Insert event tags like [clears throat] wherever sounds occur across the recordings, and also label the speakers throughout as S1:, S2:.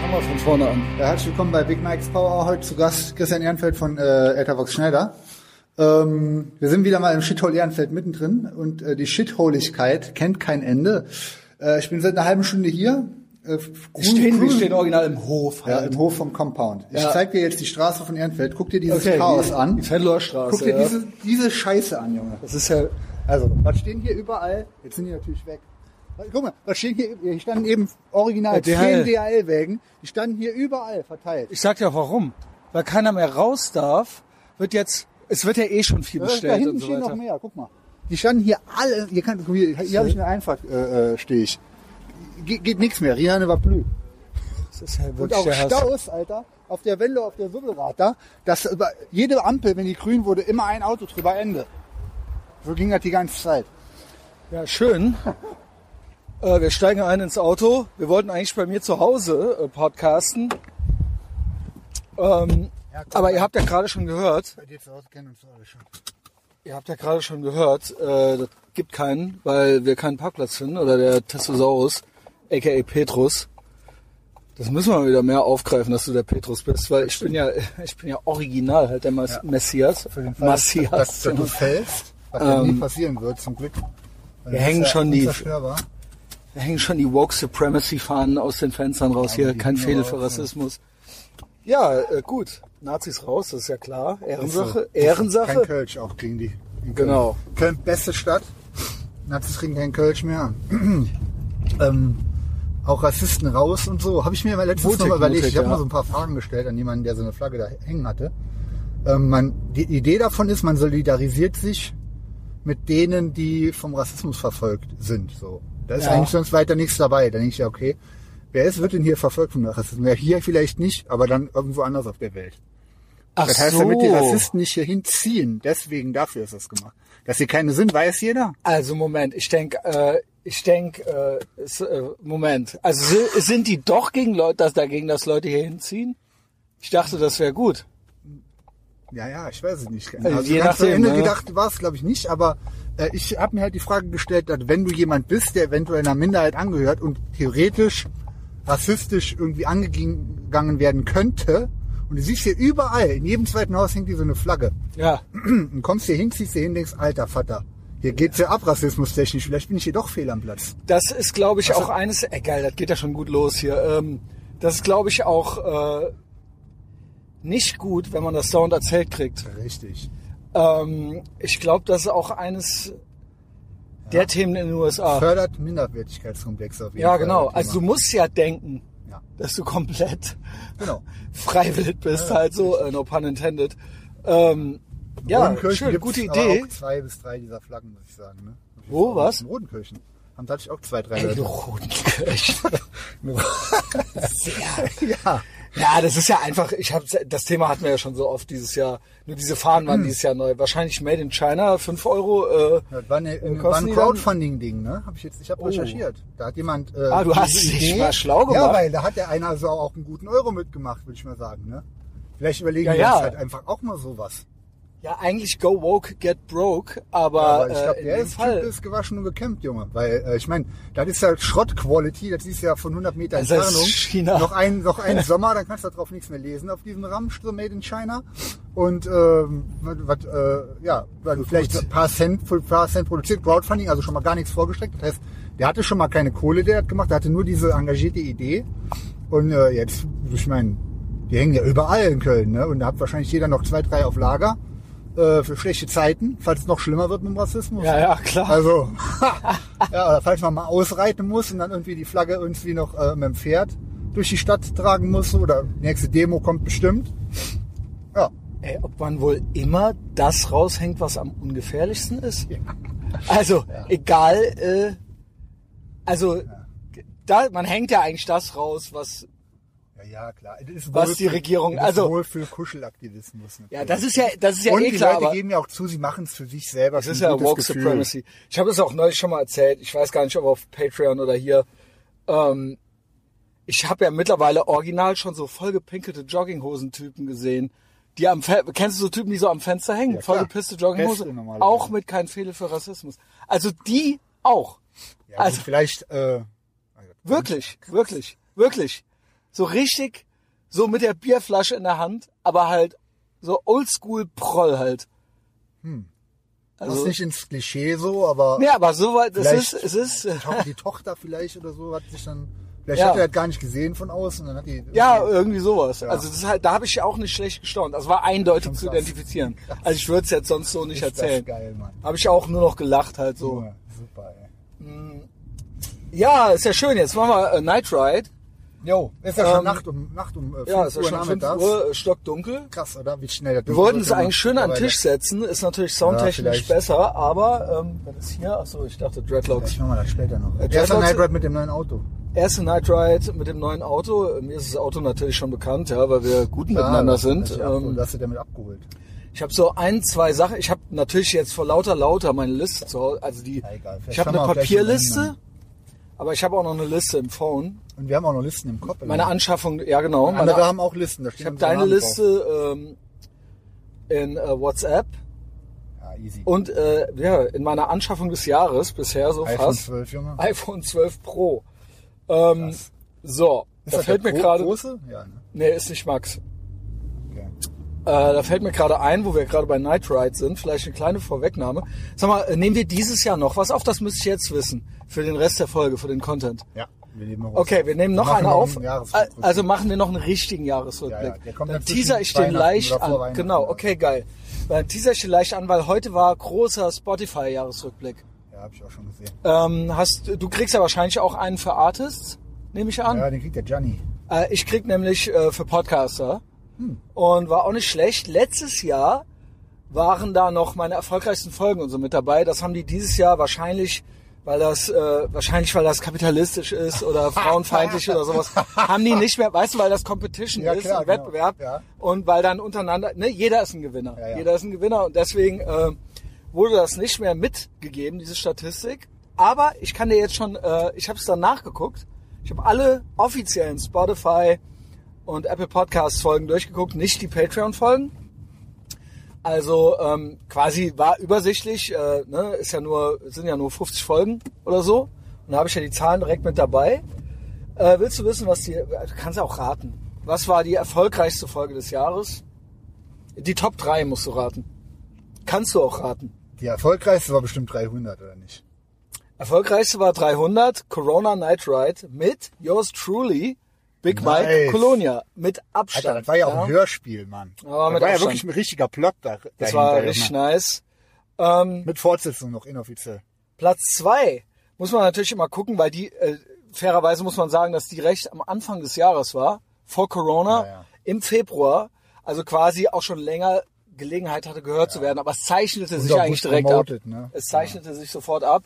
S1: fangen wir von vorne an. Ja, herzlich willkommen bei Big Nikes Power. Hour. Heute zu Gast Christian Ehrenfeld von äh, Ethervox Schneider. Ähm, wir sind wieder mal im Shithole Ehrenfeld mittendrin und äh, die Shitholigkeit kennt kein Ende. Äh, ich bin seit einer halben Stunde hier. Äh,
S2: Wir stehen, wir stehen original im Hof. halt.
S1: ja, im Hof vom Compound. Ich
S2: Ja.
S1: zeig dir jetzt die Straße von Ehrenfeld. Guck dir dieses
S2: Okay,
S1: Chaos
S2: die-
S1: an.
S2: die Fendlerstraße,
S1: Guck dir
S2: ja.
S1: diese, diese Scheiße an, Junge.
S2: Das ist ja,
S1: Also, was stehen hier überall? Jetzt sind die natürlich weg. Guck mal, was stehen hier? Hier standen eben original
S2: Ja, DHL.
S1: 10 DHL-Wägen. Die standen hier überall verteilt.
S2: ich sag ja warum. Weil keiner mehr raus darf, wird jetzt, es wird ja eh schon viel
S1: Ja,
S2: bestellt
S1: da hinten
S2: und so
S1: stehen noch
S2: weiter.
S1: mehr, guck mal. Die standen hier alle, hier, kann, hier, hier habe ich eine Einfahrt, äh, äh, stehe ich. Ge geht nichts mehr, rien ne va plus.
S2: Das ist ja
S1: Und
S2: wirklich
S1: auch
S2: der Hass.
S1: Staus, Alter, auf der Welle, auf der Wibbelrad da, dass über jede Ampel, wenn die grün wurde, immer ein Auto drüber Ende. So ging das die ganze Zeit.
S2: Ja,
S1: [laughs]
S2: schön. äh, wir steigen ein ins Auto. Wir wollten eigentlich bei mir zu Hause äh, podcasten. Ähm,
S1: Ja, komm,
S2: aber
S1: dann.
S2: ihr habt ja gerade schon gehört,
S1: Bei dir zu Hause kennen uns alle schon.
S2: ihr habt ja gerade schon gehört, äh, das gibt keinen, weil wir keinen Parkplatz finden oder der Testosaurus, aka Petrus. Das müssen wir mal wieder mehr aufgreifen, dass du der Petrus bist, weil ich bin ja, [laughs] ich bin ja original halt der Mas Messias. Messias.
S1: Dass du fällst, was ja nie passieren wird, zum Glück. Weil
S2: wir
S1: du
S2: hängen
S1: bist ja
S2: schon die-
S1: unzerstörbar.
S2: [laughs] Da hängen schon die Woke Supremacy Fahnen aus den Fenstern raus hier.
S1: die
S2: Kein
S1: sind
S2: Fehler
S1: aber
S2: für
S1: auch so.
S2: Rassismus. Ja, äh, gut. Nazis raus, das ist ja klar. Ehrensache.
S1: Kein
S2: Ehrensache.
S1: Kölsch auch gegen die. in Köln.
S2: Genau.
S1: Köln, beste Stadt. Nazis kriegen kein Kölsch mehr. [clears throat] ähm, auch Rassisten raus und so. Habe ich mir mal letztens noch
S2: Mutig,
S1: mal überlegt.
S2: mutig,
S1: ich habe
S2: ja.
S1: mal so ein paar Fragen gestellt an jemanden, der so eine Flagge da hängen hatte. Ähm, man, die Idee davon ist, man solidarisiert sich mit denen, die vom Rassismus verfolgt sind. So. Da ist
S2: Ja.
S1: eigentlich sonst weiter nichts dabei. Da denke ich ja, okay, wer ist, wird denn hier verfolgt vom Rassismus? Ja, hier vielleicht nicht, aber dann irgendwo anders auf der Welt.
S2: Ach
S1: Das heißt,
S2: so.
S1: damit die Rassisten nicht hier hinziehen, deswegen dafür ist das gemacht. Dass sie keine sind, weiß jeder.
S2: Also Moment, ich denke, äh, ich denke, äh, es- äh, Moment. Also si- sind die doch gegen Leute, dass dagegen, dass Leute hier hinziehen? Ich dachte, das wäre gut.
S1: Ja, ja, ich weiß es nicht. genau.
S2: Also
S1: Also
S2: je
S1: ganz zu
S2: nachdem,
S1: Ende
S2: ne?
S1: gedacht war es, glaube ich, nicht, aber äh, ich habe mir halt die Frage gestellt, dass wenn du jemand bist, der eventuell einer Minderheit angehört und theoretisch rassistisch irgendwie angegangen werden könnte, und du siehst hier überall, in jedem zweiten Haus hängt hier so eine Flagge. [clears throat]
S2: Ja.
S1: Und kommst hier hin, ziehst hier hin, denkst, alter Vater, hier geht's ja ab, rassismustechnisch, vielleicht bin ich hier doch fehl am Platz.
S2: Das ist, glaube ich, auch eines. Äh, geil, das geht ja schon gut los hier. Ähm, das ist, glaube ich, auch äh, nicht gut, wenn man das dauernd erzählt kriegt.
S1: Richtig.
S2: Ähm, ich glaube, das ist auch eines der Themen in den USA.
S1: Fördert Minderwertigkeitskomplexe auf jeden
S2: Ah. Ja,
S1: Fall.
S2: genau.
S1: das
S2: Also du
S1: Thema.
S2: musst ja denken,
S1: Ja.
S2: dass du komplett
S1: Genau.
S2: freiwillig bist, halt so, äh, no pun intended. Ähm, ja,
S1: Rodenkirchen
S2: schön,
S1: gibt's
S2: gute
S1: aber
S2: Idee.
S1: Auch zwei bis drei dieser Flaggen, muss ich sagen. Ne? Hab ich
S2: Wo,
S1: jetzt auch
S2: was?
S1: In Rodenkirchen. Haben tatsächlich auch zwei, drei.
S2: Ey, du
S1: Leute.
S2: Rodenkirchen.
S1: [laughs] ja.
S2: Ja, das ist ja einfach, ich habe das Thema hatten wir ja schon so oft dieses Jahr. Nur diese Fahnen
S1: Hm.
S2: waren dieses Jahr neu. Wahrscheinlich Made in China, 5 Euro. Äh,
S1: Das war, eine,
S2: Äh,
S1: war
S2: kosten
S1: ein
S2: die dann-
S1: Crowdfunding-Ding, ne? Hab ich jetzt, ich habe
S2: Oh.
S1: recherchiert. Da hat jemand. Äh,
S2: Ah, du
S1: diese
S2: hast dich mal schlau
S1: Ja,
S2: gemacht.
S1: weil da hat ja einer so auch einen guten Euro mitgemacht, würde ich mal sagen, ne? Vielleicht überlegen
S2: Ja,
S1: wir
S2: ja.
S1: uns halt einfach auch mal sowas.
S2: ja, eigentlich go woke, get broke, aber,
S1: Aber ich
S2: äh,
S1: glaube,
S2: in
S1: der
S2: dem
S1: ist, typ
S2: Fall.
S1: ist gewaschen und gekämmt, Junge. Weil, äh, ich meine, das ist ja Schrott-Quality, das ist ja von 100 Meter
S2: Das heißt
S1: Entfernung.
S2: China.
S1: Noch ein, noch ein Sommer, dann kannst du darauf nichts mehr lesen, auf diesem Ramsch, so made in China. Und, ähm, was, äh, ja, also vielleicht ein paar Cent, für ein paar Cent produziert, Crowdfunding, also schon mal gar nichts vorgestreckt. Das heißt, der hatte schon mal keine Kohle, der hat gemacht, der hatte nur diese engagierte Idee. Und äh, jetzt, ich meine, die hängen ja überall in Köln, ne? Und da hat wahrscheinlich jeder noch zwei, drei auf Lager äh, für schlechte Zeiten, falls es noch schlimmer wird mit dem Rassismus.
S2: Ja, ja, klar.
S1: Also, [laughs] ja, oder falls man mal ausreiten muss und dann irgendwie die Flagge irgendwie noch äh, mit dem Pferd durch die Stadt tragen muss oder nächste Demo kommt bestimmt. Ja,
S2: Ey, ob man wohl immer das raushängt, was am ungefährlichsten ist? Also, egal, äh, also, da, man hängt ja eigentlich das raus, was,
S1: ja, ja klar. Es Ist
S2: Was die Regierung- also-
S1: wohl für Kuschelaktivismus. natürlich.
S2: ja, das ist ja, das ist ja
S1: und
S2: eh
S1: die
S2: klar,
S1: Leute
S2: aber
S1: geben ja auch zu, sie machen es für sich selber.
S2: das
S1: für
S2: ist
S1: ein
S2: ja
S1: gutes
S2: Woke
S1: Gefühl.
S2: Supremacy. Ich habe es auch neulich schon mal erzählt, ich weiß gar nicht, ob auf Patreon oder hier, ähm, ich habe ja mittlerweile original schon so vollgepinkelte Jogginghosen-Typen gesehen, die am, Fe kennst du so Typen, die so am Fenster hängen?
S1: Ja, klar.
S2: Vollgepisste Jogginghose,
S1: Feste normalerweise.
S2: auch mit kein Fehler für Rassismus. Also die auch.
S1: Ja, also
S2: also
S1: vielleicht, äh,
S2: Wirklich, wirklich, wirklich. so richtig, so mit der Bierflasche in der Hand, aber halt so oldschool Proll halt.
S1: Also, das ist nicht ins Klischee so, aber
S2: Ja, aber soweit, es
S1: Vielleicht-
S2: ist, es ist,
S1: to- die Tochter vielleicht oder so hat sich dann, vielleicht
S2: Ja.
S1: hat er das gar nicht gesehen von außen, dann hat die,
S2: ja, irgendwie sowas. Also das ist halt, da habe ich ja auch nicht schlecht gestaunt. Das war eindeutig zu
S1: krass.
S2: identifizieren. Also ich würde es jetzt sonst so nicht
S1: Ist das
S2: erzählen.
S1: geil, Mann.
S2: Habe ich auch nur noch gelacht halt so.
S1: Junge, super, ey.
S2: Ja, ist ja schön. Jetzt machen wir äh, Night Ride.
S1: Jo, ist ja schon
S2: Ähm,
S1: Nacht um, Nacht um äh,
S2: Ja,
S1: 5
S2: ist ja
S1: Uhr
S2: schon 5
S1: nachmittags.
S2: Uhr, äh, stockdunkel.
S1: Krass, oder? Wie schnell das
S2: Wir wollten es eigentlich schön an den Tisch setzen, ist natürlich soundtechnisch
S1: vielleicht.
S2: besser, aber ähm, was ist hier? Achso, ich dachte Dreadlocks.
S1: Ich machen wir das später noch.
S2: Äh,
S1: Erster
S2: Dreadlocks-
S1: Night Ride mit dem neuen Auto.
S2: Erste Night Ride mit dem neuen Auto. Mir ist das Auto natürlich schon bekannt, ja, weil wir gut miteinander
S1: Ja,
S2: sind.
S1: dass ich abhol-
S2: Ähm,
S1: Dass du damit abgeholt.
S2: ich habe so ein, zwei Sachen. Ich habe natürlich jetzt vor lauter lauter meine Liste zu Hause. Also die,
S1: Ja, egal. Vielleicht
S2: ich habe
S1: haben wir
S2: eine
S1: auch gleich eine
S2: Papierliste,
S1: Menge.
S2: aber ich habe auch noch eine Liste im Phone.
S1: Und wir haben auch noch Listen im Kopf.
S2: Meine Anschaffung, ja genau.
S1: Andere
S2: meine,
S1: haben auch Listen. Da
S2: ich habe deine Liste ähm, in äh, WhatsApp
S1: Ja, easy.
S2: und äh, ja, in meiner Anschaffung des Jahres bisher so
S1: iPhone
S2: fast.
S1: 12, Junge.
S2: [laughs] iPhone 12 Pro. Ähm, so, da
S1: das
S2: fällt
S1: der
S2: mir
S1: gro-
S2: gerade.
S1: große? Ja, ne?
S2: Nee, ist nicht Max.
S1: Okay.
S2: Äh, da fällt mir gerade ein, wo wir gerade bei Night Ride sind, vielleicht eine kleine Vorwegnahme. Sag mal, äh, nehmen wir dieses Jahr noch was auf? Das müsste ich jetzt wissen. Für den Rest der Folge, für den Content.
S1: Ja, wir nehmen noch was.
S2: Okay, wir nehmen noch
S1: Machen
S2: einen
S1: wir
S2: auf.
S1: einen
S2: Äh,
S1: Jahresrückblick.
S2: Also machen wir noch einen richtigen Jahresrückblick.
S1: Ja, ja, der kommt
S2: Dann
S1: dann zwischen
S2: teaser ich den
S1: Weihnachten
S2: leicht
S1: oder vor
S2: an.
S1: Weihnachten.
S2: Genau, okay, geil. Dann teaser ich den leicht an, weil heute war großer Spotify-Jahresrückblick.
S1: Ja, hab ich auch schon gesehen.
S2: Ähm, hast, du kriegst ja wahrscheinlich auch einen für Artists, nehme ich an.
S1: Ja, den kriegt der Gianni.
S2: Äh, ich krieg nämlich äh, für Podcaster und war auch nicht schlecht. Letztes Jahr waren da noch meine erfolgreichsten Folgen und so mit dabei. Das haben die dieses Jahr wahrscheinlich, weil das äh, wahrscheinlich weil das kapitalistisch ist oder
S1: [laughs]
S2: frauenfeindlich oder sowas, haben die nicht mehr. Weißt du, weil das Competition
S1: Ja,
S2: ist,
S1: klar,
S2: und
S1: genau.
S2: Wettbewerb
S1: Ja.
S2: und weil dann untereinander, ne, jeder ist ein Gewinner,
S1: Ja, ja.
S2: jeder ist ein Gewinner und deswegen äh, wurde das nicht mehr mitgegeben, diese Statistik. Aber ich kann dir jetzt schon, äh, ich habe es dann nachgeguckt. Ich habe alle offiziellen Spotify und Apple Podcast Folgen durchgeguckt, nicht die Patreon Folgen. Also ähm, quasi war übersichtlich, äh, ne, ist ja nur sind ja nur 50 Folgen oder so. Und da habe ich ja die Zahlen direkt mit dabei. Äh, willst du wissen, was die? Du kannst ja auch raten. Was war die erfolgreichste Folge des Jahres? Die Top 3 musst du raten. Kannst du auch raten.
S1: Die erfolgreichste war bestimmt 300, oder nicht?
S2: Erfolgreichste war 300 Corona Night Ride mit yours truly Big Mike
S1: Nice.
S2: Colonia mit Abstand.
S1: Alter, das war ja auch ein Hörspiel, Mann.
S2: Aber
S1: das
S2: mit
S1: war ja
S2: Abstand.
S1: wirklich ein richtiger Plot da,
S2: Das
S1: dahinter,
S2: war
S1: Junge.
S2: richtig nice. Ähm,
S1: Mit Fortsetzung noch, inoffiziell.
S2: Platz zwei muss man natürlich immer gucken, weil die, äh, fairerweise muss man sagen, dass die recht am Anfang des Jahres war, vor Corona,
S1: Ja, ja.
S2: im Februar, also quasi auch schon länger Gelegenheit hatte, gehört zu werden. Aber es zeichnete sich
S1: auch
S2: eigentlich
S1: gut
S2: direkt
S1: promoted,
S2: ab.
S1: ne?
S2: Es zeichnete sich sofort ab.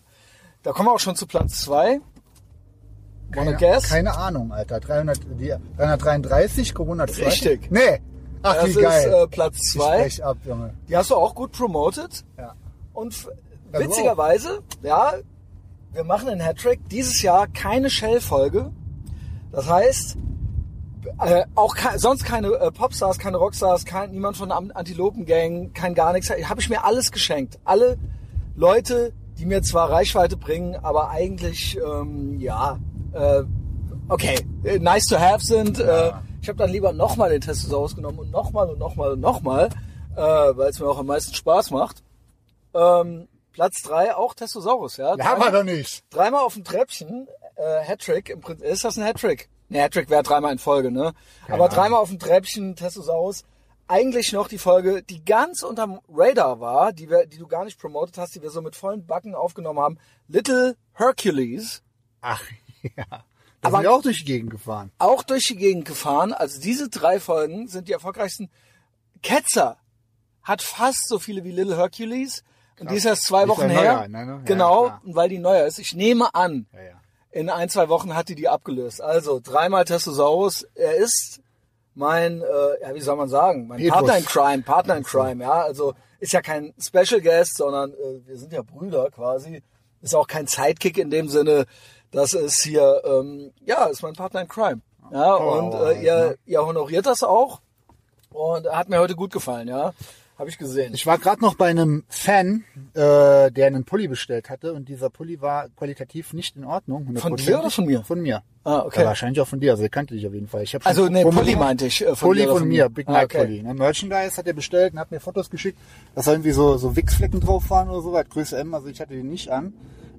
S2: Da kommen wir auch schon zu Platz zwei. Wanna
S1: Keine,
S2: guess?
S1: keine Ahnung, Alter. 300, die, 333, Corona 2.
S2: Richtig.
S1: Nee. Ach,
S2: das
S1: wie
S2: ist
S1: geil.
S2: äh, Platz
S1: ich
S2: zwei.
S1: brech ab, Junge.
S2: Die hast du auch gut promoted.
S1: Ja.
S2: Und f-
S1: Ja, du auch.
S2: witzigerweise, ja, wir machen einen Hattrick. Dieses Jahr keine Shell-Folge. Das heißt, äh, auch ke sonst keine äh, Popstars, keine Rockstars, kein, niemand von der Am- Antilopen-Gang, kein gar nichts. Habe ich mir alles geschenkt. Alle Leute, die mir zwar Reichweite bringen, aber eigentlich, ähm, ja, äh, okay, äh, nice to have sind. Äh, ich habe dann lieber nochmal den Testosaurus genommen und nochmal und nochmal und nochmal, äh, weil es mir auch am meisten Spaß macht. Ähm, Platz drei auch Testosaurus, ja.
S1: Ja, haben wir
S2: Dreimal-
S1: doch nicht.
S2: dreimal auf dem Treppchen, äh, Hattrick, im Prinzip, ist das ein Hattrick? Ne, Hattrick wäre dreimal in Folge, ne? Aber dreimal auf dem Treppchen, Testosaurus, eigentlich noch die Folge, die ganz unterm Radar war, die, wir, die du gar nicht promotet hast, die wir so mit vollen Backen aufgenommen haben, Little Hercules,
S1: Ach, [laughs] ja. Da
S2: Aber-
S1: sind wir auch durch die Gegend gefahren.
S2: auch durch die Gegend gefahren. Also diese drei Folgen sind die erfolgreichsten. Ketzer hat fast so viele wie Little Hercules. Und die ist erst zwei
S1: Die ist
S2: Wochen
S1: ja
S2: her.
S1: neuer, ne, ne? Ja,
S2: genau,
S1: klar.
S2: und weil die neuer ist. Ich nehme an,
S1: Ja, ja.
S2: in ein, zwei Wochen hat die die abgelöst. Also dreimal Testosaurus. Er ist mein, äh, ja, wie soll man sagen, mein
S1: Petrus.
S2: Partner in Crime, Partner in Crime, ja. Also ist ja kein Special Guest, sondern äh, wir sind ja Brüder quasi. Ist auch kein Sidekick in dem Sinne, das ist hier, ähm, ja, ist mein Partner in Crime. Ja,
S1: Power
S2: und
S1: Hour
S2: äh,
S1: halt,
S2: ihr,
S1: ne?
S2: ihr honoriert das auch und hat mir heute gut gefallen, ja. Habe ich gesehen.
S1: Ich war gerade noch bei einem Fan, äh, der einen Pulli bestellt hatte und dieser Pulli war qualitativ nicht in Ordnung.
S2: Von dir oder von mir?
S1: Von mir.
S2: Ah, okay.
S1: Ja, wahrscheinlich auch von dir, also er kannte dich auf jeden Fall. Ich hab schon
S2: Also, nee,
S1: Pulli-
S2: Pulli meinte ich, äh, von dir
S1: Pulli
S2: oder
S1: von
S2: von
S1: mir,
S2: mir?
S1: Big
S2: Ah,
S1: Mike
S2: okay.
S1: Pulli. Ne, Merchandise hat er bestellt und hat mir Fotos geschickt, dass da irgendwie so, so Wichsflecken drauf waren oder so, weil Größe M, also ich hatte den nicht an.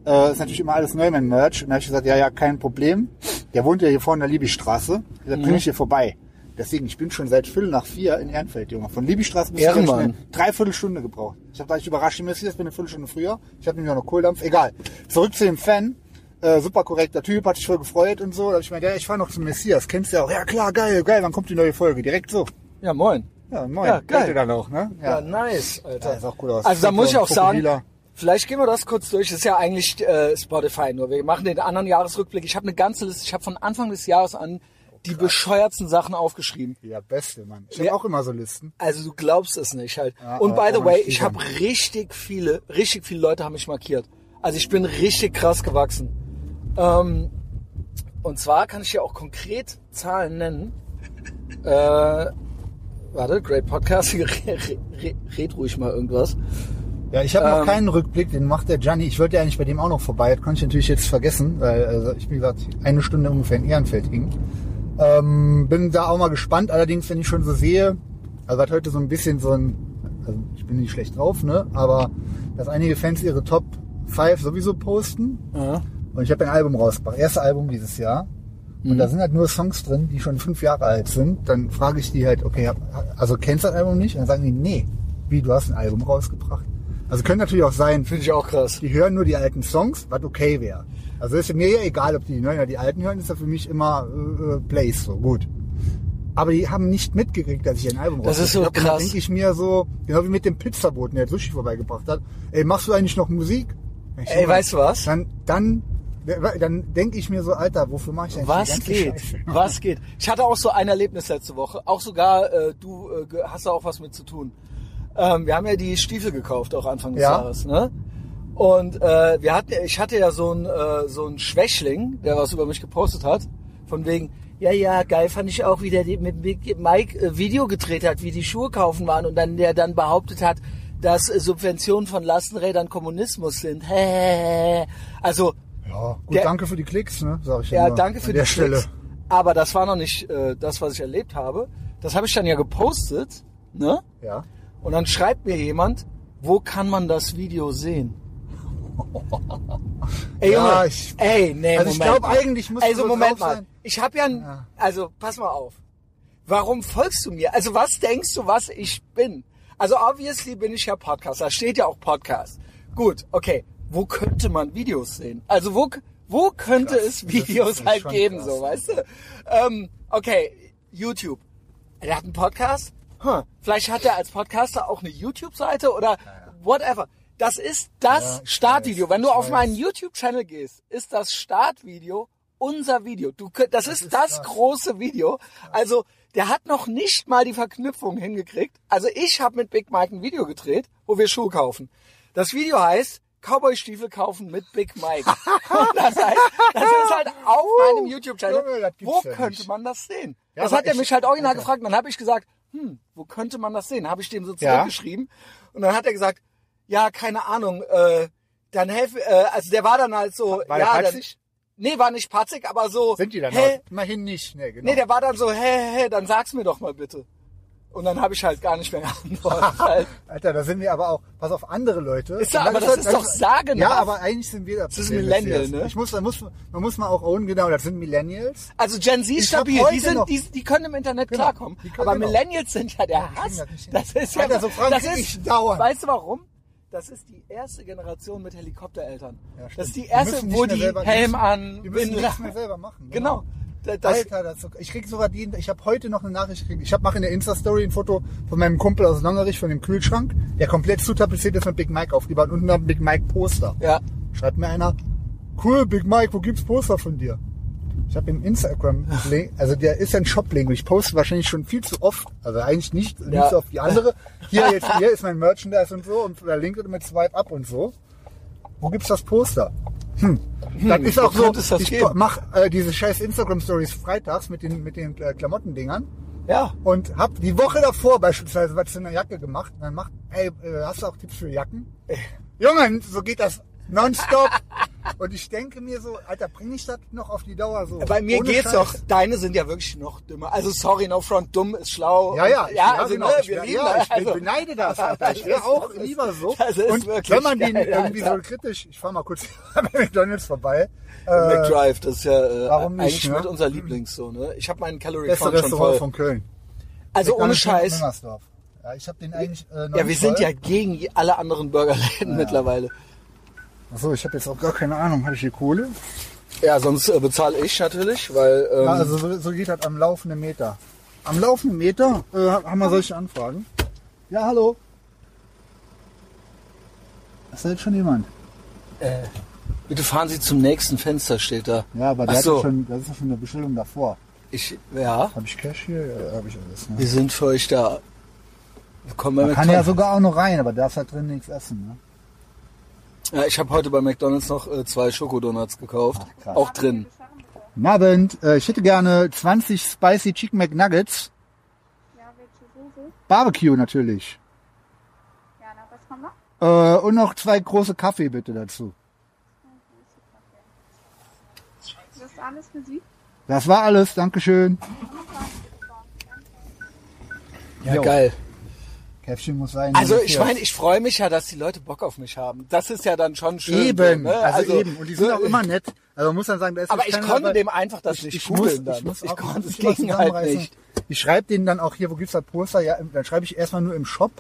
S1: Äh, ist natürlich immer alles Neumann-Merch. Und da habe ich gesagt, ja, ja, kein Problem. Der wohnt ja hier vorne in der Liebigstraße. Ich hab gesagt, bin ich hier vorbei. Deswegen, ich bin schon seit Viertel nach vier in Ehrenfeld, Junge. Von Liebigstraße bis
S2: Ehrenmann.
S1: hier hab ich eine Dreiviertelstunde gebraucht. Ich habe gleich überrascht, ich müsste jetzt bin eine Viertelstunde früher. Ich habe nämlich auch noch Kohldampf. Egal. Zurück zu dem Fan. Äh, super korrekter Typ, hat sich voll gefreut und so. Da hab ich mir gedacht, ja, ich fahr noch zum Messias. Kennst du ja auch. Ja, klar, geil, geil. Wann kommt die neue Folge? Direkt so.
S2: Ja, moin.
S1: Ja, moin.
S2: Ja, geil.
S1: Kennt ihr dann auch, ne?
S2: Ja, nice, Alter.
S1: Ja, sah auch cool aus.
S2: Also da muss ich auch
S1: Krokodile.
S2: sagen, vielleicht gehen wir das kurz durch. Das ist ja eigentlich äh, Spotify nur. Wir machen den anderen Jahresrückblick. Ich habe eine ganze Liste. Ich habe von Anfang des Jahres an
S1: Oh,
S2: die bescheuertsten Sachen aufgeschrieben.
S1: Ja, beste, Mann. Ich
S2: Ja.
S1: habe auch immer so Listen.
S2: Also du glaubst es nicht halt.
S1: Ja, äh,
S2: Und
S1: aber
S2: by the
S1: auch
S2: way,
S1: nicht
S2: ich
S1: viel
S2: habe richtig viele, richtig viele Leute haben mich markiert. Also ich bin richtig krass gewachsen. Ähm, und zwar kann ich hier auch konkret Zahlen nennen. Äh, warte, Great Podcast, [laughs] re, re, re, red ruhig mal irgendwas.
S1: Ja, ich habe
S2: Ähm.
S1: noch keinen Rückblick, den macht der Gianni. Ich wollte ja eigentlich bei dem auch noch vorbei. Das konnte ich natürlich jetzt vergessen, weil also ich, wie gesagt, eine Stunde ungefähr in Ehrenfeld hing. Ähm, bin da auch mal gespannt. Allerdings, wenn ich schon so sehe, also hat heute so ein bisschen so ein, also ich bin nicht schlecht drauf, ne? aber dass einige Fans ihre Top 5 sowieso posten. Und ich habe ein Album rausgebracht, erste Album dieses Jahr. Und da sind halt nur Songs drin, die schon fünf Jahre alt sind. Dann frage ich die halt, okay, hab- also kennst du das Album nicht? Und dann sagen die, nee, wie, du hast ein Album rausgebracht. Also könnte natürlich auch sein,
S2: Finde ich auch krass.
S1: die hören nur die alten Songs, was okay wäre. Also ist mir ja egal, ob die die neuen oder die alten hören, ist ja für mich immer äh, äh, Plays, so gut. Aber die haben nicht mitgekriegt, dass ich ein Album
S2: Das ist so
S1: rausgebracht habe. Und dann
S2: krass.
S1: denke ich mir so, genau wie mit dem Pizzaboten, der Sushi vorbeigebracht hat, ey, machst du eigentlich noch Musik? Ich
S2: Ey,
S1: so,
S2: weißt du was?
S1: Dann, dann, dann denke ich mir so, Alter, wofür mache ich eigentlich die
S2: Was
S1: ganze
S2: geht?
S1: Scheiße?
S2: [laughs] Was geht? Ich hatte auch so ein Erlebnis letzte Woche. Auch sogar, äh, du äh, ge- hast da auch was mit zu tun. Ähm, wir haben ja die Stiefel gekauft, auch Anfang des
S1: Ja.
S2: Jahres. Ne? Und äh, wir hatten, ich hatte ja so einen äh, so einen Schwächling, der was über mich gepostet hat. Von wegen, ja, ja, geil fand ich auch, wie der die- mit Big Mike äh, Video gedreht hat, wie die Schuhe kaufen waren. Und dann der dann behauptet hat, dass äh, Subventionen von Lastenrädern Kommunismus sind. [laughs] Also
S1: Ja, gut,
S2: Der-
S1: danke für die Klicks, ne, sag ich
S2: ja,
S1: immer
S2: danke für
S1: an der
S2: die
S1: Stelle.
S2: Klicks. Aber das war noch nicht äh, das, was ich erlebt habe. Das habe ich dann ja gepostet, ne?
S1: Ja.
S2: Und dann schreibt mir jemand, wo kann man das Video
S1: [laughs]
S2: sehen? ey,
S1: Ja,
S2: Junge,
S1: ich-
S2: ey, nee,
S1: Also ich
S2: Moment
S1: glaub,
S2: mal.
S1: eigentlich müsste
S2: Also
S1: so
S2: Moment
S1: drauf
S2: mal,
S1: sein.
S2: ich habe ja, ein,
S1: Ja.
S2: also pass mal auf. Warum folgst du mir? Also was denkst du, was ich bin? Also obviously bin ich ja Podcaster, da steht ja auch Podcast. Gut, okay, wo könnte man Videos sehen? Also wo, wo könnte es Videos
S1: ist
S2: halt
S1: schon
S2: geben,
S1: krass.
S2: so, weißt du? Ähm, okay, YouTube. Er hat einen Podcast? Hm. Vielleicht hat er als Podcaster auch eine YouTube-Seite oder whatever. Das ist das
S1: Ja, ich
S2: Startvideo.
S1: weiß,
S2: Wenn du
S1: ich
S2: auf
S1: weiß.
S2: meinen YouTube-Channel gehst, ist das Startvideo unser Video. Du, könnt- das, ist
S1: ist
S2: das,
S1: das.
S2: große Video. Also der hat noch nicht mal die Verknüpfung hingekriegt. Also ich habe mit Big Mike ein Video gedreht, wo wir Schuhe kaufen. Das Video heißt Cowboy-Stiefel kaufen mit Big
S1: [laughs]
S2: Mike. Und das, heißt, das ist halt auf meinem
S1: Junge,
S2: YouTube-Channel.
S1: das gibt's
S2: Wo
S1: ja
S2: könnte
S1: nicht.
S2: man das sehen?
S1: Ja,
S2: das
S1: aber
S2: hat er
S1: ich-
S2: mich halt original gefragt. Dann habe ich gesagt, hm, wo könnte man das sehen? Habe ich dem so
S1: Ja.
S2: zurückgeschrieben. Und dann hat er gesagt, ja, keine Ahnung, äh, dann helf, äh, also der war dann halt so,
S1: War der
S2: ja, dann,
S1: patzig?
S2: nee, war nicht patzig, aber so,
S1: Sind die dann
S2: hä,
S1: auch? Immerhin nicht, ne, genau.
S2: Nee, der war dann so, hä, hä, hä, dann sag's mir doch mal bitte. Und dann habe ich halt gar nicht mehr [laughs] geantwortet.
S1: [laughs]
S2: halt.
S1: Alter, da sind wir aber auch, pass auf andere Leute.
S2: Ist doch-
S1: Und
S2: aber das ist doch sagenhaft.
S1: Ja, aber eigentlich sind wir Das
S2: ist Millennial, ne?
S1: Ich muss, da muss, man muss mal auch own, genau, das sind Millennials.
S2: Also Gen Z ist
S1: Ich hab
S2: stabil, die,
S1: heute
S2: sind,
S1: noch-
S2: die, die können im Internet
S1: Genau,
S2: klarkommen.
S1: die können
S2: Aber
S1: genau.
S2: Millennials sind ja der Hass.
S1: das nicht hin.
S2: Das ist ja
S1: Alter, so Fragen
S2: das
S1: krieg
S2: ist,
S1: ich dauernd.
S2: Weißt du warum? Das ist die erste Generation mit Helikoptereltern.
S1: Ja, stimmt.
S2: das ist die
S1: Die
S2: erste,
S1: müssen nicht
S2: wo
S1: mehr
S2: die
S1: selber-
S2: Helm
S1: die-
S2: an,
S1: die müssen
S2: Wind-
S1: nichts mehr selber machen,
S2: [laughs] Genau.
S1: genau.
S2: Das,
S1: Alter, das, ich krieg sogar die, ich habe heute noch eine Nachricht gekriegt. Ich habe mache in der Insta-Story ein Foto von meinem Kumpel aus Longerich von dem Kühlschrank, der komplett zutapeziert ist mit Big Mike aufgebaut und einem Big Mike Poster.
S2: ja.
S1: Schreibt mir einer, cool, Big Mike, wo gibt's Poster von dir? Ich habe im Instagram, also der ist ja ein Shop-Link und ich poste wahrscheinlich schon viel zu oft, also eigentlich nicht, nicht
S2: Ja.
S1: so oft wie andere.
S2: [laughs]
S1: Hier, jetzt, hier ist mein Merchandise und so und verlinkt und mit Swipe Up und so. Wo gibt's das Poster? Hm. Dann ist
S2: wo
S1: auch so,
S2: könnte es das
S1: ich
S2: geben?
S1: mach äh, diese scheiß Instagram-Stories freitags mit den, mit den äh, Klamottendingern
S2: Ja.
S1: Und hab die Woche davor beispielsweise was zu einer Jacke gemacht. Und dann macht, ey, äh, hast du auch Tipps
S2: [laughs]
S1: für Jacken? Junge, so geht das nonstop. und ich denke mir so, Alter, bring ich das noch auf die Dauer so?
S2: Bei mir
S1: Ohne
S2: geht's
S1: Scheiß.
S2: doch. Deine sind ja wirklich noch dümmer. Also sorry, no front, dumm ist schlau.
S1: Ja, ja,
S2: Und-
S1: ich-
S2: ja, also
S1: genau,
S2: ne,
S1: ich,
S2: wir
S1: ja,
S2: lieben
S1: ja, ich
S2: das. also,
S1: beneide das. Alter. Ich
S2: [laughs]
S1: wäre
S2: Das
S1: auch
S2: ist-
S1: lieber so.
S2: das ist
S1: und
S2: wirklich
S1: wenn man den
S2: geil,
S1: irgendwie so
S2: Alter.
S1: kritisch, ich fahr mal kurz [laughs] bei McDonalds vorbei. Äh,
S2: McDrive, das ist ja äh,
S1: Warum nicht,
S2: eigentlich
S1: ne?
S2: mit unser Lieblings so, ne? Ich habe meinen Calorie
S1: beste
S2: Count schon
S1: Restaurant
S2: voll.
S1: von Köln.
S2: also ohne
S1: McDonald's in
S2: Scheiß.
S1: Müngersdorf. Ja, ich habe den eigentlich äh, noch
S2: Ja, wir
S1: nicht
S2: sind
S1: voll.
S2: ja gegen alle anderen Burgerläden mittlerweile.
S1: Achso, ich habe jetzt auch gar keine Ahnung, hatte ich hier Kohle?
S2: Ja, sonst äh, bezahle ich natürlich, weil ähm,
S1: Ja, also so, so geht das am laufenden Meter. Am laufenden Meter äh, haben wir solche Anfragen. Ja, hallo. Ist da jetzt schon jemand?
S2: bitte fahren Sie zum nächsten Fenster, steht da.
S1: Ja, aber der
S2: Ach
S1: hat ja
S2: so,
S1: schon, das ist ja schon eine Bestellung davor.
S2: ich, ja,
S1: Habe ich Cash hier? Ja, habe ich alles. Ne?
S2: wir sind für euch da. Willkommen bei
S1: Man kann ja
S2: McDonald's.
S1: sogar auch noch rein, aber darfst halt drin nichts essen. Ne?
S2: Ja, ich habe heute bei McDonald's noch äh, zwei Schokodonuts gekauft,
S1: Ach, Ah, krass.
S2: auch drin.
S1: Guten Abend, äh, ich hätte gerne 20 Spicy Chicken McNuggets.
S3: Ja, welche Soße?
S1: Barbecue natürlich.
S3: Ja, na, was haben wir?
S1: Äh, und noch zwei große Kaffee bitte dazu.
S3: Das ist alles für Sie?
S1: Das war alles, Dankeschön.
S2: Ja,
S1: Jo.
S2: geil.
S1: Käffchen muss sein.
S2: Also
S1: nur
S2: ich
S1: vier.
S2: meine, ich freue mich ja, dass die Leute Bock auf mich haben. Das ist ja dann schon schön.
S1: Eben,
S2: so, ne?
S1: also, eben. Und die sind
S2: so-
S1: auch immer nett. Also man muss dann sagen, da ist
S2: Aber
S1: jetzt
S2: ich
S1: keiner
S2: konnte
S1: dabei.
S2: dem einfach das nicht googeln dann. Ich
S1: auch-
S2: konnte es
S1: muss
S2: ging
S1: was
S2: halt
S1: zusammenreißen.
S2: nicht.
S1: Ich schreibe denen dann auch hier, wo gibt's das Poster? Ja, dann schreibe ich erstmal nur im Shop,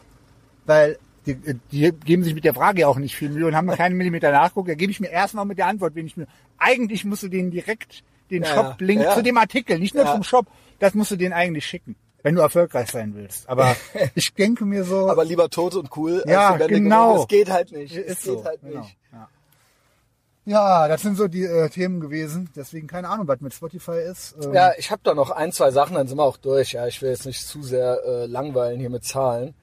S1: weil die, die geben sich mit der Frage ja auch nicht viel Mühe und haben keinen Millimeter nachguckt. Da gebe ich mir erstmal mit der Antwort wenig Mühe. Eigentlich musst du denen direkt den
S2: Ja,
S1: Shop-Link
S2: ja.
S1: zu dem Artikel, nicht nur
S2: Ja.
S1: zum Shop, das musst du denen eigentlich schicken, wenn du erfolgreich sein willst. Aber
S2: [laughs]
S1: ich denke mir so,
S2: Aber lieber tot und cool
S1: Ja,
S2: als lebendig
S1: genau.
S2: und tot. Das geht halt nicht.
S1: Ist
S2: Es
S1: so,
S2: geht halt
S1: genau,
S2: nicht.
S1: Ja. ja, das sind so die äh, Themen gewesen. Deswegen keine Ahnung, was mit Spotify ist. Ähm,
S2: Ja, ich habe da noch ein, zwei Sachen, dann sind wir auch durch. Ja, ich will jetzt nicht zu sehr äh, langweilen hier mit Zahlen,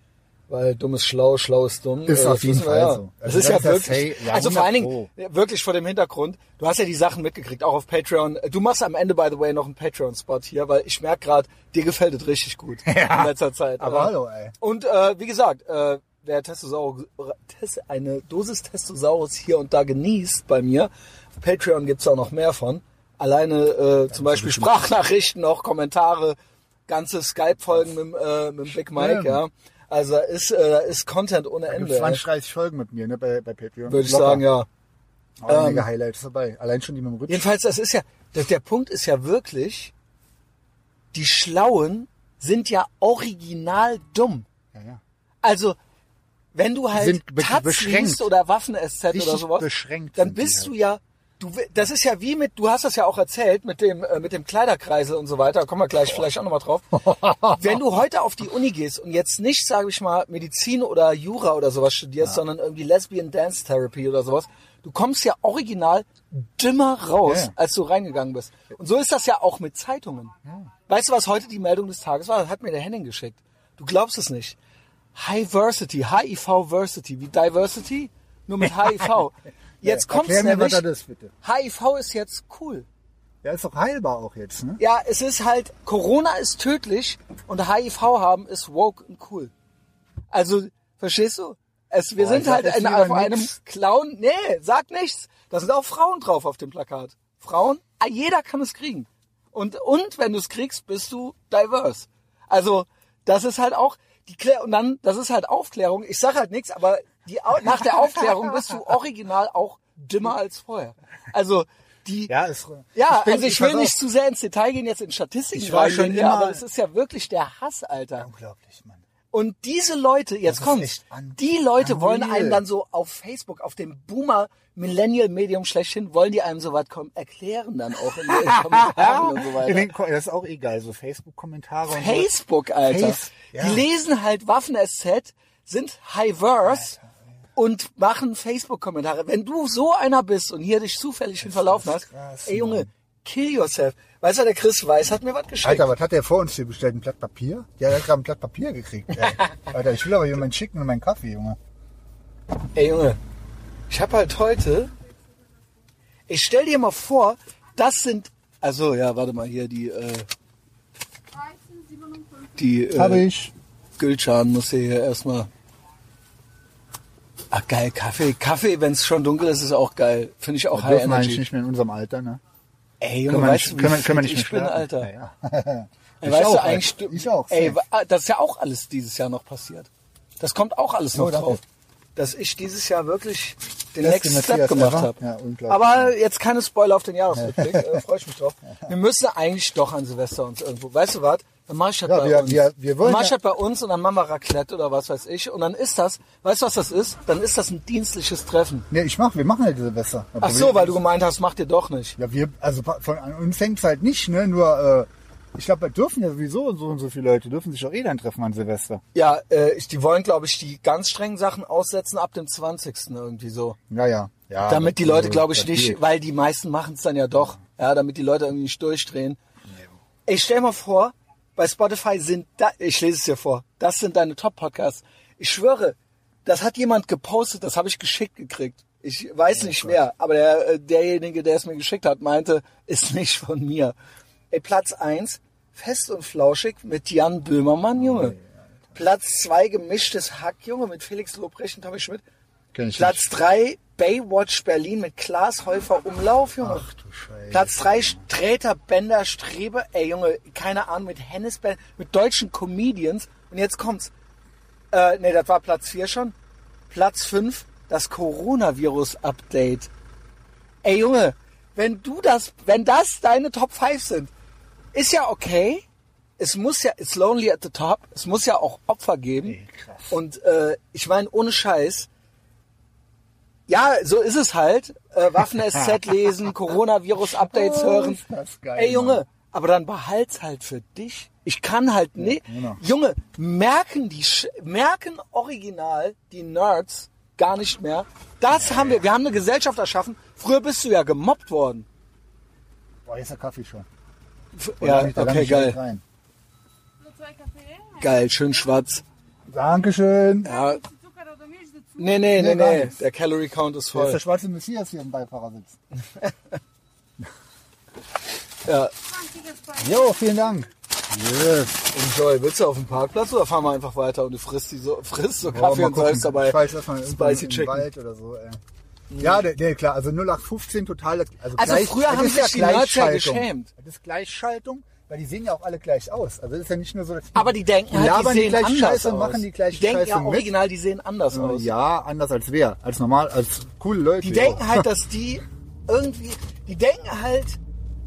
S2: weil dumm ist schlau, schlau ist dumm.
S1: Ist
S2: äh,
S1: auf
S2: das
S1: jeden
S2: wissen wir
S1: Fall
S2: ja.
S1: so.
S2: Das
S1: Also
S2: ist
S1: das
S2: ja
S1: ist ja
S2: wirklich,
S1: safe. Ja,
S2: also vor allen
S1: 100
S2: Dingen ja, wirklich vor dem Hintergrund, du hast ja die Sachen mitgekriegt, auch auf Patreon. Du machst am Ende, by the way, noch einen Patreon-Spot hier, weil ich merk gerade, dir gefällt es richtig
S1: [laughs]
S2: gut in letzter Zeit.
S1: aber hallo, ey.
S2: Und äh, wie gesagt, äh, wer Testosaurus, Test, eine Dosis Testosaurus hier und da genießt bei mir, auf Patreon gibt's auch noch mehr von. Alleine äh, zum Beispiel Sprachnachrichten, auch Kommentare, ganze Skype-Folgen mit, dem, äh, mit dem Big Mike,
S1: Stimmt.
S2: ja. Also da ist, äh, da ist Content ohne
S1: Gibt's
S2: Ende. ey.
S1: 20, 30 Folgen mit mir, ne, bei, bei Patreon.
S2: Würde ich
S1: Locker.
S2: sagen, ja. Ähm,
S1: Auch einige Highlights dabei. Allein schon die mit dem Rücken.
S2: Jedenfalls, das ist ja, das, der Punkt ist ja wirklich, die Schlauen sind ja original dumm.
S1: Ja, ja.
S2: Also, wenn du halt
S1: sind be-
S2: Taz
S1: beschränkt.
S2: liest oder Waffen SZ oder
S1: Richtig
S2: sowas,
S1: beschränkt
S2: dann
S1: sind die
S2: bist
S1: halt.
S2: du ja, du, wi- das ist ja wie mit, du hast das ja auch erzählt mit dem, äh, mit dem Kleiderkreisel und so weiter, da kommen wir gleich vielleicht auch nochmal drauf. wenn du heute auf die Uni gehst und jetzt nicht, sage ich mal, Medizin oder Jura oder sowas studierst, sondern irgendwie Lesbian Dance Therapy oder sowas, du kommst ja original dümmer raus,
S1: Ja, ja.
S2: als du reingegangen bist. Und so ist das ja auch mit Zeitungen. Weißt du, was heute die Meldung des Tages war? Das hat mir der Henning geschickt. Du glaubst es nicht. Hi-Versity, HIV-Versity, wie Diversity, nur mit HIV. Jetzt
S1: Ja,
S2: kommt's
S1: erklär mir,
S2: nämlich,
S1: was das ist, bitte.
S2: HIV ist jetzt cool.
S1: Der ist doch heilbar auch jetzt, ne?
S2: Ja, es ist halt, Corona ist tödlich und HIV haben ist woke und cool. Also, verstehst du? Es, wir
S1: Boah, ich
S2: sind
S1: sag
S2: halt
S1: jetzt
S2: in,
S1: lieber
S2: auf einem
S1: nix.
S2: Clown, nee, sag nichts. Da sind auch Frauen drauf auf dem Plakat. Frauen, ah, jeder kann es kriegen. Und, und wenn du es kriegst, bist du diverse. Also, das ist halt auch, die Klär und dann, das ist halt Aufklärung. Ich sag halt nichts, aber die, Au- nach der Aufklärung bist
S1: [laughs]
S2: du original auch dümmer als vorher. Also, die,
S1: Ja, ist,
S2: ja,
S1: bin-
S2: also ich
S1: pass
S2: will
S1: auf.
S2: nicht zu sehr ins Detail gehen, jetzt in Statistiken
S1: Ich war
S2: reingehen,
S1: schon
S2: ja,
S1: immer-
S2: aber es ist ja wirklich der Hass, Alter.
S1: Unglaublich, Mann.
S2: Und diese Leute, jetzt
S1: ist
S2: kommt's,
S1: echt un-
S2: die Leute wollen
S1: unreal.
S2: einem dann so auf Facebook, auf dem Boomer-Millennial-Medium schlechthin, wollen die einem so was kommen, erklären dann auch in
S1: [laughs]
S2: den Kommentaren und so
S1: In
S2: weiter.
S1: den Ko- Das ist auch egal, so Facebook-Kommentare und so.
S2: Facebook, Alter.
S1: Face- ja.
S2: Die lesen halt Waffen-SZ, sind High-Verse und machen Facebook-Kommentare. Wenn du so einer bist und hier dich zufällig hin verlaufen hast,
S1: krass,
S2: ey Junge, kill yourself. Weißt du, der Chris Weiß hat mir was geschickt.
S1: Alter, was hat der vor uns hier bestellt? Ein Blatt Papier? Ja, der hat gerade ein Blatt Papier gekriegt.
S2: [laughs]
S1: Ey. Alter, ich will aber jemanden schicken und meinen Kaffee, Junge.
S2: Ey Junge, ich hab halt heute. Ich stell dir mal vor, das sind. Also ja, warte mal hier die. Äh,
S3: 13,97.
S2: Die
S1: Habe
S2: äh,
S1: ich.
S2: Gülcan muss hier erstmal. Ach geil, Kaffee. Kaffee, wenn es schon dunkel ist, ist auch geil. Finde ich auch
S1: Wir
S2: High
S1: dürfen eigentlich
S2: Energy.
S1: nicht mehr in unserem Alter, ne?
S2: Ey, Junge,
S1: Können wir
S2: weißt
S1: nicht,
S2: du, wie
S1: können wir, können wir
S2: fit
S1: nicht
S2: ich
S1: mehr
S2: bin, Alter.
S1: starten.
S2: [laughs]
S1: Ja, ja.
S2: Ey, weißt
S1: auch, halt.
S2: du, eigentlich stu-
S1: Ich auch.
S2: Ey,
S1: safe.
S2: wa- ah, das ist ja auch alles dieses Jahr noch passiert. Das kommt auch alles noch
S1: Oh, danke.
S2: drauf. Dass ich dieses Jahr wirklich den
S1: Beste
S2: nächsten Step
S1: Messias
S2: gemacht
S1: ever.
S2: habe.
S1: Ja, unglaublich.
S2: Aber jetzt keine Spoiler auf den
S1: [laughs]
S2: Jahresrückblick, äh, freue ich mich drauf. Wir müssen eigentlich doch an Silvester uns irgendwo, weißt du was? Dann mach ich das
S1: Ja,
S2: bei
S1: wir-
S2: uns.
S1: wir- wir
S2: dann
S1: wollen
S2: mach ich
S1: ja-
S2: das bei uns und dann machen wir Raclette oder was weiß ich. Und dann ist das, weißt du was das ist? Dann ist das ein dienstliches Treffen.
S1: Nee, ich mach, wir machen halt Silvester.
S2: Ach so, weil du gemeint hast, macht ihr doch nicht.
S1: Ja, wir, also von an uns hängt's halt nicht, ne? Nur, äh, ich glaube, wir dürfen ja sowieso so und so viele Leute, dürfen sich auch eh dann treffen an Silvester.
S2: Ja, äh, ich, die wollen, glaube ich, die ganz strengen Sachen aussetzen ab dem 20. irgendwie so.
S1: Ja, ja. ja
S2: damit die
S1: das-
S2: Leute, glaube ich,
S1: das
S2: nicht,
S1: geht.
S2: weil die meisten machen es dann ja doch, ja, damit die Leute irgendwie nicht durchdrehen. Ich stell mal vor, bei Spotify sind da, ich lese es dir vor, das sind deine Top-Podcasts. Ich schwöre, das hat jemand gepostet, das habe ich geschickt gekriegt. Ich weiß nicht wer, aber der, äh, derjenige, der es mir geschickt hat, meinte, [laughs] ist nicht von mir. Ey, Platz eins fest und flauschig mit Jan Böhmermann, Junge. Platz zwei gemischtes Hack, Junge, mit Felix Lobrecht und Tommy Schmidt.
S1: Kenn ich
S2: Platz 3 Baywatch Berlin mit Klaas Häufer Umlauf, Junge.
S1: Ach du Scheiße.
S2: Platz 3 Sträter Bender Strebe, ey Junge, keine Ahnung, mit Hennis Ben- mit deutschen Comedians. Und jetzt kommt's. Äh, nee, das war Platz 4 schon. Platz 5 das Coronavirus-Update. Ey Junge, wenn du das, wenn das deine Top 5 sind, ist ja okay. Es muss ja, it's lonely at the top. Es muss ja auch Opfer geben.
S1: Ey, krass.
S2: Und äh, ich meine, ohne Scheiß, ja, so ist es halt. Äh,
S1: [laughs]
S2: Waffen-SZ lesen, Coronavirus-Updates
S1: Oh,
S2: hören.
S1: ist das geil,
S2: Ey Junge,
S1: Mann.
S2: aber dann behalt's halt für dich. Ich kann halt nicht.
S1: genau.
S2: Junge, merken die Sch merken original die Nerds gar nicht mehr. Das haben wir, wir haben eine Gesellschaft erschaffen. Früher bist du ja gemobbt worden.
S1: Boah, jetzt ist der Kaffee schon.
S2: F-
S1: Boah,
S2: ja,
S1: da kann ich- da kann
S2: okay,
S1: ich nicht
S2: geil.
S1: rein.
S3: Nur zwei Kaffee,
S2: Geil, schön schwarz.
S1: Dankeschön.
S2: Ja,
S3: Zucker oder Milch dazu.
S2: nee, nee, nee,
S1: Nee, gar
S2: nee.
S1: nichts.
S2: Der Calorie Count ist
S1: Da ist
S2: voll.
S1: der schwarze Messias hier im Beifahrersitz.
S2: Ja,
S1: Jo, vielen Dank. Yes.
S2: enjoy. Willst du auf dem Parkplatz oder fahren wir einfach weiter und du frisst, die so, frisst so
S1: Boah,
S2: Kaffee
S1: mal
S2: und
S1: gucken.
S2: säufst dabei
S1: Ich weiß, dass man irgendwo
S2: Spicy
S1: im
S2: Chicken.
S1: Wald oder so, ey. Ja, der, der, klar, also 0815 total. das- Also,
S2: Also
S1: gleich,
S2: früher
S1: das
S2: haben
S1: ist
S2: sich die Nerds ja
S1: Gleichschaltung.
S2: geschämt.
S1: Das ist Gleichschaltung, weil die sehen ja auch alle gleich aus. Also es ist ja nicht nur so, dass
S2: Aber die denken halt, die
S1: labern
S2: sehen
S1: gleiche
S2: anders
S1: Scheiße
S2: aus.
S1: und machen die gleiche
S2: denken
S1: Scheiße
S2: ja
S1: mit.
S2: original, die sehen anders
S1: Äh,
S2: aus.
S1: Ja, anders als wer. Als normal, als coole Leute.
S2: Die
S1: ja.
S2: denken
S1: [laughs]
S2: halt, dass die irgendwie, die denken halt,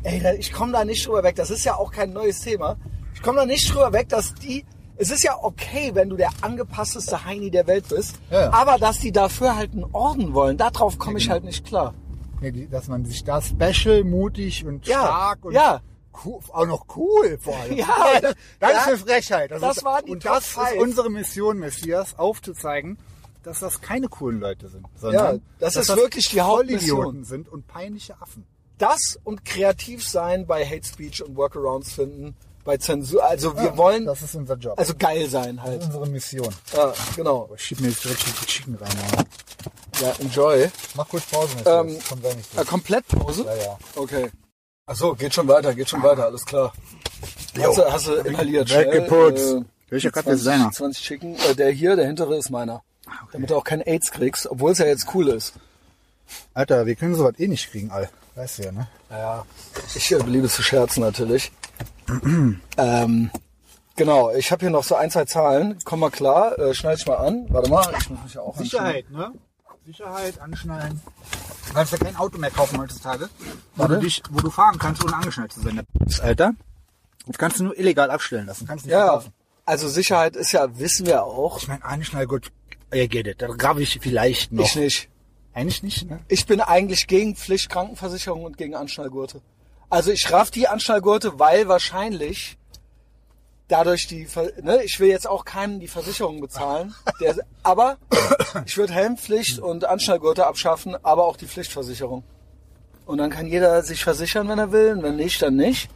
S2: ey, da- ich komme da nicht drüber weg, das ist ja auch kein neues Thema. Ich komme da nicht drüber weg, dass die, es ist ja okay, wenn du der angepassteste Heini der Welt bist,
S1: Ja, ja.
S2: aber dass die dafür halt einen Orden wollen, darauf komme ich halt nicht klar.
S1: Nee, die- dass man sich da special, mutig und
S2: Ja,
S1: stark und
S2: ja.
S1: cool, auch noch cool vor allem.
S2: [laughs] Ja,
S1: das
S2: ja.
S1: ist eine Frechheit.
S2: Das
S1: ist,
S2: waren die
S1: und
S2: Top
S1: das
S2: five.
S1: ist unsere Mission, Messias, aufzuzeigen, dass das keine coolen Leute sind, sondern
S2: Ja, das
S1: dass
S2: ist wirklich die Hauptmission.
S1: Vollidioten sind und peinliche Affen.
S2: Das und kreativ sein bei Hate Speech und Workarounds finden, bei Zensur, also wir
S1: Ja,
S2: wollen,
S1: Das ist unser Job.
S2: also geil sein
S1: das
S2: halt.
S1: ist unsere Mission.
S2: Ja, genau.
S1: Boah, ich schieb mir jetzt direkt die Chicken rein. Mann.
S2: Ja, enjoy.
S1: Mach kurz Pause,
S2: Ähm,
S1: Messias. Kommt da nicht
S2: Äh,
S1: durch.
S2: Komplettpause?
S1: Ja, ja.
S2: Okay. Achso, geht schon weiter, geht schon weiter, alles klar. Hast du, hast du inhaliert, schnell,
S1: Weggeputzt.
S2: äh,
S1: Welcher Kaffee ist
S2: 20,
S1: deiner?
S2: 20 Chicken. Äh, der hier, der hintere ist meiner. Damit du auch kein Aids kriegst, obwohl es ja jetzt cool ist.
S1: Alter, wir können sowas eh nicht kriegen, all. Weißt du ja, ne?
S2: Ja, ich äh, liebe zu scherzen [clears throat] natürlich. ähm, genau, ich habe hier noch so ein, zwei Zahlen. Komm mal klar, äh, schneid ich mal an. Warte mal, ich muss mich ja auch
S1: Sicherheit, ne? Sicherheit, anschnallen. Du kannst ja kein Auto mehr kaufen heutzutage, wo du, dich, wo du fahren kannst, ohne angeschnallt zu sein. Alter, das kannst du nur illegal abstellen lassen. Kannst du nicht
S2: Ja,
S1: verkaufen.
S2: also Sicherheit ist ja, wissen wir auch.
S1: Ich meine, Anschnallgurt, ihr geht it. Da grabe ich vielleicht noch.
S2: Ich nicht.
S1: Eigentlich nicht, ne?
S2: Ich bin eigentlich gegen Pflichtkrankenversicherung und gegen Anschnallgurte. Also ich raff die Anschnallgurte, weil wahrscheinlich dadurch die, Ver ne, ich will jetzt auch keinem die Versicherung bezahlen, der, aber ich würde Helmpflicht und Anschnallgurte abschaffen, aber auch die Pflichtversicherung. Und dann kann jeder sich versichern, wenn er will, und wenn nicht, dann nicht.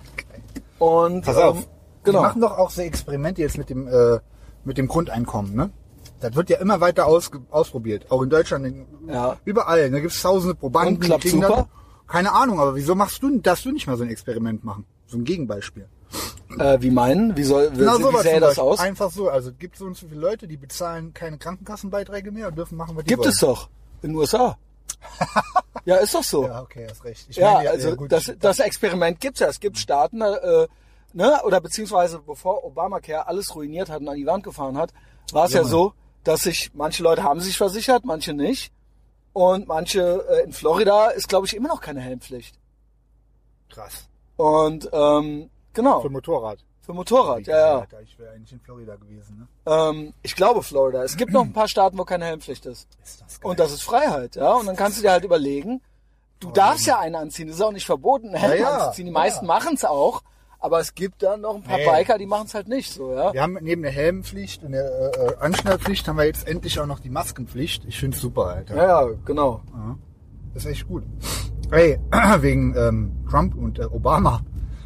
S2: Und
S1: Pass auf.
S2: ähm, genau.
S1: Die machen doch auch so Experimente jetzt mit dem, äh, mit dem Grundeinkommen, ne? Das wird ja immer weiter ausge- ausprobiert. Auch in Deutschland, in,
S2: Ja.
S1: überall. ne? Da gibt's tausende Probanden.
S2: Und klappt
S1: die kriegen
S2: super?
S1: Das, keine Ahnung, aber wieso machst du, darfst du nicht mal so ein Experiment machen? So ein Gegenbeispiel.
S2: Äh, wie meinen? Wie soll wie,
S1: Na,
S2: wie,
S1: sowas
S2: sähe
S1: zum
S2: das
S1: Beispiel.
S2: aus?
S1: Einfach so. Also gibt so und so viele Leute, die bezahlen keine Krankenkassenbeiträge mehr und dürfen machen, was die
S2: Gibt
S1: wollen.
S2: es doch. In den
S1: [laughs]
S2: USA. ja, ist doch so.
S1: Ja, okay, hast recht. Ich
S2: Ja,
S1: meine,
S2: also
S1: äh, gut,
S2: das, das Experiment gibt's ja. Es gibt Staaten, äh, ne, oder beziehungsweise bevor Obamacare alles ruiniert hat und an die Wand gefahren hat, war es ja
S1: Junge.
S2: so, dass sich manche Leute haben sich versichert, manche nicht. Und manche äh, in Florida ist, glaube ich, immer noch keine Helmpflicht.
S1: krass.
S2: Und ähm, genau,
S1: Für
S2: für,
S1: Motorrad.
S2: Motorrad, ja,
S1: Alter, Ich wäre eigentlich in Florida gewesen. Ne?
S2: ja. Ähm, ich glaube Florida. Es gibt noch ein paar Staaten, wo keine Helmpflicht ist.
S1: Ist das
S2: Und das ist Freiheit, ja. Und dann kannst du dir halt überlegen, du darfst ja einen anziehen, das ist auch nicht verboten, einen Helm [laughs]
S1: ja,
S2: anzuziehen. Die
S1: ja.
S2: meisten machen es auch, aber es gibt dann noch ein paar
S1: Nee.
S2: Biker, die machen es halt nicht so, ja.
S1: Wir haben neben der Helmpflicht und der äh, äh, Anschnallpflicht haben wir jetzt endlich auch noch die Maskenpflicht. Ich finde es super, Alter.
S2: Ja, ja, genau.
S1: Das ist echt gut. Ey, [clears throat] wegen ähm, Trump und äh, Obama.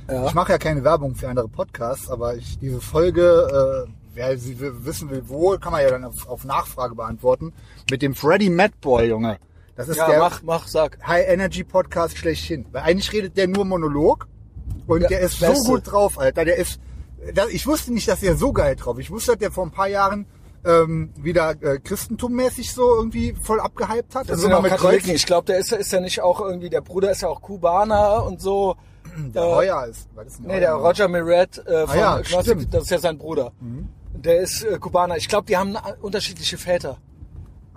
S2: Ja.
S1: Ich mache ja keine Werbung für andere Podcasts, aber ich, diese Folge, äh, wer sie w- wissen will, wo, kann man ja dann auf, auf Nachfrage beantworten. Mit dem Freddy Madboy, Junge. Das ist
S2: Ja,
S1: der
S2: mach, mach, sag.
S1: High Energy Podcast schlechthin. Weil eigentlich redet der nur Monolog und
S2: Ja,
S1: der ist
S2: beste.
S1: so gut drauf, Alter. Der ist. Da, ich wusste nicht, dass der so geil drauf. ist. Ich wusste, dass der vor ein paar Jahren ähm, wieder äh, christentummäßig so irgendwie voll abgehypt hat.
S2: Das
S1: Und
S2: sind
S1: immer
S2: auch Also genau, Katholiken.
S1: Kreuz-
S2: Ich glaube, der ist, ist ja nicht auch irgendwie, der Bruder ist ja auch Kubaner und so.
S1: [clears throat] Der
S2: Äh,
S1: Heuer ist. Was ist denn
S2: Nee, der
S1: Heuer?
S2: Roger Miret äh, von
S1: ja,
S2: Gnostic,
S1: stimmt. Mhm.
S2: das ist ja sein Bruder. Der ist äh, Kubaner. Ich glaube, die haben äh, unterschiedliche Väter.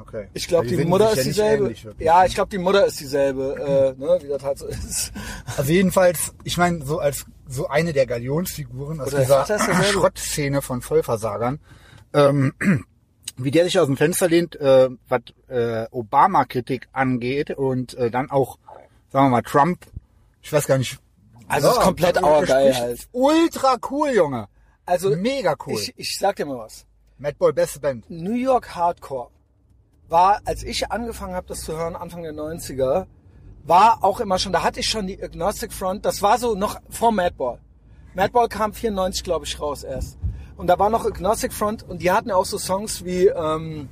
S1: Okay.
S2: Ich glaube,
S1: Ja,
S2: die,
S1: sehen
S2: Mutter ist
S1: sich ja nicht
S2: dieselbe.
S1: ähnlich, wirklich.
S2: ja, ich glaube, die Mutter ist dieselbe, äh, ne, wie das halt so ist.
S1: Also jedenfalls, ich meine, so als so eine der Galionsfiguren aus
S2: Oder der
S1: dieser
S2: Vater ist derselbe.
S1: Schrottszene von Vollversagern, ähm, [clears throat] wie der sich aus dem Fenster lehnt, äh, was äh, Obama-Kritik angeht und äh, dann auch, sagen wir mal, Trump, ich weiß gar nicht.
S2: Also ist komplett auergeil
S1: spricht-
S2: halt.
S1: Ultra cool, Junge.
S2: Also
S1: Mega cool.
S2: Ich, ich sag dir mal was.
S1: Madboy, beste Band.
S2: New York Hardcore war, als ich angefangen habe, das zu hören, Anfang der 90er, war auch immer schon, da hatte ich schon die Agnostic Front, das war so noch vor Madball. Madball kam 94, glaube ich, raus erst. Und da war noch Agnostic Front und die hatten ja auch so Songs wie ähm,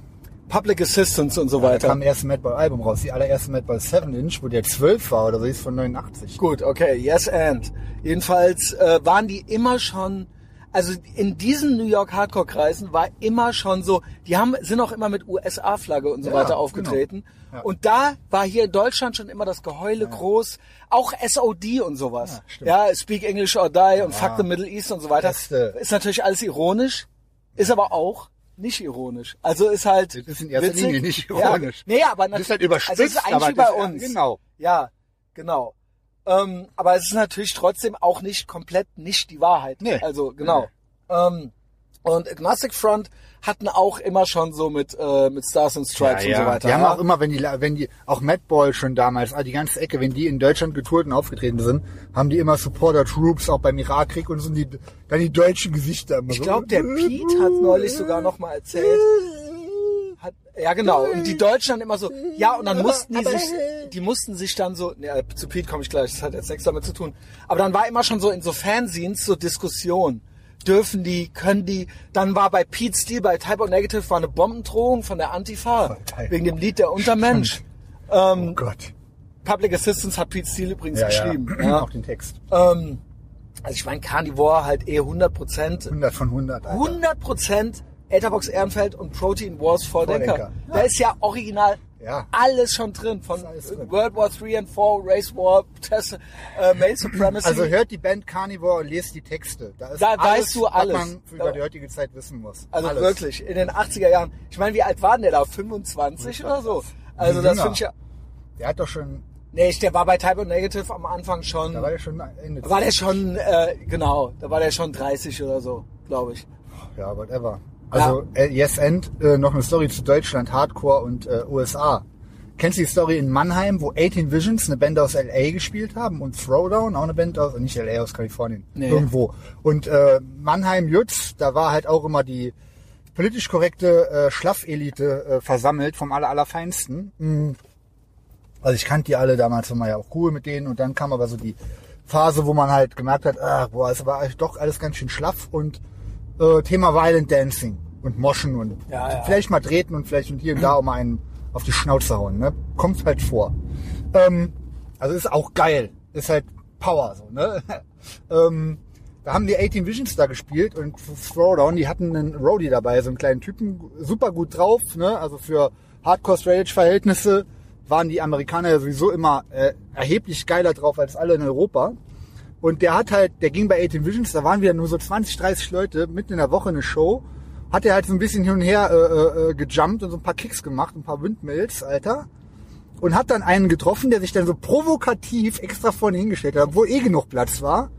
S2: Public Assistance und so
S1: Da
S2: weiter.
S1: kam erste Madboy-Album raus, die allererste Madboy 7-Inch, wo der 12 war oder so, die ist von 89.
S2: Gut, okay, yes and. Jedenfalls äh, waren die immer schon, also in diesen New York Hardcore-Kreisen war immer schon so, die haben, sind auch immer mit USA-Flagge und so
S1: Ja,
S2: weiter aufgetreten.
S1: genau. Ja.
S2: Und da war hier in Deutschland schon immer das Geheule groß, auch SOD und sowas.
S1: Ja, stimmt. Ah.
S2: Ja, Speak English or Die und Fuck the Middle East und so weiter.
S1: Beste.
S2: Ist natürlich alles ironisch, ist aber auch nicht ironisch. Also ist halt
S1: Das ist in erster
S2: witzig.
S1: Linie nicht ironisch.
S2: Ja, nee, aber
S1: Das ist
S2: nat-
S1: halt überspitzt,
S2: also es ist eigentlich
S1: aber
S2: wie bei
S1: das ist-
S2: uns.
S1: genau.
S2: Ja, genau. Ähm, aber es ist natürlich trotzdem auch nicht komplett nicht die Wahrheit.
S1: Nee.
S2: Also genau. Ähm, und Agnostic Front hatten auch immer schon so mit, äh, mit Stars and Stripes und so weiter.
S1: Die haben
S2: ja.
S1: auch immer, wenn die, wenn die, auch Madball schon damals, ah, die ganze Ecke, wenn die in Deutschland getourt und aufgetreten sind, haben die immer Supporter Troops, auch beim Irakkrieg und so, und die, dann die deutschen Gesichter immer
S2: ich glaube, der Pete hat neulich sogar noch mal erzählt. Hat, ja, genau. Und die Deutschen dann immer so, ja, und dann
S1: Hm. Aber-
S2: mussten die
S1: aber-
S2: sich, die mussten sich dann so, ne, äh, zu Pete komme ich gleich, das hat jetzt nichts damit zu tun. Aber dann war immer schon so in so Fanzines so Diskussion. Dürfen die, können die, dann war bei Pete Steele, bei Type O Negative war eine Bombendrohung von der Antifa.
S1: Voll geil.
S2: Wegen dem Lied Der Untermensch.
S1: Oh Gott.
S2: Public Assistance hat Pete Steele übrigens
S1: Ja,
S2: geschrieben.
S1: ja.
S2: Ja.
S1: Auch den Text.
S2: Ähm, also ich meine, Carnivore halt eh 100 Prozent
S1: 100 von 100, Alter.
S2: 100% Etherbox Ehrenfeld und Protein Wars Vordenker.
S1: Vordenker.
S2: Da ist ja original
S1: Ja.
S2: alles schon drin. Von
S1: Ist alles drin.
S2: World War 3 and 4, Race War, Test, äh,
S1: [clears throat]
S2: Male Supremacy.
S1: Also hört die Band Carnivore und lest die Texte. Da, ist
S2: Da
S1: alles,
S2: weißt du alles.
S1: Was man für
S2: Da-
S1: über die heutige Zeit wissen muss.
S2: Also
S1: alles.
S2: wirklich, in den 80er Jahren. Ich meine, wie alt war denn der da? 25 oder so? Also das
S1: Jünger.
S2: finde ich ja...
S1: Der hat doch schon,
S2: Nee, ich- der war bei Type O Negative am Anfang schon...
S1: da war der schon Ende.
S2: war der schon, äh, genau, da war der schon 30 oder so, glaube ich.
S1: Ja, whatever. Also äh, Yes End, äh, noch eine Story zu Deutschland, Hardcore und äh, USA. Kennst du die Story in Mannheim, wo 18 Visions, eine Band aus LA gespielt haben und Throwdown, auch eine Band aus, äh, nicht LA, aus Kalifornien,
S2: Nee.
S1: irgendwo. Und äh, Mannheim Jutz, da war halt auch immer die politisch korrekte äh, Schlaffelite äh, versammelt vom aller, allerfeinsten. Mm. Also ich kannte die alle damals, war man ja auch cool mit denen und dann kam aber so die Phase, wo man halt gemerkt hat, ah, boah, es war eigentlich doch alles ganz schön schlaff und äh, Thema Violent Dancing und Moschen und
S2: Ja, ja.
S1: vielleicht mal treten und vielleicht und hier und da auch mal einen auf die Schnauze hauen. Ne? Kommt halt vor. [laughs] Ähm, also ist auch geil. Ist halt Power so, ne? ähm, Da haben die 18 Visions da gespielt und Throwdown, die hatten einen Roadie dabei, so einen kleinen Typen, super gut drauf. Ne? Also für Hardcore-Strategy-Verhältnisse waren die Amerikaner ja sowieso immer äh, erheblich geiler drauf als alle in Europa. Und der hat halt, der ging bei 18 Visions, da waren wieder nur so 20, 30 Leute, mitten in der Woche eine Show. Hat er halt so ein bisschen hin und her äh, äh, gejumpt und so ein paar Kicks gemacht, ein paar Windmills, Alter. Und hat dann einen getroffen, der sich dann so provokativ extra vorne hingestellt hat, obwohl eh genug Platz war.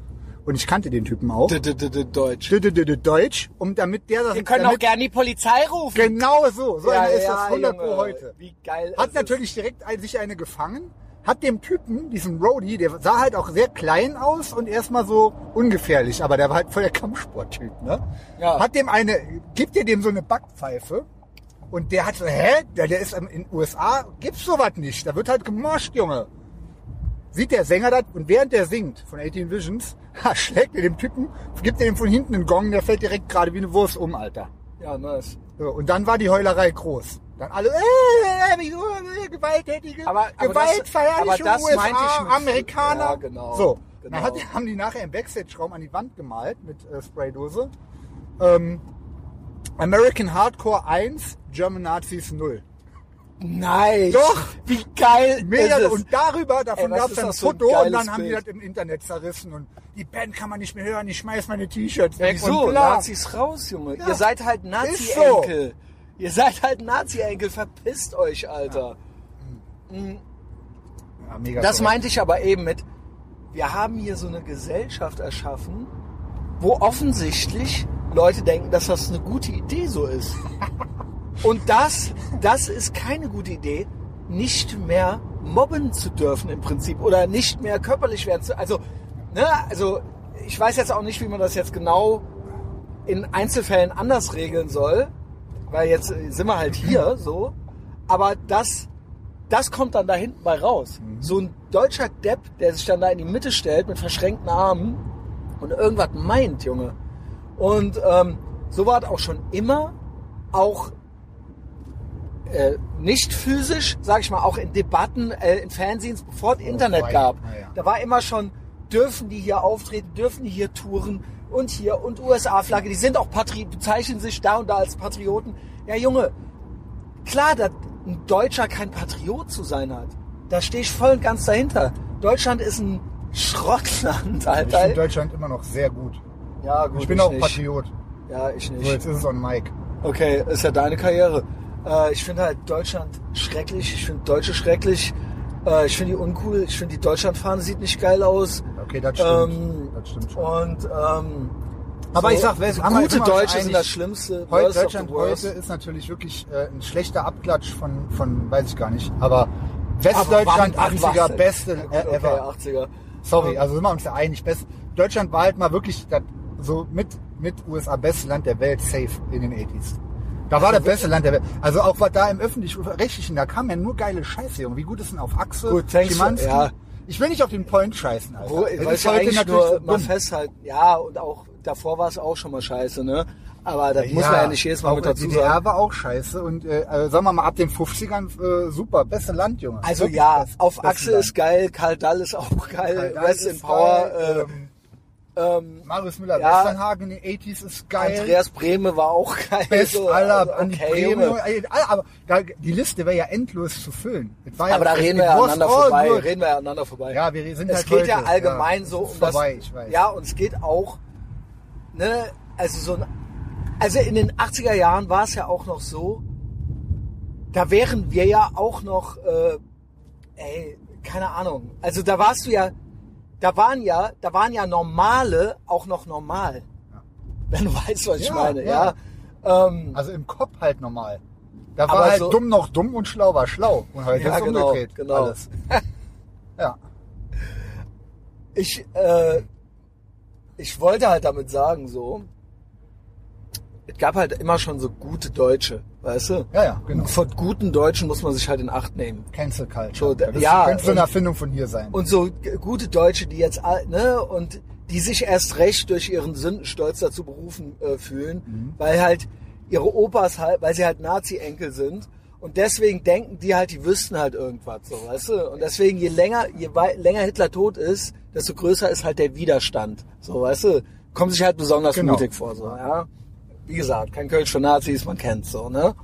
S1: Und ich kannte den Typen auch.
S2: D- d- d- d- Deutsch.
S1: D- d- d- d- Deutsch, um damit der das...
S4: Wir können auch
S1: damit,
S4: gerne die Polizei rufen.
S1: Genau so, so einer ist das 100
S2: Junge,
S1: pro heute.
S2: Wie geil.
S1: Hat
S2: es
S1: natürlich direkt ein- sich eine gefangen, hat dem Typen, diesem Roadie, der sah halt auch sehr klein aus und erstmal so ungefährlich, aber der war halt voll der Kampfsporttyp, ne?
S2: Ja.
S1: Hat dem eine, gibt dir dem so eine Backpfeife und der hat so, hä? Der, der ist am- in den USA, gibt's sowas nicht, da wird halt gemoscht, Junge. Sieht der Sänger das und während der singt von 18 Visions, [laughs] schlägt er dem Typen, gibt er dem von hinten einen Gong, der fällt direkt gerade wie eine Wurst um, Alter.
S2: Ist, ja, nice.
S1: So, und dann war die Heulerei groß. Dann alle, äh, äh, wieso, äh, gewalttätige,
S2: Aber- aber
S1: Gewaltverherrlichung
S2: das- aber das
S1: USA,
S2: meinte ich mit-
S1: Amerikaner.
S2: Ja, genau,
S1: So,
S2: genau.
S1: dann hat, die- haben die nachher im Backstage-Raum an die Wand gemalt mit äh, Spraydose. Ähm, American Hardcore 1, German Nazis 0.
S2: Nice.
S1: Doch.
S2: Wie geil ist
S1: Mega,
S2: es.
S1: und darüber, davon
S2: Ey, was
S1: gab es
S2: ist
S1: dann ein
S2: das für ein
S1: Foto und
S2: geiles
S1: dann haben die das
S2: Bild.
S1: im Internet zerrissen und die Band kann man nicht mehr hören, ich schmeiß meine T-Shirts weg
S2: Wieso?
S1: und bla.
S2: Nazis raus, Junge.
S1: Ja.
S2: Ihr seid halt
S1: Ist so.
S2: Nazi-Enkel. Ihr seid halt Nazi-Enkel. Verpisst euch, Alter.
S1: Ja, mega
S2: Das
S1: verrückt.
S2: meinte ich aber eben mit, wir haben hier so eine Gesellschaft erschaffen, wo offensichtlich Leute denken, dass das eine gute Idee so
S1: [laughs]
S2: ist. Und das, das ist keine gute Idee, nicht mehr mobben zu dürfen im Prinzip oder nicht mehr körperlich werden zu. Also, ne, also ich weiß jetzt auch nicht, wie man das jetzt genau in Einzelfällen anders regeln soll, weil jetzt äh, sind wir halt hier
S1: [laughs]
S2: so. Aber das, das kommt dann da hinten bei raus. So ein deutscher Depp, der sich dann da in die Mitte stellt mit verschränkten Armen und irgendwas meint, Junge. Und ähm, so war es auch schon immer, auch äh, nicht physisch, sag ich mal, auch in Debatten, äh, in Fernsehens, bevor es Internet
S1: wei.
S2: gab.
S1: Ah, ja.
S2: Da war immer schon, dürfen die hier auftreten, dürfen die hier touren und hier und USA-Flagge. Die sind auch Patri bezeichnen sich da und da als Patrioten. Ja, Junge, klar, dass ein Deutscher kein Patriot zu sein hat. Da stehe ich voll und ganz dahinter. Deutschland ist ein Schrottland,
S1: Ich bin
S2: Alter.
S1: Deutschland immer noch sehr gut.
S2: Ja, gut,
S1: Ich bin auch
S2: nicht.
S1: Patriot.
S2: Ja, ich
S1: So,
S2: nicht.
S1: jetzt ist es on Mike.
S2: Okay, ist ja deine Karriere. Äh, ich finde halt Deutschland schrecklich. Ich finde Deutsche schrecklich. Äh, ich finde die uncool. Ich finde die Deutschlandfahne sieht nicht geil aus.
S1: Okay, das stimmt.
S2: Ähm,
S1: das stimmt schon.
S2: und ähm,
S1: Aber ich sag, wer-
S2: so
S1: haben wir-
S2: gute
S1: sind wir uns
S2: Deutsche sind
S1: einig?
S2: das Schlimmste.
S1: Heute,
S2: worst of the
S1: Deutschland
S2: worst.
S1: heute ist natürlich wirklich äh, ein schlechter Abklatsch von, von, weiß ich gar nicht, aber
S2: Aber wann-
S1: Westdeutschland,
S2: wann
S1: 80er,
S2: war's denn?
S1: beste
S2: Ja, gut,
S1: äh,
S2: okay,
S1: ever.
S2: 80er.
S1: Sorry, also sind wir uns ja einig. Best, Deutschland war halt mal wirklich das, so mit, mit USA beste Land der Welt safe in den 80s. Da war das beste Land der Welt. Also auch was da im Öffentlich-Rechtlichen, da kam ja nur geile Scheiße, Junge. Wie gut ist denn auf Achse?
S2: Gut, thanks,
S1: Schimanski?
S2: ja.
S1: Ich will nicht auf den Point scheißen, Alter.
S2: Wo,
S1: Das
S2: Also, weil
S1: ist
S2: ich
S1: heute
S2: eigentlich
S1: natürlich
S2: nur
S1: so
S2: mal
S1: dumm.
S2: festhalten. Ja, und auch davor war es auch schon mal scheiße, ne? Aber das muss
S1: Ja,
S2: man ja nicht jedes Mal
S1: auch
S2: mit
S1: in
S2: dazu
S1: DDR
S2: sagen.
S1: war auch scheiße und äh, äh, sagen wir mal ab den 50ern äh, super, beste Land, Junge.
S2: Also
S1: Wirklich
S2: ja,
S1: das-
S2: auf
S1: beste
S2: Achse
S1: Land.
S2: ist geil, Karl Dall ist auch
S1: Karl
S2: geil,
S1: Dahl
S2: Rest
S1: ist
S2: in Power,
S1: geil,
S2: äh,
S1: ähm,
S2: ähm,
S1: Marius Müller
S2: ja.
S1: Westernhagen in den 80s ist geil.
S2: Andreas Brehme war auch geil.
S1: Best
S2: so,
S1: aller
S2: also,
S1: Andi
S2: okay,
S1: Bremen,
S2: Junge.
S1: ey, alle, aber da, die Liste wäre ja endlos zu füllen. Es war
S2: Aber da
S1: es-
S2: reden
S1: it
S2: wir ja
S1: was
S2: aneinander
S1: all
S2: vorbei.
S1: good.
S2: Reden wir ja aneinander vorbei.
S1: Ja, wir sind
S2: es
S1: halt
S2: geht
S1: heute,
S2: ja allgemein
S1: ja,
S2: so
S1: es ist
S2: um das.
S1: vorbei, ich weiß.
S2: Ja, und es geht auch, ne, also so ein, also in den 80er Jahren war es ja auch noch so, da wären wir ja auch noch, äh, ey, keine Ahnung. Also da warst du ja, da waren ja, da waren ja normale auch noch normal. Wenn du weißt, was ich
S1: Ja,
S2: meine,
S1: ja.
S2: ja. Ähm,
S1: also im Kopf halt normal. Da war
S2: Aber
S1: halt
S2: so-
S1: dumm noch dumm und schlau war schlau. Und heute
S2: Ja,
S1: ist
S2: genau,
S1: umgedreht.
S2: genau. [laughs]
S1: Alles. Ja.
S2: ich, äh, ich wollte halt damit sagen, so, es gab halt immer schon so gute Deutsche, weißt du?
S1: Ja, ja, genau.
S2: Und Von guten Deutschen muss man sich halt in Acht nehmen.
S1: Cancel Culture.
S2: So, da-
S1: das
S2: ja,
S1: könnte so eine
S2: und-
S1: Erfindung von hier sein.
S2: Und so g- gute Deutsche, die jetzt, all- ne, und die sich erst recht durch ihren Sündenstolz dazu berufen äh, fühlen, weil halt ihre Opas halt, weil sie halt Nazi-Enkel sind. Und deswegen denken die halt, die wüssten halt irgendwas, so, weißt du? Und deswegen, je länger, je wei- länger Hitler tot ist, desto größer ist halt der Widerstand, so, weißt du? kommt sich halt besonders
S1: Genau.
S2: mutig vor, so, ja. Wie gesagt, kein Kölsch für Nazis, man kennt's so, ne?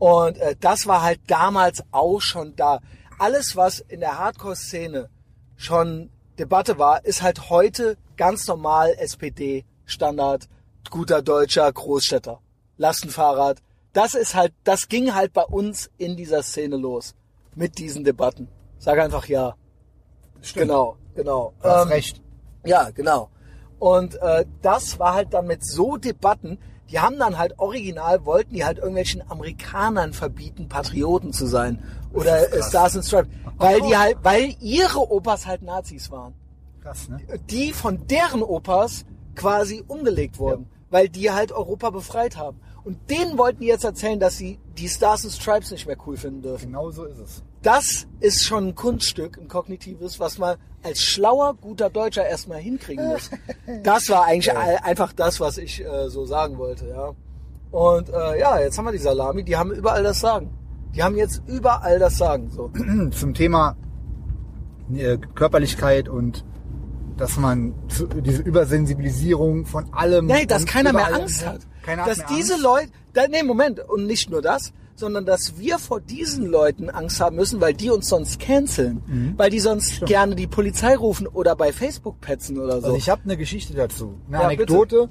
S2: Und äh, das war halt damals auch schon da. Alles, was in der Hardcore-Szene schon Debatte war, ist halt heute ganz normal SPD, Standard, guter Deutscher, Großstädter, Lastenfahrrad. Das ist halt, das ging halt bei uns in dieser Szene los. Mit diesen Debatten. Sag einfach ja.
S1: Stimmt.
S2: Genau, genau.
S1: Du hast
S2: Ähm,
S1: recht.
S2: ja, genau. Und äh, das war halt dann mit so Debatten, die haben dann halt original, wollten die halt irgendwelchen Amerikanern verbieten, Patrioten zu sein. Oder äh, Stars and Stripes. Weil die halt, weil ihre Opas halt Nazis waren.
S1: Krass, ne?
S2: Die von deren Opas quasi umgelegt wurden. Weil die halt Europa befreit haben. Und denen wollten die jetzt erzählen, dass sie die Stars and Stripes nicht mehr cool finden dürfen
S1: Genau so ist es.
S2: das ist schon ein Kunststück, ein kognitives, was man als schlauer, guter Deutscher erstmal hinkriegen
S1: [laughs]
S2: muss. Das war eigentlich all- einfach das, was ich äh, so sagen wollte, ja. Und äh, ja, jetzt haben wir die Salami, die haben überall das Sagen. Die haben jetzt überall das Sagen.
S1: [clears throat]
S2: So.
S1: Hm, zum Thema äh, Körperlichkeit und dass man zu, diese Übersensibilisierung von allem.
S2: Nee, dass
S1: und
S2: keiner mehr
S1: überall- ne?
S2: Angst hat.
S1: Keiner
S2: dass
S1: hat mehr
S2: diese
S1: Angst.
S2: Leute, da, nee, Moment, und nicht nur das, sondern dass wir vor diesen Leuten Angst haben müssen, weil die uns sonst canceln.
S1: Mhm.
S2: Weil die sonst gerne die Polizei rufen oder bei Facebook petzen oder so.
S1: Also ich habe eine Geschichte dazu, eine
S2: Ja,
S1: Anekdote,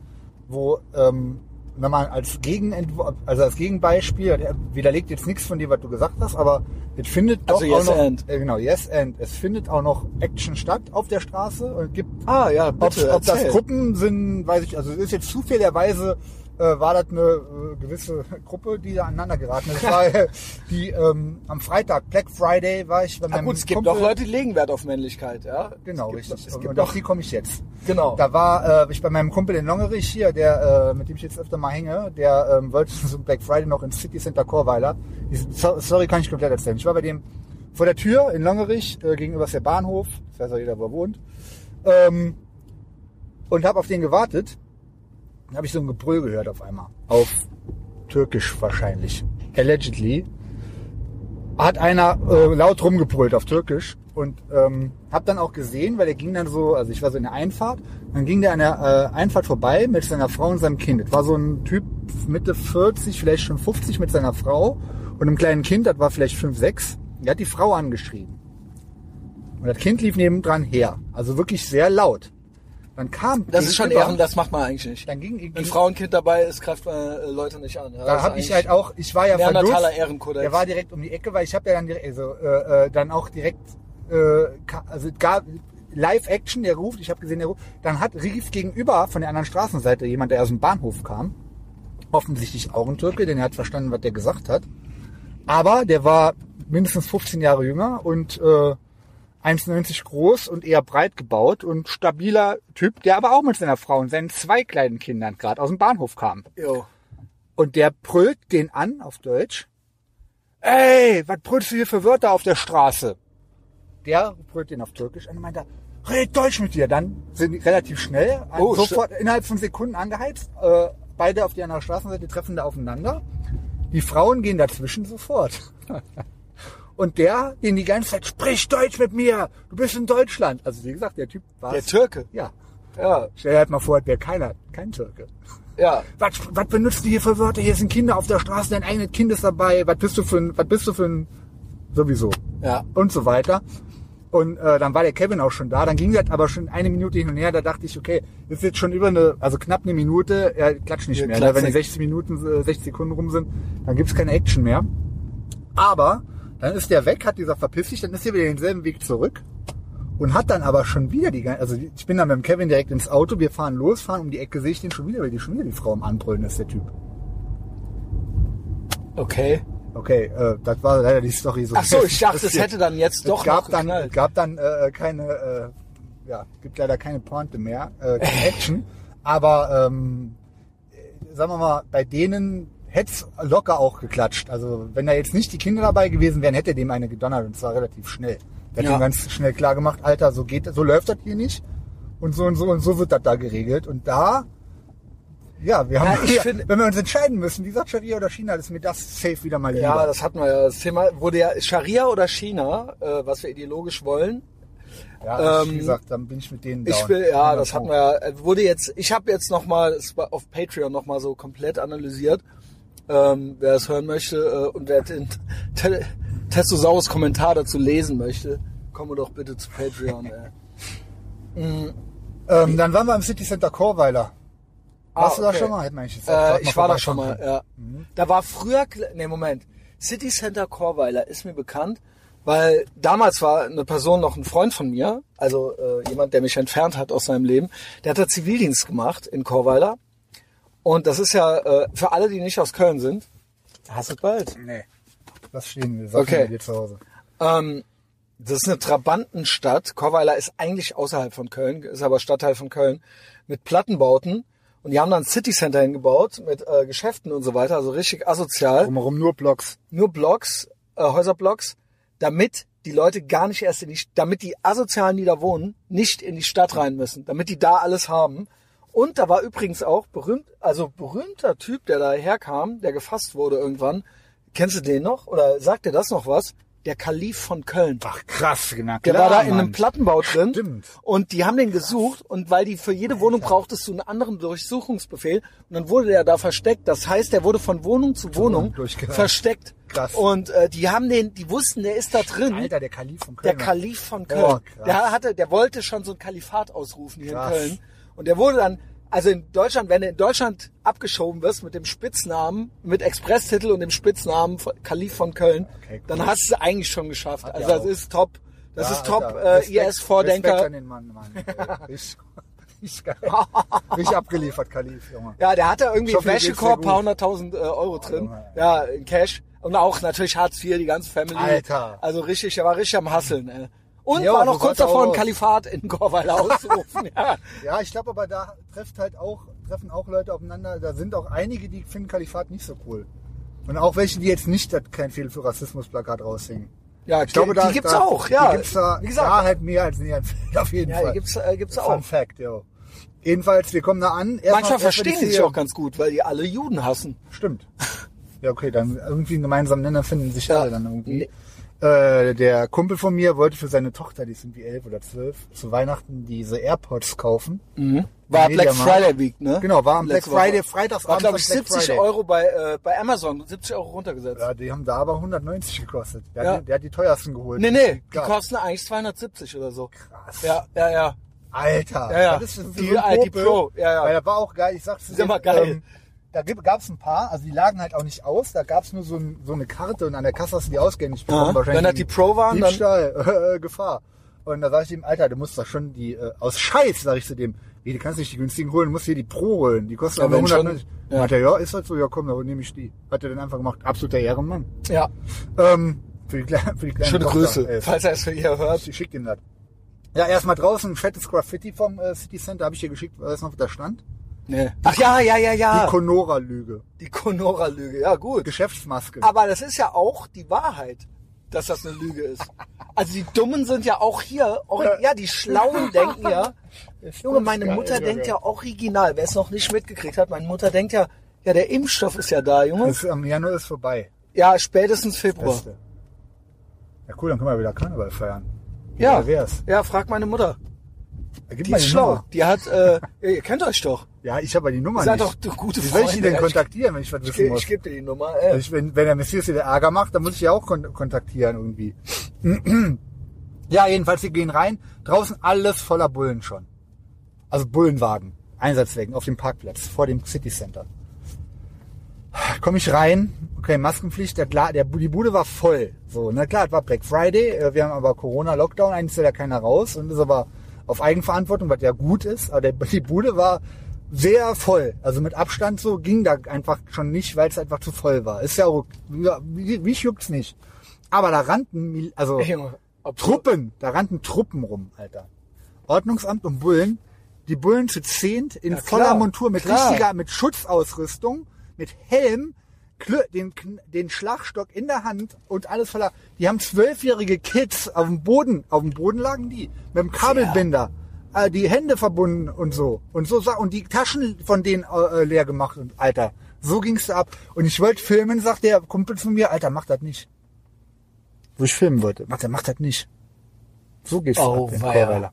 S1: wo ähm, wenn man als Gegenentwurf, also als Gegenbeispiel, der widerlegt jetzt nichts von dem, was du gesagt hast, aber es findet doch
S2: Also
S1: auch
S2: Yes
S1: noch,
S2: and.
S1: Äh, genau Yes and, es findet auch noch Action statt auf der Straße und es gibt
S2: ah ja,
S1: Ob,
S2: bitte,
S1: ob das
S2: erzähl.
S1: Gruppen sind, weiß ich, also es ist jetzt zufälligerweise äh, war das eine äh, gewisse [laughs] Gruppe, die da aneinander geraten
S2: [laughs]
S1: ist. Weil die ähm, am Freitag, Black Friday, war ich bei
S2: Na
S1: meinem
S2: gut, es gibt
S1: Kumpel.
S2: auch Leute, die legen Wert auf Männlichkeit, ja.
S1: Genau,
S2: es gibt,
S1: richtig.
S2: Es
S1: und
S2: gibt
S1: auf
S2: auch,
S1: die komme ich jetzt.
S2: genau.
S1: Da war äh, ich bei meinem Kumpel in Longerich hier, der, äh, mit dem ich jetzt öfter mal hänge, der ähm, wollte [laughs] zum Black Friday noch ins City Center Chorweiler. Die so- Story kann ich komplett erzählen. Ich war bei dem vor der Tür in Longerich, äh, gegenüber ist der Bahnhof, ich weiß auch jeder, wo er wohnt, ähm, und habe auf den gewartet. Dann habe ich so ein Gebrüll gehört auf einmal. Auf Türkisch wahrscheinlich. Allegedly. Hat einer äh, laut rumgebrüllt auf Türkisch und ähm, hab dann auch gesehen, weil der ging dann so, also ich war so in der Einfahrt, dann ging der an der äh, Einfahrt vorbei mit seiner Frau und seinem Kind. Das war so ein Typ Mitte 40, vielleicht schon 50 mit seiner Frau und einem kleinen Kind, das war vielleicht 5, 6. Der hat die Frau angeschrien. Und das Kind lief nebendran her. Also wirklich sehr laut. Dann kam
S2: das ist schon
S1: gegenüber-
S2: Ehren, das macht man eigentlich nicht.
S1: Dann ging,
S2: Wenn Frau und Kind dabei ist, greift man äh, Leute nicht an. Ja,
S1: da
S2: Das
S1: habe
S2: ist
S1: ich halt auch, ich war ja
S2: Neandertaler
S1: verdutzt.
S2: Ehrenkodex.
S1: Der war direkt um die Ecke, weil ich habe ja dann, direkt- also, äh, äh, dann auch direkt, äh, ka- also es gab Live-Action, der ruft, ich habe gesehen, der ruft. Dann hat rief gegenüber von der anderen Straßenseite jemand, der aus dem Bahnhof kam, offensichtlich auch ein Türke, denn er hat verstanden, was der gesagt hat. Aber der war mindestens 15 Jahre jünger und äh, 1,90 groß und eher breit gebaut und stabiler Typ, der aber auch mit seiner Frau und seinen zwei kleinen Kindern gerade aus dem Bahnhof kam.
S2: Jo.
S1: Und der brüllt den an auf Deutsch. Ey, was brüllst du hier für Wörter auf der Straße? Der brüllt den auf Türkisch an und meint da, red Deutsch mit dir. Dann sind die relativ schnell, also
S2: Oh, st-
S1: sofort innerhalb von Sekunden angeheizt. Äh, beide auf der anderen Straßenseite treffen da aufeinander. Die Frauen gehen
S2: [laughs]
S1: dazwischen sofort. Und der, den die ganze Zeit, sprich Deutsch mit mir, du bist in Deutschland. Also wie gesagt, der Typ war
S2: Der Türke.
S1: Ja.
S2: Ja,
S1: Stell dir halt mal vor, der keiner, kein Türke.
S2: ja.
S1: Was, was benutzt du hier für Wörter? Hier sind Kinder auf der Straße, dein eigenes Kind ist dabei. Was bist du für ein, was bist du für ein, sowieso.
S2: Ja.
S1: Und so weiter. Und äh, dann war der Kevin auch schon da. Dann ging das aber schon eine Minute hin und her. Da dachte ich, okay, ist jetzt schon über eine, also knapp eine Minute. Er klatscht nicht
S2: Ja,
S1: mehr.
S2: klatscht
S1: ne? Wenn die
S2: nicht.
S1: 60 Minuten, äh, 60 Sekunden rum sind, dann gibt's keine Action mehr. Aber dann ist der weg, hat dieser verpisst sich, dann ist er wieder denselben Weg zurück und hat dann aber schon wieder die ganze, also ich bin dann mit dem Kevin direkt ins Auto, wir fahren los, fahren um die Ecke, sehe ich den schon wieder, weil die schon wieder die Frau am Anbrüllen ist, der Typ.
S2: Okay.
S1: Okay, äh, das war leider die Story so.
S2: Ach so, ich dachte, es
S1: passiert.
S2: hätte dann jetzt doch
S1: es gab
S2: noch
S1: dann,
S2: geknallt.
S1: es gab dann äh, keine, äh, ja, gibt leider keine Pointe mehr,
S2: [laughs]
S1: äh, keine Action, aber ähm, äh, sagen wir mal, bei denen hätte es locker auch geklatscht. Also wenn da jetzt nicht die Kinder dabei gewesen wären, hätte er dem eine gedonnert und zwar relativ schnell. Der hat
S2: Ja.
S1: ihm ganz schnell klar gemacht, Alter, so geht, so läuft das hier nicht und so und so und so wird das da geregelt und da ja, wir [laughs] haben,
S2: Ja, ich finde-
S1: wenn wir uns entscheiden müssen, wie sagt Scharia oder China, ist mir das safe wieder mal lieber.
S2: Ja, das hatten wir ja. Das Thema wurde ja Scharia oder China, äh, was wir ideologisch wollen.
S1: Ja, also wie
S2: Ähm,
S1: gesagt, dann bin ich mit denen
S2: Ich
S1: down.
S2: will, ja,
S1: Anderen
S2: das hatten
S1: auch.
S2: wir ja, äh, wurde jetzt, ich habe jetzt nochmal auf Patreon nochmal so komplett analysiert. Ähm, wer es hören möchte äh, und wer den [laughs] Te Testosaurus Kommentar dazu lesen möchte, komme doch bitte zu Patreon. Ey.
S1: Ähm, dann waren wir im City Center Chorweiler.
S2: Ah,
S1: Warst du da
S2: okay.
S1: schon mal? Hätte man jetzt
S2: Äh,
S1: gerade
S2: ich war da
S1: vorbeischauen
S2: schon mal, Mhm.
S1: können.
S2: ja. Da war früher, kle- nee, Moment. City Center Chorweiler ist mir bekannt, weil damals war eine Person noch ein Freund von mir, also äh, jemand, der mich entfernt hat aus seinem Leben, der hat da Zivildienst gemacht in Chorweiler. Und das ist ja, äh, für alle, die nicht aus Köln sind, hast du bald.
S1: Nee. Lass stehen, wir sagen
S2: äh, Okay.
S1: wir zu Hause.
S2: Ähm, das ist eine Trabantenstadt. Chorweiler ist eigentlich außerhalb von Köln, ist aber Stadtteil von Köln mit Plattenbauten. Und die haben dann ein City Center hingebaut mit äh, Geschäften und so weiter, also richtig asozial.
S1: Drumherum nur Blocks.
S2: nur Blocks, äh, Häuserblocks, damit die Leute gar nicht erst in die, damit die Asozialen, die da wohnen, nicht in die Stadt rein müssen, damit die da alles haben. Und da war übrigens auch berühmt, also berühmter Typ, der da herkam, der gefasst wurde irgendwann. Kennst du den noch? Oder sagt dir das noch was? Der Kalif von Köln.
S1: Ach krass, genau.
S2: Der war da in einem Plattenbau drin.
S1: Stimmt.
S2: Und die haben den gesucht und weil die für jede Wohnung brauchtest du einen anderen Durchsuchungsbefehl und dann wurde der da versteckt. Das heißt, der wurde von Wohnung zu Wohnung
S1: Wohnung durchgereicht.
S2: versteckt.
S1: Krass.
S2: Und äh, die haben den, die wussten, der ist da drin.
S1: Alter, der Kalif von
S2: der
S1: Köln.
S2: Kalif von
S1: Boah,
S2: Köln.
S1: Oh, krass.
S2: der hatte, der wollte schon so ein Kalifat ausrufen hier
S1: Krass.
S2: in Köln. Und der wurde dann, also in Deutschland, wenn du in Deutschland abgeschoben wirst mit dem Spitznamen, mit Expresstitel und dem Spitznamen von- Kalif von Köln,
S1: Okay, cool.
S2: dann hast du es eigentlich schon geschafft. also
S1: ja
S2: das
S1: auch.
S2: ist top. Das
S1: Ja,
S2: ist top
S1: Alter,
S2: äh,
S1: Respekt- Respekt
S2: IS-Vordenker.
S1: an den Mann, Mann.
S2: [laughs]
S1: Äh, ey. Richtig, richtig [laughs] geil. Richtig abgeliefert, Kalif, Junge.
S2: Ja, der hatte irgendwie
S1: Ich hoffe, dir
S2: Wäschekorb,
S1: geht's
S2: paar
S1: dir
S2: hunderttausend äh, Euro drin.
S1: Junge.
S2: Ja, in Cash. Und auch natürlich Hartz IV, die ganze Family.
S1: Alter.
S2: Also richtig, er war richtig am Hasseln. Äh. Und
S1: Ja,
S2: war
S1: so
S2: noch kurz
S1: sah's
S2: davor, ein
S1: aus.
S2: Kalifat in
S1: [laughs]
S2: Gorweiler auszurufen. ja.
S1: Ja, ich glaube aber, da trifft halt auch, treffen auch Leute aufeinander. Da sind auch einige, die finden Kalifat nicht so cool. Und auch welche, die jetzt nicht das kein Fehler für Rassismus-Plakat raushängen.
S2: ja,
S1: Ich glaube,
S2: die,
S1: da,
S2: die gibt's
S1: da,
S2: auch, ja.
S1: Die gibt's da,
S2: Wie gesagt,
S1: da halt mehr als [laughs] in ihren auf jeden
S2: ja,
S1: Fall.
S2: die gibt's, äh, gibt's
S1: Fun
S2: auch.
S1: Fact, ja. Jedenfalls, wir kommen da an. Erstmal-
S2: Manchmal
S1: erstmal
S2: verstehen die sich
S1: Serie-
S2: auch ganz gut, weil die alle Juden hassen.
S1: Stimmt. Ja, okay, dann irgendwie einen gemeinsamen Nenner finden sich
S2: Ja.
S1: alle dann irgendwie. Äh, der Kumpel von mir wollte für seine Tochter, die ist irgendwie elf oder zwölf, zu Weihnachten diese AirPods kaufen.
S2: Mhm. War
S1: Media
S2: Black
S1: Markt.
S2: Friday Week, ne?
S1: Genau, war am
S2: Letzte
S1: Black Friday,
S2: Woche.
S1: Freitagsabend.
S2: War, glaube ich,
S1: am Black
S2: 70
S1: Friday.
S2: Euro bei, äh, bei Amazon, 70 Euro runtergesetzt.
S1: Ja, die haben da aber 190 gekostet. Der,
S2: Ja.
S1: hat, die- der hat die teuersten geholt.
S2: Nee, nee, die
S1: Krass.
S2: kosten eigentlich 270 oder so.
S1: Krass.
S2: Ja, ja, ja.
S1: Alter,
S2: Ja, ja.
S1: das ist für
S2: Die-
S1: so ein
S2: die
S1: Popel.
S2: Pro, ja, ja.
S1: Weil da war auch geil, ich sag's ähm,
S2: Ist ja mal geil.
S1: da gab es ein paar, also die lagen halt auch nicht aus, da gab es nur so, ein, so eine Karte und an der Kasse hast du die ausgehändigt bekommen.
S2: Aha.
S1: wahrscheinlich
S2: Wenn das die Pro waren, dann-
S1: Diebstahl, [laughs] äh, Gefahr. Und da sag ich dem, Alter, du musst doch schon die, äh, aus Scheiß, sag ich zu dem, wie, du kannst nicht die günstigen holen, du musst hier die Pro holen, die kosten
S2: Ja,
S1: aber
S2: wenn schon.
S1: 190.
S2: Ja.
S1: Ja. Hat er, ja, ist halt so, ja komm, dann nehme ich die. Hat er dann einfach gemacht, absoluter Ehrenmann.
S2: Ja,
S1: Ähm, für die, Kle- für die kleine
S2: schöne
S1: Tochter.
S2: Grüße,
S1: Äh,
S2: falls er es hier hört.
S1: ich schick ihm das. Ja, erstmal draußen ein fettes Graffiti vom äh, City Center habe ich dir geschickt, weißt du noch, was da stand?
S2: Nee. Ach ja, ja, ja, ja.
S1: Die Conora-Lüge.
S2: Die Conora-Lüge, ja gut.
S1: Geschäftsmaske.
S2: Aber das ist ja auch die Wahrheit, dass das eine Lüge ist. Also die Dummen sind ja auch hier, auch, ja, die
S1: [laughs]
S2: Schlauen denken ja, Junge, meine
S1: geil,
S2: Mutter
S1: Junge.
S2: denkt ja original, wer es noch nicht mitgekriegt hat, meine Mutter denkt ja, ja, der Impfstoff ist ja da, Junge.
S1: Das, am Januar ist vorbei.
S2: Ja, spätestens Februar.
S1: Beste. Ja cool, dann können wir wieder Karneval feiern.
S2: Ja,
S1: Wer wär's?
S2: ja, frag meine Mutter.
S1: Gib
S2: Die
S1: mal
S2: ist
S1: die
S2: schlau.
S1: Nummer.
S2: Die hat, äh, ihr kennt euch doch.
S1: Ja, ich habe aber die Nummer
S2: Seid doch
S1: nicht.
S2: gute
S1: Wie soll ich die
S2: Freunde.
S1: denn kontaktieren, wenn ich was
S2: Ich,
S1: wissen
S2: ich
S1: muss?
S2: gebe dir die Nummer. Äh.
S1: also Ich, wenn, wenn der Messias wieder Ärger macht, dann muss ich ja auch kon kontaktieren irgendwie. [clears throat] ja, jedenfalls, wir gehen rein. Draußen alles voller Bullen schon. Also Bullenwagen. Einsatzwegen auf dem Parkplatz vor dem City Center. Komme ich rein. Okay, Maskenpflicht. Der, Gla- der, Bu- die Bude war voll. So, na klar, es war Black Friday. äh, Wir haben aber Corona-Lockdown. Eigentlich ist ja da keiner raus. Und ist aber auf Eigenverantwortung, was ja gut ist. Aber der, [laughs] die Bude war sehr voll. Also mit Abstand so ging da einfach schon nicht, weil es einfach zu voll war. Ist ja auch, ja, wie- mich juckt's nicht. Aber da rannten, Mil- also
S2: Junge, ob-
S1: Truppen, da rannten Truppen rum, Alter. Ordnungsamt und Bullen. Die Bullen zu zehnt in
S2: Ja, klar,
S1: voller Montur mit
S2: klar.
S1: richtiger, mit Schutzausrüstung, mit Helm, Klö den, Kn- den Schlagstock in der Hand und alles voller. Die haben zwölfjährige Kids auf dem Boden, auf dem Boden lagen die mit dem Kabelbinder, äh, die Hände verbunden und so und so sa- und die Taschen von denen äh, äh, leer gemacht und Alter, so ging's da ab. Und ich wollte filmen, sagt der Kumpel zu mir, Alter, mach das nicht. Wo ich filmen wollte, macht er, macht das nicht. So geht's
S5: Oh,
S1: ab, den
S5: weia.
S1: Chorweiler.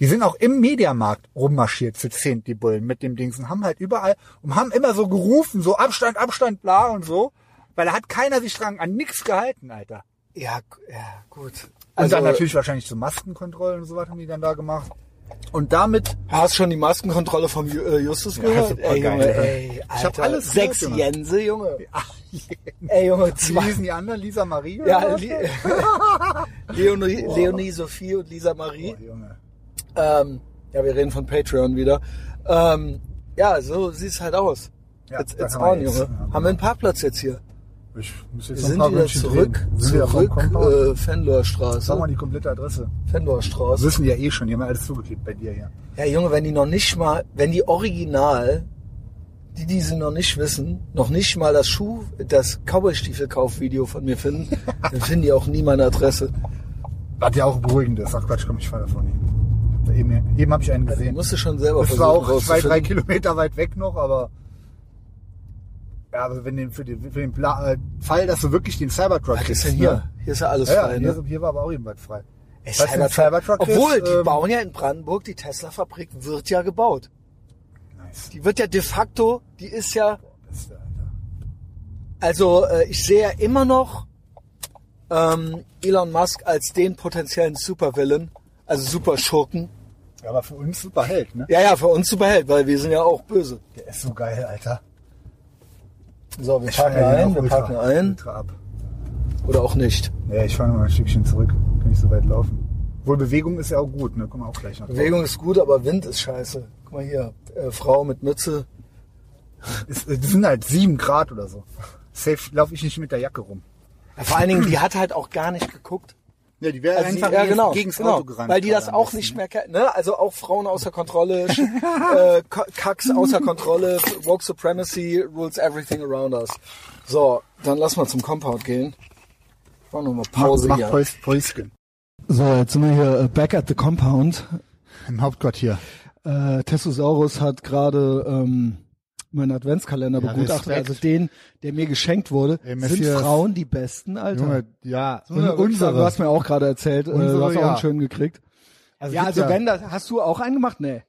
S1: Die sind auch im Mediamarkt rummarschiert zu zehn, die Bullen mit dem Dings und haben halt überall und haben immer so gerufen, so Abstand, Abstand, bla und so, weil da hat keiner sich dran an nichts gehalten, Alter.
S5: Ja, gu- ja gut.
S1: Und
S5: Also,
S1: dann natürlich wahrscheinlich zu Maskenkontrollen und so was haben die dann da gemacht. Und damit
S5: Hast schon die Maskenkontrolle vom Ju- äh, Justus gehört?
S1: supergeil,
S5: Junge,
S1: ey.
S5: ey,
S1: Ich
S5: Alter.
S1: hab alles
S5: Sechs
S1: gehört, Junge.
S5: Jense, Junge.
S1: Ach,
S5: Ey, Junge,
S1: wie
S5: zwei.
S1: hießen die anderen? Lisa Marie? oder
S5: Ja,
S1: was?
S5: Li
S1: [laughs]
S2: [laughs]
S5: Leonie, Leonie, Sophie und Lisa Marie.
S1: oh, Junge.
S5: Ähm, ja, wir reden von Patreon wieder. Ähm, ja, so sieht's halt aus.
S1: Ja,
S5: it's,
S1: das
S5: it's
S1: haben
S5: on,
S1: wir jetzt.
S5: Junge.
S1: Ja.
S5: Haben wir einen Parkplatz jetzt hier?
S1: Ich muss
S5: Wir
S1: jetzt noch ein
S5: sind
S1: paar
S5: wieder
S1: Wünsche
S5: zurück,
S1: drehen. Sind wir vom
S5: zurück,
S1: Compound?
S5: äh,
S1: Sag mal
S5: Fendorstraße.
S1: die komplette Adresse. Das
S5: Fendorstraße.
S1: wissen die ja eh schon, die haben ja alles zugeklebt bei dir hier.
S5: Ja, Junge, wenn die noch nicht mal, wenn die Original, die diese noch nicht wissen, noch nicht mal das Schuh, das Cowboy-Stiefel-Kauf-Video von mir
S1: [laughs]
S5: finden, dann finden die auch nie meine Adresse.
S1: Was ja auch beruhigend ist. Ach Quatsch, komm, ich fahr davon hin. Ich hab da Eben, eben habe ich einen
S5: Also, die
S1: gesehen.
S5: musst du schon selber
S1: Das war
S5: versuchen
S1: auch zwei, drei
S5: rauszufinden.
S1: Kilometer weit weg noch, aber ja, aber wenn den, für den, für den Pla äh, Fall, dass du wirklich den Cybertruck
S5: Was ist
S1: kriegst,
S5: denn
S1: Ne?
S5: hier? Hier ist ja alles
S1: Ja,
S5: frei,
S1: ja,
S5: ne?
S1: hier, hier war aber auch eben was frei.
S5: Ey,
S1: Weißt du,
S5: Cybertruck,
S1: Cybertruck ist,
S5: obwohl, die
S1: ähm,
S5: bauen ja in Brandenburg, die Tesla-Fabrik wird ja gebaut.
S1: Nice.
S5: Die wird ja de facto, die ist ja,
S1: Beste, Alter.
S5: also äh, ich sehe ja immer noch ähm, Elon Musk als den potenziellen Supervillain, also Superschurken.
S1: Ja, aber für uns super Held, ne?
S5: Ja, ja, für uns Superheld, weil wir sind ja auch böse.
S1: Der ist so geil, Alter.
S5: So, wir
S1: Ich fang
S5: packen
S1: ja den
S5: ein,
S1: auch
S5: wir
S1: ultra-
S5: packen ein
S1: Ultra ab.
S5: oder auch nicht.
S1: Ja, ich fange mal ein Stückchen zurück. Kann nicht so weit laufen. Wohl Bewegung ist ja auch gut, ne? Kommen wir auch gleich noch. drauf.
S5: Bewegung ist gut, aber Wind ist scheiße. Guck mal hier, äh, Frau mit Mütze.
S1: Es, es sind halt sieben Grad oder so. Safe laufe ich nicht mit der Jacke rum.
S5: Ja, vor allen Dingen, die hat halt auch gar nicht geguckt.
S1: Ja, die wäre
S5: Also
S1: einfach
S5: die, ja, genau,
S1: gegens
S5: genau,
S1: Auto gerannt.
S5: Weil die das
S1: gerade am
S5: auch
S1: besten,
S5: nicht
S1: ne?
S5: mehr kennen. Ne? Also auch Frauen außer
S1: [laughs]
S5: Kontrolle, Sch- äh, K- Kacks außer Kontrolle, Woke Supremacy rules everything around us. So, dann lass mal zum Compound gehen. Machen wir mal Pause
S1: Mach, mach
S5: hier.
S1: Päus- Päuschen.
S2: So, jetzt sind wir hier äh, back at the compound.
S1: Im Hauptquartier.
S2: Äh, Tessosaurus hat gerade ähm, meinen Adventskalender
S1: Ja,
S2: begutachtet,
S1: Respekt.
S2: also den, der mir geschenkt wurde.
S1: Ey,
S2: Sind
S1: Messias.
S2: Frauen die besten, Alter?
S1: Junge, ja.
S2: So, ja,
S1: unsere.
S2: Du hast mir auch gerade erzählt, äh,
S1: Unsere,
S2: du hast auch
S1: ja.
S2: einen schönen gekriegt. ja,
S1: gibt
S2: also
S1: ja-
S2: wenn das, hast du auch einen gemacht? Nee.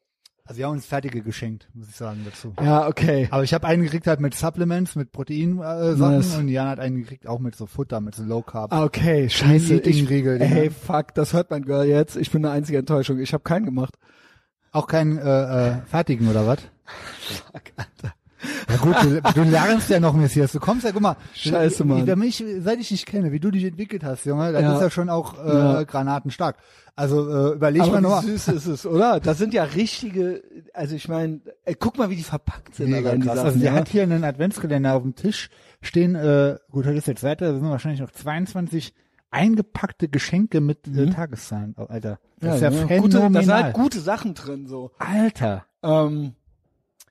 S1: also wir haben uns fertige geschenkt, muss ich sagen dazu.
S2: Ja, okay.
S1: Aber ich habe einen gekriegt halt mit Supplements, mit Protein-Sachen äh, Sachen.
S2: Nice.
S1: und Jan hat einen gekriegt auch mit so Futter, mit so Low Carb.
S2: Ah, Okay, scheiße. Ich,
S1: Eating-Regel, die
S2: ey,
S1: hat-
S2: fuck, das hört mein Girl jetzt. Ich bin eine einzige Enttäuschung. Ich habe keinen gemacht.
S1: Auch keinen äh, äh, fertigen oder was? Ja gut, du, du lernst ja noch, Messias. Du kommst ja, guck mal.
S2: Scheiße, Mann.
S1: Ich, damit ich, seit ich dich kenne, wie du dich entwickelt hast, Junge, das
S2: Ja.
S1: ist ja schon auch äh,
S2: Ja.
S1: granatenstark. Also äh, überleg mal
S2: Aber
S1: nochmal.
S2: wie süß ist es, oder? [laughs] Das sind ja richtige, also ich meine, äh, guck mal, wie die verpackt sind.
S1: Mega
S2: allein die
S1: krass.
S2: Sachen,
S1: Also der
S2: ja.
S1: hat hier einen Adventskalender auf dem Tisch stehen, äh, gut, heute ist jetzt weiter, da sind wahrscheinlich noch 22 eingepackte Geschenke mit äh, Tageszahlen. Oh, Alter, das ist ja,
S2: Mhm. ne? Gute, da sind
S1: phänomenal.
S2: halt gute Sachen drin, so.
S1: Alter.
S2: Ähm,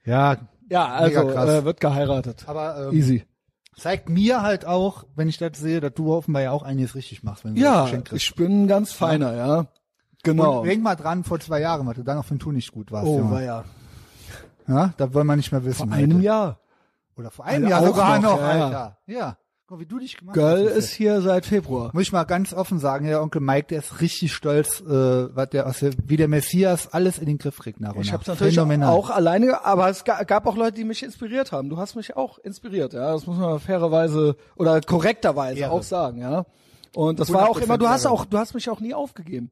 S1: Ja,
S2: ja, also
S1: Mega krass.
S2: äh, wird geheiratet.
S1: aber ähm,
S2: Easy.
S1: zeigt mir halt auch, wenn ich das sehe, dass du offenbar ja auch einiges richtig machst, wenn du das
S2: Ja,
S1: Geschenk kriegst.
S2: ich bin ganz feiner, ja. Genau.
S1: Und denk mal dran, vor zwei Jahren, was du da noch für ein Tun nicht gut warst.
S2: Oh,
S1: Junge.
S2: war ja.
S1: ja, das wollen wir nicht mehr wissen.
S2: Vor
S1: Alter.
S2: einem Jahr.
S1: Oder vor einem
S2: Alter,
S1: Jahr
S2: auch
S1: sogar noch,
S2: noch, ja, ja.
S1: Alter. Ja. Guck, wie du dich gemacht hast.
S2: Girl
S1: Messias.
S2: ist hier seit Februar.
S1: Muss ich mal ganz offen sagen, der Onkel Mike, der ist richtig stolz, äh, was der, was der, wie der Messias alles in den Griff kriegt nach und
S2: Ich
S1: nach.
S2: habe natürlich
S1: Phänomenal.
S2: auch alleine, aber es ga- gab auch Leute, die mich inspiriert haben. Du hast mich auch inspiriert, ja. Das muss man fairerweise oder korrekterweise
S1: Ehre.
S2: auch sagen, ja. Und das war auch
S1: 100%
S2: immer, du hast
S1: Ehre.
S2: auch, du hast mich auch nie aufgegeben.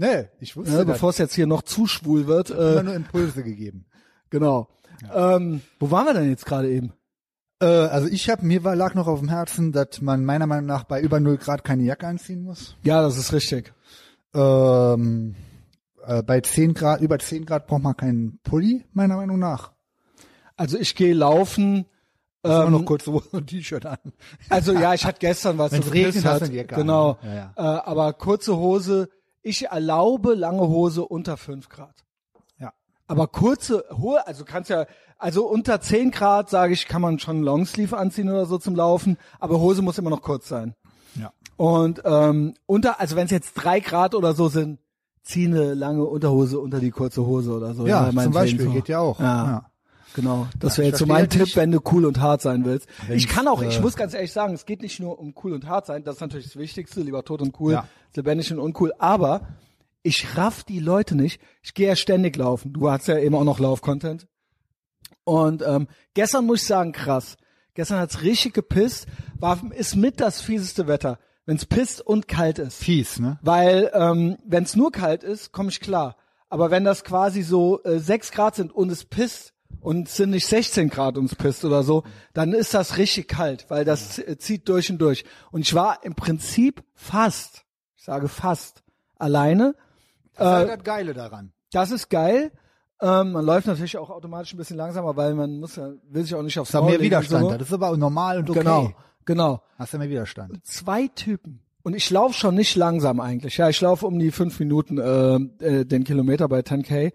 S1: Nee, ich wusste
S2: Ne,
S1: das.
S2: Bevor es jetzt hier noch zu schwul wird.
S1: immer
S2: Äh,
S1: nur Impulse gegeben.
S2: genau. Ähm, wo waren wir denn jetzt gerade eben?
S1: Äh, also ich habe mir war, lag noch auf dem Herzen, dass man meiner Meinung nach bei über 0 Grad keine Jacke anziehen muss.
S2: Ja, das ist richtig.
S1: Ähm, äh, bei 10 Grad, über 10 Grad braucht man keinen Pulli, meiner Meinung nach.
S2: Also ich gehe laufen.
S1: Ähm,
S2: Ähm,
S1: noch kurz so [laughs] ein T-Shirt an.
S2: also ja, ich hatte gestern was
S1: Wenn's
S2: so
S1: regnet,
S2: gepisst
S1: hast
S2: hat.
S1: du die Jacke an.
S2: Genau.
S1: Ja, ja.
S2: Äh, aber kurze Hose. Ich erlaube lange Hose unter 5 Grad.
S1: Ja.
S2: Aber kurze, hohe, also kannst ja, also unter 10 Grad, sage ich, kann man schon Longsleeve anziehen oder so zum Laufen, aber Hose muss immer noch kurz sein.
S1: Ja.
S2: Und ähm, unter, also wenn es jetzt drei Grad oder so sind, zieh eine lange Unterhose unter die kurze Hose oder so.
S1: Ja,
S2: meinetwegen
S1: zum Beispiel,
S2: so.
S1: geht ja auch.
S2: Ja. Genau, das wäre
S1: ich
S2: jetzt so
S1: verstehe halt
S2: mein Tipp,
S1: nicht. äh,
S2: wenn du cool und hart sein willst. Ich kann auch, ich muss ganz ehrlich sagen, es geht nicht nur um cool und hart sein, das ist natürlich das Wichtigste, lieber tot und cool,
S1: Ja.
S2: als lebendig und uncool, aber ich raff die Leute nicht. Ich gehe ja ständig laufen. Du hast ja eben auch noch Lauf-Content. Und ähm, gestern muss ich sagen, krass. Gestern hat's richtig gepisst, war, ist mit das fieseste Wetter, wenn's pisst und kalt ist.
S1: Fies, ne?
S2: Weil ähm, wenn es nur kalt ist, komme ich klar. Aber wenn das quasi so äh, 6 Grad sind und es pisst und es sind nicht 16 Grad und es pisst oder so, dann ist das richtig kalt, weil das z- äh, zieht durch und durch. Und ich war im Prinzip fast, ich sage fast, alleine. Äh,
S1: Das ist halt das Geile daran.
S2: Das ist geil. Ähm, man läuft natürlich auch automatisch ein bisschen langsamer, weil man muss ja, will sich auch nicht aufs
S1: Das ist
S2: Maul
S1: mehr
S2: legen und
S1: Widerstand.
S2: so.
S1: Das ist aber normal und okay.
S2: Genau, genau
S1: Hast du mehr Widerstand?
S2: zwei Typen. Und ich laufe schon nicht langsam eigentlich. Ja, ich laufe um die fünf Minuten äh, äh, den Kilometer bei 10K.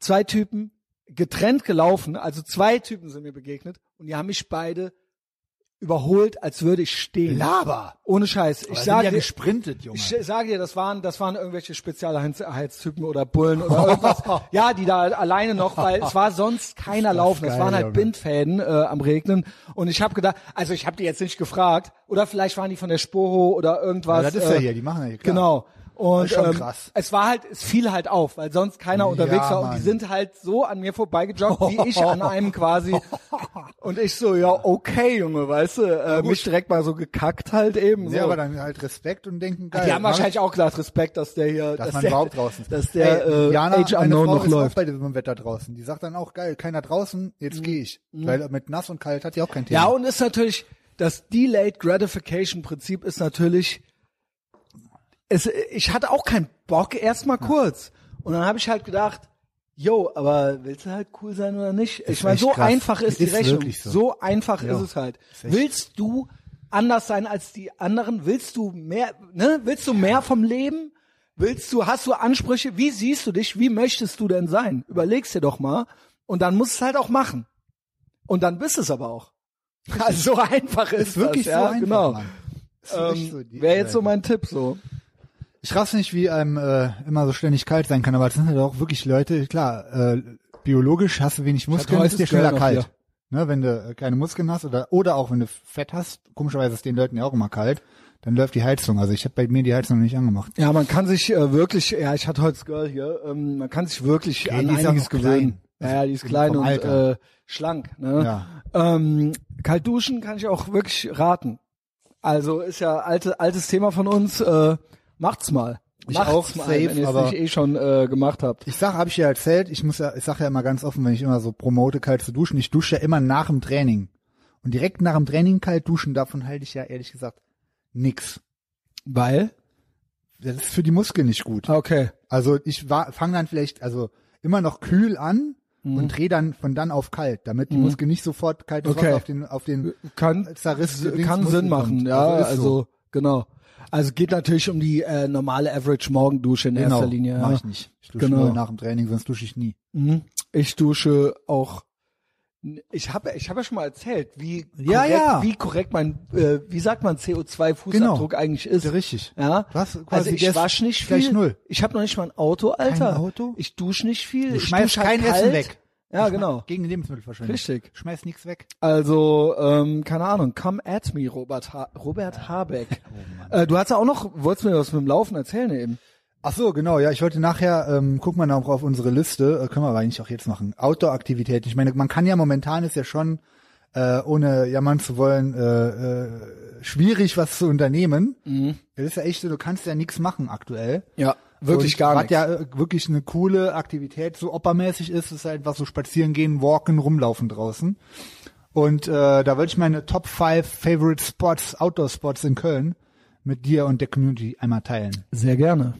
S2: Zwei Typen getrennt gelaufen, also zwei Typen sind mir begegnet und die haben mich beide überholt, als würde ich stehen.
S1: Laber!
S2: Ohne Scheiß. Ich
S1: Ich
S2: sage
S1: ja
S2: dir-
S1: gesprintet, Junge.
S2: ich sage dir, das waren, das waren irgendwelche Spezialheitstypen oder Bullen oder
S1: [laughs]
S2: irgendwas. ja, die da alleine noch, weil es war sonst keiner laufen. Es
S1: geil,
S2: waren halt
S1: Junge.
S2: Bindfäden äh, am Regnen. Und ich habe gedacht, also ich habe die jetzt nicht gefragt. Oder vielleicht waren die von der Spoho oder irgendwas. äh,
S1: Ja, das ist ja hier, die machen ja hier, klar.
S2: Genau. Und
S1: ist schon
S2: ähm,
S1: krass.
S2: es war halt, es fiel halt auf, weil sonst keiner unterwegs war und die
S1: Mann.
S2: sind halt so an mir vorbeigejoggt, wie ich
S1: [laughs]
S2: an einem quasi. Und ich so, ja, okay, Junge, weißt du, äh, mich direkt mal so gekackt halt eben.
S1: Ja,
S2: so.
S1: aber dann halt Respekt und denken, geil. ne?
S2: Die haben wahrscheinlich auch gedacht, Respekt, dass der hier,
S1: dass,
S2: dass
S1: man
S2: der,
S1: überhaupt draußen ist.
S2: dass der
S1: Ey,
S2: äh,
S1: Jana,
S2: Age
S1: meine
S2: Unknown
S1: Frau
S2: noch
S1: ist auch
S2: läuft. Mhm.
S1: bei diesem Wetter draußen. Die sagt dann auch, geil, keiner draußen, jetzt gehe ich. Weil mit nass und kalt hat die auch kein Thema.
S2: Ja, und ist natürlich, das Delayed Gratification Prinzip ist natürlich, es, ich hatte auch keinen Bock, erst mal kurz. Und dann habe ich halt gedacht, yo, aber willst du halt cool sein oder nicht? Ich meine,
S1: echt
S2: so
S1: krass.
S2: einfach ist, die
S1: Ist
S2: Rechnung.
S1: wirklich
S2: So.
S1: so.
S2: einfach
S1: Ja.
S2: ist es halt.
S1: echt-
S2: Willst du anders sein als die anderen? Willst du mehr, ne? Willst du mehr vom Leben? Willst du, hast du Ansprüche? Wie siehst du dich? Wie möchtest du denn sein? Überleg's dir doch mal. Und dann musst du es halt auch machen. Und dann bist es aber [laughs] auch. Also so einfach ist,
S1: ist wirklich
S2: das, ja,
S1: so einfach,
S2: genau.
S1: Mann. Ist echt so
S2: Ähm,
S1: die-
S2: Wäre jetzt so mein Tipp so.
S1: Ich raff's nicht, wie einem äh, immer so ständig kalt sein kann, aber es sind halt auch wirklich Leute, klar, äh, biologisch hast du wenig Muskeln,
S2: heute
S1: ist dir
S2: das Girl
S1: schneller
S2: noch
S1: kalt. Ne, wenn du äh, keine Muskeln hast oder oder auch wenn du Fett hast, komischerweise ist den Leuten ja auch immer kalt, dann läuft die Heizung. Also ich habe bei mir die Heizung noch nicht angemacht.
S2: Ja, man kann sich äh, wirklich, ja, ich hatte heute das Girl hier, ähm, man kann sich wirklich an
S1: die ist auch
S2: einiges
S1: noch klein.
S2: gewöhnen. Ja, ja, die ist klein
S1: vom
S2: und
S1: Alter.
S2: äh, schlank. Ne? Ähm, kalt duschen kann ich auch wirklich raten. Also ist ja alte, altes Thema von uns. Äh, macht's mal.
S1: Ich
S2: macht's
S1: auch,
S2: mal,
S1: safe,
S2: wenn ihr es
S1: aber-
S2: nicht eh schon äh, gemacht habt.
S1: Ich sag, habe ich ja erzählt, ich muss ja, ich sag ja immer ganz offen, wenn ich immer so promote, kalt zu duschen, ich dusche ja immer nach dem Training. Und direkt nach dem Training kalt duschen, davon halte ich ja ehrlich gesagt nix.
S2: Weil?
S1: Das ist für die Muskeln nicht gut.
S2: Ah, Okay.
S1: Also ich fange dann vielleicht also immer noch kühl an
S2: Mhm.
S1: und drehe dann von dann auf kalt, damit die Muskeln nicht sofort kalt
S2: Okay.
S1: sofort auf den auf den
S2: Kann,
S1: Zerriss
S2: S-
S1: links
S2: kann
S1: Muskel
S2: Sinn machen,
S1: kommt.
S2: ja, also,
S1: ist so.
S2: genau. Also geht natürlich um die äh, normale Average Morgendusche in
S1: genau,
S2: erster Linie.
S1: Mach
S2: ja.
S1: ich nicht. Ich dusche
S2: Genau.
S1: nur nach dem Training, sonst dusche ich nie.
S2: Mhm. Ich dusche auch. Ich habe ich habe ja schon mal erzählt, wie
S1: Ja,
S2: korrekt,
S1: ja.
S2: wie korrekt mein äh, wie sagt man CO2 Fußabdruck
S1: Genau.
S2: eigentlich ist.
S1: Ja, richtig.
S2: Ja.
S1: Du hast quasi
S2: also ich
S1: erst
S2: wasche nicht viel.
S1: gleich null.
S2: Ich habe noch nicht mal ein Auto, Alter.
S1: Auto?
S2: Ich dusche nicht viel.
S1: Du
S2: ich
S1: schmeißt
S2: dusche halt
S1: kein Essen
S2: kalt.
S1: weg.
S2: Ja,
S1: Ich mach-
S2: genau.
S1: Gegen Lebensmittelverschwendung.
S2: Richtig.
S1: Schmeiß nichts weg.
S2: Also, ähm, keine Ahnung, come at me, Robert, ha Robert
S1: [laughs]
S2: Habeck.
S1: Oh
S2: äh, du hast ja auch noch, wolltest mir was mit dem Laufen erzählen eben.
S1: Ach so, genau. Ja, ich wollte nachher, ähm, guck mal noch auf unsere Liste. Äh, können wir aber eigentlich auch jetzt machen. Outdoor-Aktivitäten. Ich meine, man kann ja momentan ist ja schon, äh, ohne jammern zu wollen, äh, äh, schwierig, was zu unternehmen.
S2: Mhm.
S1: Das ist ja echt so, du kannst ja nichts machen aktuell.
S2: Ja, wirklich
S1: Und
S2: gar
S1: grad
S2: nichts.
S1: ja äh, wirklich eine coole Aktivität, so oppermäßig ist, ist halt was so spazieren gehen, walken, rumlaufen draußen. Und äh, da wollte ich meine Top 5 Favorite Spots, Outdoor Spots in Köln mit dir und der Community einmal teilen.
S2: Sehr gerne.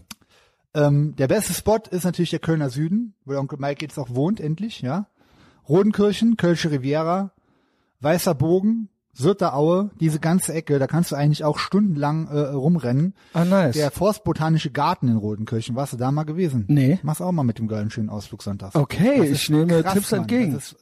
S1: Ähm, der beste Spot ist natürlich der Kölner Süden, wo der Onkel Mike jetzt auch wohnt, endlich, ja. Rodenkirchen, Kölsche Riviera, Weißer Bogen, Sürter Aue, diese ganze Ecke, da kannst du eigentlich auch stundenlang äh, rumrennen.
S2: Ah, nice.
S1: Der Forstbotanische Garten in Rodenkirchen, warst du da mal gewesen?
S2: Nee.
S1: Mach's auch mal mit dem geilen schönen Ausflug sonntags.
S2: Okay,
S1: Das
S2: ich
S1: ist
S2: nehme
S1: krass,
S2: Tipps
S1: Mann.
S2: entgegen.
S1: Das ist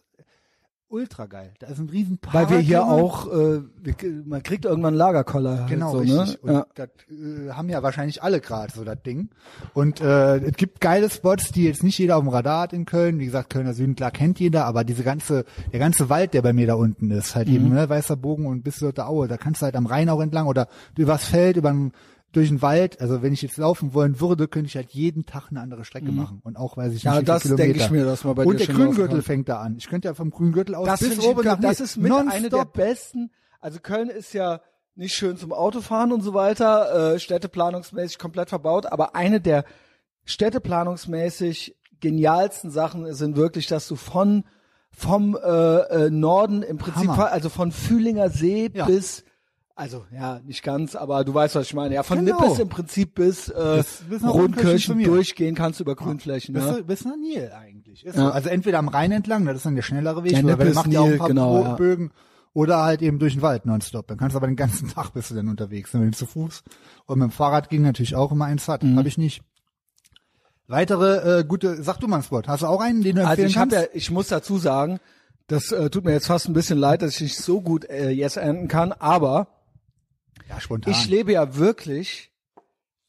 S1: ultra geil. Da ist ein riesen
S2: Weil wir hier
S1: Paraglimmern.
S2: auch, äh, wir, k- man kriegt irgendwann Lagerkoller. Halt
S1: Genau,
S2: so, Ne?
S1: richtig. Und
S2: Ja.
S1: das äh, haben ja wahrscheinlich alle gerade so das Ding. Und äh, es gibt geile Spots, die jetzt nicht jeder auf dem Radar hat in Köln. Wie gesagt, Kölner Süden, klar kennt jeder, aber diese ganze, der ganze Wald, der bei mir da unten ist, halt
S2: Mhm.
S1: eben, ne, Weißer Bogen und bis zur Aue, da kannst du halt am Rhein auch entlang oder übers Feld, über durch den Wald, also wenn ich jetzt laufen wollen würde, könnte ich halt jeden Tag eine andere Strecke machen. Und auch weiß ich nicht,
S2: Mhm. Ja,
S1: wie viel
S2: das denke
S1: Kilometer.
S2: ich mir, dass man bei
S1: Und
S2: dir
S1: der
S2: schon
S1: Grüngürtel
S2: laufen kann.
S1: fängt da an. Ich könnte ja vom Grüngürtel aus
S2: Das,
S1: bis
S2: finde
S1: oben
S2: ich,
S1: nach
S2: das
S1: Nied-
S2: ist mit einer der
S1: nonstop.
S2: besten. Also Köln ist ja nicht schön zum Autofahren und so weiter, äh, städteplanungsmäßig komplett verbaut, aber eine der städteplanungsmäßig genialsten Sachen sind wirklich, dass du von vom äh, äh, Norden im Prinzip,
S1: Hammer.
S2: also von Fühlinger See
S1: Ja.
S2: bis also ja, nicht ganz, aber du weißt, was ich meine. Ja, von
S1: Genau.
S2: Nippes im Prinzip bis, äh,
S1: Bis- bis nach Rundkirchen zu
S2: Rundkirchen
S1: mir.
S2: durchgehen kannst du über Grünflächen. ne?
S1: Bis,
S2: Ja.
S1: ja. bis nach Nil eigentlich. Ist
S2: Ja.
S1: so. Also entweder am Rhein entlang, das ist dann der schnellere Weg,
S2: Ja,
S1: oder
S2: Nippes,
S1: weil der macht ja auch ein
S2: Nil,
S1: paar
S2: genau,
S1: Bo-
S2: ja.
S1: Bögen. Oder halt eben durch den Wald nonstop. Dann kannst du aber den ganzen [laughs] Tag bist du dann unterwegs, ne, wenn du zu Fuß. Und mit dem Fahrrad ging natürlich auch immer eins hat.
S2: Mhm.
S1: Habe ich nicht. Weitere äh, gute, sag du mal einen Spot. Hast du auch einen, den du empfehlen
S2: Also ich habe
S1: kannst?
S2: ja, ich muss dazu sagen, das äh, tut mir jetzt fast ein bisschen leid, dass ich nicht so gut äh, jetzt enden kann, aber
S1: ja, spontan.
S2: ich lebe ja wirklich.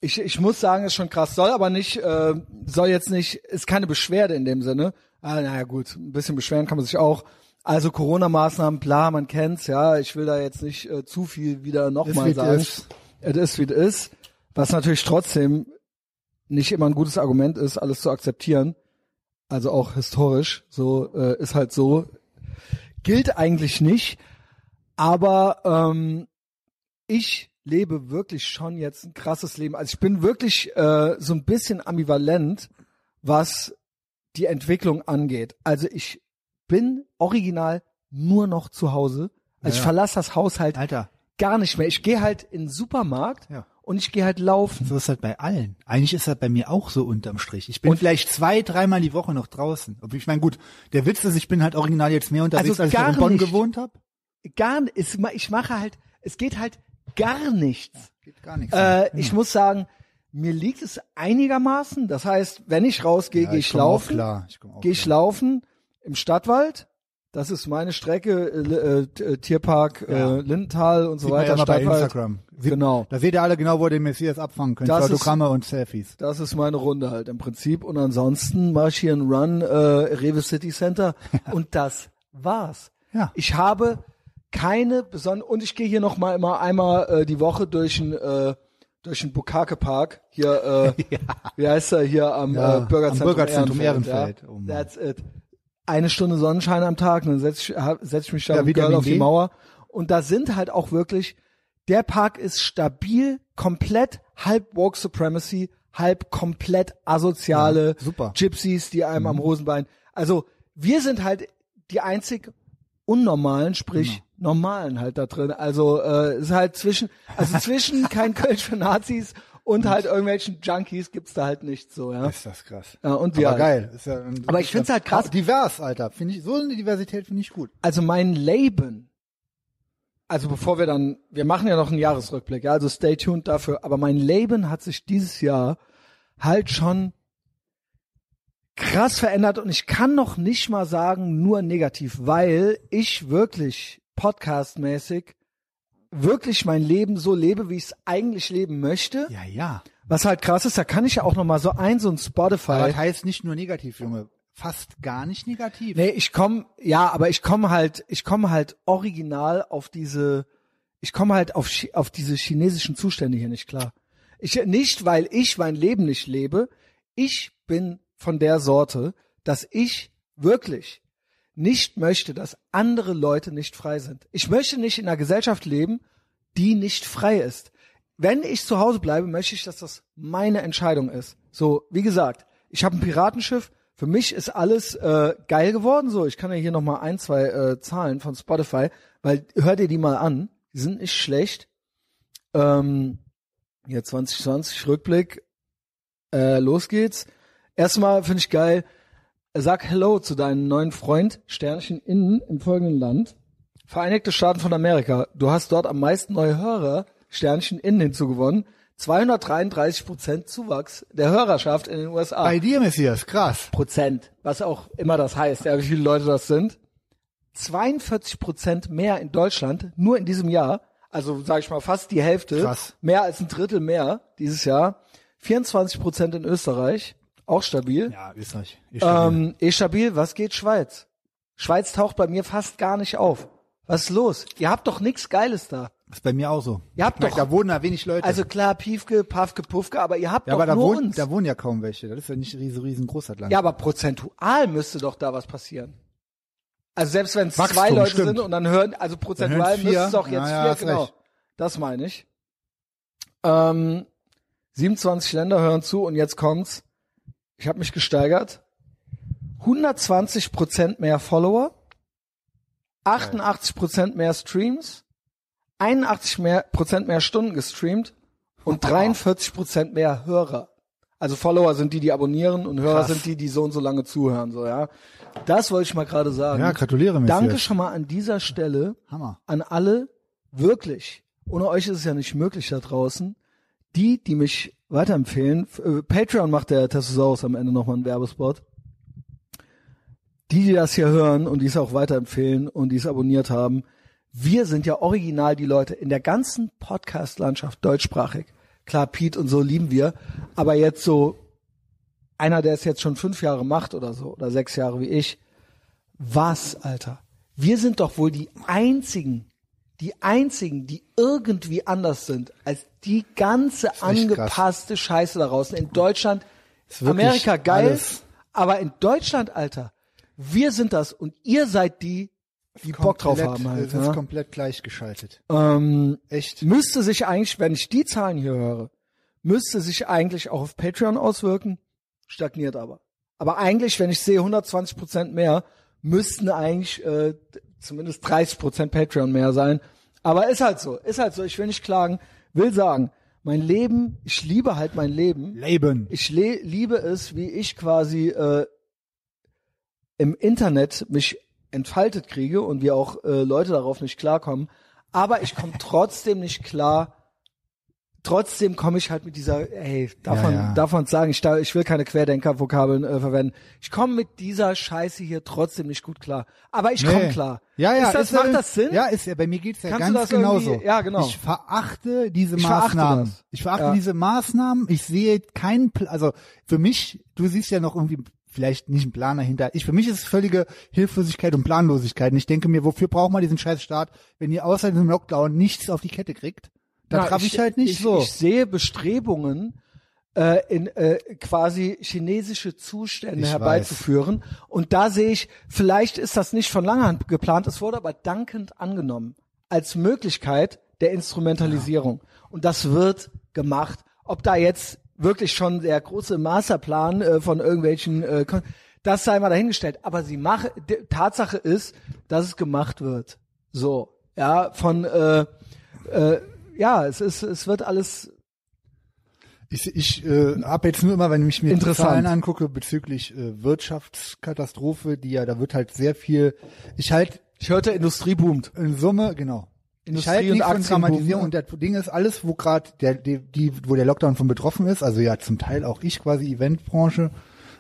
S2: Ich, ich muss sagen, ist schon krass. Soll aber nicht, äh, soll jetzt nicht, ist keine Beschwerde in dem Sinne. Ah, naja, gut, ein bisschen beschweren kann man sich auch. Also Corona-Maßnahmen, bla, man kennt's, ja. Ich will da jetzt nicht äh, zu viel wieder
S1: Ist,
S2: nochmal
S1: wie
S2: sagen.
S1: es
S2: Es ist, wie es ist. Was natürlich trotzdem nicht immer ein gutes Argument ist, alles zu akzeptieren. Also auch historisch, so äh, ist halt so. Gilt eigentlich nicht. Aber ähm, ich lebe wirklich schon jetzt ein krasses Leben. Also ich bin wirklich äh, so ein bisschen ambivalent, was die Entwicklung angeht. Also ich bin original nur noch zu Hause. Also
S1: Ja.
S2: ich verlasse das Haus halt
S1: Alter,
S2: gar nicht mehr. Ich gehe halt in den Supermarkt
S1: Ja.
S2: und ich gehe halt laufen.
S1: so ist das bei allen. Eigentlich ist das bei mir auch so unterm Strich. Ich bin vielleicht zwei, dreimal die Woche noch draußen. Ob Ich meine, gut, der Witz ist, ich bin halt original jetzt mehr unterwegs,
S2: Also
S1: als ich noch in
S2: gar
S1: Bonn
S2: nicht.
S1: gewohnt habe.
S2: Gar n- es ma- ich mache halt, es geht halt gar nichts.
S1: Geht gar nichts.
S2: Äh,
S1: mehr.
S2: Ich muss sagen, mir liegt es einigermaßen. Das heißt, wenn ich rausgehe,
S1: Ja,
S2: gehe ich,
S1: komm auch
S2: laufen.
S1: Klar. Ich komm auch
S2: Gehe ich
S1: klar.
S2: laufen im Stadtwald. Das ist meine Strecke, äh, L- äh, äh, Tierpark
S1: Ja.
S2: äh, Lindenthal und so
S1: Sieht man
S2: weiter.
S1: ja immer bei
S2: Stadtwald.
S1: Instagram. Sieht-
S2: Genau.
S1: Da seht ihr alle genau, wo ihr den Messias abfangen könnt.
S2: Das ist-
S1: Autogramme und Selfies.
S2: Das ist meine Runde halt im Prinzip. Und ansonsten mache ich hier einen Run, äh, Rewe City Center.
S1: [laughs]
S2: Und das war's.
S1: Ja.
S2: Ich habe keine besonderen, und ich gehe hier noch mal immer einmal äh, die Woche durch den, äh, durch den Bukake Park. Hier,
S1: [laughs]
S2: äh, wie heißt er hier am
S1: Ja,
S2: äh, Bürgerzentrum,
S1: am Bürgerzentrum
S2: Ehrenfeld.
S1: Ehrenfeld. Oh Mann.
S2: Ja. That's it. Eine Stunde Sonnenschein am Tag, und dann setze ich, hab- setz ich mich da
S1: Ja,
S2: mit
S1: Vitamin
S2: Girl auf
S1: D.
S2: die Mauer. Und da sind halt auch wirklich, der Park ist stabil, komplett halb Walk Supremacy, halb komplett asoziale
S1: Ja, super. Mhm.
S2: Gypsies, die einem am Hosenbein. Also wir sind halt die einzig unnormalen, sprich
S1: Genau.
S2: normalen halt da drin. Also äh, ist halt zwischen,
S1: [laughs]
S2: also zwischen kein Kölsch für Nazis und halt irgendwelchen Junkies gibt's da halt nichts so, ja.
S1: Ist das krass.
S2: ja und wir
S1: Aber
S2: halt.
S1: geil. Ist ja, ein-
S2: Aber ich find's halt krass.
S1: Divers, Alter. Finde ich, so eine Diversität finde ich gut.
S2: also mein Leben, also bevor wir dann, wir machen ja noch einen Jahresrückblick, ja, also stay tuned dafür, aber mein Leben hat sich dieses Jahr halt schon krass verändert und ich kann noch nicht mal sagen, nur negativ, weil ich wirklich podcastmäßig wirklich mein Leben so lebe, wie ich es eigentlich leben möchte.
S1: Ja, ja.
S2: Was halt krass ist, da kann ich ja auch noch mal so ein so ein Spotify.
S1: Aber das heißt nicht nur negativ, Junge. Fast gar nicht negativ.
S2: Nee, ich komm, ja, aber ich komme halt, ich komme halt original auf diese, ich komme halt auf, Chi- auf diese chinesischen Zustände hier nicht klar. Ich, nicht, weil ich mein Leben nicht lebe. Ich bin von der Sorte, dass ich wirklich nicht möchte, dass andere Leute nicht frei sind. Ich möchte nicht in einer Gesellschaft leben, die nicht frei ist. Wenn ich zu Hause bleibe, möchte ich, dass das meine Entscheidung ist. So, wie gesagt, ich habe ein Piratenschiff. Für mich ist alles äh, geil geworden. So, ich kann ja hier noch mal ein, zwei äh, Zahlen von Spotify, weil hört ihr die mal an. Die sind nicht schlecht. Ähm, ja, 2020 Rückblick. Äh, los geht's. Erstmal finde ich geil. Sag Hello zu deinem neuen Freund Sternchen innen im folgenden Land. Vereinigte Staaten von Amerika. Du hast dort am meisten neue Hörer Sternchen innen hinzugewonnen. 233 Prozent Zuwachs der Hörerschaft in den USA.
S1: Bei dir, Messias, krass.
S2: Prozent, was auch immer das heißt, ja, wie viele Leute das sind. 42 Prozent mehr in Deutschland, nur in diesem Jahr. Also sage ich mal fast die Hälfte,
S1: Krass.
S2: mehr als ein Drittel mehr dieses Jahr. 24 Prozent in Österreich, auch stabil.
S1: Ja, Österreich.
S2: Ähm, eh stabil, was geht Schweiz? Schweiz taucht bei mir fast gar nicht auf. Was ist los? Ihr habt doch nix Geiles da.
S1: ist bei mir auch so.
S2: Ihr habt
S1: Ich meine,
S2: doch-
S1: Da wohnen da wenig Leute.
S2: Also klar, Piefke, Pafke, Pufke, aber ihr habt
S1: ja,
S2: doch
S1: aber da
S2: nur
S1: wohnen,
S2: uns.
S1: da wohnen ja kaum welche. Das ist ja nicht riesen, riesen Großstadtland.
S2: ja, aber prozentual müsste doch da was passieren. Also selbst wenn es
S1: Wachstum,
S2: zwei Leute
S1: stimmt.
S2: sind und dann hören, also
S1: Dann
S2: prozentual
S1: hören vier.
S2: müsste es doch
S1: Ja,
S2: jetzt
S1: ja, hast
S2: vier, genau.
S1: recht.
S2: Das meine ich. Ähm, 27 Länder hören zu und jetzt kommt's. Ich habe mich gesteigert. 120 Prozent mehr Follower, 88 Prozent mehr Streams, 81 mehr, Prozent mehr Stunden gestreamt und 43 Prozent mehr Hörer. Also Follower sind die, die abonnieren und Hörer
S1: Krass.
S2: sind die, die so und so lange zuhören. So ja, das wollte ich mal gerade sagen.
S1: Ja, gratuliere, Messias.
S2: Danke schon mal an dieser Stelle
S1: Hammer.
S2: an alle wirklich. Ohne euch ist es ja nicht möglich da draußen. Die, die mich weiterempfehlen, f- äh, Patreon macht der Testosaurus am Ende nochmal einen Werbespot. Die, die das hier hören und die es auch weiterempfehlen und die es abonniert haben, wir sind ja original die Leute in der ganzen Podcast-Landschaft deutschsprachig. Klar, Pete und so lieben wir, aber jetzt so einer, der es jetzt schon fünf Jahre macht oder so, oder sechs Jahre wie ich, was, Alter? Wir sind doch wohl die einzigen, die einzigen, die irgendwie anders sind als die ganze
S1: echt krass. Hm.
S2: angepasste Scheiße da draußen. In Deutschland,
S1: wirklich
S2: Amerika geil,
S1: alles.
S2: aber in Deutschland, Alter, wir sind das und ihr seid die, die Bock drauf
S1: Komplett-
S2: haben halt.
S1: Das ist
S2: Ja?
S1: komplett gleichgeschaltet.
S2: Ähm,
S1: Echt.
S2: müsste sich eigentlich, wenn ich die Zahlen hier höre, müsste sich eigentlich auch auf Patreon auswirken, stagniert aber. Aber eigentlich, wenn ich sehe 120 Prozent mehr, müssten eigentlich äh, d- zumindest 30 Prozent Patreon mehr sein. Aber ist halt so, ist halt so. Ich will nicht klagen, will sagen, mein Leben, ich liebe halt mein Leben.
S1: Leben.
S2: Ich le liebe es, wie ich quasi äh, im Internet mich entfaltet kriege und wie auch äh, Leute darauf nicht klarkommen. Aber ich
S1: [laughs]
S2: komme trotzdem nicht klar. Trotzdem komme ich halt mit dieser, hey, darf
S1: Ja,
S2: man,
S1: ja.
S2: darf man sagen, ich, da, ich will keine Querdenker-Vokabeln äh, verwenden. Ich komme mit dieser Scheiße hier trotzdem nicht gut klar. Aber ich komme
S1: Nee.
S2: klar.
S1: Ja, ja.
S2: Ist das,
S1: ist ja-
S2: macht das Sinn?
S1: Ja, ist ja. Bei mir geht's ja
S2: Kannst du das
S1: ganz genauso.
S2: irgendwie- ja, genau.
S1: Ich verachte diese
S2: Ich verachte
S1: Maßnahmen.
S2: das.
S1: ich verachte
S2: Ja.
S1: diese Maßnahmen. Ich sehe keinen, Pl also für mich, du siehst ja noch irgendwie vielleicht nicht einen Plan dahinter. Ich, für mich ist es völlige Hilflosigkeit und Planlosigkeit. Und ich denke mir, wofür braucht man diesen scheiß Staat, wenn ihr außer diesem Lockdown nichts auf die Kette kriegt? Da
S2: Na,
S1: traf ich, halt nicht
S2: ich,
S1: so.
S2: Ich sehe Bestrebungen, äh, in äh, quasi chinesische Zustände
S1: Ich
S2: herbeizuführen. Und da sehe ich, vielleicht ist das nicht von langer Hand geplant, es wurde aber dankend angenommen als Möglichkeit der Instrumentalisierung. Und das wird gemacht. Ob da jetzt wirklich schon der große Masterplan äh, von irgendwelchen, äh, Kon- das sei mal dahingestellt. Aber sie mache, d- Tatsache ist, dass es gemacht wird. So, ja, von äh, ja, es ist, es wird alles.
S1: Ich, ich äh, habe jetzt nur immer, wenn ich mir die
S2: Interessant.
S1: Zahlen angucke bezüglich äh, Wirtschaftskatastrophe, die ja, da wird halt sehr viel. Ich halt
S2: Ich hörte, Industrie boomt.
S1: in Summe, genau.
S2: Industrie
S1: ich halt
S2: und
S1: nichts von
S2: Aktienboom,
S1: Dramatisierung
S2: ne?
S1: und das Ding ist alles, wo gerade der, die, die, wo der Lockdown von betroffen ist, also ja zum Teil auch ich quasi Eventbranche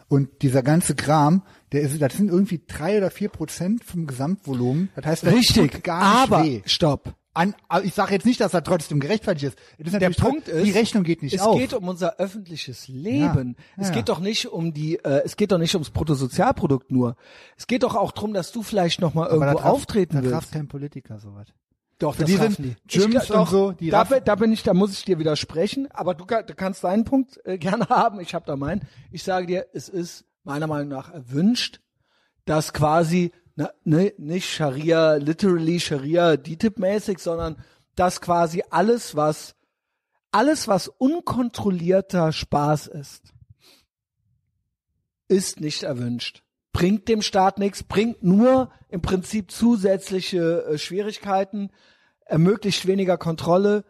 S1: und dieser ganze Kram, der ist, das sind irgendwie drei oder vier Prozent vom Gesamtvolumen. Das heißt, das tut gar nicht
S2: aber
S1: weh.
S2: stopp.
S1: An, aber ich sage jetzt nicht, dass das trotzdem gerechtfertigt ist. Das ist
S2: Der
S1: natürlich
S2: Punkt
S1: tro-
S2: ist,
S1: die Rechnung geht nicht
S2: es
S1: auf.
S2: geht um unser öffentliches Leben.
S1: Ja,
S2: Es
S1: ja.
S2: geht doch nicht um die, äh, es geht doch nicht ums Bruttosozialprodukt nur. Es geht doch auch drum, dass du vielleicht noch mal
S1: Aber da
S2: irgendwo
S1: traf-
S2: auftreten
S1: Da traf
S2: willst.
S1: kein Politiker sowas.
S2: Doch,
S1: die sind Gyms
S2: Ich-
S1: und so, die
S2: da,
S1: raffen-
S2: bin- da bin ich, da muss ich dir widersprechen. Aber du, ka- du kannst deinen Punkt äh, [laughs] gerne haben. Ich habe da meinen. Ich sage dir, es ist meiner Meinung nach erwünscht, dass quasi na, ne, nicht Scharia, literally Scharia, DTIP-mäßig, sondern dass quasi alles, was alles, was unkontrollierter Spaß ist, ist nicht erwünscht. Bringt dem Staat nichts, bringt nur im Prinzip zusätzliche äh, Schwierigkeiten, ermöglicht weniger Kontrolle.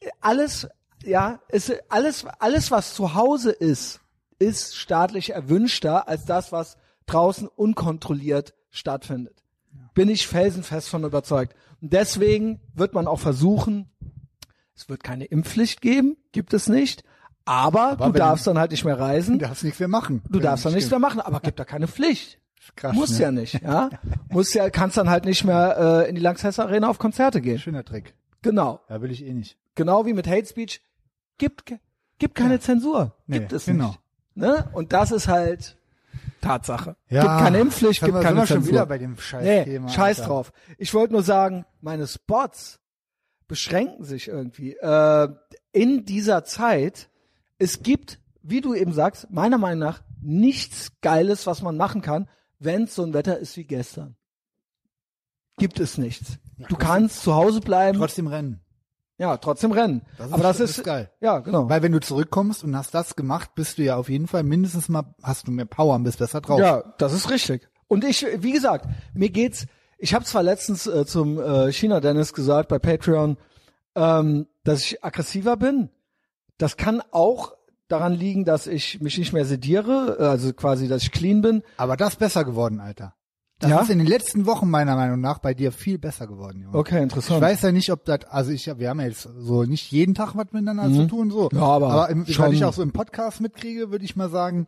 S2: Äh, Alles, ja, ist, äh, alles, alles, was zu Hause ist, ist staatlich erwünschter als das, was draußen unkontrolliert stattfindet. Bin ich felsenfest von überzeugt. Und deswegen wird man auch versuchen, es wird keine Impfpflicht geben, gibt es nicht, aber,
S1: wenn-
S2: du darfst dann halt nicht mehr reisen.
S1: Du darfst nichts mehr machen.
S2: Du darfst da nichts
S1: Stimmt.
S2: mehr machen, aber gibt da keine Pflicht.
S1: Ist krass,
S2: Muss
S1: ne?
S2: ja nicht, ja. Muss ja, kannst dann halt nicht mehr äh, in die Lanxess Arena auf Konzerte gehen.
S6: Schöner Trick.
S2: Genau.
S6: Ja, will ich eh nicht.
S2: Genau wie mit Hate Speech. Gibt, ke- gibt keine Zensur.
S6: Nee,
S2: gibt es
S6: genau.
S2: nicht. Ne? Und das ist halt Tatsache.
S6: Ja,
S2: gibt keine Impfpflicht,
S6: sind
S2: gibt
S6: wir-
S2: keine
S6: sind wir schon
S2: Zensur.
S6: wieder bei dem scheiß Thema,
S2: scheiß
S6: Alter.
S2: drauf. Ich wollte nur sagen, meine Spots beschränken sich irgendwie. Äh, in dieser Zeit, es gibt, wie du eben sagst, meiner Meinung nach nichts Geiles, was man machen kann, wenn es so ein Wetter ist wie gestern. Gibt es nichts. Du kannst zu Hause bleiben,
S1: Trotzdem rennen.
S2: ja, trotzdem rennen.
S1: Das ist
S2: Aber das
S1: schon-
S2: ist,
S1: ist geil.
S2: Ja, genau.
S1: Weil wenn du zurückkommst und hast das gemacht, bist du ja auf jeden Fall mindestens mal, hast du mehr Power und bist besser drauf.
S2: Ja, das ist richtig. Und ich, wie gesagt, mir geht's. Ich habe zwar letztens äh, zum äh, China Dennis gesagt bei Patreon, ähm, dass ich aggressiver bin. Das kann auch daran liegen, dass ich mich nicht mehr sediere, äh, also quasi, dass ich clean bin.
S1: Aber das ist besser geworden, Alter. Das
S2: Ja?
S1: ist in den letzten Wochen meiner Meinung nach bei dir viel besser geworden, Junge.
S2: Okay,
S1: Ich
S2: interessant.
S1: weiß ja nicht, ob das, also ich, wir haben ja jetzt so nicht jeden Tag was miteinander zu tun, so.
S2: Mhm. Ja, aber
S1: aber im,
S2: schon.
S1: wenn ich auch so im Podcast mitkriege, würde ich mal sagen,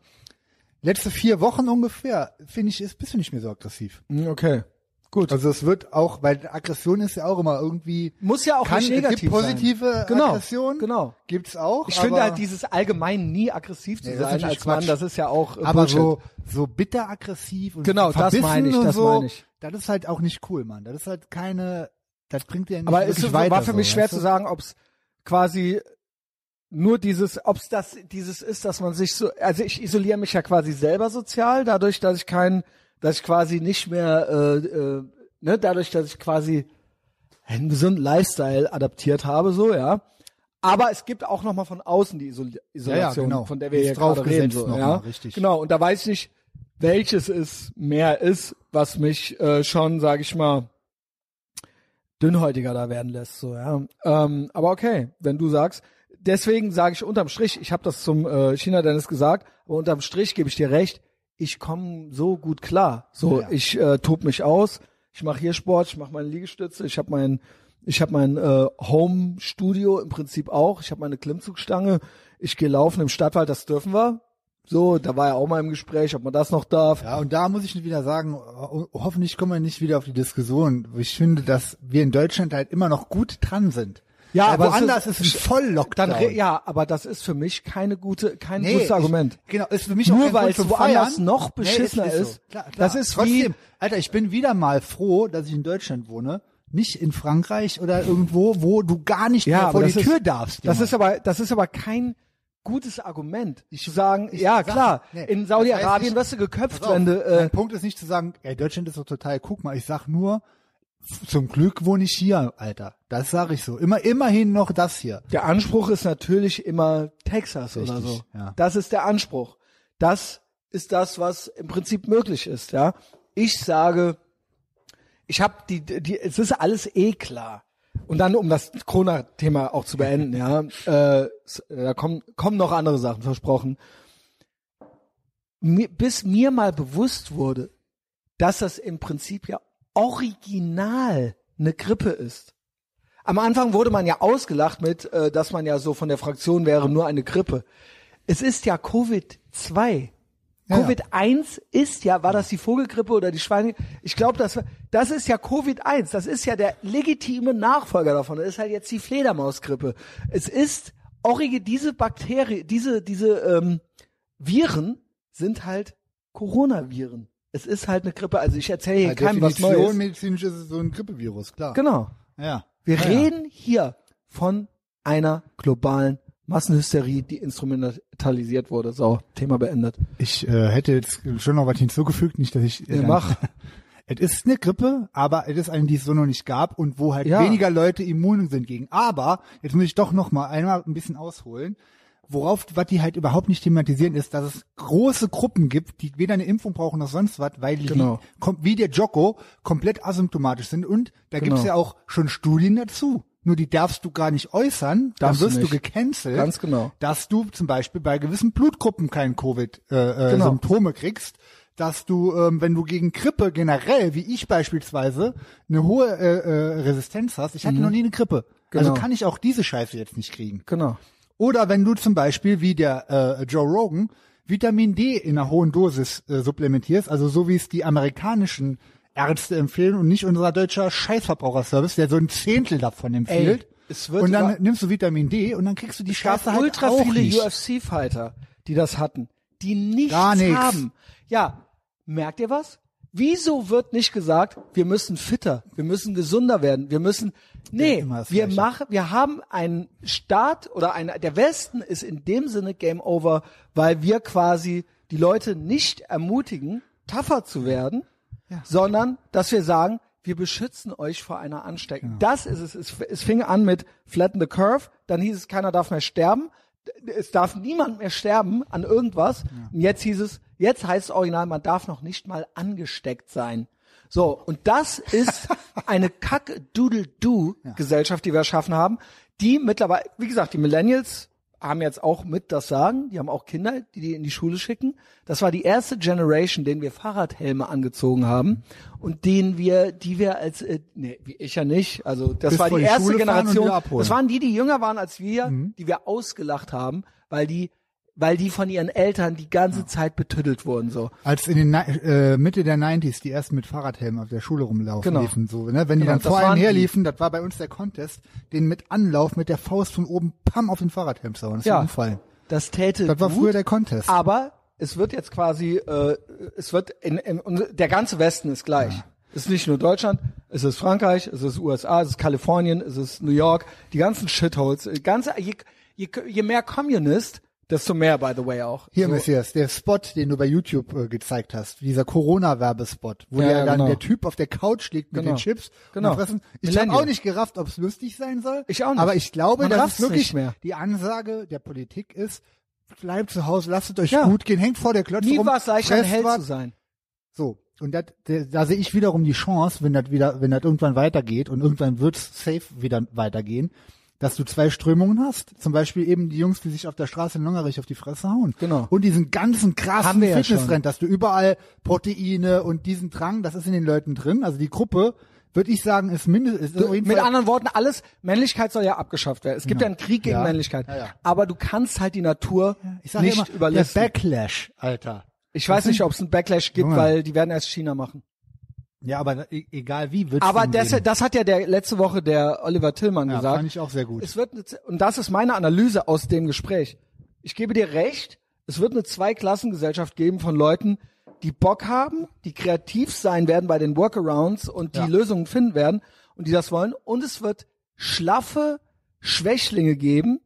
S1: letzte vier Wochen ungefähr, finde ich, ist, bist du nicht mehr so aggressiv.
S2: Hm, Okay, gut.
S1: Also es wird auch, weil Aggression ist ja auch immer irgendwie,
S2: Muss ja auch
S1: kann,
S2: nicht
S1: es
S2: negativ
S1: gibt positive
S2: sein. Genau,
S1: Aggression,
S2: genau.
S1: gibt's auch.
S2: Ich finde
S1: aber,
S2: halt dieses allgemein nie aggressiv zu
S1: Nee, das ist
S2: sein als
S1: natürlich
S2: Mann,
S1: Quatsch.
S2: das ist ja auch äh,
S1: aber
S2: Bullshit.
S1: so, so bitter aggressiv und
S2: Genau, das
S1: verbissen
S2: meine ich,
S1: und
S2: das
S1: so,
S2: meine ich.
S1: Das ist halt auch nicht cool, Mann. Das ist halt keine, das bringt dir ja nicht
S2: Aber
S1: wirklich
S2: es
S1: weiter.
S2: war für mich
S1: so,
S2: schwer
S1: weißt
S2: zu
S1: du?
S2: sagen, ob es quasi nur dieses, ob es das dieses ist, dass man sich so, also ich isoliere mich ja quasi selber sozial, dadurch, dass ich keinen, dass ich quasi nicht mehr, äh, äh, ne, dadurch, dass ich quasi einen gesunden Lifestyle adaptiert habe, so ja. Aber es gibt auch nochmal von außen die Isol Isolation,
S1: genau.
S2: von der wir
S1: Die
S2: hier
S1: ist
S2: gerade reden,
S1: draufgesetzt
S2: so,
S1: noch
S2: ja.
S1: mal, richtig.
S2: Genau. Und da weiß ich nicht, welches es mehr ist, was mich äh, schon, sage ich mal, dünnhäutiger da werden lässt, so ja. Ähm, aber okay, wenn du sagst, deswegen sage ich unterm Strich, ich habe das zum äh, China Dennis gesagt, aber unterm Strich gebe ich dir recht, ich komme so gut klar. So,
S1: Ja.
S2: ich äh, tob mich aus, ich mache hier Sport, ich mache meine Liegestütze, ich habe mein ich habe mein äh, Home Studio im Prinzip auch, ich habe meine Klimmzugstange, ich gehe laufen im Stadtwald, das dürfen wir. So, da war ja auch mal im Gespräch, ob man das noch darf.
S1: Ja, und da muss ich wieder sagen, ho hoffentlich kommen wir nicht wieder auf die Diskussion. Ich finde, dass wir in Deutschland halt immer noch gut dran sind.
S2: Ja, aber
S1: aber
S2: es
S1: woanders
S2: ist-
S1: ist,
S2: Dann
S1: ein Voll-Lockdown.
S2: re- ja, aber das ist für mich keine gute kein
S1: Nee,
S2: gutes Argument.
S1: Ich, genau, ist für mich
S2: Nur
S1: auch kein
S2: weil
S1: Grund
S2: es
S1: zum
S2: woanders
S1: Feiern.
S2: noch beschissener
S1: es
S2: ist.
S1: Klar, klar.
S2: Das ist wie-
S1: Trotzdem, Alter, ich bin wieder mal froh, dass ich in Deutschland wohne, nicht in Frankreich oder irgendwo, wo du gar nicht mehr vor
S2: aber
S1: die
S2: das ist-
S1: Tür darfst.
S2: Das
S1: Junge.
S2: ist aber das ist aber kein gutes Argument. zu sagen,
S1: ich
S2: ja
S1: sag-
S2: klar,
S1: nee,
S2: in
S1: das heißt
S2: Saudi-Arabien
S1: nicht-
S2: wirst du geköpft,
S1: Pass auf,
S2: wenn du äh,
S1: mein Punkt ist nicht zu sagen, ey, Deutschland ist doch total, guck mal, ich sag nur, f- zum Glück wohne ich hier, Alter. Das sage ich so. Immer, immerhin noch das hier.
S2: der Anspruch ist natürlich immer Texas oder
S1: Richtig,
S2: so.
S1: ja.
S2: Das ist der Anspruch. Das ist das, was im Prinzip möglich ist, ja. Ich sage, ich habe die, die, es ist alles eh klar. Und dann, um das Corona-Thema auch zu beenden,
S1: [laughs]
S2: ja, äh, s- da kommen, kommen noch andere Sachen, versprochen. Mir, bis mir mal bewusst wurde, dass das im Prinzip ja original eine Grippe ist. Am Anfang wurde man ja ausgelacht mit, äh, dass man ja so von der Fraktion wäre, nur eine Grippe. Es ist ja Covid-2.
S1: Ja, ja.
S2: Covid-1 ist ja, war das die Vogelgrippe oder die Schweine? Ich glaube, das, war- das ist ja Covid-1. Das ist ja der legitime Nachfolger davon. Das ist halt jetzt die Fledermausgrippe. Es ist, orige, diese Bakterie, diese, diese, ähm, Viren sind halt Coronaviren. Es ist halt eine Grippe. Also ich erzähle hier
S1: Per
S2: keinem was Neues.
S1: medizinisch ist es so ein Grippevirus, klar.
S2: Genau.
S1: Ja.
S2: Wir
S1: ja,
S2: reden hier von einer globalen Massenhysterie, die instrumentalisiert wurde. So, Thema beendet.
S1: Ja. Ich äh, hätte jetzt schon noch was hinzugefügt, nicht, dass ich... äh,
S2: Ja, mach.
S1: [laughs] Es ist eine Grippe, aber es ist eine, die es so noch nicht gab und wo halt
S2: Ja.
S1: weniger Leute immun sind gegen. Aber, jetzt muss ich doch noch mal einmal ein bisschen ausholen, worauf, was die halt überhaupt nicht thematisieren, ist, dass es große Gruppen gibt, die weder eine Impfung brauchen noch sonst was, weil
S2: Genau.
S1: die, kom- wie der Joko, komplett asymptomatisch sind und da
S2: Genau.
S1: gibt's ja auch schon Studien dazu. Nur die darfst du gar nicht äußern,
S2: Darfst du
S1: dann wirst du
S2: nicht.
S1: gecancelt.
S2: Ganz genau.
S1: Dass du zum Beispiel bei gewissen Blutgruppen kein Covid-Symptome äh,
S2: Genau.
S1: Symptome kriegst, dass du, ähm, wenn du gegen Grippe generell, wie ich beispielsweise, eine hohe äh, äh, Resistenz hast. Ich hatte noch nie eine Grippe.
S2: Mhm. Genau.
S1: Also kann ich auch diese Scheiße jetzt nicht kriegen.
S2: Genau.
S1: Oder wenn du zum Beispiel, wie der äh, Joe Rogan, Vitamin D in einer hohen Dosis äh, supplementierst, also so wie es die amerikanischen Ärzte empfehlen und nicht unser deutscher Scheißverbraucherservice, der so ein Zehntel davon empfiehlt.
S2: es wird
S1: und dann
S2: über-
S1: nimmst du Vitamin D und dann kriegst du die
S2: gab
S1: Scheiße halt
S2: ultra
S1: auch
S2: viele
S1: nicht.
S2: UFC-Fighter, die das hatten, die nichts
S1: Gar nichts.
S2: haben. Ja, merkt ihr was? Wieso wird nicht gesagt, wir müssen fitter, wir müssen gesunder werden, wir müssen, nee,
S1: immer das
S2: wir
S1: Gleiche.
S2: machen, wir haben einen Staat oder ein, der Westen ist in dem Sinne Game Over, weil wir quasi die Leute nicht ermutigen, tougher zu werden, sondern dass wir sagen, wir beschützen euch vor einer Ansteckung. Das ist es. es. Es fing an mit Flatten the Curve, dann hieß es, keiner darf mehr sterben. Es darf niemand mehr sterben an irgendwas. Und jetzt hieß es, jetzt heißt es original, man darf noch nicht mal angesteckt sein. So, und das ist eine Kack-Doodle-Doo-Gesellschaft, die wir erschaffen haben, die mittlerweile, wie gesagt, die Millennials haben jetzt auch mit das Sagen, die haben auch Kinder, die die in die Schule schicken. Das war die erste Generation, denen wir Fahrradhelme angezogen haben und denen wir, die wir als, äh, nee, wie ich ja nicht, also das
S1: Bis
S2: war
S1: vor
S2: die
S1: die
S2: erste
S1: Schule fahren und
S2: Generation,
S1: wieder abholen. Mhm.
S2: das waren die, die jünger waren als wir, die wir ausgelacht haben, weil die, weil die von ihren Eltern die ganze Zeit betüttelt wurden, so.
S1: Als in den Ni- äh, Mitte der 90s die ersten mit Fahrradhelmen auf der Schule rumlaufen
S2: Genau.
S1: liefen, so, ne? Wenn die
S2: Genau,
S1: dann
S2: das
S1: vor einem
S2: waren die.
S1: herliefen, das war bei uns der Contest, den mit Anlauf mit der Faust von oben pam auf den Fahrradhelm zu hauen. Das ist ein Unfall.
S2: Das täte
S1: Das war
S2: gut,
S1: früher der Contest.
S2: Aber es wird jetzt quasi, äh, es wird in, in, und der ganze Westen ist gleich. Es ist nicht nur Deutschland, es ist Frankreich, es ist USA, es ist Kalifornien, es ist New York, die ganzen Shitholes, äh, ganze, je, je, je mehr Communist, desto mehr, by the way, auch.
S1: Hier,
S2: so.
S1: Messias, der Spot, den du bei YouTube äh, gezeigt hast, dieser Corona-Werbespot, wo
S2: Ja,
S1: ja, dann
S2: genau.
S1: der Typ auf der Couch liegt mit
S2: Genau.
S1: den Chips
S2: Genau.
S1: und fressen. Ich habe
S2: Millennial.
S1: auch nicht gerafft, ob es lustig sein soll.
S2: Ich auch nicht.
S1: Aber ich glaube,
S2: Man
S1: dass
S2: rafft's
S1: es wirklich
S2: nicht mehr.
S1: die Ansage der Politik ist, bleibt zu Hause, lasst es euch
S2: Ja.
S1: gut gehen, hängt vor der Klotz
S2: Nie
S1: rum,
S2: war es leichter, ein
S1: fresst
S2: Held
S1: was.
S2: zu sein.
S1: So. Und dat, de- da sehe ich wiederum die Chance, wenn das wieder, wenn das irgendwann weitergeht und irgendwann wird's safe wieder weitergehen, dass du zwei Strömungen hast. Zum Beispiel eben die Jungs, die sich auf der Straße in Longerich auf die Fresse hauen.
S2: Genau.
S1: Und diesen ganzen krassen
S2: Haben wir ja
S1: Fitness-Trend,
S2: schon.
S1: dass du überall Proteine und diesen Drang, das ist in den Leuten drin. Also die Gruppe, würde ich sagen, ist mindestens, ist auf jeden
S2: Mit
S1: Fall
S2: anderen Worten, alles, Männlichkeit soll ja abgeschafft werden. Es gibt ja, einen Krieg gegen
S1: Ja.
S2: Männlichkeit.
S1: Ja, ja.
S2: Aber du kannst halt die Natur
S1: ich sag ja
S2: nicht
S1: immer,
S2: überlisten.
S1: Der Backlash, Alter.
S2: ich weiß nicht, ob es einen Backlash gibt,
S1: Junge.
S2: weil die werden erst China machen.
S1: Ja, aber e- egal wie, wird's
S2: Aber
S1: den
S2: das,
S1: geben.
S2: das hat ja der letzte Woche der Oliver Tillmann
S1: ja,
S2: gesagt.
S1: fand ich auch sehr gut.
S2: Es wird eine, Z- und das ist meine Analyse aus dem Gespräch. Ich gebe dir recht, es wird eine Zweiklassengesellschaft geben von Leuten, die Bock haben, die kreativ sein werden bei den Workarounds und die
S1: Ja.
S2: Lösungen finden werden und die das wollen. Und es wird schlaffe Schwächlinge geben,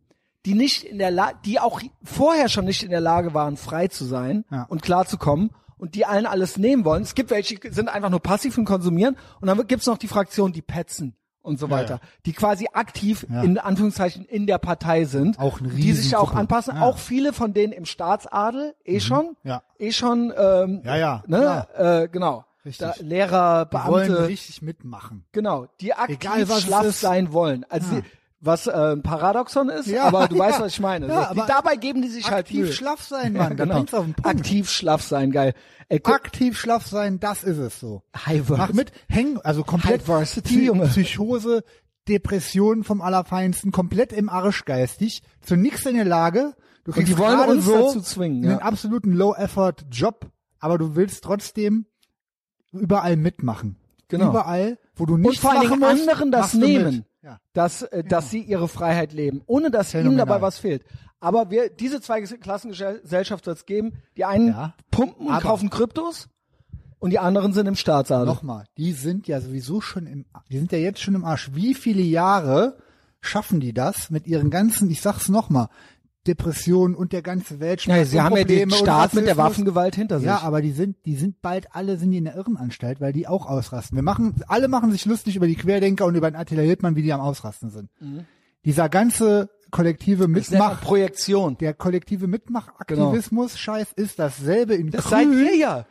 S2: die nicht in der La die auch vorher schon nicht in der Lage waren, frei zu sein
S1: Ja.
S2: und klarzukommen und die allen alles nehmen wollen. Es gibt welche, die sind einfach nur passiv und konsumieren und dann gibt's noch die Fraktion, die petzen und so weiter, die quasi aktiv
S1: Ja.
S2: in Anführungszeichen in der Partei sind,
S1: Auch eine
S2: die sich ja auch
S1: Riesengruppe.
S2: anpassen,
S1: Ja. Mhm.
S2: auch viele von denen im Staatsadel, eh schon,
S1: Ja.
S2: eh schon, ähm,
S1: Ja, ja,
S2: ne, äh, genau,
S1: Richtig.
S2: Da, Lehrer,
S1: Die wollen
S2: Beamte,
S1: richtig mitmachen.
S2: Genau, die aktiv
S1: Egal, was es
S2: schlaff
S1: ist.
S2: sein wollen. Also die- was äh, ein Paradoxon ist,
S1: Ja,
S2: aber du
S1: [laughs] ja.
S2: weißt, was ich meine.
S1: Ja,
S2: so, die,
S1: aber
S2: dabei geben die sich halt
S1: aktiv
S2: Mühe.
S1: schlaff sein, Mann. Da
S2: genau.
S1: bringt's auf den Punkt.
S2: Aktiv schlaff sein, geil. Ey, guck,
S1: Aktiv schlaff sein, das ist es so.
S2: High Vers-
S1: Mach mit, häng, also komplett
S2: High Varsity, Junge.
S1: Psychose, Depression vom Allerfeinsten, komplett im Arsch geistig, zu nichts in der Lage. Du kriegst
S2: die wollen
S1: gerade
S2: uns
S1: so
S2: dazu zwingen,
S1: einen
S2: ja.
S1: absoluten Low-Effort-Job, aber du willst trotzdem überall mitmachen.
S2: Genau.
S1: Überall, wo du
S2: und
S1: nichts
S2: vor allen Dingen
S1: machen musst,
S2: anderen das
S1: machst du
S2: nehmen,
S1: Mit. Ja.
S2: dass, äh, dass sie ihre Freiheit leben, ohne dass ihnen
S1: Phänomenal.
S2: dabei was fehlt. Aber wir, diese zwei Klassengesellschaft wird es geben. Die einen
S1: Ja.
S2: pumpen und
S1: Aber-
S2: kaufen Kryptos und die anderen sind im Staatsadel.
S1: Nochmal, die sind ja sowieso schon im, die sind ja jetzt schon im Arsch. Wie viele Jahre schaffen die das mit ihren ganzen, ich sag's nochmal, Depressionen und der ganze Welt.
S2: ja, sie haben ja den Staat mit der Waffengewalt hinter sich.
S1: Ja, aber die sind, die sind bald alle sind die in der Irrenanstalt, weil die auch ausrasten. Wir machen, alle machen sich lustig über die Querdenker und über den Attila Hildmann, wie die am Ausrasten sind. Dieser ganze kollektive
S2: Mhm. das nennt man
S1: Mitmach,
S2: Projektion.
S1: der kollektive Mitmachaktivismus-Scheiß ist dasselbe in
S2: Genau. Das
S1: Grün.
S2: seid ihr ja.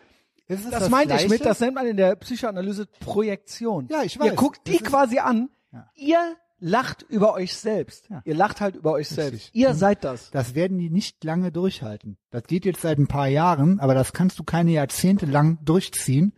S1: Ist es
S2: Das, meinte ich
S1: Gleiche?
S2: mit, das nennt man in der Psychoanalyse Projektion.
S1: Ja, ich
S2: Ihr
S1: weiß.
S2: guckt die
S1: Das ist-
S2: quasi an.
S1: Ja.
S2: Ihr lacht über euch selbst.
S1: Ja.
S2: Ihr lacht halt über euch selbst.
S1: Richtig. Mhm.
S2: Ihr seid das.
S1: das werden die nicht lange durchhalten. Das geht jetzt seit ein paar Jahren, aber das kannst du keine Jahrzehnte lang durchziehen.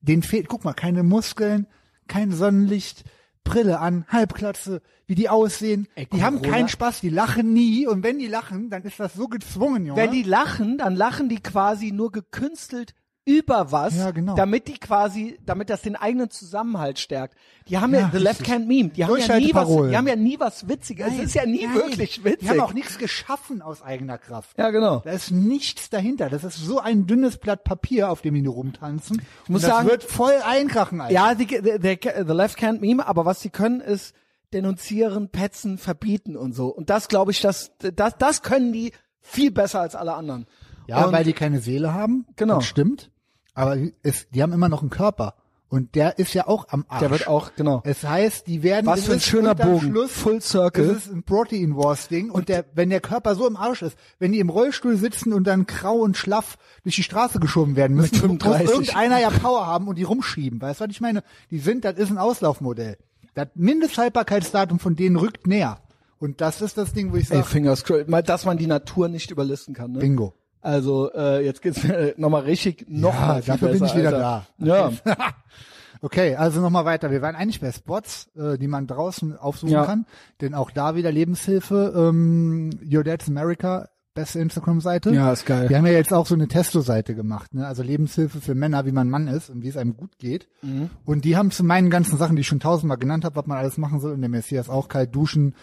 S1: Den fehlt, guck mal, keine Muskeln, kein Sonnenlicht, Brille an, Halbklatze, wie die aussehen.
S2: Ey,
S1: die haben
S2: Corona-
S1: keinen Spaß, die lachen nie. Und wenn die lachen, dann ist das so gezwungen, Junge.
S2: Wenn die lachen, dann lachen die quasi nur gekünstelt über was,
S1: Ja, genau.
S2: damit die quasi, damit das den eigenen Zusammenhalt stärkt. Die haben ja,
S1: Ja,
S2: The Left
S1: richtig.
S2: Can't Meme, die haben ja nie was,
S1: Durchhalteparolen.
S2: die haben ja nie was Witziges.
S1: Nein,
S2: es ist ja nie
S1: nein.
S2: wirklich witzig.
S1: Die haben auch nichts geschaffen aus eigener Kraft.
S2: ja, genau.
S1: Da ist nichts dahinter. Das ist so ein dünnes Blatt Papier, auf dem die nur rumtanzen. Ich
S2: muss
S1: und das
S2: sagen-
S1: wird voll einkrachen, Alter.
S2: Ja, die, der, der, The Left Can't Meme, aber was sie können ist denunzieren, petzen, verbieten und so. Und das glaube ich, das, das, das können die viel besser als alle anderen.
S1: Ja,
S2: und,
S1: weil die keine Seele haben.
S2: Genau.
S1: Das stimmt. Aber es, die haben immer noch einen Körper. Und der ist ja auch am Arsch.
S2: der wird auch, genau.
S1: Es heißt, die werden.
S2: Was
S1: es
S2: für ein
S1: ist
S2: schöner
S1: unterm
S2: Bogen.
S1: Schluss,
S2: Full Circle.
S1: Es ist ein Protein Wars Ding. Und der, wenn der Körper so im Arsch ist, wenn die im Rollstuhl sitzen und dann grau und schlaff durch die Straße geschoben werden müssen,
S2: 35.
S1: muss irgendeiner ja Power haben und die rumschieben. Weißt du, was ich meine? Die sind, das ist ein Auslaufmodell. Das Mindesthaltbarkeitsdatum von denen rückt näher. Und das ist das Ding, wo ich
S2: Ey,
S1: sage,
S2: Fingers crossed, Mal, dass man die Natur nicht überlisten kann. Ne?
S1: Bingo.
S2: Also äh, jetzt geht's mir [laughs] nochmal richtig noch
S1: Ja,
S2: mal viel
S1: dafür bin
S2: besser,
S1: ich wieder
S2: Alter.
S1: da.
S2: Ja,
S1: [laughs] Okay, also nochmal weiter. Wir waren eigentlich bei Spots, äh, die man draußen aufsuchen
S2: Ja.
S1: kann. Denn auch da wieder Lebenshilfe. Ähm, Your Dad's America, beste Instagram-Seite.
S2: Ja, ist geil.
S1: Wir haben ja jetzt auch so eine Testo-Seite gemacht. Ne? Also Lebenshilfe für Männer, wie man Mann ist und wie es einem gut geht.
S2: Mhm.
S1: Und die haben zu meinen ganzen Sachen, die ich schon tausendmal genannt habe, was man alles machen soll. Und der Messias auch kalt duschen.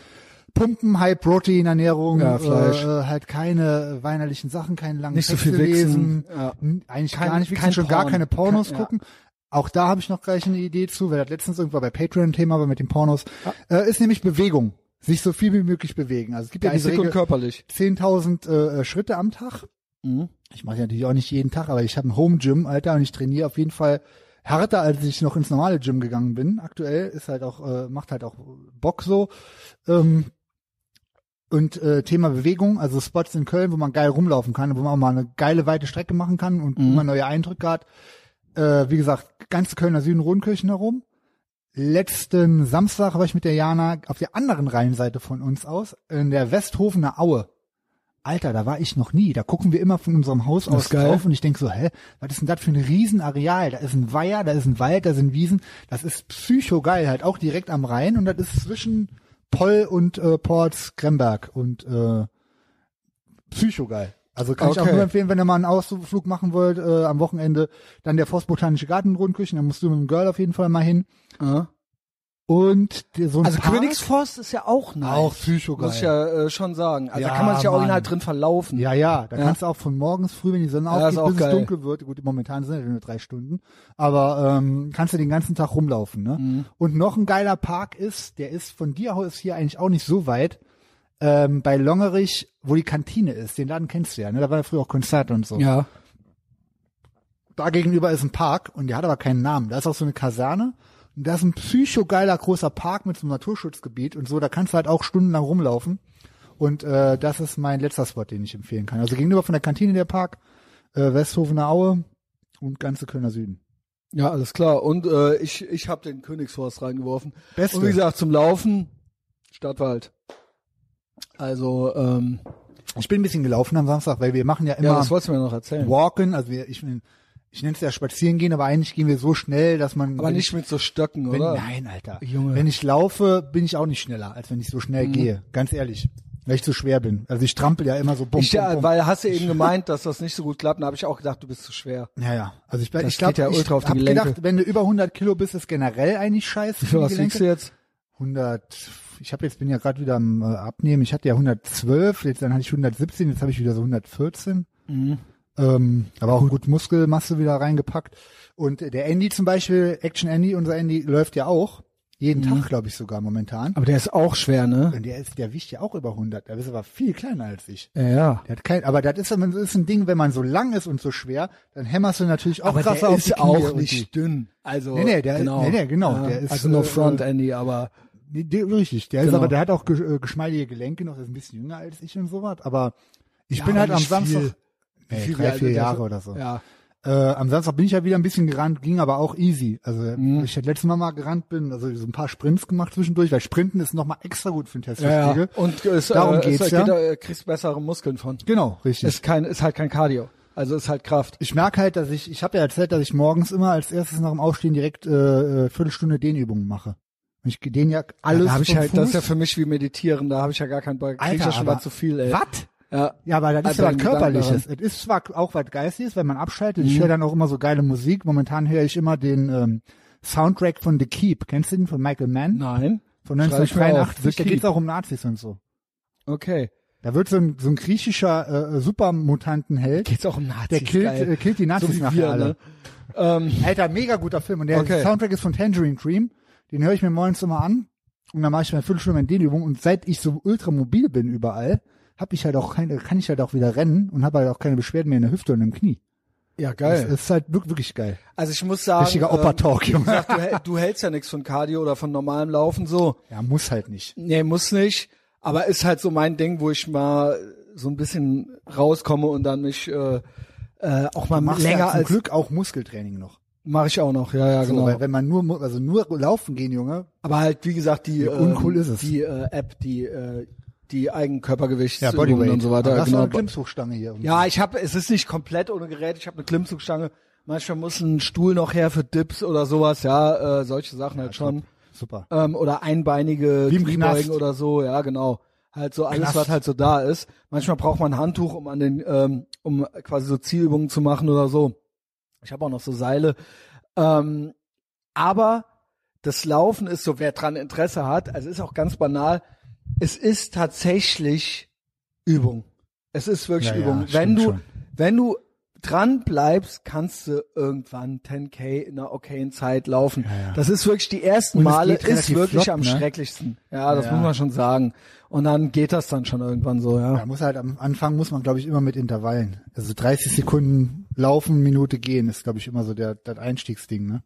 S1: Pumpen, High-Protein-Ernährung,
S2: Ja, Fleisch.
S1: Äh, halt keine weinerlichen Sachen, keine langen
S2: Nicht so viel
S1: Texte
S2: wichsen.
S1: lesen,
S2: Ja.
S1: N- eigentlich
S2: Kein-
S1: gar nicht wichsen,
S2: kein
S1: schon gar
S2: Porn.
S1: keine Pornos
S2: Kein- ja.
S1: gucken. Auch da habe ich noch gleich eine Idee zu, weil das letztens irgendwann bei Patreon ein Thema war mit den Pornos. Äh, ist nämlich Bewegung. Sich so viel wie möglich bewegen. Also es gibt ja diese
S2: geistig und
S1: Regel,
S2: körperlich.
S1: 10.000 äh, Schritte am Tag. Ich mache ja natürlich auch nicht jeden Tag, aber ich habe ein Home Gym, Alter, und ich trainiere auf jeden Fall härter, als ich noch ins normale Gym gegangen bin. Aktuell ist halt auch äh, macht halt auch Bock so. Ähm, und äh, Thema Bewegung, also Spots in Köln, wo man geil rumlaufen kann, wo man auch mal eine geile weite Strecke machen kann und wo man neue Eindrücke hat. Äh, wie gesagt, ganz Kölner Süden, Rodenkirchen herum. Letzten Samstag war ich mit der Jana auf der anderen Rheinseite von uns aus, in der Westhofener Aue. Alter, da war ich noch nie. Da gucken wir immer von unserem Haus aus
S2: ist geil.
S1: drauf und ich denk so, hä, was ist denn das für ein Riesenareal? Da ist ein Weiher, da ist ein Wald, da sind Wiesen. Das ist psycho geil, halt auch direkt am Rhein und das ist zwischen Poll und äh, Ports Gremberg und äh, psycho geil. Also kann ich
S2: Okay.
S1: auch nur empfehlen, wenn ihr mal einen Ausflug machen wollt äh, am Wochenende, dann der Forstbotanische Garten in Rundkirchen, da musst du mit dem Girl auf jeden Fall mal hin.
S2: Ja.
S1: Und der, so ein
S2: Also
S1: Park,
S2: Königsforst ist ja auch nice.
S1: Auch psycho
S2: muss ich
S1: geil.
S2: ja äh, schon sagen. Also da
S1: Ja,
S2: kann man sich ja original
S1: Mann.
S2: drin verlaufen.
S1: Ja, ja, da
S2: Ja.
S1: kannst du auch von morgens früh, wenn die Sonne
S2: Ja, ist
S1: aufgeht,
S2: auch
S1: bis
S2: geil.
S1: es dunkel wird. Gut, momentan sind es ja nur drei Stunden, aber ähm, kannst du den ganzen Tag rumlaufen. Ne?
S2: Mhm.
S1: Und noch ein geiler Park ist, der ist von dir aus hier eigentlich auch nicht so weit, ähm, bei Longerich, wo die Kantine ist. Den Laden kennst du ja, ne? da war ja früher auch Konzert und so.
S2: ja.
S1: Da gegenüber ist ein Park und der hat aber keinen Namen. Da ist auch so eine Kaserne und da ist ein psychogeiler großer Park mit so einem Naturschutzgebiet und so. Da kannst du halt auch stundenlang rumlaufen. Und äh, das ist mein letzter Spot, den ich empfehlen kann. Also gegenüber von der Kantine der Park, äh, Westhofener Aue und ganze Kölner Süden.
S2: Ja, alles klar. Und äh, ich, ich habe den Königsforst reingeworfen.
S1: Beste.
S2: Und wie gesagt, zum Laufen, Stadtwald. Also, ähm,
S1: Ich bin ein bisschen gelaufen am Samstag, weil wir machen ja immer
S2: ja, das wolltest du mir noch erzählen.
S1: Walken. Also wir, ich, ich nenne es ja spazieren gehen, aber eigentlich gehen wir so schnell, dass man
S2: Aber nicht mit so Stöcken,
S1: Wenn,
S2: oder?
S1: nein, Alter.
S2: Junge. Mhm.
S1: Wenn ich laufe, bin ich auch nicht schneller, als wenn ich so schnell gehe. Ganz ehrlich. Weil ich zu schwer bin. Also ich trampel ja immer so bumm,
S2: ich,
S1: bumm,
S2: ja,
S1: bumm.
S2: weil hast du eben gemeint, dass das nicht so gut klappt, da habe ich auch gedacht, du bist zu schwer.
S1: ja, ja. Also ich,
S2: Das
S1: ich glaube,
S2: geht ja
S1: ich
S2: ultra auf die
S1: hab
S2: Gelenke.
S1: gedacht, wenn du über 100 Kilo bist, ist generell eigentlich scheiße.
S2: Für
S1: die
S2: was
S1: Gelenke.
S2: liegst du jetzt?
S1: 100, ich habe jetzt, bin ja gerade wieder am äh, Abnehmen. Ich hatte ja 112, jetzt dann hatte ich 117, jetzt habe ich wieder so 114.
S2: Mhm.
S1: Ähm, aber auch gut Muskelmasse wieder reingepackt. Und äh, der Andy zum Beispiel, Action Andy, unser Andy, läuft ja auch. Jeden
S2: Mhm.
S1: Tag, glaube ich, sogar momentan.
S2: Aber der ist auch schwer, ne?
S1: Und der ist, der wiegt ja auch über 100. Der ist aber viel kleiner als ich.
S2: Ja, ja.
S1: Der hat kein, aber das ist, das ist ein Ding, wenn man so lang ist und so schwer, dann hämmerst du natürlich auch
S2: Aber
S1: krass
S2: der
S1: auf die
S2: ist
S1: Knie
S2: auch
S1: und die-
S2: nicht dünn. Also,
S1: Nee, nee, der-
S2: genau.
S1: nee, nee, genau,
S2: Ja,
S1: der ist,
S2: also no
S1: äh,
S2: front, Andy, aber
S1: Nee, der- richtig. Der
S2: Genau.
S1: ist aber, der hat auch ge- äh, geschmeidige Gelenke noch, der ist ein bisschen jünger als ich und sowas. Aber ich
S2: Ja,
S1: bin
S2: aber
S1: halt am
S2: nicht viel.
S1: Samstag, also nee,
S2: viel
S1: drei,
S2: wie
S1: vier
S2: alt
S1: Jahre
S2: der-
S1: oder so.
S2: ja.
S1: Äh, am Samstag bin ich ja wieder ein bisschen gerannt, ging aber auch easy. Also
S2: Mhm.
S1: ich hätte letztes Mal mal gerannt bin, also so ein paar Sprints gemacht zwischendurch, weil Sprinten ist nochmal extra gut für den
S2: Ja, ja.
S1: Testspiegel.
S2: Und äh, es,
S1: Darum
S2: äh,
S1: geht's,
S2: es,
S1: ja.
S2: geht, äh, kriegst bessere Muskeln von.
S1: Genau, richtig.
S2: Ist kein, ist halt kein Cardio. Also ist halt Kraft.
S1: ich merke halt, dass ich, ich habe ja erzählt, dass ich morgens immer als erstes nach dem Aufstehen direkt äh, äh, Viertelstunde Dehnübungen mache. Ich gehe den ja alles
S2: da habe ich
S1: vom
S2: halt,
S1: Fuß.
S2: das ist ja für mich wie meditieren, da habe ich ja gar keinen Bock. Krieg ich ja schon mal zu viel, ey.
S1: Was?
S2: Ja.
S1: Ja, aber das ist
S2: Also
S1: ja was
S2: ein Gedanke
S1: Körperliches. Es ist zwar auch was Geistiges, wenn man abschaltet.
S2: Mhm.
S1: Ich höre dann auch immer so geile Musik. Momentan höre ich immer den ähm, Soundtrack von The Keep. Kennst du den von Michael Mann?
S2: Nein.
S1: Von
S2: Schreib ich mir auf.
S1: 1983.
S2: The
S1: Da geht's
S2: Keep.
S1: auch um Nazis und so.
S2: Okay.
S1: Da wird so ein, so ein griechischer äh, Supermutantenheld.
S2: Geht's auch um Nazis?
S1: Der killt,
S2: geil.
S1: äh, killt die Nazis
S2: so wie
S1: nachher
S2: wir,
S1: alle.
S2: Ne? Ähm,
S1: Alter, mega guter Film. Und der
S2: Okay.
S1: Soundtrack ist von Tangerine Dream. Den höre ich mir morgens immer an. Und dann mache ich mir fünf Stunden meine Dehnübung. Und seit ich so ultra mobil bin überall, hab ich halt auch keine, kann ich halt auch wieder rennen und habe halt auch keine Beschwerden mehr in der Hüfte und im Knie.
S2: ja,
S1: Das
S2: geil.
S1: ist halt wirk- wirklich geil.
S2: Also ich muss sagen,
S1: Richtiger
S2: ähm,
S1: Opa-Talk,
S2: wie
S1: Junge.
S2: gesagt, du, hält- du hältst ja nichts von Cardio oder von normalem Laufen so.
S1: [laughs] Ja, muss halt nicht.
S2: Nee, muss nicht. Aber ist halt so mein Ding, wo ich mal so ein bisschen rauskomme und dann mich äh, äh, auch mal
S1: Machst
S2: länger
S1: ja zum
S2: als
S1: Glück auch Muskeltraining noch.
S2: mache ich auch noch. Ja, ja,
S1: So,
S2: genau.
S1: Weil wenn man nur, mu- also nur laufen gehen, Junge.
S2: Aber halt, wie gesagt, die,
S1: Wie uncool
S2: ähm,
S1: ist es?
S2: die äh, App, die, äh, die Eigenkörpergewicht und so
S1: Aber
S2: weiter.
S1: Das ist
S2: Genau.
S1: eine Klimmzugstange hier.
S2: Ja, ich habe, es ist nicht komplett ohne Gerät, ich habe eine Klimmzugstange. Manchmal muss ein Stuhl noch her für Dips oder sowas, ja, äh, solche Sachen halt schon.
S1: Super.
S2: Ähm, oder einbeinige
S1: Wie im
S2: Kniebeugen
S1: Knast.
S2: oder so, ja, genau. Halt so alles,
S1: Knast.
S2: was halt so da ist. Manchmal braucht man ein Handtuch, um an den, ähm, um quasi so Zielübungen zu machen oder so. Ich habe auch noch so Seile. Ähm, aber das Laufen ist so, wer dran Interesse hat, also ist auch ganz banal, es ist tatsächlich Übung. Es ist wirklich
S1: Ja, ja,
S2: Übung. wenn
S1: stimmt
S2: du,
S1: schon.
S2: wenn du dran bleibst, kannst du irgendwann 10k in einer okayen Zeit laufen.
S1: ja.
S2: Das ist wirklich die ersten
S1: Und es
S2: Male
S1: geht relativ
S2: ist wirklich
S1: flott,
S2: am
S1: ne?
S2: schrecklichsten. Ja, das
S1: Ja.
S2: muss man schon sagen. Und dann geht das dann schon irgendwann so, ja.
S1: Da muss halt am Anfang muss man, glaube ich, immer mit Intervallen. Also 30 Sekunden laufen, Minute gehen ist, glaube ich, immer so der das Einstiegsding. Ne?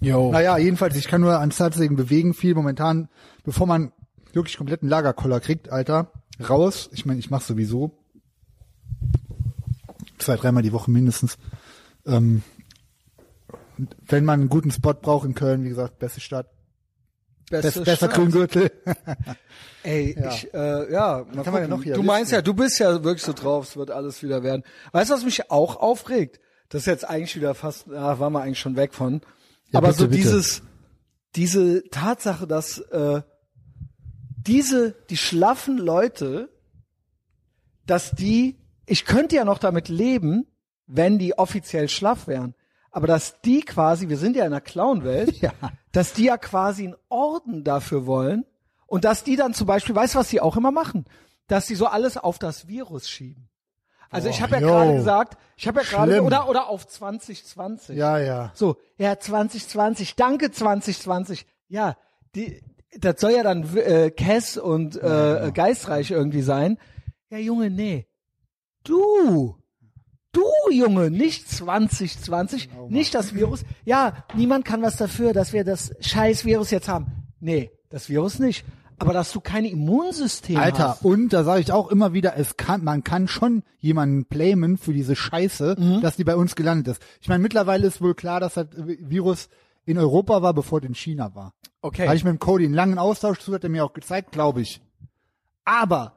S2: Jo.
S1: Naja, jedenfalls, ich kann nur ans Herz legen, bewegen viel momentan, bevor man wirklich kompletten Lagerkoller kriegt, Alter, raus. Ich meine, ich mache sowieso zwei, dreimal die Woche mindestens. Ähm, und wenn man einen guten Spot braucht in Köln, wie gesagt, beste Stadt, best, besser Grüngürtel. [laughs]
S2: Ey, ja. ich, äh, ja, mal
S1: kann man
S2: gucken.
S1: ja noch hier
S2: du
S1: listen.
S2: meinst ja, du bist ja wirklich so drauf, es wird alles wieder werden. Weißt du, was mich auch aufregt? Das ist jetzt eigentlich wieder fast, da waren wir eigentlich schon weg von.
S1: Ja,
S2: Aber
S1: bitte,
S2: so
S1: bitte.
S2: dieses, diese Tatsache, dass äh, diese, die schlaffen Leute, dass die, ich könnte ja noch damit leben, wenn die offiziell schlaff wären, aber dass die quasi, wir sind ja in einer Clown-Welt,
S1: [laughs] Ja.
S2: dass die ja quasi einen Orden dafür wollen und dass die dann zum Beispiel, weißt du, was sie auch immer machen? Dass sie so alles auf das Virus schieben. Also ich
S1: Boah,
S2: habe ja
S1: yo.
S2: gerade gesagt, ich habe ja gerade,
S1: Schlimm.
S2: oder, oder auf 2020.
S1: Ja, ja.
S2: So, ja, 2020, danke 2020. Ja, die, das soll ja dann äh, Kess und äh, Geistreich irgendwie sein. Ja, Junge, nee. Du, du, Junge, nicht 2020, nicht das Virus. Ja, niemand kann was dafür, dass wir das scheiß Virus jetzt haben. Nee, das Virus nicht. Aber dass du kein Immunsystem
S1: Alter,
S2: hast.
S1: und da sage ich auch immer wieder, es kann, man kann schon jemanden blamen für diese Scheiße,
S2: Mhm.
S1: dass die bei uns gelandet ist. Ich meine, mittlerweile ist wohl klar, dass das Virus in Europa war, bevor es in China war.
S2: Okay.
S1: Da hatte ich mit dem Cody einen langen Austausch zu, hat er mir auch gezeigt, glaube ich. Aber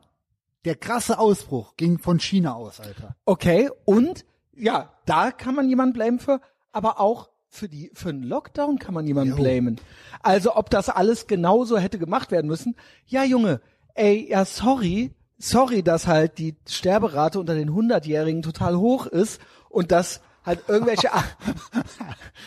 S1: der krasse Ausbruch ging von China aus, Alter.
S2: Okay, und ja, da kann man jemanden blamen für, aber auch für die für einen Lockdown kann man jemanden blamen. Also ob das alles genauso hätte gemacht werden müssen. Ja, Junge, ey, ja, sorry, sorry, dass halt die Sterberate unter den 100-jährigen total hoch ist und dass halt irgendwelche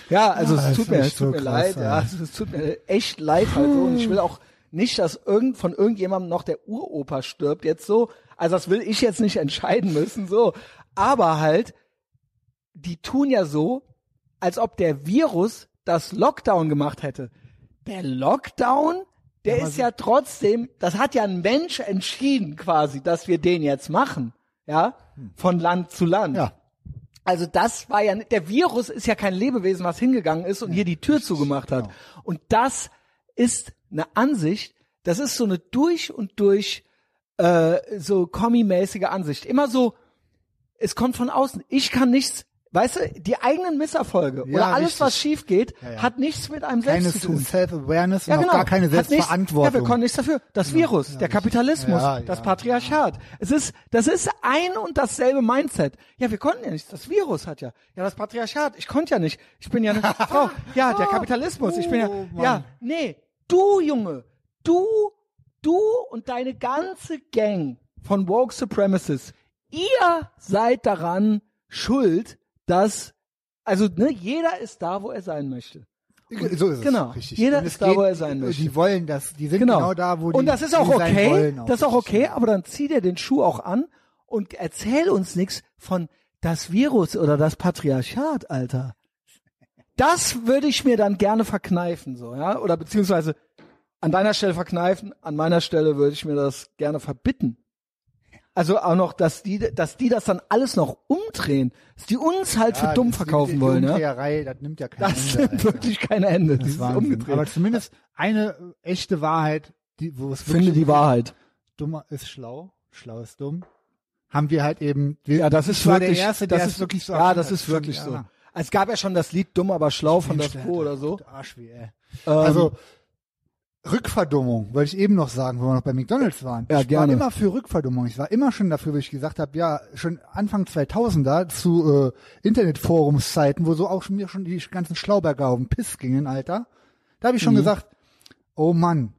S2: Ja, also
S1: Ja,
S2: es tut
S1: Ah, das
S2: mir,
S1: ist
S2: es tut
S1: so
S2: mir
S1: krass,
S2: leid, ja,
S1: Alter.
S2: also es tut mir echt leid halt so und ich will auch nicht, dass irgend von irgendjemandem noch der Uropa stirbt jetzt so. Also das will ich jetzt nicht entscheiden müssen so, aber halt die tun ja so, als ob der Virus das Lockdown gemacht hätte. Der Lockdown, der ist ja trotzdem, das hat ja ein Mensch entschieden quasi, dass wir den jetzt machen, ja, von Land zu Land.
S1: Hm. Ja.
S2: Also das war ja, der Virus ist ja kein Lebewesen, was hingegangen ist und hier die Tür zugemacht hat.
S1: genau.
S2: Und das ist eine Ansicht, das ist so eine durch und durch äh, so Kommi-mäßige Ansicht. Immer so, es kommt von außen. Ich kann nichts, weißt du, die eigenen Misserfolge
S1: Ja,
S2: oder alles,
S1: richtig.
S2: was schief geht,
S1: ja.
S2: hat nichts mit einem selbst
S1: Keine
S2: zu tun.
S1: Self-Awareness
S2: Ja,
S1: und
S2: genau.
S1: auch gar keine
S2: Hat nichts- Ja, wir
S1: Selbstverantwortung. Genau.
S2: konnten nichts dafür. Das Virus, der Kapitalismus,
S1: Ja,
S2: das
S1: ja.
S2: Patriarchat. Es ist, das ist ein und dasselbe Mindset. Ja, wir konnten ja nichts. Das Virus hat ja. Ja, das
S1: [laughs]
S2: Patriarchat. Ich konnte ja nicht. Ich bin ja eine Frau. Ja, der Kapitalismus. Ich bin ja.
S1: Oh, Mann.
S2: ja, nee. Du, Junge, du, du und deine ganze Gang von Woke Supremacists, ihr seid daran schuld, dass, also ne, jeder ist da, wo er sein möchte.
S1: So ist es.
S2: Genau.
S1: Richtig.
S2: Jeder
S1: Und es
S2: ist da, wo er sein
S1: die
S2: möchte.
S1: Die wollen das. Die sind genau,
S2: Genau.
S1: da, wo die
S2: und das ist auch
S1: die sein
S2: okay,
S1: wollen
S2: das ist auch
S1: richtig.
S2: okay, aber dann zieh dir den Schuh auch an und erzähl uns nichts von das Virus oder das Patriarchat, Alter. Das würde ich mir dann gerne verkneifen, so, ja, oder beziehungsweise an deiner Stelle verkneifen, an meiner Stelle würde ich mir das gerne verbitten. Also auch noch, dass die, dass die das dann alles noch umdrehen, dass die uns halt
S1: Ja,
S2: für dumm
S1: Ah, das- die,
S2: verkaufen
S1: die
S2: wollen, ja.
S1: Umdreherei, Das nimmt ja kein
S2: Das
S1: Ende,
S2: nimmt
S1: Alter.
S2: wirklich kein Ende.
S1: Das
S2: dieses
S1: ist Wahnsinn.
S2: Umgedreht.
S1: Aber zumindest eine äh, echte Wahrheit, die, wo es
S2: Finde
S1: wirklich
S2: die Wahrheit.
S1: Dummer ist schlau, schlau ist dumm. Haben wir halt eben. Wir,
S2: Ja, das ist
S1: ich war
S2: wirklich,
S1: der Erste,
S2: das
S1: der
S2: ist
S1: es wirklich so
S2: Ja,
S1: erkannt
S2: das
S1: hat.
S2: ist wirklich
S1: Schon,
S2: so.
S1: ja.
S2: Es gab ja schon das Lied Dumm aber schlau von das
S1: Mensch,
S2: Pro
S1: Alter,
S2: oder so.
S1: du Arsch wie, ey.
S2: Ähm,
S1: Also Rückverdummung, wollte ich eben noch sagen, wo wir noch bei McDonalds waren.
S2: Ja,
S1: ich
S2: gerne.
S1: war immer für Rückverdummung. Ich war immer schon dafür, weil ich gesagt habe, ja, schon Anfang 2000er zu äh, Internetforumszeiten, wo so auch schon mir schon die ganzen Schlauberger auf den Piss gingen, Alter. Da habe ich
S2: Mhm.
S1: schon gesagt, oh Mann,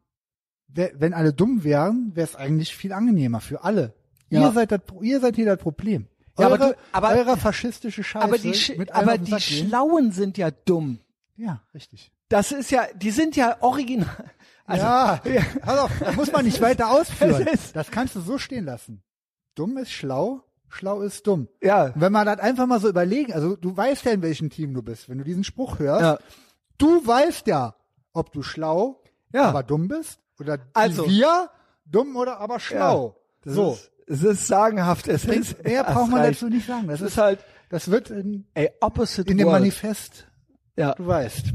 S1: wer- wenn alle dumm wären, wäre es eigentlich viel angenehmer für alle.
S2: Ja.
S1: Ihr seid das, Pro- ihr seid hier das Problem.
S2: Ja, aber
S1: eure,
S2: du- aber-
S1: eure faschistische Scheiße
S2: aber die, Sch-
S1: mit allem
S2: aber
S1: auf den
S2: die
S1: Sack gehen.
S2: Schlauen sind ja dumm.
S1: Ja, richtig.
S2: Das ist ja, die sind ja original. Also,
S1: ja, pass auf, das muss man
S2: [laughs]
S1: nicht weiter ausführen.
S2: Das ist-
S1: Das kannst du so stehen lassen. Dumm ist schlau, schlau ist dumm.
S2: Ja.
S1: Und wenn man das einfach mal so überlegen, also du weißt ja, in welchem Team du bist, wenn du diesen Spruch hörst.
S2: Ja.
S1: Du weißt ja, ob du schlau,
S2: Ja.
S1: aber dumm bist oder die
S2: Also-
S1: wir dumm oder aber schlau.
S2: das
S1: so,
S2: Ist, es ist sagenhaft. Es ist,
S1: mehr
S2: es
S1: braucht man
S2: reicht.
S1: dazu nicht sagen. Das
S2: Es ist
S1: ist,
S2: halt,
S1: das wird in,
S2: ey, opposite
S1: in dem
S2: world.
S1: Manifest
S2: Ja.
S1: Du weißt.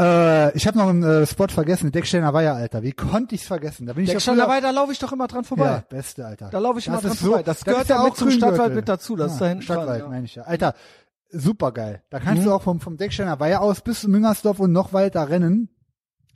S1: Äh, ich habe noch einen äh, Spot vergessen, Decksteiner Weiher, Alter. Wie konnte ich's vergessen? Da bin ich
S2: Der
S1: ja
S2: Stand dabei,
S1: früher-
S2: da laufe ich doch immer dran vorbei.
S1: Ja, beste, Alter.
S2: Da laufe ich immer
S1: Das
S2: dran
S1: ist
S2: vorbei. Das gehört
S1: ist
S2: ja
S1: auch
S2: mit zum
S1: Grüngürtel.
S2: Stadtwald mit dazu, das ist da hinten
S1: Stadtwald,
S2: dran, ja. Mhm.
S1: meine ich ja. Alter, super geil. Da kannst du auch vom, vom Decksteiner Weiher aus bis zum Müngersdorf und noch weiter rennen.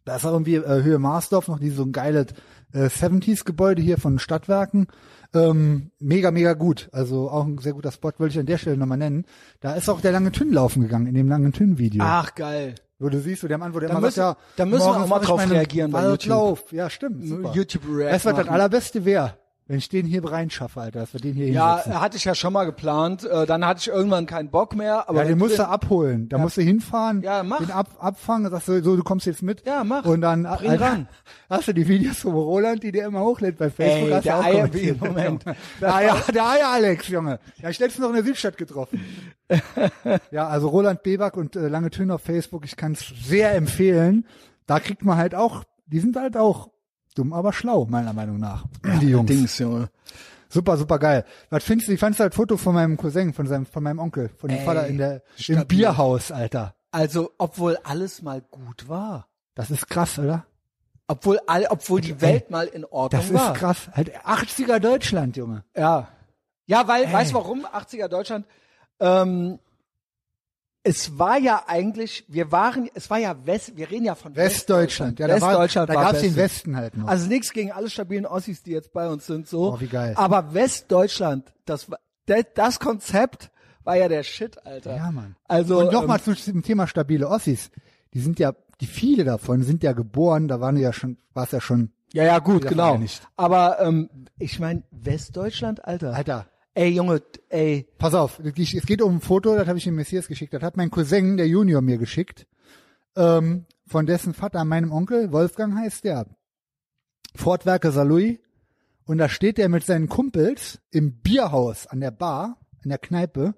S1: Da ist auch irgendwie äh, Höhe Marsdorf noch dieses so ein geiles äh, 70s-Gebäude hier von Stadtwerken. Ähm, mega, mega gut. Also auch ein sehr guter Spot, wollte ich an der Stelle nochmal nennen. Da ist auch der lange Tünn laufen gegangen, in dem langen Tünn-Video.
S2: Ach, geil.
S1: Wo du siehst, wo der Mann, wo der
S2: Ah. Da
S1: Mann
S2: müssen-
S1: sagt, ja,
S2: da müssen wir
S1: morgens
S2: auch mal
S1: mach ich
S2: drauf
S1: meinen
S2: reagieren bei YouTube. Hm,
S1: Waldlauf. Ja, stimmt. Super.
S2: YouTube React
S1: Weißt du, was das
S2: machen.
S1: allerbeste wäre? Wenn ich den hier reinschaffe, Alter, dass wir den hier
S2: Ja,
S1: hinsetzen.
S2: hatte ich ja schon mal geplant. Äh, Dann hatte ich irgendwann keinen Bock mehr. Aber
S1: Ja, den
S2: wenn-
S1: musst du abholen. Da musst du hinfahren,
S2: Ja, mach.
S1: den ab, abfangen, sagst du, so, du kommst jetzt mit.
S2: Ja, mach.
S1: Und dann
S2: Bring ran.
S1: hast du die Videos vom Roland, die der immer hochlädt bei Facebook.
S2: Ey,
S1: hast du
S2: der
S1: auch
S2: Eier-
S1: kommentiert. [laughs]
S2: Moment.
S1: Der Eier, der Eier Alex, Junge. Ja, ich letztens noch in der Südstadt getroffen.
S2: [laughs]
S1: ja, also Roland Beback und äh, Lange Töne auf Facebook, ich kann es sehr empfehlen. Da kriegt man halt auch, die sind halt auch dumm, aber schlau, meiner Meinung nach. Die Jungs.
S2: Dings, Junge.
S1: Super, super geil. Was findest du, wie fandst du das Foto von meinem Cousin, von seinem, von meinem Onkel, von dem
S2: Ey,
S1: Vater in der, im
S2: stabil.
S1: Bierhaus, Alter.
S2: Also, obwohl alles mal gut war.
S1: Das ist krass, oder?
S2: Obwohl, all, obwohl die Welt mal in Ordnung
S1: Das
S2: war.
S1: ist krass. Halt 80er Deutschland, Junge.
S2: Ja. Ja, weil, weißt du warum? 80er Deutschland. Ähm, es war ja eigentlich, wir waren, es war ja West, wir reden ja von
S1: Westdeutschland. Ja, da war-
S2: Westdeutschland
S1: da
S2: war
S1: gab's den
S2: Westen.
S1: Westen halt noch.
S2: Also nichts gegen alle stabilen Ossis, die jetzt bei uns sind, so.
S1: Oh, wie geil.
S2: Aber Westdeutschland, das, war- de- das Konzept war ja der Shit, Alter.
S1: Ja, Mann.
S2: Also,
S1: Und nochmal
S2: ähm,
S1: zum Thema stabile Ossis. Die sind ja, die viele davon sind ja geboren, da waren die ja schon, war es ja schon,
S2: ja, ja, gut,
S1: Ja,
S2: genau.
S1: ja, nicht.
S2: Aber, ähm, ich meine, Westdeutschland, Alter.
S1: Alter.
S2: Ey, Junge, ey.
S1: Pass auf, ich- es geht um ein Foto, das habe ich dem Messias geschickt. Das hat mein Cousin, der Junior, mir geschickt. Ähm, von dessen Vater, meinem Onkel, Wolfgang heißt der. Fortwerke Salui. Und da steht er mit seinen Kumpels im Bierhaus an der Bar, in der Kneipe,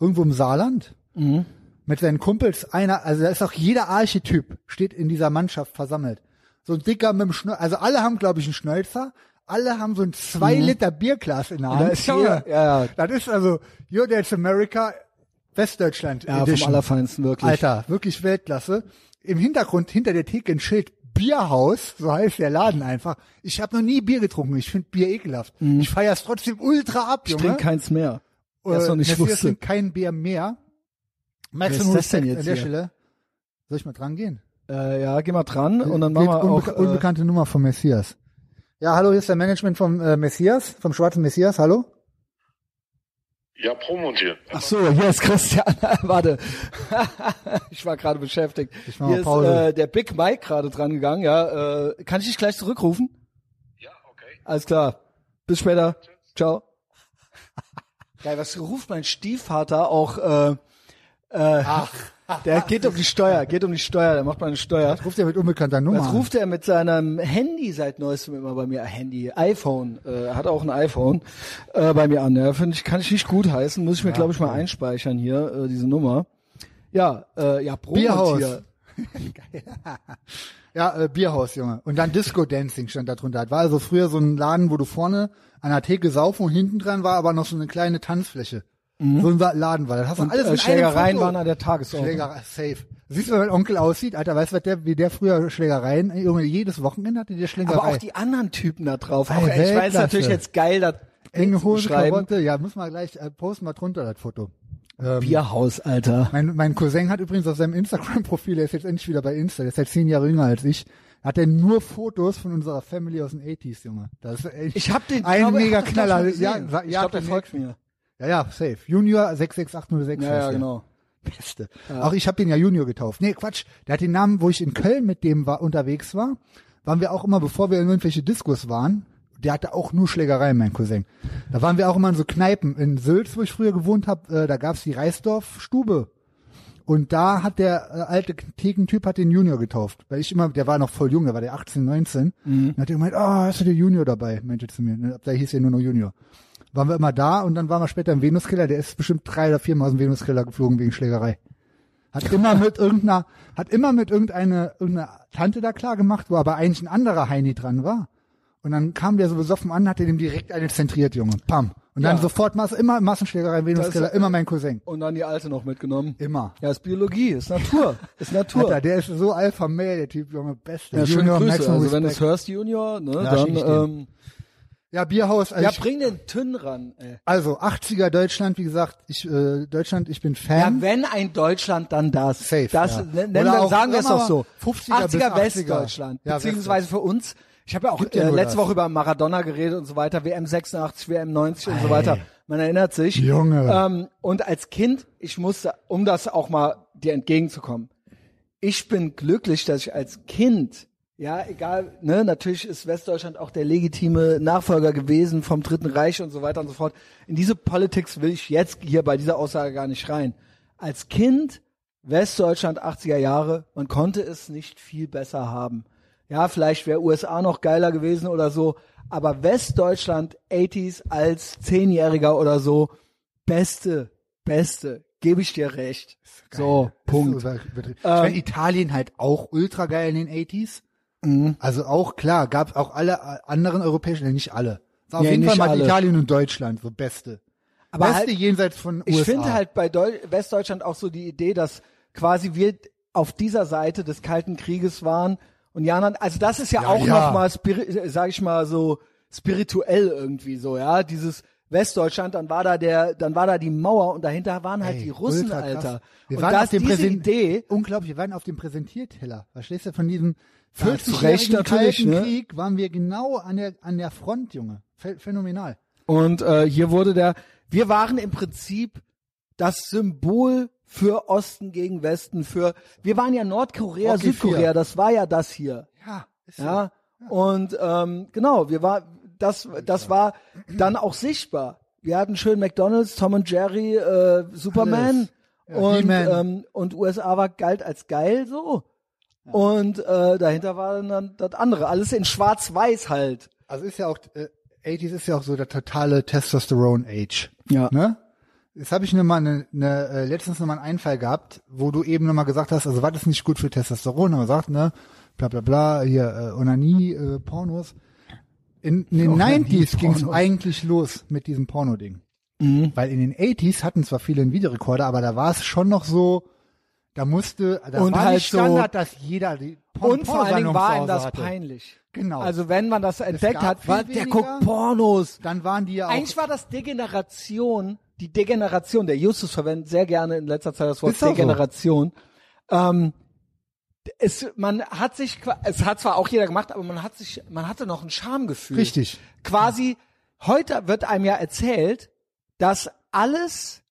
S1: irgendwo im Saarland.
S2: Mhm.
S1: Mit seinen Kumpels, einer, also da ist auch jeder Archetyp, steht in dieser Mannschaft versammelt. So ein dicker mit dem Schnäuzer, also alle haben, glaube ich, einen Schnäuzer, alle haben so ein zwei Liter Bierglas in der Hand.
S2: Mhm. ist jeder- ja, ja.
S1: Das ist also Your That's America, Westdeutschland
S2: Ja, vom
S1: Edition.
S2: Allerfeinsten, wirklich.
S1: Alter, wirklich Weltklasse. Im Hintergrund, hinter der Theke ein Schild Bierhaus, so heißt der Laden einfach. Ich habe noch nie Bier getrunken, ich finde Bier ekelhaft. Ich feier's trotzdem ultra ab,
S2: Mhm. Ich
S1: Junge.
S2: trinke keins mehr.
S1: Äh,
S2: das noch nicht
S1: Messias
S2: wusste.
S1: trinkt kein Bier mehr. Max
S2: Wer
S1: und
S2: ist das denn
S1: Respekt
S2: jetzt
S1: an der
S2: hier?
S1: Stelle. Soll ich mal dran gehen?
S2: Äh, ja, geh mal dran und dann machen
S1: Geht
S2: wir auch.
S1: unbe
S2: Äh,
S1: unbekannte Nummer vom Messias. Ja, hallo, hier ist der Management vom äh, Messias, vom schwarzen Messias, hallo.
S6: Ja, promontieren.
S2: Ach so, hier ist Christian. [laughs] Warte. ich war gerade beschäftigt.
S1: Ich mach mal
S2: Hier ist
S1: Pause.
S2: äh, der Big Mike gerade dran gegangen, ja. Äh, kann ich dich gleich zurückrufen?
S6: Ja, okay.
S2: Alles klar. Bis später. Ciao. [laughs] Geil, was ruft mein Stiefvater auch äh, äh, der geht um die Steuer, geht um die Steuer, der macht mal eine Steuer.
S1: Ruft er mit unbekannter Nummer
S2: Was
S1: an.
S2: ruft er mit seinem Handy seit neuestem immer bei mir? Ah, Handy, iPhone, äh, er hat auch ein iPhone äh, bei mir an. Ja, finde ich, kann ich nicht gut heißen. Muss ich mir, glaube ich, mal einspeichern hier, äh, diese Nummer. Ja, äh, ja, Brot
S1: Bierhaus.
S2: hier.
S1: Ja, äh, Bierhaus, Junge. Und dann Disco Dancing stand da drunter. Das war also früher so ein Laden, wo du vorne an der Theke saufen und hinten dran war aber noch so eine kleine Tanzfläche. So ein Sa- Laden war. Das hast du
S2: Mhm. Und,
S1: alles
S2: äh,
S1: in einem
S2: Schlägereien
S1: Foto.
S2: waren an der Tagesordnung.
S1: Schlägerei, safe. Siehst du, wie mein Onkel aussieht? Alter, weißt du, was der, wie der früher Schlägereien, Junge, jedes Wochenende hatte der Schlägerei.
S2: Aber auch die anderen Typen da drauf. Auch,
S1: Ey,
S2: ey, ich weiß
S1: Weltklasse.
S2: natürlich jetzt geil, das
S1: Enge Hose,
S2: beschreiben.
S1: Karotte, ja, müssen wir gleich, äh, posten mal drunter, das Foto. Ähm,
S2: Bierhaus, Alter.
S1: Mein, mein Cousin hat übrigens auf seinem Instagram-Profil, der ist jetzt endlich wieder bei Insta, der ist halt zehn Jahre jünger als ich, hat er nur Fotos von unserer Family aus den 80s, Junge. Das ist echt
S2: Ich hab den
S1: ein
S2: glaube,
S1: mega
S2: hab den, glaub ich,
S1: Knaller.
S2: mal
S1: Ja,
S2: gesehen.
S1: sa-
S2: ich
S1: ja,
S2: glaube, der
S1: den
S2: folgt
S1: nächsten.
S2: mir.
S1: Ja, ja, safe. Junior 66806.
S2: Ja,
S1: heißt
S2: ja,
S1: der.
S2: genau.
S1: Beste. Auch ich habe den ja Junior getauft. Nee, Quatsch. Der hat den Namen, wo ich in Köln mit dem war, unterwegs war, waren wir auch immer, bevor wir in irgendwelche Discos waren, der hatte auch nur Schlägereien, mein Cousin. Da waren wir auch immer in so Kneipen. In Sülz, wo ich früher gewohnt habe, äh, da gab's die Reisdorf-Stube. Und da hat der äh, alte Thekentyp hat den Junior getauft. Weil ich immer, der war noch voll jung, der war der 18, 19.
S2: Mhm.
S1: Und hat er gemeint, ah, hast du den Junior dabei, meinte er zu mir. Und ab da hieß er nur noch Junior. Waren wir immer da und dann waren wir später im Venuskiller. Der ist bestimmt drei oder viermal aus dem Venuskiller geflogen wegen Schlägerei. Hat
S2: [laughs]
S1: immer mit irgendeiner, hat immer mit irgendeiner, irgendeiner Tante da klar gemacht, wo aber eigentlich ein anderer Heini dran war. Und dann kam der so besoffen an, hat er dem direkt eine zentriert, Junge. Pam. Und dann
S2: Ja.
S1: sofort Mass, immer Massenschlägerei im Venuskiller,
S2: Das-
S1: immer mein Cousin.
S2: Und dann die alte noch mitgenommen.
S1: Immer.
S2: Ja, ist Biologie, ist [laughs] Natur, ist Natur.
S1: Alter, der ist so alpha male, der Typ, Junge, beste.
S2: ja, schöne Grüße.
S1: maximum
S2: Also wenn du es
S1: Respect.
S2: hörst, Junior, ne,
S1: Ja,
S2: dann,
S1: schick ich dir.
S2: ähm,
S1: ja, Bierhaus, also,
S2: ja,
S1: ich,
S2: bring den Tünn ran, ey.
S1: also 80er Deutschland, wie gesagt, ich, äh, Deutschland, ich bin
S2: Ja,
S1: Fan.
S2: wenn ein Deutschland, dann das.
S1: Safe,
S2: Das, ne,
S1: ja.
S2: nennen
S1: Oder
S2: wir,
S1: auch,
S2: sagen wir es
S1: sagen
S2: doch
S1: wir
S2: so.
S1: 50er bis 80er.
S2: Westdeutschland.
S1: Ja,
S2: beziehungsweise für uns. Ich habe ja auch
S1: Gibt ja
S2: äh,
S1: nur
S2: letzte
S1: das.
S2: Woche über Maradona geredet und so weiter, WM 86, WM 90 und so weiter. Man erinnert sich.
S1: Junge.
S2: Ähm, und als Kind, ich musste, um das auch mal dir entgegenzukommen, ich bin glücklich, dass ich als Kind, ja, egal, ne, natürlich ist Westdeutschland auch der legitime Nachfolger gewesen vom Dritten Reich und so weiter und so fort. In diese Politics will ich jetzt hier bei dieser Aussage gar nicht rein. Als Kind, Westdeutschland 80er Jahre, man konnte es nicht viel besser haben. Ja, vielleicht wäre USA noch geiler gewesen oder so, aber Westdeutschland 80s als Zehnjähriger oder so, beste, beste, gebe ich dir recht. So, Punkt. Ähm,
S1: Ist so übertrieben. ich mein, Italien halt auch ultra geil in den 80s.
S2: Mhm.
S1: Also auch klar, gab auch alle äh, anderen europäischen, äh, nicht alle. Ist Auf
S2: Nee,
S1: jeden Fall
S2: nicht
S1: mal
S2: alle.
S1: Italien und Deutschland, so beste.
S2: Aber
S1: beste
S2: halt-
S1: jenseits von USA.
S2: Ich finde halt bei Deu Westdeutschland auch so die Idee, dass quasi wir auf dieser Seite des Kalten Krieges waren und die anderen, also das ist ja, auch
S1: ja.
S2: nochmal, sage äh, ich mal so spirituell irgendwie so, ja, dieses Westdeutschland, dann war da der, dann war da die Mauer und dahinter waren halt
S1: Ey,
S2: die Russen,
S1: ultra krass.
S2: Alter.
S1: Wir
S2: und
S1: waren
S2: das
S1: auf dem
S2: diese
S1: Präsen-
S2: Idee,
S1: Unglaublich, wir waren auf dem Präsentierteller. Verstehst du, von diesem
S2: Ja, zu Recht
S1: 40-jährigen
S2: natürlich,
S1: Kalten
S2: ne?
S1: Krieg waren wir genau an der, an der Front, Junge. Ph phänomenal.
S2: Und äh, hier wurde der, wir waren im Prinzip das Symbol für Osten gegen Westen, für, wir waren ja Nordkorea,
S1: Rocky
S2: Südkorea,
S1: vier.
S2: das war ja das hier.
S1: Ja, ist so.
S2: Ja. Und ähm, genau, wir war, das, das war dann auch sichtbar. Wir hatten schön McDonalds, Tom und Jerry, äh, Superman
S1: Ja,
S2: und,
S1: He-Man.
S2: ähm, und USA war galt als geil so. Und äh, dahinter war dann das andere. Alles in Schwarz-Weiß halt.
S1: Also ist ja auch, äh, 80s ist ja auch so der totale Testosterone-Age.
S2: Ja.
S1: Ne? Jetzt habe ich noch mal eine, eine, äh, letztens noch mal einen Einfall gehabt, wo du eben noch mal gesagt hast, also was ist nicht gut für Testosteron? Haben wir gesagt, ne, bla bla bla, hier äh, Onanie, äh, Pornos. In, in den
S2: Onanie,
S1: 90s ging es
S2: Pornos. Mhm.
S1: eigentlich los mit diesem Porno-Ding. Weil in den 80s hatten zwar viele einen Videorekorder, aber da war es schon noch so, da musste, da
S2: Und
S1: war
S2: halt
S1: nicht
S2: so-
S1: Standard, dass jeder die Porn
S2: Und vor allen Dingen
S1: Pornosendung
S2: war
S1: zu
S2: ihm
S1: Hause
S2: das
S1: hatte.
S2: peinlich.
S1: Genau.
S2: Also wenn man das entdeckt
S1: gab
S2: hat,
S1: viel
S2: war, der
S1: weniger.
S2: guckt Pornos.
S1: Dann waren die ja auch
S2: Eigentlich war das Degeneration, die Degeneration, der Justus verwendet sehr gerne in letzter Zeit das Wort
S1: Ist auch so.
S2: Degeneration. Ähm, es, man hat sich, qua- es hat zwar auch jeder gemacht, aber man hat sich, man hatte noch ein Schamgefühl.
S1: Richtig.
S2: Quasi, heute wird einem ja erzählt, dass alles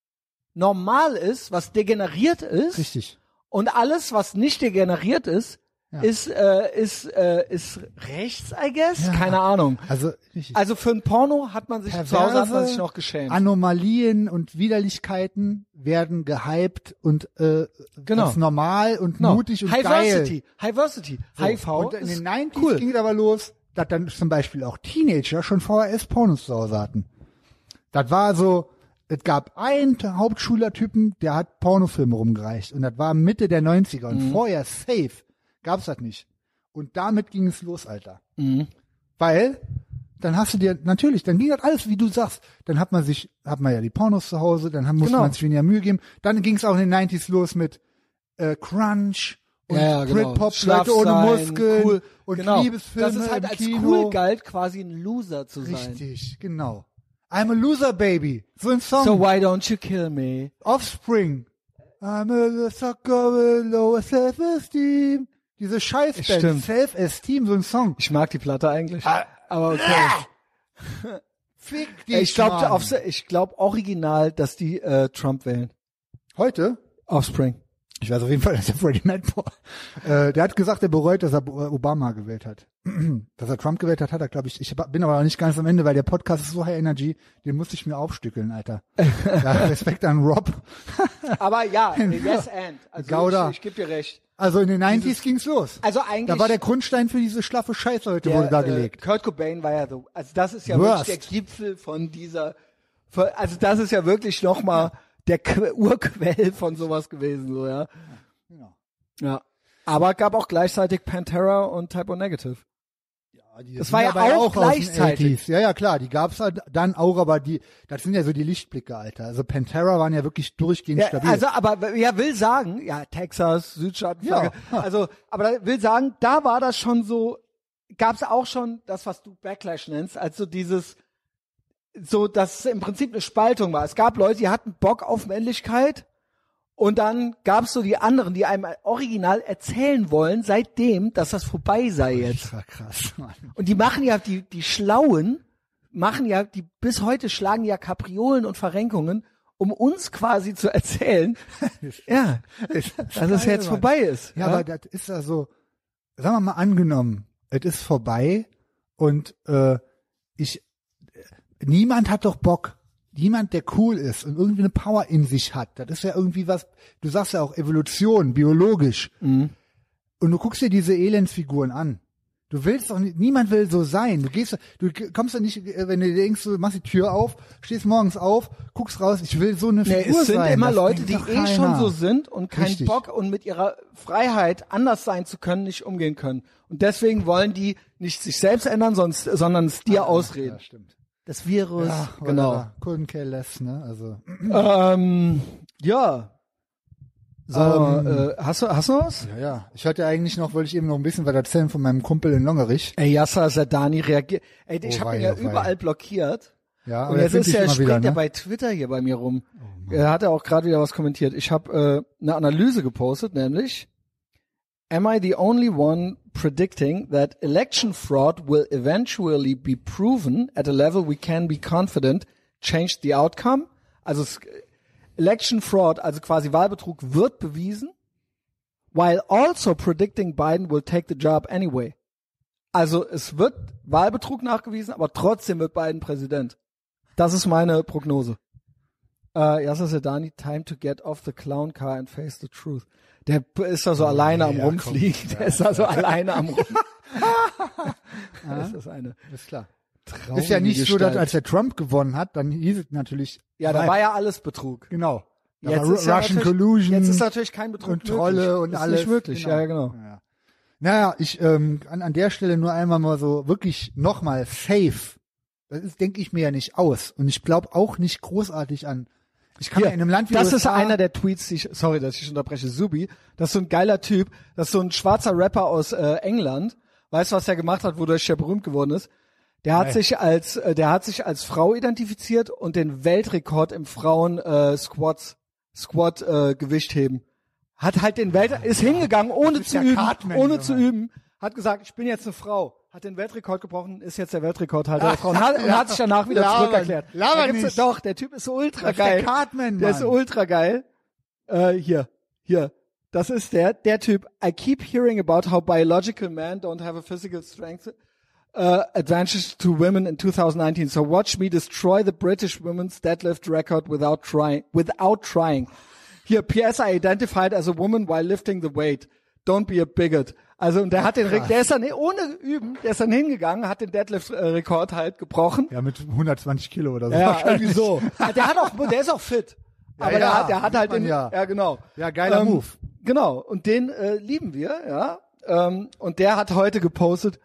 S2: normal ist, was degeneriert ist.
S1: Richtig.
S2: Und alles, was nicht degeneriert ist,
S1: Ja.
S2: ist, äh, ist, äh, ist rechts, I guess? Keine Ahnung.
S1: Also, richtig.
S2: Also für ein Porno hat man sich zu Hause hat man sich noch geschämt.
S1: Anomalien und Widerlichkeiten werden gehypt und äh,
S2: Genau.
S1: als normal und
S2: Genau.
S1: mutig und geil.
S2: Hiversity, Hiversity,
S1: So.
S2: HIV
S1: Und in
S2: ist
S1: den 90s
S2: cool.
S1: ging es aber los, dass dann zum Beispiel auch Teenager schon VHS-Pornos zu Hause hatten. Das war so, es gab einen Hauptschülertypen, der hat Pornofilme rumgereicht. Und das war Mitte der 90er.
S2: Mhm.
S1: Und vorher, safe, gab's das nicht. Und damit ging es los, Alter.
S2: Mhm.
S1: Weil, dann hast du dir, natürlich, dann ging das alles, wie du sagst. Dann hat man sich, hat man ja die Pornos zu Hause, dann haben- musste
S2: Genau.
S1: man sich weniger Mühe geben. Dann ging's auch in den 90s los mit äh, Crunch und
S2: Ja, ja, genau.
S1: Britpop,
S2: Schlaff
S1: Leute ohne
S2: sein,
S1: Muskeln
S2: cool.
S1: und
S2: genau.
S1: Liebesfilme
S2: Das ist halt
S1: im
S2: als
S1: Kino.
S2: cool galt, quasi ein Loser zu sein.
S1: Richtig, genau. I'm a loser baby. So ein Song.
S2: So why don't you kill me?
S1: Offspring. I'm a sucker with low self-esteem. Diese Scheißband.
S2: Stimmt.
S1: Self-esteem, so ein Song.
S2: Ich mag die Platte eigentlich.
S1: Ah.
S2: Aber okay.
S1: Fick dich,
S2: Ich glaube
S1: Mann.
S2: auf, ich glaub original, dass die äh, Trump wählen.
S1: Heute? [laughs]
S2: Offspring.
S1: Ich weiß auf jeden Fall, dass der Freddie Nightmare, äh, der hat gesagt, er bereut, dass er Bo- äh, Obama gewählt hat. [clears throat] dass er Trump gewählt hat, hat er, glaube ich, ich hab- bin aber noch nicht ganz am Ende, weil der Podcast ist so high energy, den musste ich mir
S2: [laughs]
S1: aufstückeln, Alter. ja, Respekt an Rob.
S2: Aber ja, yes and. Also
S1: Gouda.
S2: ich, ich geb dir recht.
S1: Also in den 90s ging's los.
S2: Also eigentlich.
S1: Da war der Grundstein für diese schlaffe Scheiße heute
S2: der,
S1: wurde da
S2: äh,
S1: gelegt.
S2: Kurt Cobain war ja so, also das ist ja
S1: Worst.
S2: wirklich der Gipfel von dieser, von, also das ist ja wirklich nochmal der Que- Urquell von sowas gewesen, so, ja. Ja. Aber gab auch gleichzeitig Pantera und Type O Negative. das war ja
S1: Sind aber
S2: auch
S1: aus den
S2: gleichzeitig.
S1: 80s. Ja, ja, klar, die gab's halt dann auch, aber die, das sind ja so die Lichtblicke, Alter. Also Pantera waren ja wirklich durchgehend
S2: Ja,
S1: stabil.
S2: also, aber ja, will sagen, ja, Texas, Südstaatenflagge,
S1: Ja.
S2: also, aber da, will sagen, da war das schon so, gab's auch schon das, was du Backlash nennst, also dieses, so, dass es im Prinzip eine Spaltung war. Es gab Leute, die hatten Bock auf Männlichkeit und dann gab's so die anderen, die einem original erzählen wollen, seitdem, dass das vorbei sei jetzt.
S1: das war krass, Mann.
S2: Und die machen ja, die, die Schlauen machen ja, die bis heute schlagen ja Kapriolen und Verrenkungen, um uns quasi zu erzählen, ja, dass es
S1: geil,
S2: jetzt
S1: Mann.
S2: vorbei ist. ne?
S1: Ja, aber das ist ja so, sagen wir mal angenommen, es ist vorbei und äh, ich, niemand hat doch Bock. Niemand, der cool ist und irgendwie eine Power in sich hat. Das ist ja irgendwie was, du sagst ja auch Evolution, biologisch.
S2: Mhm.
S1: Und du guckst dir diese Elendsfiguren an. Du willst doch nicht, niemand will so sein. Du gehst, du kommst ja nicht, äh, wenn du denkst, du machst die Tür auf, stehst morgens auf, guckst raus, ich will so eine
S2: Nee,
S1: Figur
S2: es sind
S1: sein.
S2: immer
S1: Das
S2: Leute,
S1: denkt
S2: die eh
S1: doch
S2: schon
S1: keiner.
S2: so sind und keinen
S1: Richtig.
S2: Bock und mit ihrer Freiheit, anders sein zu können, nicht umgehen können. Und deswegen wollen die nicht sich selbst ändern, sonst, sondern es dir ausreden.
S1: Ja, stimmt.
S2: Das Virus.
S1: Ja,
S2: genau.
S1: whatever. Couldn't care less, ne? Also,
S2: Ähm, ja. So,
S1: Ähm.
S2: äh, hast du, hast du was?
S1: ja, ja. Ich hatte eigentlich noch, wollte ich eben noch ein bisschen was erzählen von meinem Kumpel in Longerich.
S2: Ey, Yasser Sadani reagiert. Ey, ich
S1: Oh,
S2: hab ihn
S1: wei,
S2: ja
S1: oh, wei.
S2: überall blockiert.
S1: Ja, aber
S2: und jetzt
S1: der findet
S2: ist
S1: dich
S2: er,
S1: immer
S2: springt
S1: wieder,
S2: er
S1: ne? Oh
S2: bei Twitter hier bei mir rum. er hat ja auch gerade wieder was kommentiert. Ich habe äh, eine Analyse gepostet, nämlich Am I the only one predicting that election fraud will eventually be proven at a level we can be confident changed the outcome? Also es, Election fraud, also quasi Wahlbetrug, wird bewiesen, while also predicting Biden will take the job anyway. Also es wird Wahlbetrug nachgewiesen, aber trotzdem wird Biden Präsident. Das ist meine Prognose. Äh, Yasser Sedani, time to get off the clown car and face the truth. Der p- ist da so
S1: Oh,
S2: alleine am Rumfliegen. Der ist da so alleine am
S1: [laughs]
S2: Rum. [laughs] das ist eine
S1: Ist klar.
S2: traurige
S1: Ist ja nicht so, dass
S2: Gestalt.
S1: als der Trump gewonnen hat, dann hieß es natürlich.
S2: Ja, da war ja alles Betrug.
S1: Genau. Da
S2: Jetzt
S1: war
S2: ist
S1: Ru-
S2: ja
S1: Russian
S2: natürlich-
S1: Collusion.
S2: Jetzt ist natürlich kein Betrug
S1: und Trolle
S2: möglich.
S1: und
S2: ist
S1: alles.
S2: Nicht wirklich,
S1: Genau.
S2: ja genau.
S1: Naja, ich ähm, an, an der Stelle nur einmal mal so wirklich nochmal safe. Das ist, denke ich mir ja nicht aus. Und ich glaube auch nicht großartig an. Ich kann ja, in einem Land wie
S2: das ist
S1: USA,
S2: einer der Tweets, die ich, sorry, dass ich unterbreche, Subi, das ist so ein geiler Typ, das ist so ein schwarzer Rapper aus äh, England. Weißt du, was der gemacht hat, wodurch der berühmt geworden ist? Der hat sich als äh, der hat sich als Frau identifiziert und den Weltrekord im Frauen äh, Squats Squat äh, Gewicht heben. Hat halt den Welt ist hingegangen ohne
S1: bist
S2: zu
S1: ja
S2: üben,
S1: Cartman,
S2: ohne zu
S1: Junge.
S2: üben, hat gesagt, ich bin jetzt eine Frau. Hat hat den Weltrekord gebrochen, ist jetzt der Weltrekordhalter
S1: [laughs]
S2: der Frauen und hat, und hat sich danach wieder
S1: Laber-
S2: zurückerklärt.
S1: laber
S2: Da gibt's-
S1: nicht.
S2: Doch, der Typ ist ultra
S1: Das ist der
S2: geil.
S1: Cartman,
S2: der
S1: Mann.
S2: ist ultra geil. Äh, hier, hier. Das ist der, der Typ. I keep hearing about how biological men don't have a physical strength uh, advantage to women in 2019. So watch me destroy the British women's deadlift record without trying. Without trying. Hier, PS, I identified as a woman while lifting the weight. Don't be a bigot. Also, und der hat den, Re- der ist dann, ohne Üben, der ist dann hingegangen, hat den Deadlift-Rekord halt gebrochen.
S1: Ja, mit 120 Kilo oder so.
S2: Ja,
S1: [laughs] wahrscheinlich.
S2: irgendwie so. Ah, [laughs] Der hat auch, der ist auch fit. Aber der,
S1: ja,
S2: hat, der hat
S1: sieht
S2: halt
S1: man
S2: den,
S1: ja.
S2: ja. genau.
S1: Ja, geiler Move.
S2: Genau. Und den äh, lieben wir, ja. Ähm, und der hat heute gepostet,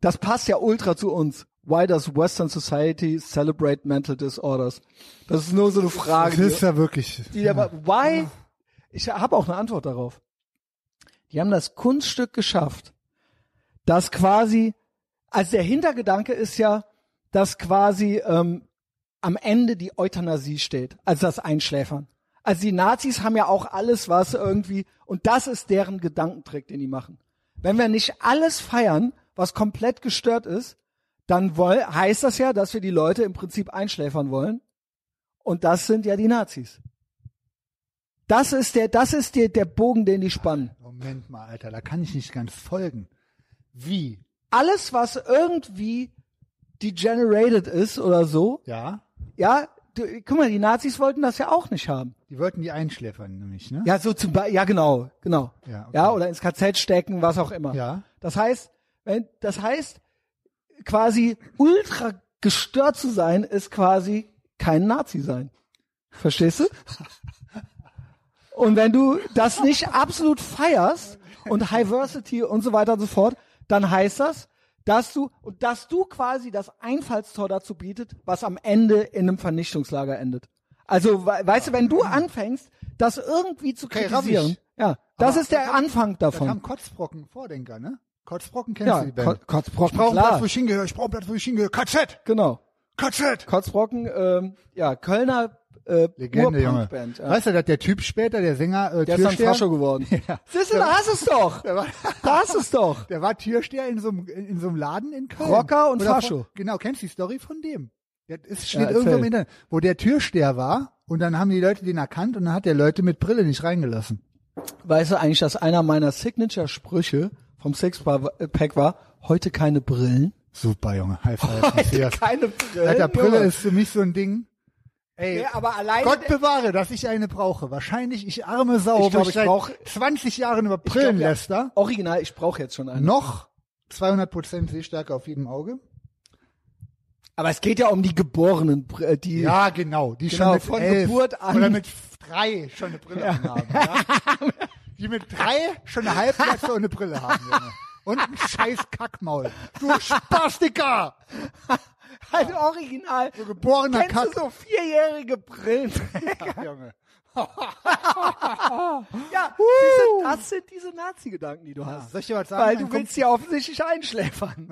S2: das passt ja ultra zu uns. Why does Western Society celebrate mental disorders? Das ist nur so eine Frage.
S1: Das ist ja wirklich.
S2: Die, die aber, why? Ich habe auch eine Antwort darauf. Die haben das Kunststück geschafft, dass quasi, also der Hintergedanke ist ja, dass quasi ähm, am Ende die Euthanasie steht, also das Einschläfern. Also die Nazis haben ja auch alles, was irgendwie, und das ist deren Gedankentrick, den die machen. Wenn wir nicht alles feiern, was komplett gestört ist, dann woll, heißt das ja, dass wir die Leute im Prinzip einschläfern wollen. Und das sind ja die Nazis. Das ist der, das ist der, der Bogen, den die spannen.
S1: Moment mal, Alter, da kann ich nicht ganz folgen. Wie?
S2: Alles, was irgendwie degenerated ist oder so,
S1: Ja?
S2: ja, du, guck mal, die Nazis wollten das ja auch nicht haben.
S1: Die wollten die einschläfern, nämlich, ne?
S2: Ja, so zum Beispiel, ja, genau, genau.
S1: Ja, okay.
S2: oder ins KZ stecken, was auch immer.
S1: Ja.
S2: Das heißt, wenn, das heißt, quasi ultra gestört zu sein, ist quasi kein Nazi sein. Verstehst du? Und wenn du das nicht absolut feierst und Diversity und so weiter und so fort, dann heißt das, dass du, und dass du quasi das Einfallstor dazu bietet, was am Ende in einem Vernichtungslager endet. Also, we weißt du, wenn du anfängst, das irgendwie zu
S1: Okay,
S2: kritisieren,
S1: Rabisch.
S2: ja, das
S1: Aber
S2: ist der
S1: da kam-
S2: Anfang
S1: Da kam
S2: davon.
S1: Kotzbrocken, Vordenker, ne? Kotzbrocken kennst
S2: Ja,
S1: du die
S2: Ko-
S1: Band?
S2: Kotzbrocken,
S1: ich brauche einen
S2: klar.
S1: Platz, wo ich hingehöre. Ich brauche einen Platz, wo ich hingehöre. KZ!
S2: Genau.
S1: KZ!
S2: Kotzbrocken, ähm, ja, Kölner äh,
S1: Legende, Junge.
S2: Urpunkband, Ja.
S1: Weißt du, dass der Typ später, der Sänger, äh,
S2: Der ist dann
S1: Türsteher,
S2: Fascho
S1: [laughs]
S2: geworden. Ja. Siehst du, da hast du es doch. Da hast du es doch.
S1: der war Türsteher in so einem, in so einem Laden in Köln.
S2: Rocker und
S1: Wo davon-
S2: Fascho.
S1: Genau, kennst du die Story von dem? Das ist, steht
S2: erzähl.
S1: irgendwo im Internet, wo der Türsteher war und dann haben die Leute den erkannt und dann hat der Leute mit Brille nicht reingelassen.
S2: Weißt du eigentlich, dass einer meiner Signature-Sprüche vom Sixpack war, heute keine Brillen?
S1: Super, Junge.
S2: [laughs]
S1: High five. Matthias.
S2: Keine Brillen,
S1: Alter, Brille
S2: Junge.
S1: ist für mich so ein Ding. Ey,
S2: Nee, aber alleine...
S1: Gott bewahre, dass ich eine brauche. Wahrscheinlich ich arme Sau,
S2: Ich glaub, ich
S1: wo ich seit
S2: brauch-
S1: 20 Jahren über
S2: Ich glaub, ja,
S1: Brillenläster.
S2: Original, ich brauche jetzt schon einen.
S1: Noch 200% Sehstärke auf jedem Auge.
S2: Aber es geht ja um die geborenen, Br- äh, die... [laughs]
S1: Ja, genau. Die
S2: Genau,
S1: schon mit
S2: von
S1: elf
S2: Geburt an.
S1: oder mit drei schon eine Brille haben. Ja?
S2: [laughs]
S1: Die mit drei schon eine Halbklasse und eine Brille haben. Junge. Und ein scheiß Kackmaul. Du Spastiker!
S2: Halt original.
S1: Du geborener
S2: Kennst
S1: Kack. [laughs]
S2: du so vierjährige Brillen? [laughs]
S1: Junge.
S2: ja, siehst du, das sind diese Nazi-Gedanken, die du hast.
S1: Soll ich dir was sagen?
S2: Weil
S1: Mein
S2: du
S1: Kumpel-
S2: willst ja offensichtlich einschläfern.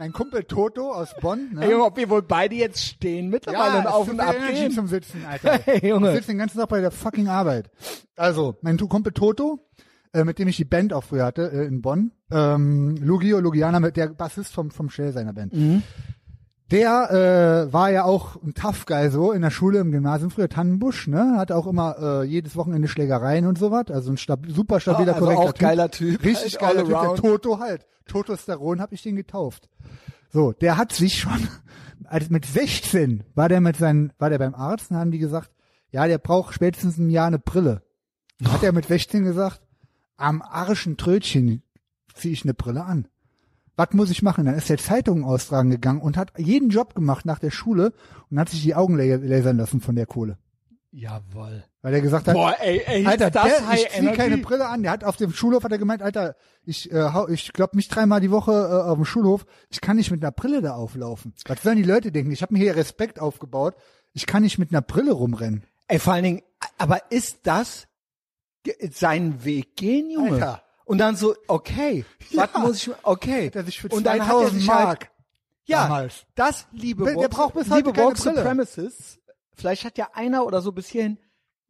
S1: Mein Kumpel Toto aus Bonn, ne?
S2: Ey, Junge, ob wir wohl beide jetzt stehen mittlerweile und
S1: es
S2: auf
S1: tut
S2: und
S1: mir
S2: ab
S1: Energy
S2: gehen.
S1: zum Sitzen,
S2: [laughs]
S1: Alter.
S2: Hey, Junge.
S1: Ich sitze den ganzen Tag bei der fucking Arbeit. Also, mein Tu- Kumpel Toto, äh, mit dem ich die Band auch früher hatte, äh, in Bonn, ähm, Lugio Lugiana, mit der Bassist vom, vom Shell seiner Band. Der äh, war ja auch ein Tough Guy so in der Schule, im Gymnasium früher, Tannenbusch, ne? Hatte auch immer äh, jedes Wochenende Schlägereien und sowas. Also ein stab super stabiler,
S2: Ah, also
S1: korrekter
S2: auch geiler Typ.
S1: Richtig
S2: Halt all
S1: geiler Typ, der
S2: around.
S1: Toto halt. Toto Staron habe ich den getauft. So, der hat sich schon, [laughs] als mit 16 war der mit seinen, war der beim Arzt und haben die gesagt, ja, der braucht spätestens ein Jahr eine Brille. Hat er mit 16 gesagt, am arischen Trötchen ziehe ich eine Brille an. Was muss ich machen? Dann ist er Zeitungen austragen gegangen und hat jeden Job gemacht nach der Schule und hat sich die Augen la- lasern lassen von der Kohle.
S2: Jawohl.
S1: Weil er gesagt hat,
S2: Boah, ey, ey,
S1: Alter,
S2: ist das
S1: der,
S2: High
S1: ich zieh
S2: Energy?
S1: keine Brille an. Der hat auf dem Schulhof hat er gemeint, Alter, ich äh, hau- ich glaube mich dreimal die Woche äh, auf dem Schulhof. Ich kann nicht mit einer Brille da auflaufen. Was sollen die Leute denken? Ich habe mir hier Respekt aufgebaut. Ich kann nicht mit einer Brille rumrennen.
S2: Ey, vor allen Dingen, aber ist das ge- seinen Weg gehen, Junge?
S1: Alter.
S2: Und dann so, [laughs] okay,
S1: Ja.
S2: was muss ich, okay.
S1: Hat er sich für
S2: und dann hat er
S1: 2000
S2: sich
S1: Mark.
S2: halt, ja,
S1: damals.
S2: das, liebe
S1: Der- der
S2: Woke-
S1: braucht bis heute
S2: liebe
S1: keine
S2: Woke
S1: Brille.
S2: Supremacists, vielleicht hat ja einer oder so bis hierhin,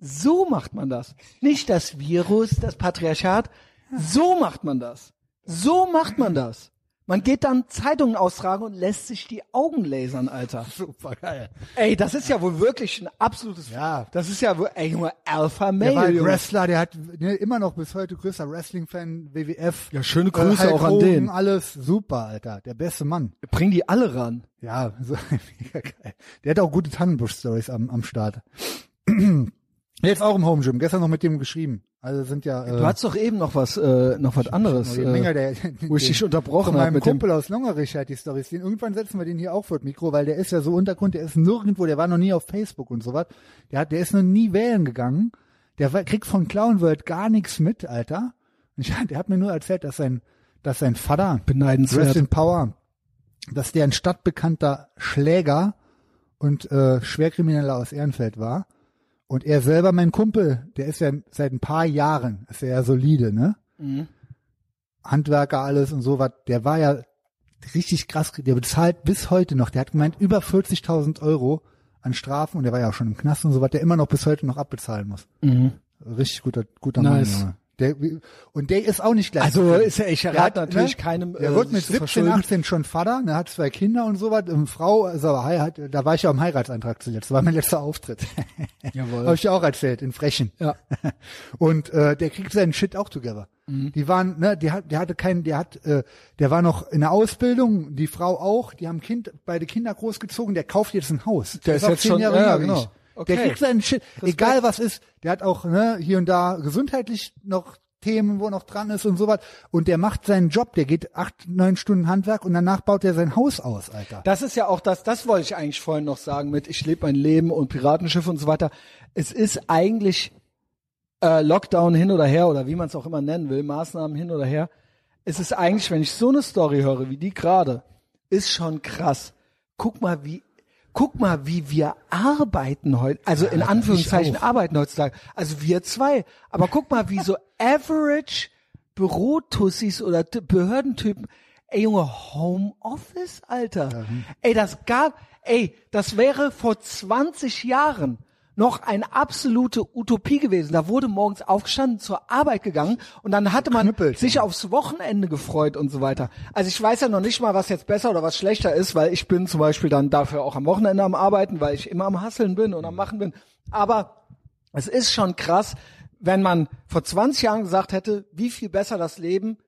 S2: so macht man das. Nicht das Virus, das Patriarchat, so macht man das. So macht man das. Man geht dann Zeitungen austragen und lässt sich die Augen lasern, Alter.
S1: Super geil.
S2: Ey, das ist ja wohl wirklich ein absolutes.
S1: Ja.
S2: Das ist ja wohl, ey, Junge, Alpha
S1: Der war
S2: Male.
S1: halt
S2: Junge.
S1: Wrestler, der hat ne, immer noch bis heute größter Wrestling-Fan, WWF.
S2: Ja, schöne
S1: äh,
S2: Grüße
S1: Hulk
S2: auch an
S1: Hogan,
S2: den.
S1: Alles super, Alter. Der beste Mann.
S2: Bring die alle ran.
S1: Ja, so, [laughs] mega geil. Der hat auch gute Tannenbusch-Stories am, am Start. [clears throat] Jetzt auch im Home Gym. Gestern noch mit dem geschrieben. Also sind ja. Äh,
S2: Du hast doch eben noch was, äh, noch was anderes.
S1: die Menge,
S2: Äh,
S1: der,
S2: wo
S1: [laughs]
S2: ich dich unterbrochen
S1: von
S2: hab
S1: meinem
S2: mit dem-
S1: Kumpel aus Longerich hat die Stories. Den irgendwann setzen wir den hier auch vor das Mikro, weil der ist ja so Untergrund, der ist nirgendwo, der war noch nie auf Facebook und sowas. Der hat, der ist noch nie wählen gegangen. Der war, kriegt von Clown World gar nichts mit, Alter. Und ich, [laughs] der hat mir nur erzählt, dass sein, dass sein Vater Rest
S2: beneidenswert.
S1: in Power, dass der ein stadtbekannter Schläger und äh, Schwerkrimineller aus Ehrenfeld war. Und er selber, mein Kumpel, der ist ja seit ein paar Jahren, ist er ja solide, ne? Handwerker, alles und sowas. Der war ja richtig krass, der bezahlt bis heute noch, der hat gemeint, über 40.000 Euro an Strafen und der war ja auch schon im Knast und sowas, der immer noch bis heute noch abbezahlen muss. Richtig guter, guter
S2: Mhm. Nice.
S1: Mann, Junge. Der, und der ist auch nicht gleich.
S2: Also ist ja, ich
S1: Der
S2: rate
S1: hat,
S2: natürlich
S1: ne,
S2: keinem.
S1: Er
S2: äh,
S1: wurde mit
S2: sich zu
S1: 17,
S2: verschulden.
S1: 18 schon Vater, ne, hat zwei Kinder und sowas. Ähm, Frau, also aber heirat, da war ich ja am Heiratsantrag zuletzt, war mein letzter Auftritt. [laughs]
S2: Jawohl.
S1: Habe ich ja auch erzählt, in Frechen.
S2: Ja.
S1: [laughs] Und äh, der kriegt seinen Shit auch together.
S2: Mhm.
S1: Die waren, ne, die hat, der hatte keinen, der hat, äh, der war noch in der Ausbildung, die Frau auch, die haben Kind, beide Kinder großgezogen, der kauft jetzt ein Haus. Der,
S2: ist
S1: auch
S2: jetzt
S1: zehn
S2: schon-
S1: Jahre
S2: ja,
S1: jünger wie
S2: genau.
S1: ich.
S2: Okay.
S1: Der kriegt seinen Shit, egal was ist, der hat auch ne, hier und da gesundheitlich noch Themen, wo er noch dran ist und sowas. Und der macht seinen Job, der geht acht, neun Stunden Handwerk und danach baut er sein Haus aus, Alter.
S2: Das ist ja auch das, das wollte ich eigentlich vorhin noch sagen mit Ich lebe mein Leben und Piratenschiff und so weiter. Es ist eigentlich äh, Lockdown hin oder her oder wie man es auch immer nennen will, Maßnahmen hin oder her. Es ist eigentlich, wenn ich so eine Story höre wie die gerade, ist schon krass. Guck mal, wie guck mal, wie wir arbeiten heute. Also in Anführungszeichen arbeiten heutzutage. Also wir zwei. Aber guck mal, wie so average Bürotussis oder T- Behördentypen. Ey Junge, Homeoffice, Alter. Ey, das gab, ey, das wäre vor 20 Jahren noch eine absolute Utopie gewesen. Da wurde morgens aufgestanden, zur Arbeit gegangen und dann hatte man
S1: Knüppelt.
S2: sich aufs Wochenende gefreut und so weiter. Also ich weiß ja noch nicht mal, was jetzt besser oder was schlechter ist, weil ich bin zum Beispiel dann dafür auch am Wochenende am Arbeiten, weil ich immer am Hasseln bin und am Machen bin. Aber es ist schon krass, wenn man vor 20 Jahren gesagt hätte, wie viel besser das Leben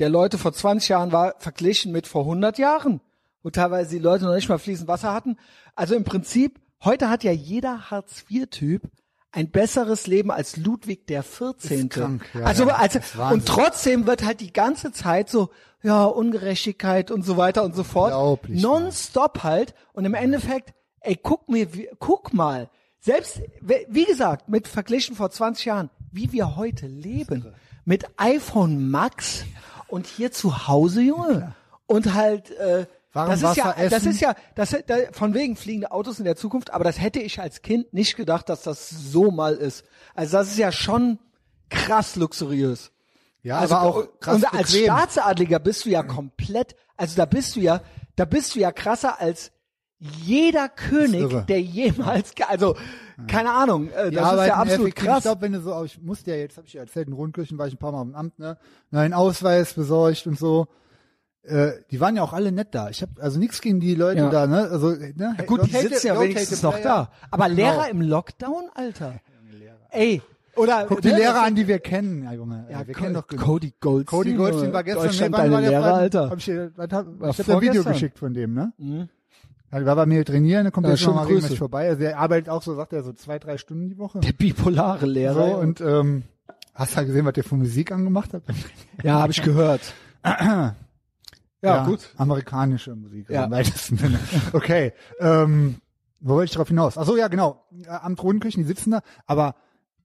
S2: der Leute vor 20 Jahren war, verglichen mit vor 100 Jahren, wo teilweise die Leute noch nicht mal fließend Wasser hatten. Also im Prinzip, heute hat ja jeder Hartz-IV-Typ ein besseres Leben als Ludwig der 14.
S1: Ist krank, ja,
S2: also,
S1: ja,
S2: also
S1: ist Wahnsinn.
S2: und trotzdem wird halt die ganze Zeit so ja Ungerechtigkeit und so weiter und so fort
S1: Unglaublich, ne?
S2: nonstop halt und im Endeffekt ey guck mir wie- guck mal selbst we- wie gesagt mit verglichen vor 20 Jahren wie wir heute leben mit iPhone Max und hier zu Hause Junge und halt äh,
S1: Warm
S2: das ist ja
S1: Wasser
S2: das
S1: essen.
S2: ist ja das da, von wegen fliegende Autos in der Zukunft aber das hätte ich als Kind nicht gedacht dass das so mal ist also das ist ja schon krass luxuriös
S1: Ja,
S2: also,
S1: aber auch krass
S2: und als
S1: bequem.
S2: Staatsadliger bist du ja komplett, also da bist du ja, da bist du ja krasser als jeder
S1: irre.
S2: König, der jemals, ge- also keine Ahnung, äh,
S1: Die
S2: das ist ja
S1: arbeiten
S2: absolut
S1: effektiv. Ich
S2: krass.
S1: glaube, wenn du so, auf- ich musste ja jetzt, habe ich ja erzählt, in Rundkirchen war ich ein paar Mal im Amt, ne, neuen Ausweis besorgt und so. Äh, die waren ja auch alle nett da. Ich habe also nichts gegen die Leute
S2: Ja.
S1: da, ne? Also, ne,
S2: Ja, gut,
S1: don't
S2: die
S1: hate
S2: sitzen
S1: the-
S2: ja
S1: don't hate
S2: wenigstens
S1: the
S2: noch
S1: player.
S2: da. Aber Lehrer
S1: Genau.
S2: im Lockdown, Alter. Ey, oder
S1: Guck die
S2: ne,
S1: Lehrer an, die wir kennen, ja, Junge.
S2: Ja,
S1: wir
S2: Co-
S1: kennen doch genug.
S2: Cody Goldstein.
S1: Cody Goldstein war gestern
S2: Deutschland
S1: nee, wann
S2: deine
S1: war der
S2: Lehrer,
S1: Freitag?
S2: Alter.
S1: Hab ich dir- was hab,
S2: War
S1: ich hab dir ein
S2: vorgestern.
S1: Video
S2: Mhm.
S1: geschickt von dem, ne? Ja, der war bei mir trainieren, der kommt
S2: Ja,
S1: jetzt noch
S2: schöne
S1: mal regelmäßig
S2: Grüße.
S1: vorbei. Also der arbeitet auch so, sagt er, so zwei, drei Stunden die Woche.
S2: Der bipolare Lehrer.
S1: So, und ähm, hast halt gesehen, was der für Musik angemacht hat?
S2: ja, habe ich
S1: [clears throat]
S2: gehört. ja, gut.
S1: Amerikanische Musik
S2: Ja.
S1: im weitesten Sinne. Okay. ähm, wo wollte ich darauf hinaus? Ach so, ja, genau. Äh, Am Thronenkirchen, die sitzen da. Aber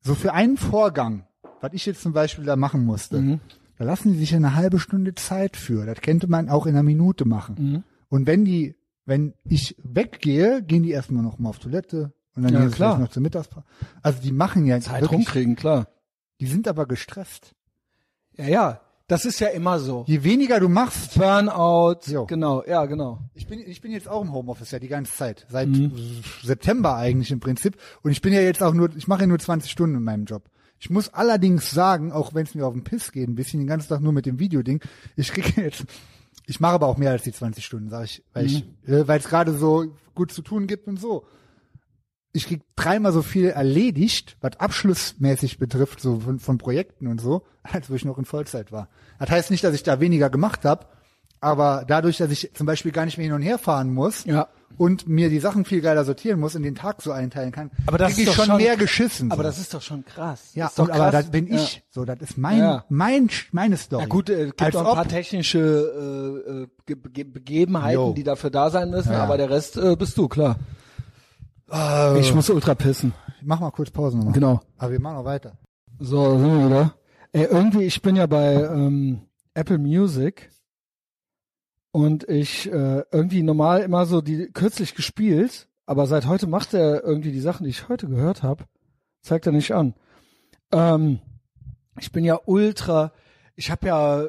S1: so für einen Vorgang, was ich jetzt zum Beispiel da machen musste,
S2: Mhm.
S1: da lassen die sich ja eine halbe Stunde Zeit für. Das könnte man auch in einer Minute machen.
S2: Mhm.
S1: Und wenn die, wenn ich weggehe, gehen die erstmal noch mal auf Toilette und dann
S2: Ja,
S1: gehen sie
S2: klar.
S1: vielleicht noch zur Mittagspause. Also die machen ja
S2: Zeit
S1: wirklich,
S2: rumkriegen, klar.
S1: die sind aber gestresst.
S2: Ja, ja, das ist ja immer so.
S1: Je weniger du machst,
S2: Burnout,
S1: Jo.
S2: genau, ja, genau.
S1: Ich bin, ich bin jetzt auch im Homeoffice ja die ganze Zeit. Seit September eigentlich im Prinzip. Und ich bin ja jetzt auch nur, ich mache ja nur 20 Stunden in meinem Job. Ich Ich muss allerdings sagen, auch wenn es mir auf den Piss geht, ein bisschen den ganzen Tag nur mit dem Videoding, ich kriege [laughs] jetzt, ich mache aber auch mehr als die 20 Stunden, sage ich, weil ich, äh, weil es gerade so gut zu tun gibt und so. Ich krieg dreimal so viel erledigt, was abschlussmäßig betrifft, so von, von Projekten und so, [laughs] als wo ich noch in Vollzeit war. Das heißt nicht, dass ich da weniger gemacht habe, aber dadurch, dass ich zum Beispiel gar nicht mehr hin und her fahren muss
S2: Ja.
S1: und mir die Sachen viel geiler sortieren muss und den Tag so einteilen kann,
S2: Aber das
S1: krieg
S2: ist
S1: ich
S2: doch
S1: schon,
S2: schon-
S1: mehr geschissen.
S2: Aber
S1: so.
S2: das ist doch schon krass.
S1: Ja,
S2: ist doch
S1: und, aber
S2: krass.
S1: das bin
S2: Ja.
S1: ich. So, das ist mein,
S2: Ja.
S1: mein, Sch- meine Story.
S2: Ja gut, äh, gibt
S1: Als
S2: auch ein
S1: ob-
S2: paar technische äh, äh, Ge Ge Begebenheiten,
S1: Jo.
S2: die dafür da sein müssen,
S1: Ja.
S2: aber der Rest äh, bist du, klar. äh, Ich muss ultra pissen.
S1: Ah, Mach mal kurz Pause nochmal.
S2: Genau.
S1: Aber wir machen noch weiter.
S2: So, da sind wir wieder. Ey, irgendwie, ich bin ja bei ähm, Apple Music und ich äh, irgendwie normal immer so die kürzlich gespielt, aber seit heute macht er irgendwie die Sachen, die ich heute gehört habe, zeigt er nicht an. Ähm, ich bin ja ultra, ich habe ja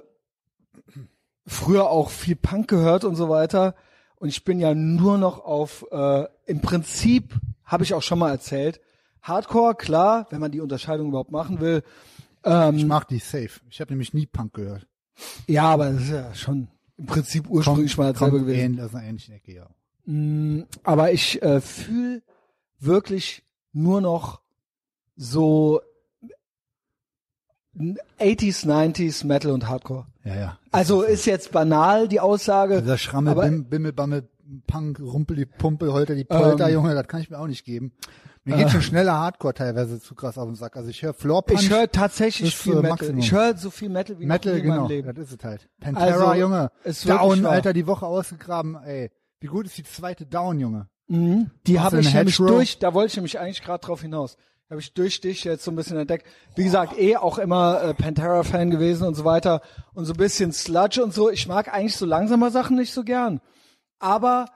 S2: früher auch viel Punk gehört und so weiter. Und ich bin ja nur noch auf, äh, im Prinzip habe ich auch schon mal erzählt, Hardcore, klar, wenn man die Unterscheidung überhaupt machen will. Ähm,
S1: Ich mach die safe. Ich habe nämlich nie Punk gehört.
S2: Ja, aber das ist ja schon im Prinzip ursprünglich mal dasselbe gewesen. Mm,
S1: ähnlich, aus einer ähnlichen Ecke, ja.
S2: aber ich äh, fühle wirklich nur noch so 80s, 90s Metal und Hardcore.
S1: Ja, ja.
S2: Also ist jetzt banal die Aussage,
S1: Dieser Schrammel,
S2: aber
S1: Bim, Bimmel, Bammel, Punk, Rumpel, die Pumpe, Holter, die Polter,
S2: Ähm. Äh.
S1: Junge, das kann ich mir auch nicht geben. Mir geht schon schneller Hardcore teilweise zu krass auf den Sack. Also ich höre Floor Punch,
S2: ich höre
S1: ist,
S2: tatsächlich viel
S1: äh,
S2: Metal.
S1: Maximum.
S2: Ich höre so viel Metal wie noch nie
S1: Metal,
S2: in
S1: genau,
S2: meinem Leben.
S1: das ist es halt. Pantera,
S2: Also,
S1: Junge,
S2: ist wirklich
S1: Down,
S2: wahr.
S1: Alter, die Woche ausgegraben, ey. Wie gut ist die zweite Down, Junge?
S2: Mhm. Die
S1: Machst du
S2: habe ich
S1: einen
S2: nämlich
S1: Hedgerow?
S2: durch, da wollte ich nämlich eigentlich gerade drauf hinaus. Habe ich durch dich jetzt so ein bisschen entdeckt. Wie gesagt, eh auch immer äh, Pantera-Fan gewesen und so weiter. Und so ein bisschen Sludge und so. Ich mag eigentlich so langsamer Sachen nicht so gern. Aber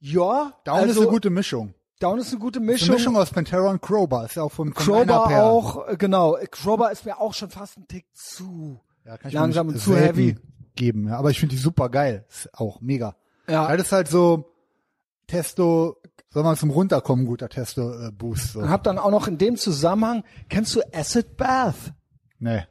S2: ja,
S1: Down
S2: also,
S1: ist eine gute Mischung.
S2: Down ist eine gute
S1: Ist eine
S2: Mischung.
S1: Mischung aus Pantera und Crowbar. Ist ja auch von, von
S2: Crowbar
S1: einer Pair.
S2: auch, äh, genau. Äh, Crowbar ist mir auch schon fast ein Tick zu
S1: Ja, kann ich mir
S2: langsam
S1: nicht
S2: und zu
S1: selten
S2: heavy.
S1: Geben, ja. Aber ich finde die super geil. Ist auch mega.
S2: Ja.
S1: Das ist halt so Testo, soll man zum Runterkommen guter Testo-Boost.
S2: Und
S1: So.
S2: hab dann auch noch in dem Zusammenhang, kennst du Acid Bath?
S1: Nee.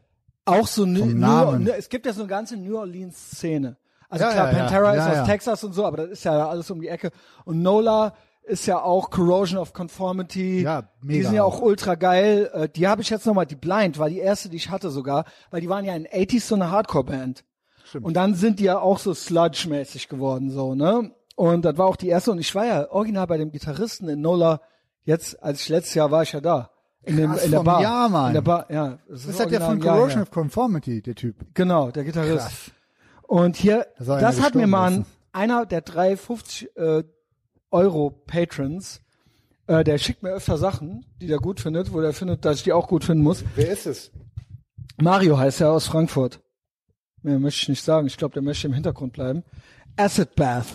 S2: Auch so New,
S1: Vom
S2: New,
S1: Namen.
S2: New es gibt ja so eine ganze New Orleans Szene. Also
S1: Ja,
S2: klar,
S1: ja, ja.
S2: Pantera
S1: Ja,
S2: ist
S1: ja.
S2: aus Texas und so, aber das ist ja alles um die Ecke. Und Nola ist ja auch Corrosion of Conformity.
S1: Ja,
S2: Die
S1: mega
S2: sind ja
S1: auch.
S2: auch ultra geil. Äh, Die habe ich jetzt nochmal, die Blind war die erste, die ich hatte sogar, weil die waren ja in 80s so eine Hardcore-Band. Und dann sind die ja auch so sludge-mäßig geworden, so, ne? Und das war auch die erste. Und ich war ja original bei dem Gitarristen in Nola, jetzt, als ich letztes Jahr war ich ja da. In, dem,
S1: Krass,
S2: in der
S1: vom
S2: Bar.
S1: Jahr, Mann.
S2: In der Bar, ja. Das
S1: Das ist halt der
S2: original
S1: von
S2: ein Jahr
S1: Corrosion
S2: her.
S1: of Conformity, der Typ.
S2: Genau, der Gitarrist.
S1: Krass.
S2: Und hier,
S1: Da
S2: das,
S1: soll einer
S2: hat mir
S1: gestorben
S2: mal
S1: sein.
S2: ein, einer der 350 äh, Euro Patrons, äh, der schickt mir öfter Sachen, die der gut findet, wo der findet, dass ich die auch gut finden muss.
S1: Wer ist es?
S2: Mario heißt er aus Frankfurt. Mehr möchte ich nicht sagen. Ich glaube, der möchte im Hintergrund bleiben. Acid Bath.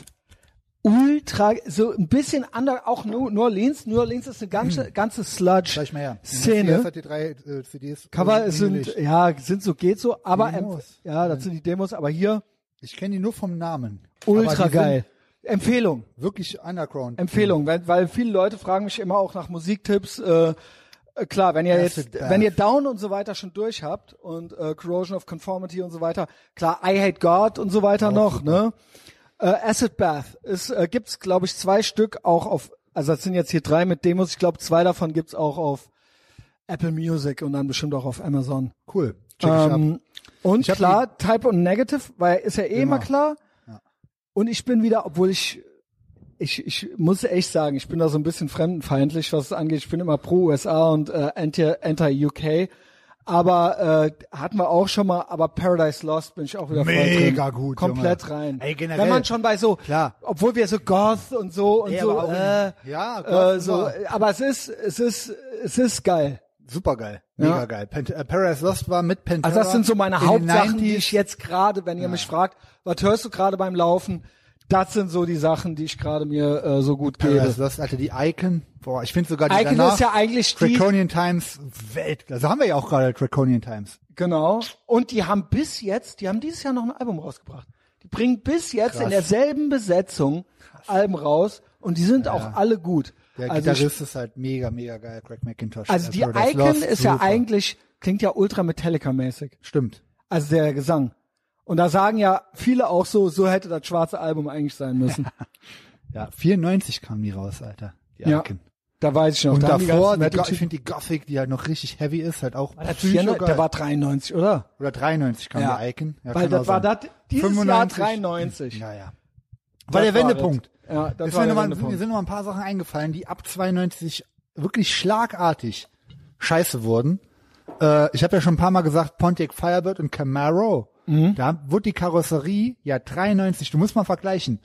S2: Ultra, so ein bisschen anders, auch New New Orleans. New Orleans ist eine ganze, ganze
S1: Sag ich Hm. mal her.
S2: Sludge-Szene.
S1: Das hat die drei äh, CDs.
S2: Cover
S1: irgendwie
S2: sind,
S1: nicht.
S2: ja, sind so, geht so, aber, ähm,
S1: Demos.
S2: ja, das sind die Demos, aber hier,
S1: Ich kenne die nur vom Namen. Aber
S2: Ultra
S1: die
S2: geil. Ähm, Mhm. Empfehlung,
S1: sind Wirklich Underground.
S2: Empfehlung, weil, weil viele Leute fragen mich immer auch nach Musiktipps. Äh, äh, klar, wenn ihr
S1: Acid
S2: jetzt,
S1: Bath.
S2: wenn ihr Down und so weiter schon durch habt und äh, Corrosion of Conformity und so weiter, klar, I Hate God und so weiter noch, ne? Äh, Acid Bath ist, äh, gibt's glaube ich zwei Stück auch auf, also das sind jetzt hier drei mit Demos. Ich glaube zwei davon gibt's auch auf Apple Music und dann bestimmt auch auf Amazon.
S1: Cool. Check ich ab.
S2: Ähm, und
S1: Ich hab
S2: klar, Type und Negative, weil ist ja eh
S1: Immer.
S2: immer klar. Und ich bin wieder, obwohl ich, ich, ich muss echt sagen, ich bin da so ein bisschen fremdenfeindlich, was es angeht. Ich bin immer pro USA und äh, anti- anti-UK. aber äh, hatten wir auch schon mal, aber Paradise Lost bin ich auch wieder voll
S1: Mega
S2: drin.
S1: gut,
S2: Komplett
S1: Junge.
S2: rein.
S1: Ey, generell.
S2: Wenn man schon bei so,
S1: Klar.
S2: obwohl wir so Goth und so und
S1: Ey,
S2: so,
S1: aber auch-
S2: äh,
S1: ja, Goth
S2: äh,
S1: ist
S2: so,
S1: wahr.
S2: aber es ist, es ist, es ist geil.
S1: Super geil.
S2: Ja.
S1: Mega geil. Pant äh, Paradise Lost war mit Pantera.
S2: Also das sind so meine
S1: in den
S2: Hauptsachen, die
S1: 90s.
S2: ich jetzt gerade, wenn ihr mich fragt, was hörst du gerade beim Laufen? Das sind so die Sachen, die ich gerade mir äh, so gut gebe.
S1: Paradise Lost, Alter, die Icon. Boah, ich finde sogar die
S2: Icon
S1: danach,
S2: ist ja eigentlich die,
S1: Draconian Times Welt. Also haben wir ja auch gerade Draconian Times.
S2: genau. Und die haben bis jetzt, die haben dieses Jahr noch ein Album rausgebracht. Die bringen bis jetzt
S1: Krass.
S2: in derselben Besetzung Alben raus und die sind auch alle gut.
S1: Der
S2: Also ich-
S1: Gitarrist ist halt mega, mega geil, Craig McIntosh.
S2: Also
S1: Äh,
S2: die
S1: Paradise
S2: Icon
S1: Lost,
S2: ist ja
S1: super.
S2: eigentlich, klingt ja ultra Metallica-mäßig.
S1: Stimmt.
S2: Also der Gesang. Und da sagen ja viele auch so, so hätte das schwarze Album eigentlich sein müssen.
S1: Ja, 94 kamen die raus, Alter. Die
S2: Ja.
S1: Icon.
S2: Da weiß ich noch.
S1: Und
S2: da haben die
S1: davor,
S2: ganzen
S1: die Go- ich
S2: Metal-Typen-
S1: finde die Gothic, die halt noch richtig heavy ist, halt auch
S2: war das
S1: psycho
S2: 94?
S1: geil.
S2: Der war 93, oder?
S1: Oder 93 kam
S2: Ja.
S1: die Icon. Ja,
S2: Weil
S1: kann
S2: das
S1: auch
S2: war
S1: sein.
S2: das dieses Jahr 93.
S1: Ja, ja. War der
S2: Das war
S1: Wendepunkt.
S2: das. Ja, das
S1: ist
S2: war
S1: mir
S2: der
S1: noch mal,
S2: Wendepunkt.
S1: Mir sind noch mal ein paar Sachen eingefallen, die ab 92 wirklich schlagartig scheiße wurden. Äh, ich habe ja schon ein paar Mal gesagt, Pontiac Firebird und Camaro.
S2: Mhm.
S1: Da wurde die Karosserie ja 93, du musst mal vergleichen.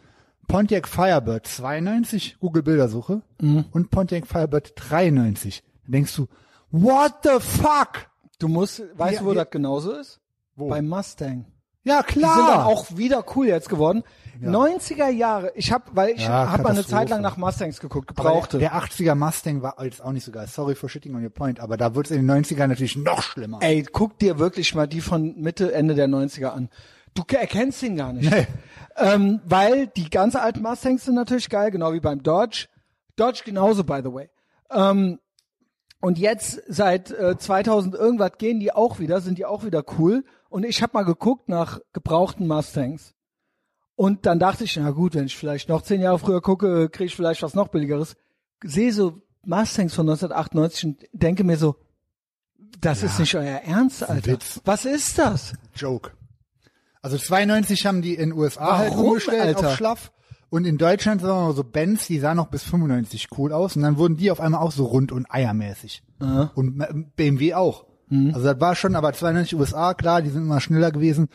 S1: Pontiac Firebird 92, Google Bildersuche,
S2: Mhm.
S1: und Pontiac Firebird 93. Da denkst du, what the fuck?
S2: Du musst, weißt
S1: Ja,
S2: du, wo
S1: ja.
S2: das genauso ist? Wo? Bei Mustang.
S1: Ja,
S2: Die
S1: klar.
S2: sind dann auch wieder cool jetzt geworden. 90er Jahre. Ich habe, weil ich
S1: Ja,
S2: hab habe eine
S1: Katastrophe.
S2: Zeit lang nach Mustangs geguckt,
S1: Aber
S2: gebrauchte.
S1: Der, der 80er Mustang war jetzt auch nicht so geil. Sorry for shitting on your point, aber da wurde es in den 90ern natürlich noch schlimmer.
S2: Ey, guck dir wirklich mal die von Mitte, Ende der 90er an. Du ke- erkennst ihn gar nicht.
S1: Nee.
S2: Ähm, weil die ganz alten Mustangs sind natürlich geil, genau wie beim Dodge. Dodge genauso, by the way. Ähm, und jetzt seit äh, 2000 irgendwas gehen die auch wieder, sind die auch wieder cool. Und ich habe mal geguckt nach gebrauchten Mustangs. Und dann dachte ich, na gut, wenn ich vielleicht noch zehn Jahre früher gucke, kriege ich vielleicht was noch billigeres. Sehe so Mustangs von 1998 und denke mir so, das ist nicht euer Ernst, Alter.
S1: Witz.
S2: Was ist das?
S1: Joke. Also 92 haben die in USA halt
S2: Warum,
S1: umgestellt
S2: Alter?
S1: auf schlaff. Und in Deutschland sagen wir mal so Bands, die sahen noch bis 95 cool aus. Und dann wurden die auf einmal auch so rund und eiermäßig. Und M- BMW auch.
S2: Mhm.
S1: Also das war schon, aber 92 USA, klar, die sind immer schneller gewesen.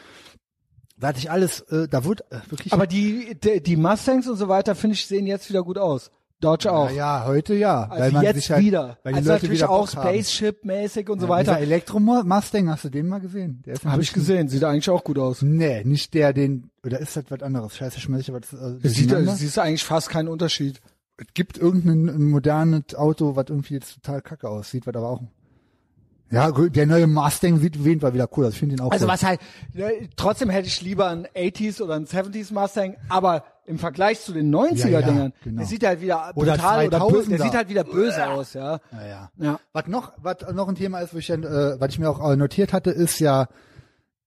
S1: Da hatte ich alles, äh, da wurde äh, wirklich...
S2: Aber die, die, die Mustangs und so weiter, finde ich, sehen jetzt wieder gut aus. Dodge auch.
S1: ja, ja, heute ja.
S2: Also
S1: weil man
S2: jetzt
S1: sich halt,
S2: wieder.
S1: Weil die
S2: also
S1: Leute
S2: natürlich
S1: wieder
S2: auch
S1: Bock haben.
S2: Spaceship-mäßig und so
S1: Ja,
S2: weiter.
S1: Dieser Elektro-Mustang, hast du den mal gesehen? Der ist
S2: Habe ich gesehen, sieht eigentlich auch gut aus.
S1: Nee, nicht der, den, oder ist das was anderes? Scheiße, schmeiß ich aber das, äh,
S2: Sieht,
S1: durcheinander.
S2: es ist eigentlich fast kein Unterschied.
S1: Es gibt irgendein modernes Auto, was irgendwie jetzt total kacke aussieht, was aber auch, ja, gut, der neue Mustang sieht auf jeden Fall wieder cool aus. Ich finde den auch
S2: Also
S1: cool.
S2: was halt, ja, trotzdem hätte ich lieber einen 80s oder einen 70s Mustang, aber im Vergleich zu den 90er
S1: Ja, ja,
S2: Dingern,
S1: genau.
S2: der sieht halt wieder
S1: Oder
S2: brutal oder böse, der
S1: 2000er.
S2: sieht halt wieder böse aus, ja.
S1: Naja.
S2: Ja.
S1: Was noch, was noch ein Thema ist, wo ich, ja, äh, was ich mir auch äh, notiert hatte, ist ja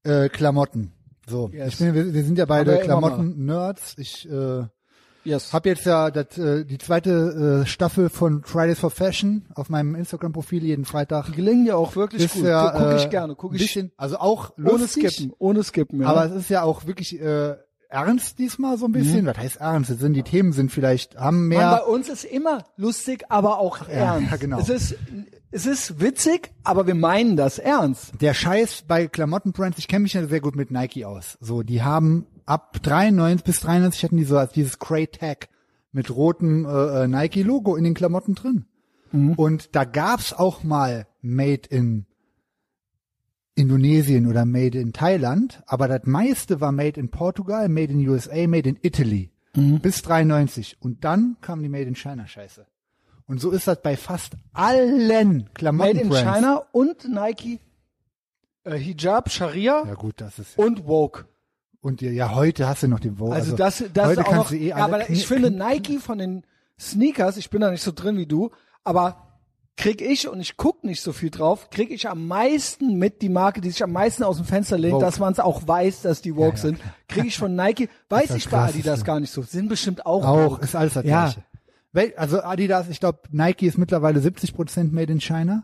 S1: äh, Klamotten. So,
S2: Yes.
S1: ich bin, wir, wir sind ja
S2: Aber
S1: beide
S2: immer
S1: Klamotten-Nerds. Ich äh,
S2: Yes.
S1: Hab jetzt ja das, äh, die zweite äh, Staffel von Fridays for Fashion auf meinem Instagram-Profil jeden Freitag.
S2: Die gelingen ja auch wirklich
S1: Ist
S2: gut.
S1: ja,
S2: guck ich
S1: äh,
S2: gerne, guck
S1: ein
S2: ich
S1: bisschen, also auch
S2: ohne
S1: lustig,
S2: Skippen, ohne Skippen, ja.
S1: aber es ist ja auch wirklich äh, ernst diesmal so ein bisschen. Was heißt ernst? Es sind die Themen sind vielleicht haben mehr.
S2: Mann, bei uns ist immer lustig, aber auch ernst.
S1: ja, genau.
S2: Es ist, es ist witzig, aber wir meinen das ernst.
S1: der Scheiß bei Klamottenbrands, ich kenne mich ja sehr gut mit Nike aus. So, die haben ab 93 bis 93 hatten die so als dieses Grey Tag mit rotem äh, äh, Nike Logo in den Klamotten drin.
S2: Mhm.
S1: Und da gab's auch mal Made in Indonesien oder Made in Thailand, aber das meiste war Made in Portugal, Made in USA, Made in Italy
S2: Mhm.
S1: bis 93 und dann kam die Made in China Scheiße. Und so ist das bei fast allen
S2: Made in
S1: Klamottenbrands.
S2: China und Nike, äh, Hijab, Sharia
S1: Ja gut, das ist ja
S2: und Woke.
S1: Und ja, ja, heute hast du noch den Vogue.
S2: Also, das, das
S1: heute
S2: ist auch
S1: kannst
S2: noch,
S1: du eh
S2: ja,
S1: alle
S2: aber ich
S1: kn-
S2: finde
S1: kn-
S2: Nike von den Sneakers, ich bin da nicht so drin wie du, aber krieg ich und ich guck nicht so viel drauf, krieg ich am meisten mit die Marke, die sich am meisten aus dem Fenster lehnt,
S1: Vogue.
S2: dass man es auch weiß, dass die woke sind. Krieg ich von Nike, weiß
S1: das
S2: ich bei Adidas
S1: Krasseste.
S2: gar nicht so, sind bestimmt auch.
S1: auch
S2: woke.
S1: ist alles das
S2: Ja.
S1: gleiche. Wel- Also Adidas, ich glaube, Nike ist mittlerweile 70 Prozent made in China.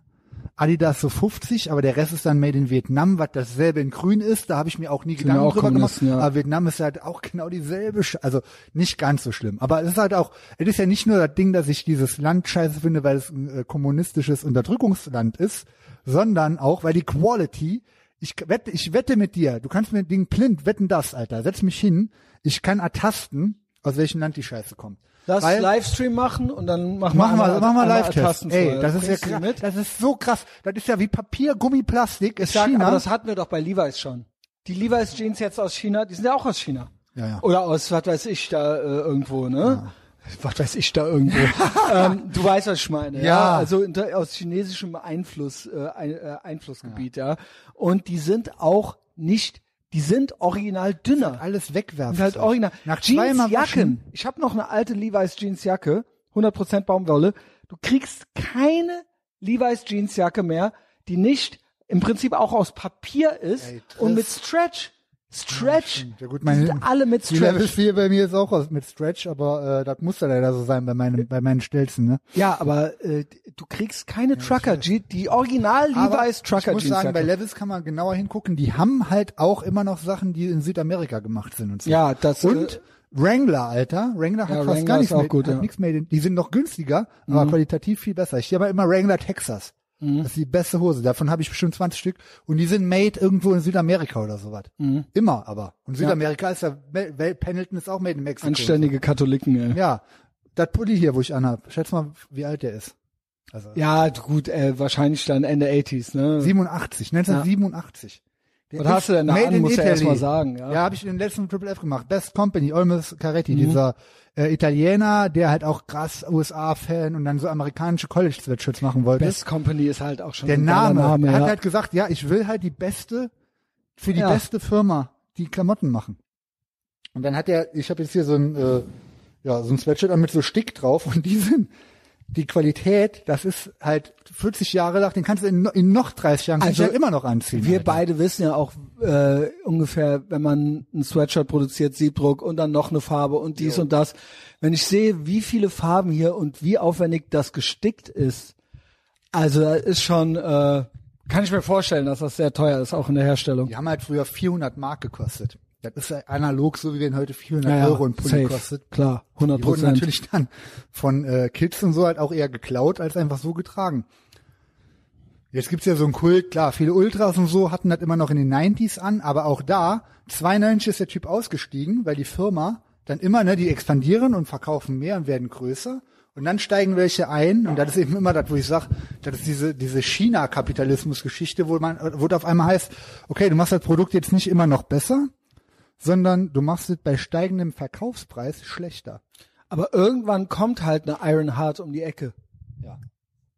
S1: Adidas so 50, aber der Rest ist dann made in Vietnam, was dasselbe in Grün ist. Da habe ich mir auch nie Gedanken
S2: ja auch
S1: drüber gemacht.
S2: Kommunisten, ja.
S1: Aber Vietnam ist halt auch genau dieselbe, Sch also nicht ganz so schlimm. Aber es ist halt auch, es ist ja nicht nur das Ding, dass ich dieses Land scheiße finde, weil es ein äh, kommunistisches Unterdrückungsland ist, sondern auch, weil die Quality, ich wette, ich wette mit dir, du kannst mir ein Ding blind wetten das, Alter, setz mich hin, ich kann ertasten, aus welchem Land die Scheiße kommt.
S2: Lass
S1: weil,
S2: Livestream machen und dann machen
S1: Machen wir,
S2: einmal-
S1: machen wir
S2: einmal
S1: Live-Test.
S2: Tastenfeuer.
S1: Ey, das ist
S2: also
S1: ja
S2: Kriegst du die
S1: krass.
S2: Mit?
S1: Das ist so krass. Das ist ja wie Papier, Gummi, Plastik. Ist
S2: Sag,
S1: China.
S2: aber das hatten wir doch bei Levi's schon. Die Levi's Jeans jetzt aus China, die sind ja auch aus China.
S1: Ja, ja.
S2: Oder aus, was weiß ich, da äh, irgendwo, ne? Was weiß ich da
S1: [laughs]
S2: irgendwo. ähm, du weißt, was ich meine. Ja.
S1: Ja.
S2: Also inter, aus chinesischem Einfluss, äh, ein, äh, Einflussgebiet, ja. Und die sind auch nicht, die sind original dünner.
S1: alles wegwerfen.
S2: Sind halt original.
S1: Nach zweimal waschen-
S2: Jeansjacken. Ich habe noch eine alte Levi's Jeansjacke. 100% Baumwolle. Du kriegst keine Levi's Jeansjacke mehr, die nicht im Prinzip auch aus Papier ist
S1: Ey, Triss.
S2: und mit Stretch. Stretch.
S1: Ja, gut,
S2: die
S1: meine-
S2: sind alle mit
S1: Die Level
S2: Stretch.
S1: 4 bei mir ist auch aus- mit Stretch, aber äh, das muss ja leider so sein bei, meinem, bei meinen Stelzen. Ne?
S2: Ja, aber äh, du kriegst keine Trucker Jeans, die original Levi's Trucker
S1: ich muss
S2: Jeansjacke.
S1: sagen, bei Levels kann man genauer hingucken. Die haben halt auch immer noch Sachen, die in Südamerika gemacht sind und so.
S2: Ja, das,
S1: und
S2: äh,
S1: Wrangler, Alter. Wrangler hat
S2: Ja,
S1: fast
S2: Wrangler
S1: gar
S2: ist
S1: nichts
S2: auch
S1: mehr,
S2: gut,
S1: hat
S2: ja. Mhm.
S1: nichts mehr. in den- Die sind noch günstiger, aber qualitativ viel besser. Ich sehe aber immer Wrangler Texas. Das ist die beste Hose. Davon habe ich bestimmt 20 Stück. Und die sind made irgendwo in Südamerika oder sowas.
S2: Mhm.
S1: Immer aber. Und Südamerika ist ja, Wel- Wel- Pendleton ist auch made in Mexiko.
S2: anständige Katholiken, ey.
S1: Ja, das Pulli hier, wo ich anhab. Schätz mal, wie alt der ist. Also
S2: Ja, gut, äh, wahrscheinlich dann Ende 80s, ne?
S1: 87, 1987. Der
S2: Was hast
S1: ist
S2: du denn da
S1: made
S2: an,
S1: in
S2: musst du
S1: Italy.
S2: erst mal sagen, ja. Mhm.
S1: Ja, habe ich in den letzten Triple F gemacht. Best Company, Olmes Caretti, dieser äh, Italiener, der halt auch krass USA-Fan und dann so amerikanische College-Sweatshirts machen wollte.
S2: Best Company ist halt auch schon
S1: der
S2: ein geiler
S1: Name,
S2: Name
S1: hat
S2: ja.
S1: halt gesagt, ja, ich will halt die beste, für die
S2: Ja.
S1: beste Firma die Klamotten machen. Und dann hat er, ich habe jetzt hier so ein, äh, ja, so ein Sweatshirt an mit so Stick drauf und die sind, die Qualität, das ist halt 40 Jahre lang, den kannst du in, no- in noch 30 Jahren kannst du
S2: Also,
S1: halt immer noch anziehen.
S2: Wir
S1: Alter.
S2: beide wissen ja auch äh, ungefähr, wenn man ein Sweatshirt produziert, Siebdruck und dann noch eine Farbe und dies und das. Wenn ich sehe, wie viele Farben hier und wie aufwendig das gestickt ist, also das ist schon, äh, kann ich mir vorstellen, dass das sehr teuer ist, auch in der Herstellung.
S1: Die haben halt früher 400 Mark gekostet. Das ist ja analog, so wie wenn heute 400 Euro ein Pulli
S2: safe,
S1: kostet.
S2: klar, 100
S1: Die wurden
S2: Prozent.
S1: natürlich dann von äh, Kids und so halt auch eher geklaut als einfach so getragen. Jetzt gibt's ja so einen Kult, klar, viele Ultras und so hatten das immer noch in den 90s an, aber auch da, 92 ist der Typ ausgestiegen, weil die Firma dann immer, ne, die expandieren und verkaufen mehr und werden größer. Und dann steigen welche ein, und das ist eben immer das, wo ich sage, das ist diese, diese China-Kapitalismus-Geschichte, wo man, wo das auf einmal heißt, okay, du machst das Produkt jetzt nicht immer noch besser, sondern du machst es bei steigendem Verkaufspreis schlechter.
S2: Aber irgendwann kommt halt eine Iron Heart um die Ecke.
S1: Ja.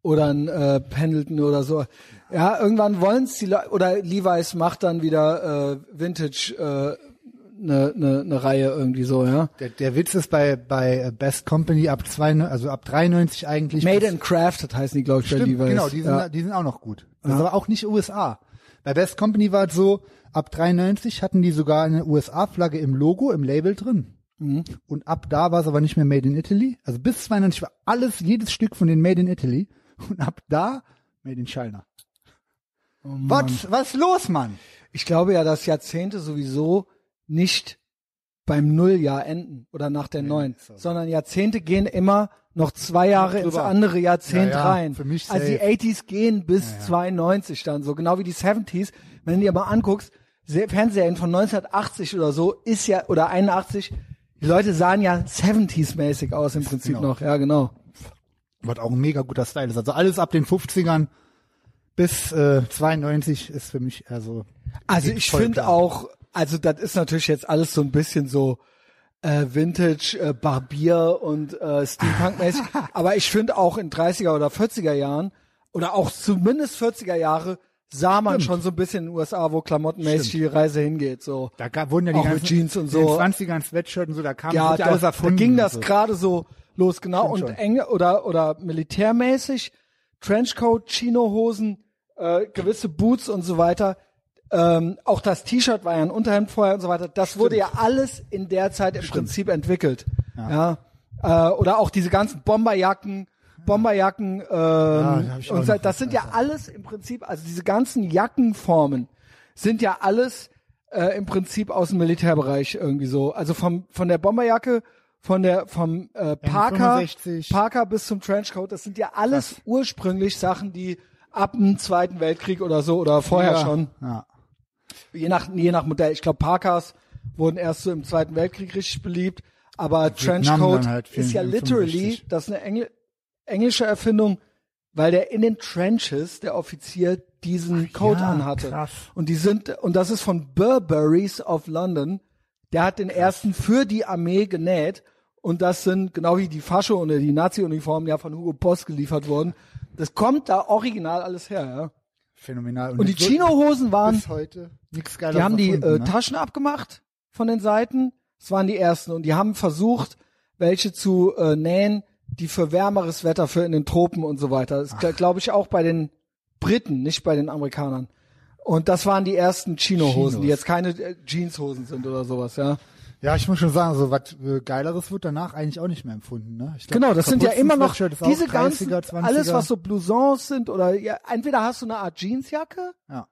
S2: Oder ein äh, Pendleton oder so. Ja, irgendwann wollen's die Leute. Oder Levi's macht dann wieder äh, Vintage eine äh, ne, ne, ne Reihe irgendwie so, ja.
S1: Der, der Witz ist bei, bei Best Company ab zwei, also ab 93 eigentlich.
S2: Made and Crafted heißen die, glaube ich, bei
S1: Stimmt,
S2: Levi's.
S1: genau, die sind,
S2: ja.
S1: die sind auch noch gut. Das ist aber auch nicht USA. Bei Best Company war es so, ab 93 hatten die sogar eine USA-Flagge im Logo, im Label drin. Und ab da war es aber nicht mehr Made in Italy. Also bis 92 war alles, jedes Stück von den Made in Italy. Und ab da Made in China. Oh was, was los, Mann?
S2: Ich glaube ja, dass Jahrzehnte sowieso nicht beim Nulljahr enden oder nach der neun,
S1: ist auch-
S2: sondern Jahrzehnte gehen immer noch zwei Jahre ins
S1: drüber.
S2: andere Jahrzehnt
S1: Ja, ja,
S2: rein.
S1: für mich
S2: also die
S1: safe.
S2: 80s gehen bis 92 dann so, genau wie die 70s. Wenn du dir mal anguckst, Se- Fernsehserien von 1980 oder so ist ja, oder 81, die Leute sahen ja 70s-mäßig aus im Prinzip
S1: Genau.
S2: noch, ja genau.
S1: Was auch ein mega guter Style ist. Also alles ab den 50ern bis äh, 92 ist für mich, also
S2: Also
S1: Geht
S2: ich
S1: voll
S2: finde
S1: klar.
S2: auch, also das ist natürlich jetzt alles so ein bisschen so äh, Vintage, äh, Barbier und äh, Steampunk-mäßig. Aber ich finde auch in 30er oder 40er Jahren oder auch zumindest 40er Jahre sah man schon so ein bisschen in den USA, wo klamottenmäßig die Reise hingeht. So.
S1: Da ga- wurden ja die
S2: Auch mit
S1: ganzen
S2: Jeans und
S1: In den
S2: so.
S1: 20ern Sweatshirt und so, da kam
S2: ja,
S1: wurde ja alles
S2: da, da
S1: erfunden.
S2: ging
S1: und
S2: das
S1: so.
S2: gerade so los, genau.
S1: Stimmt
S2: und
S1: schon.
S2: enge oder oder militärmäßig, Trenchcoat, Chinohosen, äh, gewisse Boots und so weiter. Ähm, auch das T-Shirt war ja ein Unterhemd vorher und so weiter. Das wurde ja alles in der Zeit im Prinzip entwickelt. Ja. Äh, oder auch diese ganzen Bomberjacken, Bomberjacken ähm,
S1: da hab ich auch
S2: und so,
S1: noch
S2: das sind ja alles im Prinzip, also diese ganzen Jackenformen sind ja alles äh, im Prinzip aus dem Militärbereich irgendwie so. Also vom von der Bomberjacke, von der vom äh, Parker,
S1: N65.
S2: Parker bis zum Trenchcoat, das sind ja alles ursprünglich Sachen, die ab dem Zweiten Weltkrieg oder so oder vorher
S1: ja.
S2: schon,
S1: Ja.
S2: je nach je nach Modell. Ich glaube Parkers wurden erst so im Zweiten Weltkrieg richtig beliebt, aber
S1: Vietnam
S2: Trenchcoat
S1: dann halt,
S2: ist ja
S1: Vietnam
S2: literally,
S1: 65.
S2: das ist eine Engl englische Erfindung, weil der in den Trenches der Offizier diesen Coat
S1: ja,
S2: anhatte.
S1: krass.
S2: Und die sind und das ist von Burberry's of London. Der hat den ersten für die Armee genäht und das sind genau wie die Fascho oder die Nazi Uniformen ja von Hugo Boss geliefert worden. Das kommt da original alles her, ja.
S1: Phänomenal.
S2: Und die
S1: jetzt so-
S2: Chinohosen waren
S1: bis heute nichts geiles.
S2: die haben die äh,
S1: erfunden, ne?
S2: Taschen abgemacht von den Seiten. Das waren die ersten und die haben versucht, welche zu äh, nähen, die für wärmeres Wetter, für in den Tropen und so weiter. Das glaube ich auch bei den Briten, nicht bei den Amerikanern. Und das waren die ersten Chino-Hosen,
S5: Chinos.
S2: die jetzt keine äh, Jeanshosen sind oder sowas, ja.
S1: Ja, ich muss schon sagen, so was äh, Geileres wird danach eigentlich auch nicht mehr empfunden. Ne? Ich glaub,
S2: Genau, das sind ja
S1: kaputten
S2: immer noch
S1: Sweatshirt ist auch
S2: diese ganzen,
S1: 30er, 20er.
S2: alles was so Blousons sind oder ja, entweder hast du eine Art Jeansjacke,
S1: Ja.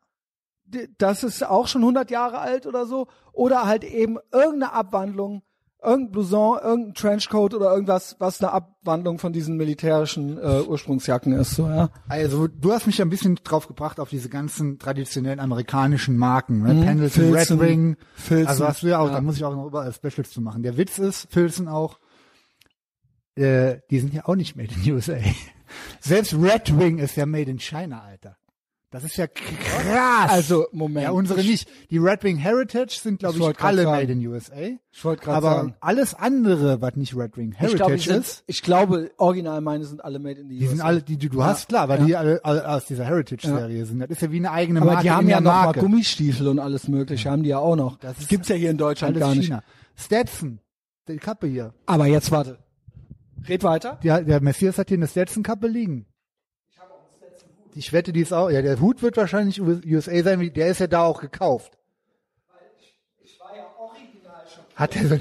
S2: die- das ist auch schon 100 Jahre alt oder so, oder halt eben irgendeine Abwandlung, irgendein Blouson, irgendein Trenchcoat oder irgendwas, was eine Abwandlung von diesen militärischen äh, Ursprungsjacken ist, so, ja.
S1: Also du hast mich ja ein bisschen drauf gebracht auf diese ganzen traditionellen amerikanischen Marken, ne?
S2: Mhm.
S1: Pendleton,
S2: Filzen,
S1: Red Wing,
S2: Filzen,
S1: Also hast du ja auch,
S2: ja.
S1: da muss ich auch noch überall Specials zu machen. Der Witz ist, Filzen auch, äh, die sind ja auch nicht made in [laughs] USA. Selbst Red Wing ist ja made in China, Alter. Das ist ja krass.
S2: Also, Moment.
S1: ja, unsere nicht. Die Red Wing Heritage sind, glaube
S2: Ich
S1: ich,
S2: wollte grad
S1: alle
S2: sagen.
S1: made in USA.
S2: Ich wollte gerade
S1: Aber
S2: sagen.
S1: alles andere, was nicht Red Wing
S2: Ich glaube,
S1: Heritage
S2: die sind-
S1: ist,
S2: ich glaube, original meine sind alle made in the
S1: die sind alle, die, die du hast, klar, weil die alle, alle aus dieser Heritage-Serie sind. Das ist ja wie eine eigene
S2: Aber
S1: Marke.
S2: die haben
S1: in
S2: ja
S1: der
S2: noch mal
S1: Marke.
S2: Gummistiefel und alles mögliche, haben die ja auch noch.
S1: Das
S2: Das
S1: ist
S2: gibt's ja hier in Deutschland
S1: Alles
S2: gar nicht.
S1: China. Stetson, die Kappe hier.
S2: Aber jetzt warte. Red weiter.
S1: Der, der Messias hat hier eine Stetson-Kappe liegen. Ich wette, die ist auch, ja, der Hut wird wahrscheinlich USA sein, wie- der ist ja da auch gekauft. Hat er so,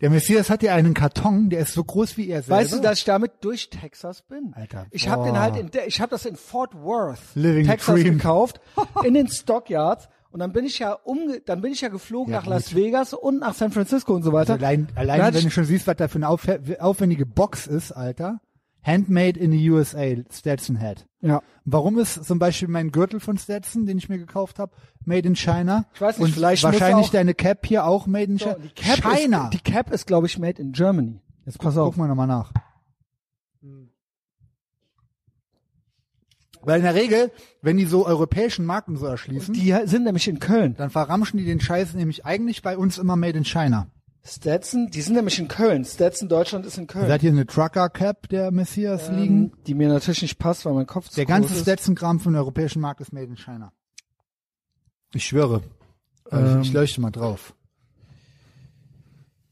S1: der Messias hat ja einen Karton, der ist so groß wie er selber.
S2: Weißt du, dass ich damit durch Texas bin?
S1: Alter,
S2: Ich habe den
S1: boah.
S2: halt in De- ich habe das in Fort Worth,
S1: Living the
S2: Texas
S1: dream. [laughs]
S2: gekauft, in den Stockyards und dann bin ich ja umge dann bin ich ja geflogen
S1: Ja,
S2: nach
S1: gut.
S2: Las Vegas und nach San Francisco und so weiter.
S1: Also allein, allein
S2: Dann hatte
S1: wenn du
S2: ich,
S1: schon siehst, was da für eine auf, aufwendige Box ist, Alter. Handmade in the USA, Stetson Hat.
S2: ja.
S1: Warum ist zum Beispiel mein Gürtel von Stetson, den ich mir gekauft habe, made in China?
S2: Ich weiß nicht,
S1: und
S2: vielleicht muss
S1: wahrscheinlich
S2: auch-
S1: deine Cap hier auch made in
S2: So,
S1: China.
S2: und die Cap
S1: China.
S2: Ist, die Cap ist glaube ich made in Germany. Jetzt pass auf.
S1: Guck mal nochmal nach.
S2: Hm.
S1: Weil in der Regel, wenn die so europäischen Marken so erschließen,
S2: Die sind nämlich in Köln.
S1: dann verramschen die den Scheiß nämlich eigentlich bei uns immer made in China.
S2: Stetson, die sind nämlich in Köln. Stetson Deutschland ist in Köln.
S1: Ihr hat hier eine Trucker Cap der Messias
S2: Ähm,
S1: liegen.
S2: Die mir natürlich nicht passt, weil mein Kopf zu
S1: Der
S2: groß
S1: ganze
S2: ist.
S1: Stetson-Kram vom europäischen Markt ist made in China. Ich schwöre. Also ich leuchte mal drauf.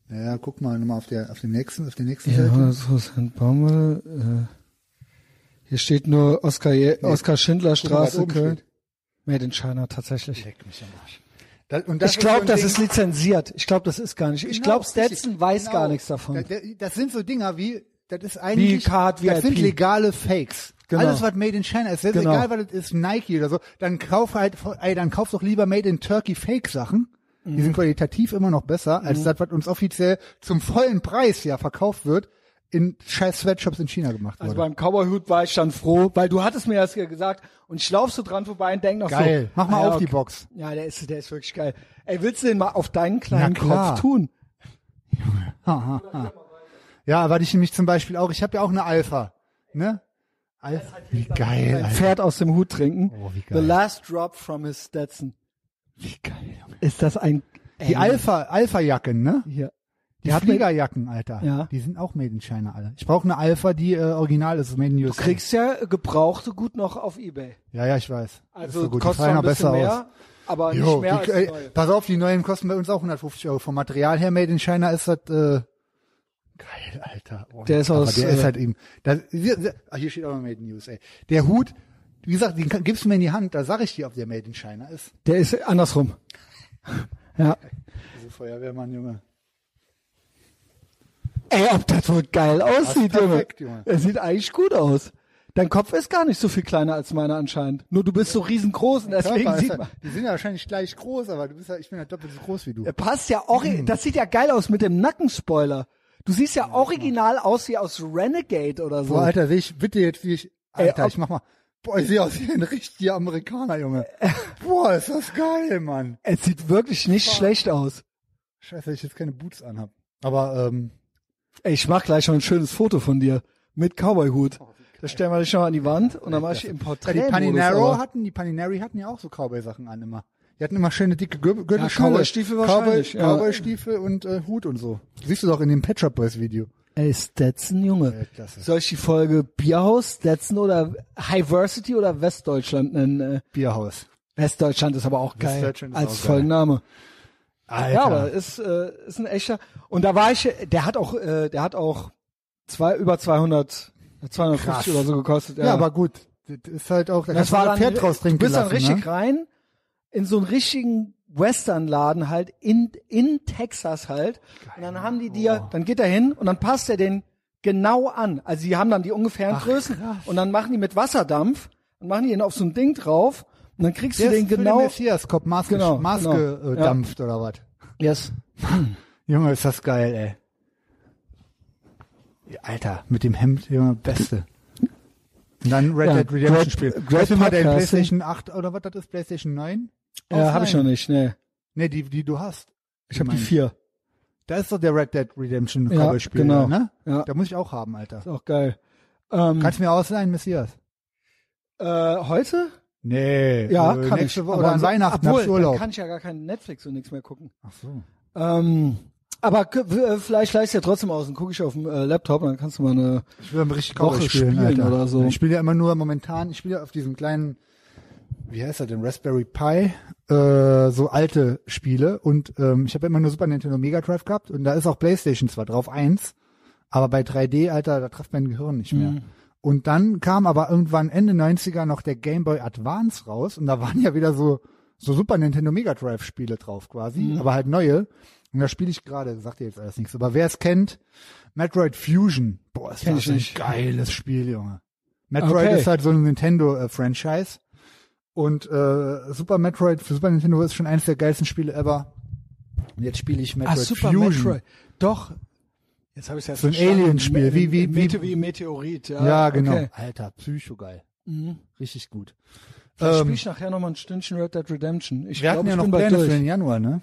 S1: Ja, guck mal nochmal auf der auf dem nächsten, auf der nächsten
S2: Ja,
S1: Seite.
S2: 100% Baumwolle. Äh, hier steht nur Oskar, Je Oskar Schindler
S1: Guck mal, was
S2: Straße,
S1: oben
S2: Köln.
S1: steht.
S2: Made in China tatsächlich.
S1: Leck mich am Arsch. Das- und
S2: Ich glaube, das
S1: so ein
S2: ist lizenziert. Ich glaube, das ist gar nicht. Ich
S1: Genau,
S2: glaube, Stetson
S1: richtig.
S2: weiß
S1: Genau.
S2: gar nichts davon.
S1: Das, das sind so Dinger wie, das ist eigentlich,
S2: Wie Card,
S1: das
S2: VIP.
S1: sind legale Fakes.
S2: Genau.
S1: Alles, was made in China ist, das ist
S2: Genau.
S1: egal, was das ist, Nike oder so, dann kauf halt, ey, dann kauf doch lieber made in Turkey Fake Sachen.
S2: Mhm.
S1: Die sind qualitativ immer noch besser, als das, was uns offiziell zum vollen Preis ja verkauft wird, in scheiß Sweatshops in China gemacht
S2: Also beim
S1: wurde.
S2: Cowboy-Hut war ich dann froh, weil du hattest mir das ja gesagt und ich lauf so dran vorbei und denk noch
S1: Geil.
S2: so.
S1: Mach mal
S2: ah, ja,
S1: auf die
S2: okay.
S1: Box.
S2: Ja, der ist, der ist wirklich geil. Ey, willst du den mal auf deinen kleinen
S1: Na klar.
S2: Kopf tun?
S1: Ja, weil ich nämlich zum Beispiel auch, ich habe ja auch eine Alpha, ne? Alpha, wie geil,
S2: Ein
S1: Alter.
S2: Pferd aus dem Hut trinken.
S1: Oh, wie geil.
S2: The last drop from his Stetson.
S1: Wie geil. Junge.
S2: Ist das ein...
S1: Die Alpha, Alpha-Jacken, ne?
S2: Hier.
S1: Die
S2: hat
S1: Fliegerjacken, Alter.
S2: Ja.
S1: Die sind auch made in China alle. Ich brauche eine Alpha, die äh, original ist, made in USA.
S2: kriegst ja gebrauchte gut noch auf Ebay.
S1: Ja, ja, ich weiß.
S2: Also
S1: ist so gut. Die
S2: kostet
S1: fallen
S2: noch
S1: ja
S2: ein bisschen
S1: besser
S2: mehr,
S1: aus.
S2: aber
S1: Jo,
S2: nicht mehr als
S1: die,
S2: die
S1: äh,
S2: neue.
S1: pass auf, die neuen kosten bei uns auch 150 Euro. Vom Material her made in China ist das äh, geil, Alter. Oh,
S2: Der ist
S1: aber
S2: aus,
S1: der
S2: äh,
S1: ist halt eben. Das, ah, hier steht auch noch made in USA. Der Hut, wie gesagt, den kann- gibst du mir in die Hand, da sag ich dir, ob der made in China ist.
S2: Der ist andersrum. ja.
S1: Diese Feuerwehrmann, Junge.
S2: Ey, ob das wohl geil aussieht, Junge.
S1: perfekt, Junge.
S2: Er sieht eigentlich gut aus. Dein Kopf ist gar nicht so viel kleiner als meiner anscheinend. Nur du bist so riesengroß und deswegen
S1: Körper ist
S2: sieht
S1: halt-
S2: man.
S1: die sind ja wahrscheinlich gleich groß, aber du bist ja, ich bin ja doppelt so groß wie du.
S2: Er passt ja auch. Das sieht ja geil aus mit dem Nackenspoiler. Du siehst Hm. ja genau. original aus wie aus Renegade oder so.
S1: Boah, Alter, sehe ich bitte jetzt, wie ich.
S2: Ey,
S1: Alter,
S2: ob-
S1: ich mach mal. Boah, ich sehe aus wie ein richtiger Amerikaner,
S2: [laughs]
S1: Junge. Boah, ist das geil, Mann.
S2: es sieht wirklich nicht schlecht aus.
S1: Scheiße, dass ich jetzt keine Boots anhab. Aber, ähm,
S2: Ey, ich mach gleich noch ein schönes Foto von dir mit Cowboy-Hut. Das stellen wir dich noch an die Wand und dann mach ich im
S1: Oh, ja,
S2: Porträt.
S1: die Paninaro hatten, die Paninari hatten ja auch so Cowboy-Sachen an immer. Die hatten immer schöne dicke Gür- Gürtelschnüre.
S2: Cowboy-Stiefel wahrscheinlich,
S1: Cowboy,
S2: ja.
S1: Cowboy-Stiefel und äh, Hut und so. Siehst du doch in dem Pet Shop Boys Video.
S2: Ey, Stetson, Junge.
S1: Weltklasse.
S2: Soll ich die Folge Bierhaus, Stetson oder Highversity oder Westdeutschland nennen? Äh,
S1: Bierhaus.
S2: Westdeutschland ist aber auch geil
S1: Westdeutschland ist
S2: als
S1: auch geil.
S2: Folgenname.
S1: Alter.
S2: Ja, aber ist, äh, ist ein echter. Und da war ich, äh, der hat auch, äh, der hat auch zwei, über 200, 250
S1: Krass.
S2: oder so gekostet.
S1: Ja, aber gut. Das ist halt auch, da
S2: das
S1: kannst du
S2: war
S1: ein
S2: dann,
S1: Pferd draus
S2: du
S1: trinken
S2: bist dann
S1: lassen,
S2: richtig
S1: ne?
S2: rein in so einen richtigen Western-Laden halt in, in Texas halt. Und dann haben die
S1: Oh.
S2: dir, dann geht er hin und dann passt er den genau an. Also die haben dann die ungefähren
S1: Ach,
S2: Größen
S1: krass.
S2: und dann machen die mit Wasserdampf und machen die den auf so ein Ding drauf und dann kriegst
S1: Der
S2: du
S1: ist
S2: den
S1: für den
S2: genau.
S1: Messias-Kopf maßge-
S2: Genau, genau. Ja.
S1: maßgedampft oder was.
S2: Yes.
S1: Junge, ist das geil, ey. Ja, Alter, mit dem Hemd, Junge, Beste. Und dann Red
S2: Ja,
S1: Dead Redemption
S2: great-
S1: spielen.
S2: great
S1: Weißt du mal, dein
S2: Podcasting.
S1: PlayStation 8 oder was das ist, PlayStation 9?
S2: Ja, habe Äh, ich noch
S1: Offline.
S2: nicht, nee.
S1: Nee, die, die du hast.
S2: Ich habe die
S1: Mein-
S2: vier.
S1: Da ist doch der Red Dead Redemption
S2: Ja,
S1: Cowboy-Spiel,
S2: genau.
S1: ne?
S2: Ja.
S1: Da muss ich auch haben, Alter.
S2: Ist auch geil. Ähm,
S1: Kannst du mir ausleihen, Messias?
S2: äh, heute?
S1: Nee.
S2: Ja,
S1: äh,
S2: kann
S1: nächste
S2: ich.
S1: Woche
S2: Aber
S1: oder an
S2: so-
S1: Weihnachten
S2: obwohl,
S1: hab ich Urlaub.
S2: Dann kann ich ja gar kein Netflix und nichts mehr gucken.
S1: Ach so.
S2: Ähm, aber k- w- äh, vielleicht leist ja trotzdem aus und gucke ich auf dem äh, Laptop, dann kannst du mal eine.
S1: Ich will richtig
S2: Woche
S1: Cowboy spielen,
S2: spielen
S1: Alter.
S2: oder so.
S1: Ich spiele ja immer nur momentan, ich spiele ja auf diesem kleinen, wie heißt er denn, Raspberry Pi, äh, so alte Spiele und ähm, ich habe immer nur Super Nintendo Mega Drive gehabt und da ist auch Playstation zwar drauf, eins, aber bei 3D, Alter, da trifft mein Gehirn nicht mehr.
S2: Mhm.
S1: Und dann kam aber irgendwann Ende 90er noch der Game Boy Advance raus und da waren ja wieder so, so Super Nintendo Mega Drive Spiele drauf quasi,
S2: Mhm.
S1: aber halt neue. Und da spiele ich gerade, sagt ihr jetzt alles nichts, aber wer es kennt, Metroid Fusion. Boah, ist
S2: Kenn
S1: das
S2: ich
S1: ein
S2: nicht.
S1: geiles Spiel, Junge. Metroid
S2: Okay.
S1: ist halt so ein Nintendo-Franchise. und äh, Super Metroid für Super Nintendo ist schon eines der geilsten Spiele ever. Und jetzt spiele ich Ah, Metroid Fusion.
S2: Doch. Jetzt habe ich ja Äh,
S1: So ein verstanden. Alien-Spiel, wie- wie-
S2: Mete
S1: wie-
S2: wie Meteorit, ja.
S1: Ja, genau.
S2: Ah, Okay.
S1: Alter, psychogeil.
S2: Mhm.
S1: Richtig gut.
S2: Vielleicht
S1: Ähm,
S2: spiele ich nachher nochmal ein Stündchen Red Dead Redemption. Ich
S1: wir hatten
S2: glaube,
S1: ja
S2: ich
S1: noch
S2: bin bald
S1: Pläne für
S2: durch.
S1: den Januar, ne?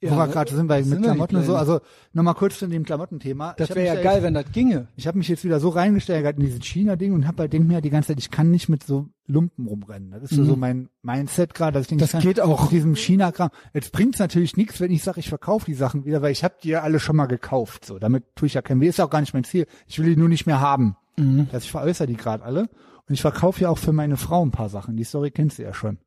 S2: Ja,
S1: Wo wir
S2: ne?
S1: gerade sind, bei
S2: Sind
S1: mit
S2: da die
S1: Klamotten und so.
S2: Pläne?
S1: Also nochmal kurz zu dem Klamottenthema.
S2: das
S1: Ich hab
S2: wäre
S1: mich
S2: ja geil, wenn das ginge.
S1: Ich habe mich jetzt wieder so reingesteigert in dieses China-Ding und habe halt denkt mir die ganze Zeit, ich kann nicht mit so Lumpen rumrennen. Das ist so-
S2: Mhm.
S1: so mein Mindset gerade, dass ich denke,
S2: Das
S1: ich kann
S2: geht auch.
S1: mit diesem China-Kram. Jetzt bringt's natürlich nichts, wenn ich sage, ich verkaufe die Sachen wieder, weil ich habe die ja alle schon mal gekauft. So, damit tue ich ja kein weh. Ist ja auch gar nicht mein Ziel. Ich will die nur nicht mehr haben.
S2: Mhm.
S1: Dass ich veräußere die gerade alle. Und ich verkaufe ja auch für meine Frau ein paar Sachen. Die Story kennst du ja schon.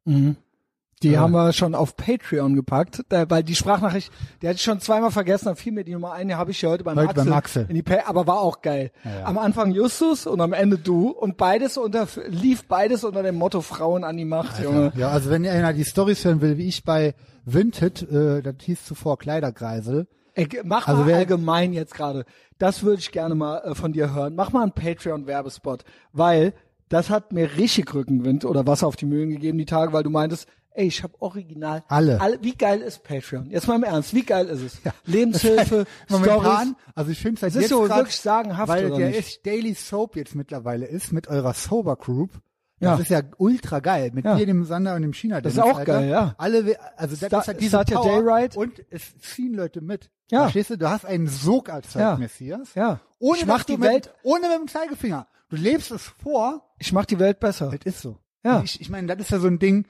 S2: Die
S1: Ja.
S2: haben wir schon auf Patreon gepackt, da, weil die Sprachnachricht, die hatte ich schon zweimal vergessen, dann fiel mir die Nummer ein, die habe ich ja heute beim
S1: Heute
S2: Axel.
S1: beim Axel.
S2: In die pa aber war auch geil.
S1: ja.
S2: Am Anfang Justus und am Ende du und beides unter, lief beides unter dem Motto Frauen an die Macht, Junge.
S1: Ja, also wenn einer die Stories hören will, wie ich bei Vinted, äh, das hieß zuvor Kleiderkreisel,
S2: Ey, mach
S1: Also
S2: mal
S1: wer-
S2: allgemein jetzt gerade. Das würde ich gerne mal äh, von dir hören. Mach mal einen Patreon-Werbespot, weil das hat mir richtig Rückenwind oder Wasser auf die Mühlen gegeben die Tage, weil du meintest, ey, ich habe original
S1: Alle.
S2: Wie geil ist Patreon? Jetzt mal im Ernst, wie geil ist es? Lebenshilfe, [laughs] Stories.
S1: [laughs] momentan, also ich finde es halt
S2: Es ist
S1: jetzt
S2: so
S1: grad,
S2: wirklich sagenhaft,
S1: weil
S2: oder
S1: der
S2: nicht?
S1: echt Daily Soap jetzt mittlerweile ist mit eurer Sober Group.
S2: Ja.
S1: Das ist ja ultra geil mit
S2: Ja.
S1: dir, dem Sander und dem China.
S2: Das ist auch geil, ja.
S1: Alle, we- also das
S2: Sta-
S1: ist halt diese
S2: Start your
S1: Power
S2: day right.
S1: und es ziehen Leute mit.
S2: Ja.
S1: Verstehst du? Du hast einen Sog erzeugt,
S2: Ja.
S1: Messias.
S2: Ja.
S1: Ohne
S2: Ich mach
S1: dass du
S2: die
S1: mit,
S2: Welt-
S1: ohne mit dem Zeigefinger. Du lebst es vor
S2: Ich mach die Welt besser.
S1: das Halt ist so.
S2: Ja.
S1: Und Ich, ich meine, das ist ja so ein Ding.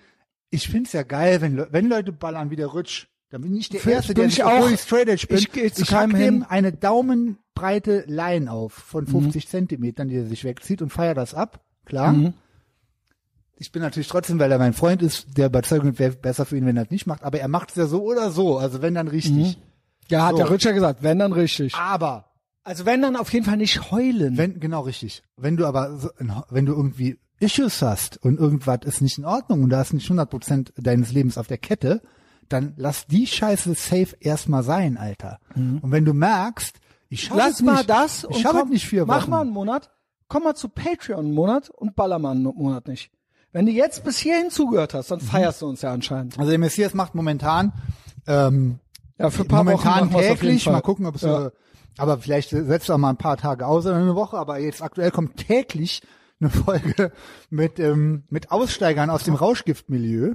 S1: Ich find's ja geil, wenn, Le wenn Leute ballern wie der Rutsch. Dann bin ich der
S2: Für-
S1: Erste,
S2: bin
S1: der
S2: ich
S1: nicht,
S2: auch.
S1: obwohl ich straight edge bin.
S2: Ich geh zu
S1: hack
S2: keinem
S1: dem
S2: hin. Mhm.
S1: eine daumenbreite Line auf von 50 Zentimetern, die er sich wegzieht und feier das ab. Klar.
S2: Mhm.
S1: Ich bin natürlich trotzdem, weil er mein Freund ist, der Überzeugung wäre besser für ihn, wenn er es nicht macht. Aber er macht's ja so oder so. Also wenn dann richtig.
S2: Mhm. Ja, hat
S1: So.
S2: der Rütscher gesagt, wenn dann richtig.
S1: Aber
S2: Also wenn dann auf jeden Fall nicht heulen.
S1: Wenn, genau richtig. Wenn du aber, so, wenn du irgendwie Issues hast und irgendwas ist nicht in Ordnung und du hast nicht 100% deines Lebens auf der Kette, dann lass die Scheiße safe erstmal sein, Alter. Und wenn du merkst, ich schaffe
S2: Mhm. Lass
S1: es nicht,
S2: mal das und
S1: ich schaffe
S2: komm,
S1: es nicht vier Wochen.
S2: mach mal einen Monat, komm mal zu Patreon einen Monat und baller mal einen Monat nicht. Wenn du jetzt bis hierhin zugehört hast,
S1: Mhm.
S2: dann feierst du uns ja anscheinend.
S1: also der Messias macht momentan, ähm,
S2: Ja, für ein paar
S1: momentan
S2: Wochen machen wir's auf jeden
S1: täglich,
S2: Fall.
S1: mal gucken, ob es,
S2: Ja.
S1: äh, aber vielleicht setzt du auch mal ein paar Tage aus oder eine Woche, aber jetzt aktuell kommt täglich eine Folge mit, ähm, mit Aussteigern aus dem Rauschgiftmilieu.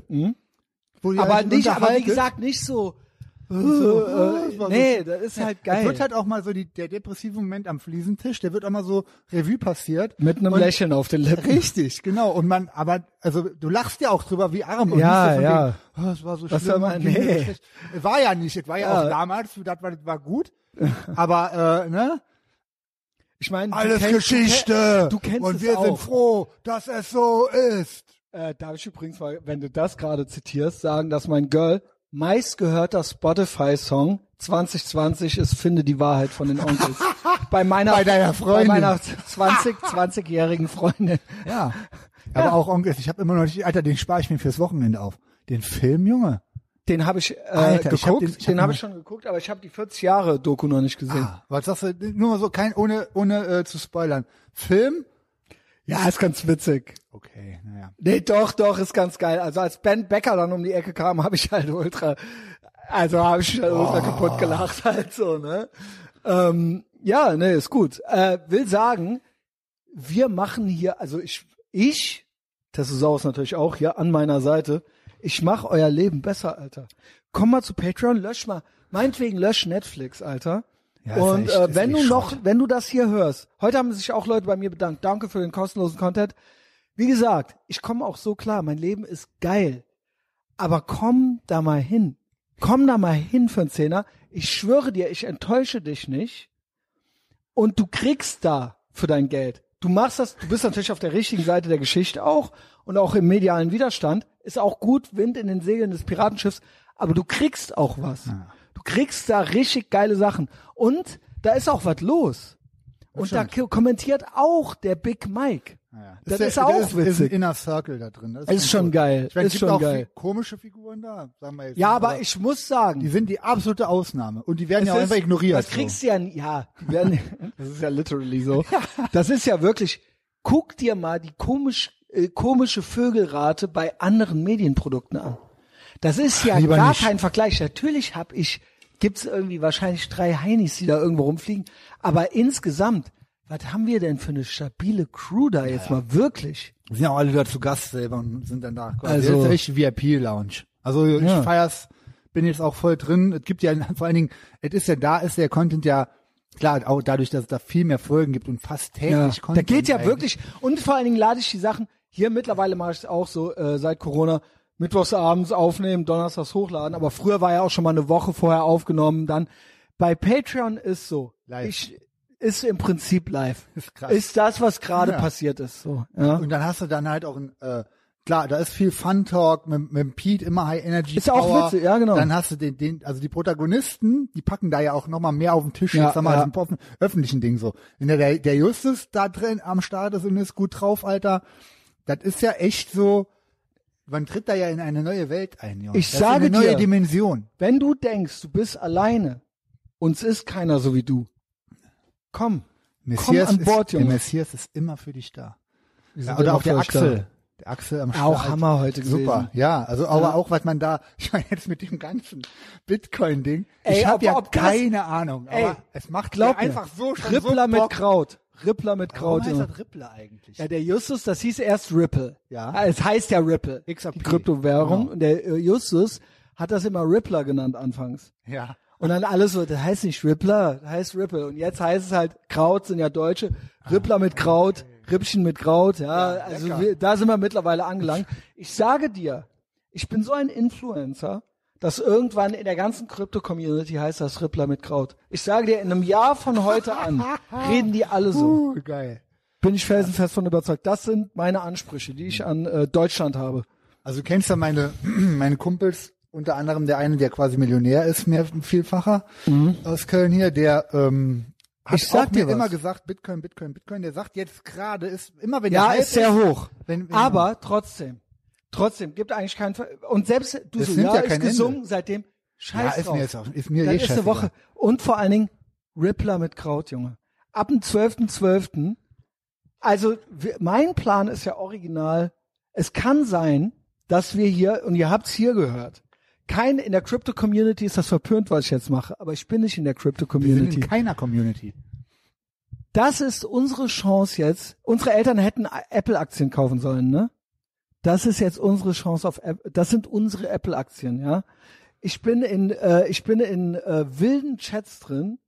S1: Wo die
S2: Mhm. aber
S1: halt
S2: nicht, aber wie
S1: unterhaltet.
S2: gesagt, nicht so. Äh,
S1: so,
S2: äh,
S1: äh,
S2: nee, das ist halt
S1: [laughs] Es
S2: geil.
S1: wird halt auch mal so die, der depressive Moment am Fliesentisch, der wird auch mal so Revue passiert.
S2: Mit einem
S1: und,
S2: Lächeln auf den Lippen.
S1: Richtig, genau. Und man, aber, also du lachst ja auch drüber wie arm. Und
S2: Ja,
S1: nicht so von
S2: ja.
S1: Wegen, oh, es war so
S2: Was
S1: schlimm.
S2: soll man-
S1: und ging mir
S2: nee.
S1: schlecht. War ja nicht, es war ja,
S2: Ja.
S1: auch damals, das war, das war gut. Aber, äh, ne?
S2: Ich meine,
S1: Alles
S2: du kennst,
S1: Geschichte.
S2: Du, ke- du kennst
S1: und
S2: es
S1: wir
S2: auch.
S1: sind froh, dass es so ist.
S2: Äh, darf ich übrigens mal, wenn du das gerade zitierst, sagen, dass mein Girl meistgehörter Spotify-Song 2020 ist Finde die Wahrheit von den
S1: [laughs]
S2: Onkels. Bei meiner,
S1: Bei deiner Freundin.
S2: Bei meiner 20, 20-jährigen Freundin.
S1: Ja. Aber auch Onkel, ich habe immer noch nicht, Alter, den spare ich mir fürs Wochenende auf. Den Film, Junge.
S2: Den habe ich äh,
S1: Alter, ich hab
S2: geguckt,
S1: den-
S2: den, hab
S1: ich hab
S2: habe
S1: den- Ah.
S2: ich schon geguckt, aber ich habe die 40 Jahre Doku noch nicht gesehen.
S1: Was sagst du? Nur mal so, kein, ohne, ohne äh, zu spoilern. Film?
S2: Ja, ist ganz witzig.
S1: Okay, naja.
S2: Nee, doch, doch, ist ganz geil. Also als Ben Becker dann um die Ecke kam, habe ich halt ultra, also habe ich halt
S1: Oh.
S2: ultra kaputt gelacht [laughs] halt so, ne? Ähm, ja, nee, ist gut. Äh, will sagen, wir machen hier, also ich, ich, Tessosaurus natürlich auch hier an meiner Seite, ich mache euer Leben besser, Alter. Komm mal zu Patreon, lösch mal, meinetwegen lösch Netflix, Alter.
S1: Ja, ist
S2: Und
S1: echt-
S2: äh,
S1: ist
S2: wenn du
S1: echt
S2: noch,
S1: Schrott.
S2: wenn du das hier hörst, heute haben sich auch Leute bei mir bedankt. Danke für den kostenlosen Content. Wie gesagt, ich komme auch so klar, mein Leben ist geil. Aber komm da mal hin. Komm da mal hin für einen Zehner. Ich schwöre dir, ich enttäusche dich nicht. Und du kriegst da für dein Geld. Du machst das, du bist natürlich auf der richtigen Seite der Geschichte auch und auch im medialen Widerstand. Ist auch gut, Wind in den Segeln des Piratenschiffs, aber du kriegst auch was. Du kriegst da richtig geile Sachen. Und da ist auch was los. Und da ko- kommentiert auch der Big Mike.
S1: naja.
S2: Das
S1: der-
S2: ist auch
S1: ist, Ist ein
S2: witzig.
S1: Inner Circle da drin. Das
S2: Ist
S1: ganz
S2: schon
S1: gut.
S2: geil,
S1: Ich meine, es
S2: ist
S1: gibt
S2: schon
S1: auch
S2: geil.
S1: viel komische Figuren da, sagen wir jetzt.
S2: Ja,
S1: nicht,
S2: aber ich muss sagen,
S1: Die sind die absolute Ausnahme. Und die werden ja auch
S2: Es
S1: einfach
S2: ist-
S1: ignoriert.
S2: Das kriegst du ja, nie- [laughs] ja, werden, das ist ja literally so. Das ist ja wirklich, guck dir mal die komisch, äh, komische Vögelrate bei anderen Medienprodukten an. Das ist ja
S1: Lieber
S2: gar
S1: nicht.
S2: kein Vergleich. Natürlich hab ich, gibt's irgendwie wahrscheinlich drei Heinis, die da irgendwo rumfliegen. Aber insgesamt, was haben wir denn für eine stabile Crew da jetzt mal wirklich?
S1: so. Die sind ja auch alle da zu Gast selber und sind dann da. Quasi.
S2: Also-
S1: das ist echt VIP-Lounge. Also ich
S2: Ja.
S1: feier's, bin jetzt auch voll drin. Es gibt ja vor allen Dingen, es ist ja da, ist der Content ja, klar, auch dadurch, dass es da viel mehr Folgen gibt und fast
S2: Ja,
S1: täglich
S2: da
S1: Content.
S2: geht ja
S1: eigentlich.
S2: wirklich. Und vor allen Dingen lade ich die Sachen, hier mittlerweile mache ich es auch so, äh, seit Corona, mittwochs abends aufnehmen, donnerstags hochladen, aber früher war ja auch schon mal eine Woche vorher aufgenommen, dann bei Patreon ist so.
S1: Live.
S2: Ich, ist im Prinzip live.
S1: Ist krass.
S2: Ist das, was gerade
S1: Ja.
S2: passiert ist. So, ja.
S1: Und dann hast du dann halt auch ein, äh, klar, da ist viel Fun Talk mit, mit Pete, immer High Energy.
S2: Ist auch
S1: Power.
S2: witzig, ja, genau.
S1: Dann hast du den, den, also die Protagonisten, die packen da ja auch nochmal mehr auf den Tisch,
S2: Ja,
S1: jetzt sag mal,
S2: ja.
S1: als im offen- öffentlichen Ding so. Wenn der- der, der Justus da drin am Start ist und ist gut drauf, Alter, das ist ja echt so, man tritt da ja in eine neue Welt ein, Junge.
S2: Ich
S1: das ist
S2: sage
S1: eine neue
S2: dir.
S1: Dimension.
S2: Wenn du denkst, du bist alleine, uns ist keiner so wie du. Komm.
S1: Messias
S2: an Bord,
S1: ist, der
S2: Junge.
S1: Messias ist immer für dich da.
S2: wir
S1: Ja,
S2: sind
S1: oder
S2: immer
S1: auch der
S2: für euch da.
S1: Axel. Der Axel am Start.
S2: Auch Hammer heute
S1: Super,
S2: gewesen.
S1: ja. Also aber auch, was man da, [laughs] ich meine jetzt mit dem ganzen Bitcoin-Ding,
S2: Ey,
S1: ich habe
S2: ob-
S1: ja
S2: ob das-
S1: keine Ahnung, aber
S2: Ey,
S1: es macht
S2: Glaub
S1: glaub
S2: mir.
S1: einfach so schon
S2: Rippler
S1: so
S2: mit
S1: Bock.
S2: Kraut. Rippler mit Kraut.
S1: Warum heißt
S2: Junge.
S1: das Rippler eigentlich?
S2: Ja, der Justus, das hieß erst Ripple.
S1: Ja.
S2: Ah, Es heißt ja Ripple.
S1: XRP.
S2: Die Kryptowährung.
S1: Genau.
S2: Und der äh, Justus hat das immer Rippler genannt anfangs.
S1: Ja.
S2: Und dann alles so, das heißt nicht Rippler, das heißt Ripple. Und jetzt heißt es halt, Kraut sind ja Deutsche, Rippler mit Kraut, Rippchen mit Kraut, ja, also
S1: Ah, lecker.
S2: wir, da sind wir mittlerweile
S1: [laughs]
S2: angelangt. Ich sage dir, ich bin so ein Influencer, dass irgendwann in der ganzen Krypto-Community heißt das Rippler mit Kraut. Ich sage dir, in einem Jahr von heute
S1: [laughs]
S2: an reden die alle so.
S1: Uh, geil.
S2: Bin ich felsenfest von überzeugt. Das sind meine Ansprüche, die ich an äh, Deutschland habe.
S1: Also du kennst ja meine, [clears throat] meine Kumpels, unter anderem der eine, der quasi Millionär ist, mehr Vielfacher aus Köln hier, der ähm, hat
S2: Ich sag
S1: auch
S2: dir
S1: mir
S2: was.
S1: immer gesagt, Bitcoin, Bitcoin, Bitcoin, der sagt jetzt gerade, ist immer wenn der
S2: Ja,
S1: Hype
S2: ist sehr hoch.
S1: wenn- wenn-
S2: Aber trotzdem, trotzdem gibt eigentlich keinen Ver und selbst du
S1: Es
S2: so
S1: nimmt
S2: ja,
S1: ja
S2: ist
S1: kein
S2: gesungen
S1: Ende.
S2: seitdem
S1: ja,
S2: Scheiß
S1: ist
S2: drauf.
S1: mir jetzt auch, ist mir
S2: Dann
S1: eh
S2: ist eine
S1: scheißegal.
S2: Woche und vor allen Dingen Rippler mit Kraut, Junge. Ab dem 12.12. Also wir, mein Plan ist ja original. Es kann sein, dass wir hier und ihr habt's hier gehört. Kein in der Crypto Community ist das verpönt, was ich jetzt mache, aber ich bin nicht in der Crypto
S1: Wir sind in
S2: Community.
S1: keiner Community.
S2: Das ist unsere Chance jetzt. Unsere Eltern hätten Apple-Aktien kaufen sollen, ne? Das ist jetzt unsere Chance auf Apple. Das sind unsere Apple-Aktien, ja? Ich bin in, äh, ich bin in äh, wilden Chats drin.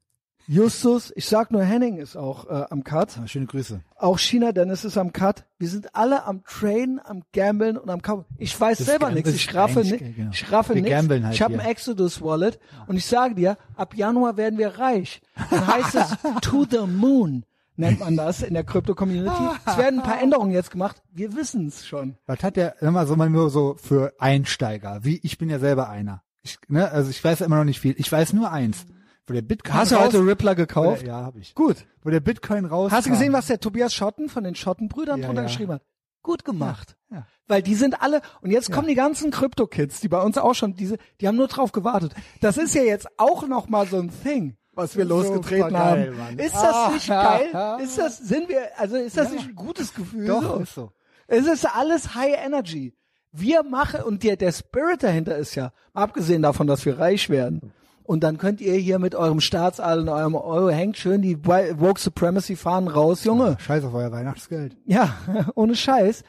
S2: Justus, ich sag nur, Henning ist auch äh, am Cut.
S1: Schöne Grüße.
S2: Auch China Dennis ist am Cut. Wir sind alle am Traden, am Gambeln und am Kaufen. Ich weiß
S1: Das
S2: selber
S1: Gamble
S2: nichts.
S1: ist
S2: Ich raffe
S1: eigentlich-
S2: nichts.
S1: genau.
S2: Ich raffe
S1: Wir
S2: nichts.
S1: gambeln halt
S2: ich habe
S1: hier.
S2: ein Exodus Wallet und ich sage dir, ab Januar werden wir reich. Dann heißt
S1: [laughs]
S2: es To the Moon nennt man das in der Krypto Community. Es werden ein paar Änderungen jetzt gemacht. Wir wissen es schon.
S1: Was hat der, sag mal, so mal nur so für Einsteiger, wie ich bin ja selber einer. Ich, ne, also ich weiß immer noch nicht viel. Ich weiß nur eins. Wo der Bitcoin
S2: Hast du
S1: raus-
S2: heute Rippler
S1: wo
S2: gekauft?
S1: der, Ja, habe ich.
S2: Gut.
S1: Wo der Bitcoin raus.
S2: Hast du gesehen, was der Tobias Schotten von den Schottenbrüdern
S1: Ja,
S2: drunter
S1: ja.
S2: geschrieben hat? Gut gemacht.
S1: Ja, ja.
S2: Weil die sind alle, und jetzt kommen die ganzen Krypto-Kids, die bei uns auch schon, diese, die haben nur drauf gewartet. Das ist ja jetzt auch nochmal so ein Thing, was wir
S1: Super
S2: losgetreten
S1: geil,
S2: haben.
S1: Mann.
S2: Ist das nicht
S1: Ah.
S2: [laughs] geil? Ist das, sind wir, also ist das nicht ein gutes Gefühl?
S1: Doch,
S2: so?
S1: ist so.
S2: Es ist alles High Energy. Wir machen, und der, der Spirit dahinter ist ja, mal abgesehen davon, dass wir reich werden. Und dann könnt ihr hier mit eurem Staatsadel und eurem Euro hängt schön die Wi- Woke Supremacy Fahnen raus, Junge.
S1: Scheiß auf euer Weihnachtsgeld.
S2: Ja, [laughs] ohne Scheiß.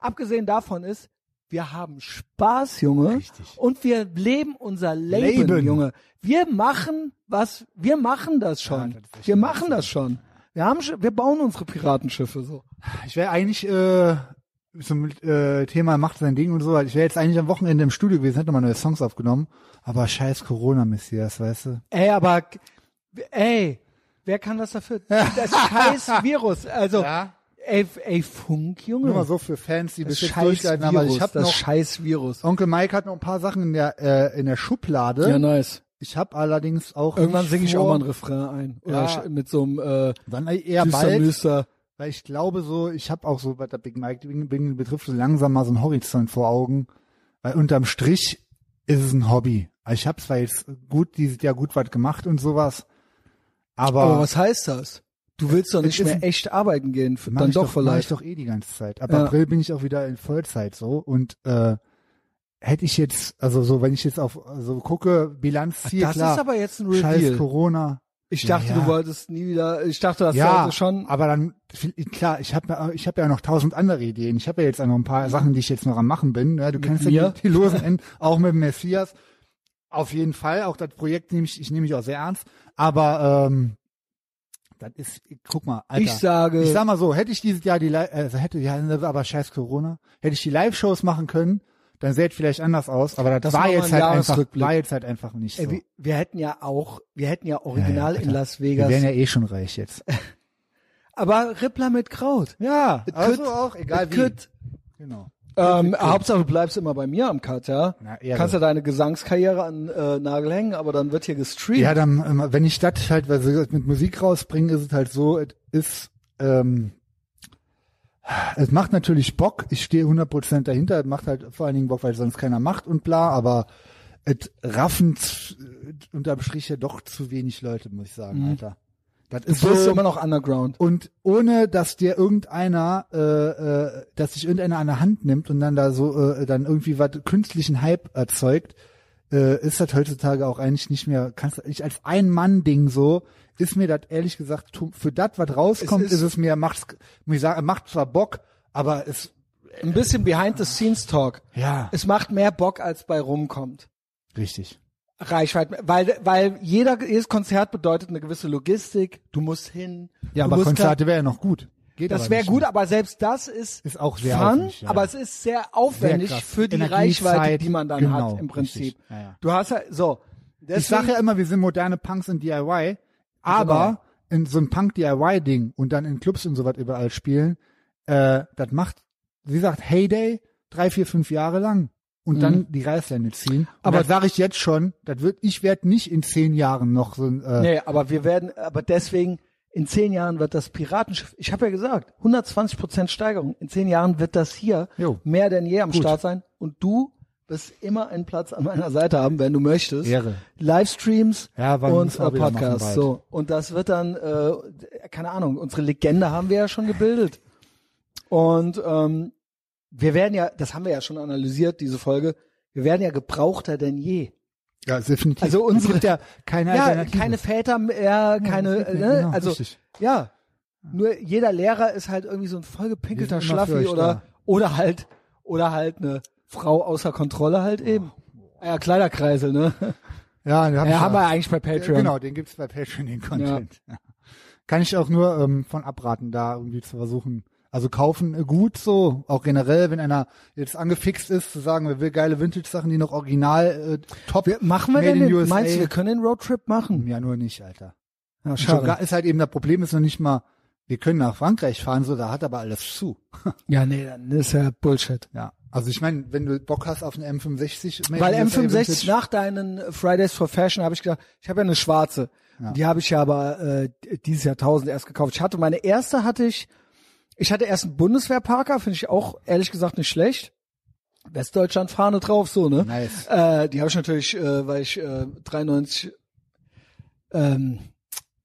S2: Abgesehen davon ist, wir haben Spaß, Junge.
S1: Richtig.
S2: Und wir leben unser Leben,
S1: Leben.
S2: Junge. Wir machen was, wir machen das schon.
S1: Ja, das ist echt
S2: wir machen das schon. Wir haben, sch- wir bauen unsere Piratenschiffe so.
S1: Ich wäre eigentlich äh, zum äh, Thema macht sein Ding und so. Ich wäre jetzt eigentlich am Wochenende im Studio gewesen, hätte nochmal neue Songs aufgenommen. Aber scheiß Corona-Messias, weißt du?
S2: Ey, aber ey, wer kann was
S1: [laughs]
S2: dafür? Das scheiß Virus. Also
S1: Ja.
S2: ey, ey, Funk, Junge.
S1: Nur mal so für Fans, die
S2: das
S1: bis jetzt
S2: scheiß
S1: durchgehalten haben. Also
S2: Virus,
S1: ich habe
S2: das
S1: noch
S2: scheiß Virus.
S1: Onkel Mike hat noch ein paar Sachen in der äh, in der Schublade.
S2: nice.
S1: Ich habe allerdings auch
S2: Irgendwann
S1: nicht
S2: singe ich
S1: vor-
S2: auch mal ein Refrain ein. Oder
S1: Ja.
S2: sch- mit so einem äh,
S1: dann eher
S2: düster,
S1: bald,
S2: düster.
S1: weil ich glaube so, ich habe auch so bei der Big Mike Bing, Bing betrifft so langsam mal so einen Horizont vor Augen, weil unterm Strich ist es ein Hobby. Also Ich habe zwar jetzt gut dieses Jahr gut was gemacht und sowas, aber,
S2: Aber Oh, was heißt das? Du willst doch
S1: Es
S2: nicht
S1: ist
S2: mehr
S1: ein-
S2: echt arbeiten gehen, f-
S1: mach
S2: dann
S1: ich
S2: doch,
S1: mach ich
S2: vielleicht.
S1: doch eh die ganze Zeit. Ab
S2: Ja.
S1: April bin ich auch wieder in Vollzeit so und äh, hätte ich jetzt also so, wenn ich jetzt auf so gucke Bilanz ziehe,
S2: das
S1: klar,
S2: ist aber jetzt ein
S1: scheiß
S2: Reveal.
S1: Corona.
S2: Ich dachte,
S1: Ja, ja.
S2: du wolltest nie wieder, ich dachte, das
S1: ja,
S2: heute schon.
S1: aber dann klar, ich habe ich habe ja noch tausend andere Ideen. Ich habe ja jetzt auch noch ein paar Sachen, die ich jetzt noch am machen bin. Ja, du kennst ja
S2: mir?
S1: die, die losen Enden, auch mit dem Messias. Auf jeden Fall, auch das Projekt nehme ich, ich nehme ich auch sehr ernst. Aber ähm, das ist, guck mal, Alter.
S2: ich sage,
S1: Ich sag mal so, hätte ich dieses Jahr die, Li- also hätte ja, aber scheiß Corona, hätte ich die Live-Shows machen können, dann sähe es vielleicht anders aus. Aber das,
S2: Das
S1: war
S2: machen wir einen
S1: jetzt halt einfach,
S2: Jahresrückblick.
S1: war jetzt halt einfach nicht so.
S2: ey, wir, wir hätten ja auch, wir hätten ja original in
S1: Alter.
S2: Las
S1: wir
S2: Vegas
S1: wären ja eh schon
S2: [laughs]
S1: reich jetzt.
S2: Aber Rippler mit Kraut.
S1: Ja,
S2: It
S1: also
S2: could-
S1: auch, egal
S2: it
S1: wie.
S2: could.
S1: Genau.
S2: Ähm, Hauptsache du bleibst immer bei mir am Cut, ja?
S1: Na, Ehre.
S2: Kannst ja deine Gesangskarriere an äh, Nagel hängen, aber dann wird hier gestreamt.
S1: Ja, dann, ähm, wenn ich das halt, weil sie das mit Musik rausbringen, ist es halt so, es ist, ähm, es macht natürlich Bock, ich stehe 100% dahinter, es macht halt vor allen Dingen Bock, weil sonst keiner macht und bla, aber es raffen z- unterm Strich ja doch zu wenig Leute, muss ich sagen, Alter. Das ist
S2: du bist
S1: so,
S2: immer noch underground.
S1: und ohne, dass dir irgendeiner, äh, äh, dass sich irgendeiner an der Hand nimmt und dann da so, äh, dann irgendwie was künstlichen Hype erzeugt, äh, ist das heutzutage auch eigentlich nicht mehr, kannst ich als Ein-Mann-Ding so, ist mir das ehrlich gesagt, tu- für das, was rauskommt,
S2: Es
S1: ist,
S2: ist-
S1: es mir, macht's, muss ich sagen, macht zwar Bock, aber es,
S2: Ein bisschen behind the scenes Talk.
S1: ja,
S2: Es macht mehr Bock, als bei rumkommt.
S1: richtig.
S2: Reichweite, weil, weil jeder, jedes Konzert bedeutet eine gewisse Logistik. Du musst hin. du
S1: Ja, aber
S2: musst
S1: Konzerte wäre ja noch gut. Geht
S2: Da, das
S1: aber
S2: wäre
S1: nicht
S2: gut,
S1: mehr.
S2: aber selbst das ist,
S1: Ist auch sehr
S2: fun,
S1: aufwendig, ja.
S2: aber es ist sehr aufwendig
S1: Sehr krass.
S2: für die
S1: Energie,
S2: Reichweite,
S1: Zeit,
S2: die man dann
S1: genau,
S2: hat im Prinzip.
S1: richtig. Ja, ja.
S2: Du hast ja so.
S1: ich
S2: Deswegen,
S1: sage ja immer, wir sind moderne Punks in DIY, aber in so ein Punk-DIY-Ding und dann in Clubs und sowas überall spielen, äh, das macht, wie gesagt, Heyday drei, vier, fünf Jahre lang und dann die Reißleine ziehen.
S2: Aber-
S1: Aber sage ich jetzt schon, das wird, ich werde nicht in zehn Jahren noch so ein, äh,
S2: Nee, aber wir werden, aber deswegen, in zehn Jahren wird das Piratenschiff, ich habe ja gesagt, 120 Prozent Steigerung. In zehn Jahren wird das hier
S1: Jo.
S2: mehr denn je am Start sein. Und du wirst immer einen Platz an meiner Seite haben, wenn du möchtest.
S1: Ehre.
S2: Livestreams
S1: Ja, wann
S2: und
S1: müssen wir
S2: äh,
S1: wieder machen
S2: Podcasts.
S1: bald?
S2: So. Und das wird dann, äh, keine Ahnung, unsere Legende haben wir ja schon gebildet. Und ähm, wir werden ja, das haben wir ja schon analysiert, diese Folge, wir werden ja gebrauchter denn je.
S1: ja, ist definitiv.
S2: Also
S1: [laughs] Es
S2: unsere-
S1: gibt ja keine
S2: Ja,
S1: Alternative.
S2: keine Väter mehr,
S1: das
S2: keine,
S1: geht nicht,
S2: ne?
S1: genau,
S2: also
S1: richtig.
S2: ja, nur jeder Lehrer ist halt irgendwie so ein vollgepinkelter
S1: Wir sind immer für
S2: Schlaffi
S1: euch
S2: oder
S1: da.
S2: oder halt oder halt eine Frau außer Kontrolle halt eben. Ah Ja, Kleiderkreisel, ne?
S1: ja, da hab ich
S2: Ja, haben wir
S1: ja.
S2: eigentlich bei Patreon.
S1: Genau, den gibt's bei Patreon, den Content. [laughs] Kann ich auch nur ähm, von abraten, da irgendwie zu versuchen. Also kaufen äh, gut so, auch generell, wenn einer jetzt angefixt ist, zu sagen, wir will geile Vintage-Sachen, die noch original äh, top.
S2: Wir, machen wir
S1: made
S2: denn
S1: in
S2: den,
S1: USA.
S2: meinst du, wir können den Roadtrip machen?
S1: Ja, nur nicht, Alter.
S2: Ja,
S1: Schon gar- ist halt eben das Problem, ist noch nicht mal, wir können nach Frankreich fahren, so, da hat aber alles zu.
S2: Ja, nee, dann ist ja Bullshit.
S1: Ja. Also ich meine, wenn du Bock hast auf eine M65, Made
S2: Weil
S1: in USA
S2: M65
S1: Vintage-
S2: nach deinen Fridays for Fashion habe ich gedacht, ich habe ja eine schwarze. Die habe ich ja aber äh, dieses Jahr tausend erst gekauft. Ich hatte meine erste hatte ich, ich hatte erst einen Bundeswehrparker, finde ich auch ehrlich gesagt nicht schlecht. Westdeutschland Fahne drauf, so, ne?
S1: Nice.
S2: Äh, die habe ich natürlich, äh, weil ich äh, 93 ähm,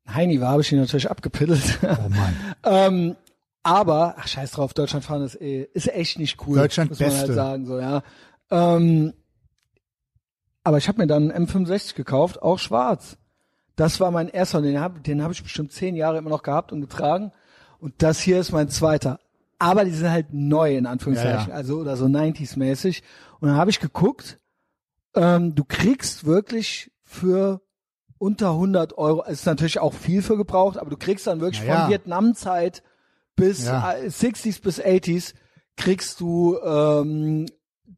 S2: Heini war, habe ich die natürlich abgepittelt.
S1: Oh Mann.
S2: [laughs] ähm, aber, ach scheiß drauf, Deutschland fahren ist, eh, ist echt nicht cool.
S1: Deutschland
S2: muss man
S1: Beste.
S2: halt sagen, so, ja. Ähm, aber ich habe mir dann einen M65 gekauft, auch schwarz. Das war mein erster, und den habe den hab ich bestimmt zehn Jahre immer noch gehabt und getragen. Und das hier ist mein zweiter. Aber die sind halt neu, in Anführungszeichen,
S1: Ja, ja.
S2: also oder so 90s-mäßig. Und dann habe ich geguckt, ähm, du kriegst wirklich für unter 100 Euro, ist natürlich auch viel für gebraucht, aber du kriegst dann wirklich
S1: Na ja.
S2: von Vietnamzeit bis
S1: Ja.
S2: äh, 60s bis 80s, kriegst du ähm,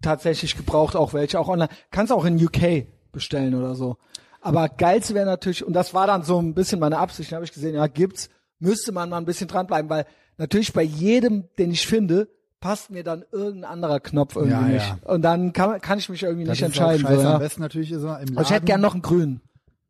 S2: tatsächlich gebraucht auch welche, auch online. Kannst auch in UK bestellen oder so. Aber geilste wäre natürlich, und das war dann so ein bisschen meine Absicht, habe ich gesehen, ja, gibt's, müsste man mal ein bisschen dranbleiben, weil natürlich bei jedem, den ich finde, passt mir dann irgendein anderer Knopf irgendwie
S1: Ja,
S2: nicht.
S1: ja.
S2: Und dann kann, kann ich mich irgendwie
S1: Das
S2: nicht
S1: ist
S2: entscheiden.
S1: Auch
S2: So,
S1: scheiße.
S2: ja.
S1: Am besten natürlich ist er im Laden.
S2: Aber ich hätte gern noch einen grünen.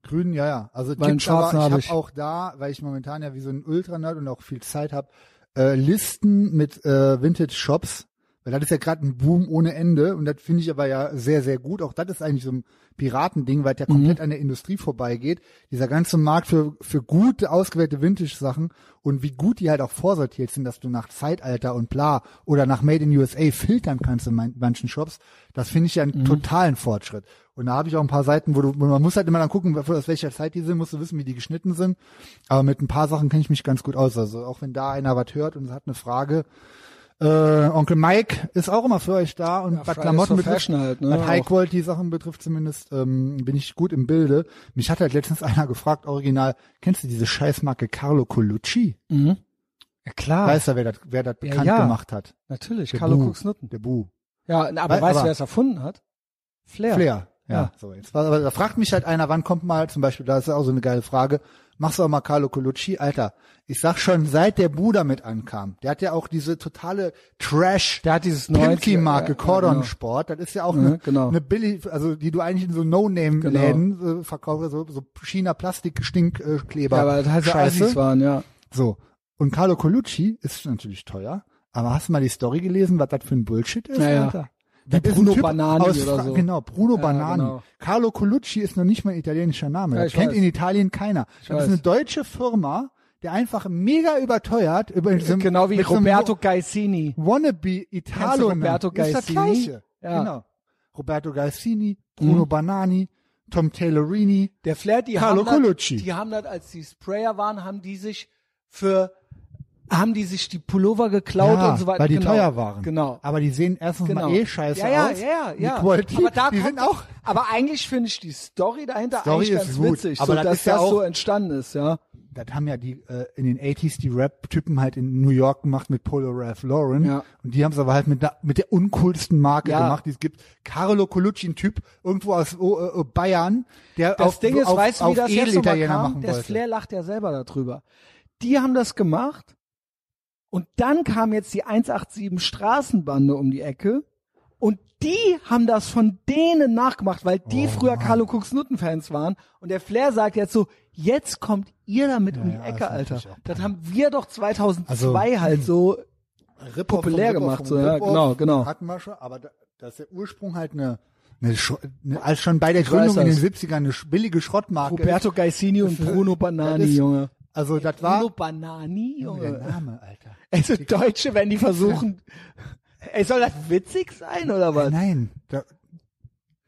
S1: Grün, ja, ja. Also
S2: Weil einen
S1: gibt's aber,
S2: schwarzen
S1: ich
S2: hab
S1: habe
S2: ich.
S1: auch da, weil ich momentan ja wie so ein Ultranerd und auch viel Zeit habe, äh, Listen mit äh, Vintage-Shops. Weil das ist ja gerade ein Boom ohne Ende und das finde ich aber ja sehr, sehr gut. Auch das ist eigentlich so ein Piratending, weil es ja
S2: Mhm.
S1: komplett an der Industrie vorbeigeht. Dieser ganze Markt für, für gute, ausgewählte Vintage-Sachen und wie gut die halt auch vorsortiert sind, dass du nach Zeitalter und bla oder nach Made in USA filtern kannst in man- manchen Shops, das finde ich ja
S2: Mhm.
S1: einen totalen Fortschritt. Und da habe ich auch ein paar Seiten, wo du, wo man muss halt immer dann gucken, aus welcher Zeit die sind, musst du wissen, wie die geschnitten sind. Aber mit ein paar Sachen kenne ich mich ganz gut aus. Also auch wenn da einer was hört und hat eine Frage, äh, Onkel Mike ist auch immer für euch da und was
S2: Fridays
S1: Klamotten
S2: for
S1: betrifft,
S2: Fashion halt, ne,
S1: was
S2: auch.
S1: High-Quality-Sachen betrifft zumindest, ähm, bin ich gut im Bilde. Mich hat halt letztens [laughs] einer gefragt, original, kennst du diese Scheißmarke Carlo Colucci?
S2: Ja klar,
S1: Weißt du, wer das wer das bekannt
S2: Ah. ja.
S1: gemacht hat?
S2: natürlich.
S1: Der
S2: Carlo
S1: Bu.
S2: Cooksnutten.
S1: Der Bu.
S2: Ja, na, aber
S1: Weil-
S2: weißt du,
S1: aber-
S2: wer es erfunden hat? Flair.
S1: Flair. Ja.
S2: Ja.
S1: So, jetzt, war- aber da fragt mich halt einer, wann kommt mal zum Beispiel, da ist ja auch so eine geile Frage, machst du auch mal Carlo Colucci? Alter, ich sag schon, seit der Bu damit ankam, der hat ja auch diese totale Trash,
S2: Der hat dieses 90er,
S1: Pimki-Marke,
S2: ja,
S1: Cordon
S2: genau.
S1: Sport, das ist ja auch
S2: Mhm,
S1: eine,
S2: genau.
S1: eine billig, also die du eigentlich in so No-Name-Läden äh, verkaufst, so, so China-Plastik-Stinkkleber.
S2: Ja, aber das heißt, ja, Assis waren, ja.
S1: So. Und Carlo Colucci ist natürlich teuer, aber hast du mal die Story gelesen, was das für ein Bullshit ist,
S2: Ja, ja.
S1: Alter?
S2: Wie
S1: Das ist
S2: Bruno
S1: ein Typ
S2: Banani
S1: aus
S2: oder
S1: Fra-
S2: so.
S1: Genau, Bruno
S2: Ja,
S1: Banani.
S2: genau.
S1: Carlo Colucci ist noch nicht mal ein italienischer Name.
S2: Ja,
S1: das
S2: ich
S1: kennt
S2: weiß.
S1: in Italien keiner. das
S2: weiß.
S1: ist eine deutsche Firma, der einfach mega überteuert über diesem,
S2: Genau wie
S1: mit so einem
S2: Roberto Gaisini.
S1: Wannabe Italo.
S2: Roberto
S1: Ist das
S2: Gaisini?
S1: gleiche.
S2: Ja. Hm?
S1: Genau. Roberto Gaisini, Bruno Banani, Tom Taylorini.
S2: Der Flair, die
S1: Carlo
S2: haben
S1: Colucci.
S2: Das, die haben das, als die Sprayer waren, haben die sich für, haben die sich die Pullover geklaut
S1: Ja,
S2: und so weiter.
S1: weil die
S2: genau.
S1: teuer waren.
S2: Genau.
S1: Aber die sehen erstens
S2: genau.
S1: mal eh scheiße
S2: ja, ja,
S1: aus.
S2: Ja, ja, ja.
S1: Die Qualität,
S2: aber da
S1: die
S2: kommt,
S1: sind auch
S2: Aber eigentlich finde ich die Story dahinter
S1: Story
S2: eigentlich
S1: ist
S2: ganz
S1: gut,
S2: witzig,
S1: aber
S2: so,
S1: das
S2: dass
S1: ist ja
S2: das
S1: auch-
S2: so entstanden ist, ja.
S1: das haben ja die äh, in den 80s die Rap-Typen halt in New York gemacht mit Polo Ralph Lauren.
S2: Ja.
S1: Und die haben es aber halt mit, der- mit der uncoolsten Marke
S2: Ja.
S1: gemacht, die es gibt. Carlo Colucci, ein Typ irgendwo aus oh, äh, äh, Bayern, der
S2: Das
S1: auf,
S2: Ding ist,
S1: auf,
S2: weißt du, wie
S1: auf
S2: das jetzt nochmal
S1: Edelitaliener
S2: kam?
S1: machen
S2: Der
S1: wollte.
S2: Flair lacht ja selber darüber. Die haben das gemacht und dann kam jetzt die 187 Straßenbande um die Ecke und die haben das von denen nachgemacht, weil die
S1: Oh
S2: früher
S1: Mann.
S2: Carlo Cooks Nutten-Fans waren und der Flair sagt jetzt so, jetzt kommt ihr damit um die
S1: ja,
S2: Ecke,
S1: das ist
S2: Alter.
S1: natürlich auch
S2: Das haben wir doch 2002
S1: Also,
S2: halt so
S1: Rip-Off vom
S2: populär
S1: Rip-Off
S2: gemacht,
S1: vom
S2: so, ja,
S1: Rip-Off
S2: genau, genau.
S1: Hatten wir schon, aber da, da ist der Ursprung halt eine, eine, Sch- eine als schon bei der
S2: weiß
S1: Gründung in den
S2: das.
S1: 70ern eine sch- billige Schrottmarke.
S2: Roberto Gaisini und
S1: Das-
S2: Bruno
S1: das
S2: Banani,
S1: ist-
S2: Junge.
S1: also das
S2: Bruno
S1: war
S2: Banani,
S1: der
S2: Junge.
S1: Name, Alter.
S2: Also Deutsche, wenn die versuchen. Ey, soll das witzig sein oder was?
S1: Nein, da,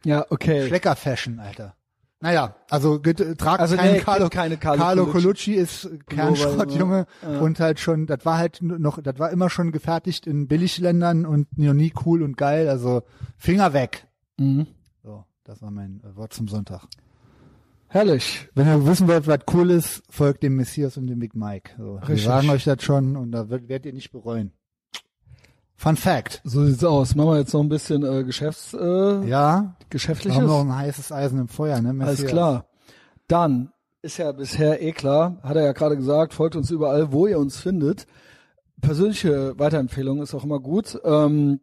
S2: Ja, okay.
S1: Schlecker Fashion, Alter. Naja, also get, äh, trag
S2: Also,
S1: keinen
S2: nee,
S1: Carlo,
S2: gibt keine Carlo
S1: Colucci ist äh, Kernschrott, Junge.
S2: Pullover,
S1: Und halt schon, das war halt n- noch, das war immer schon gefertigt in Billigländern und noch nie cool und geil. Also Finger weg.
S2: Mhm.
S1: So, das war mein äh, Wort zum Sonntag.
S2: Herrlich.
S1: Wenn ihr wissen wollt, was cool ist, folgt dem Messias und dem Big Mike. So, wir
S2: Richtig.
S1: sagen euch das schon und da wird, werdet ihr nicht bereuen. Fun Fact.
S2: So sieht's aus. Machen wir jetzt noch ein bisschen äh, Geschäfts, äh,
S1: Ja, wir haben
S2: Geschäftliches.
S1: noch ein heißes Eisen im Feuer, ne? Messias?
S2: Alles klar. Dann ist ja bisher eh klar, hat er ja gerade gesagt, folgt uns überall, wo ihr uns findet. Persönliche Weiterempfehlung ist auch immer gut. Ähm,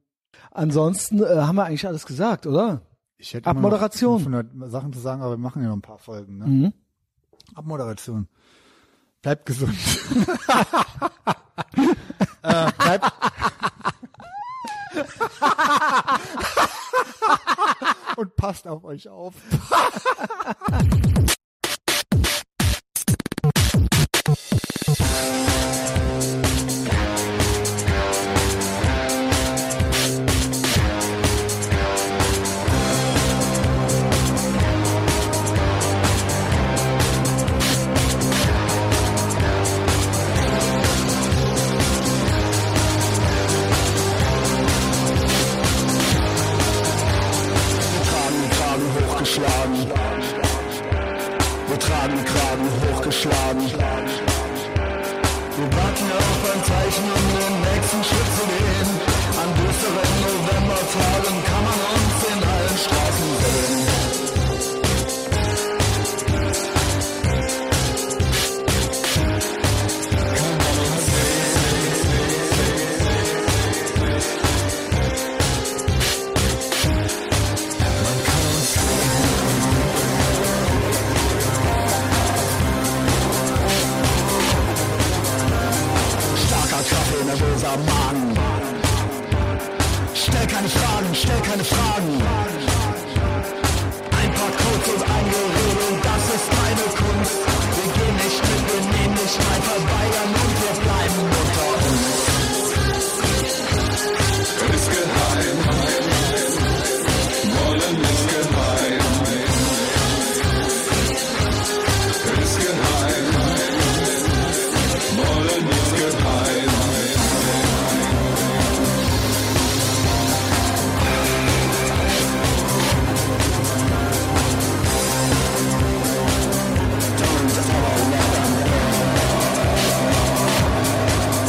S2: Ansonsten äh, haben wir eigentlich alles gesagt, oder?
S1: Ich hätte immer
S2: Abmoderation.
S1: Noch 500 Sachen zu sagen, aber wir machen ja noch ein paar Folgen. Ne?
S2: Mhm.
S1: Abmoderation.
S2: [laughs]
S1: Bleibt gesund. äh, bleibt, und passt auf euch auf.
S7: tragen Kragen hochgeschlagen. Wir tragen Kragen hochgeschlagen. Wir warten auf ein Zeichen, um den nächsten Schritt zu gehen. An düsteren Novembertagen kann man uns in allen Straßen sehen. Starker Kaffee, nervöser Magen. Stell keine Fragen, stell keine Fragen. Ein paar Codes und ein Gerede, das ist meine Kunst. Wir gehen nicht mit, wir nehmen nicht mal verweigern und wir bleiben unter uns.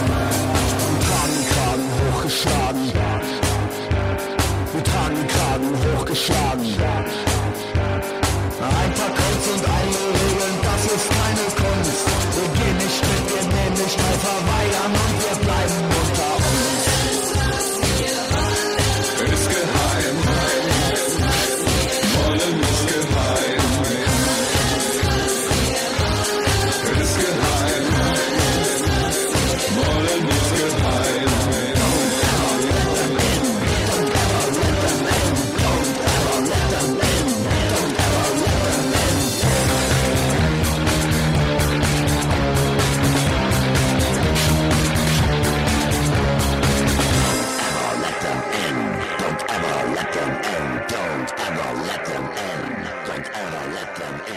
S7: tragen Kragen hochgeschlagen. Wir tragen Kragen hochgeschlagen. Ein paar Codes und eine Regeln, das ist keine Kunst. Wir gehen nicht mit, wir nehmen nicht mal verweigern und wir bleiben unter uns. Don't ever let them in. Don't ever let them in.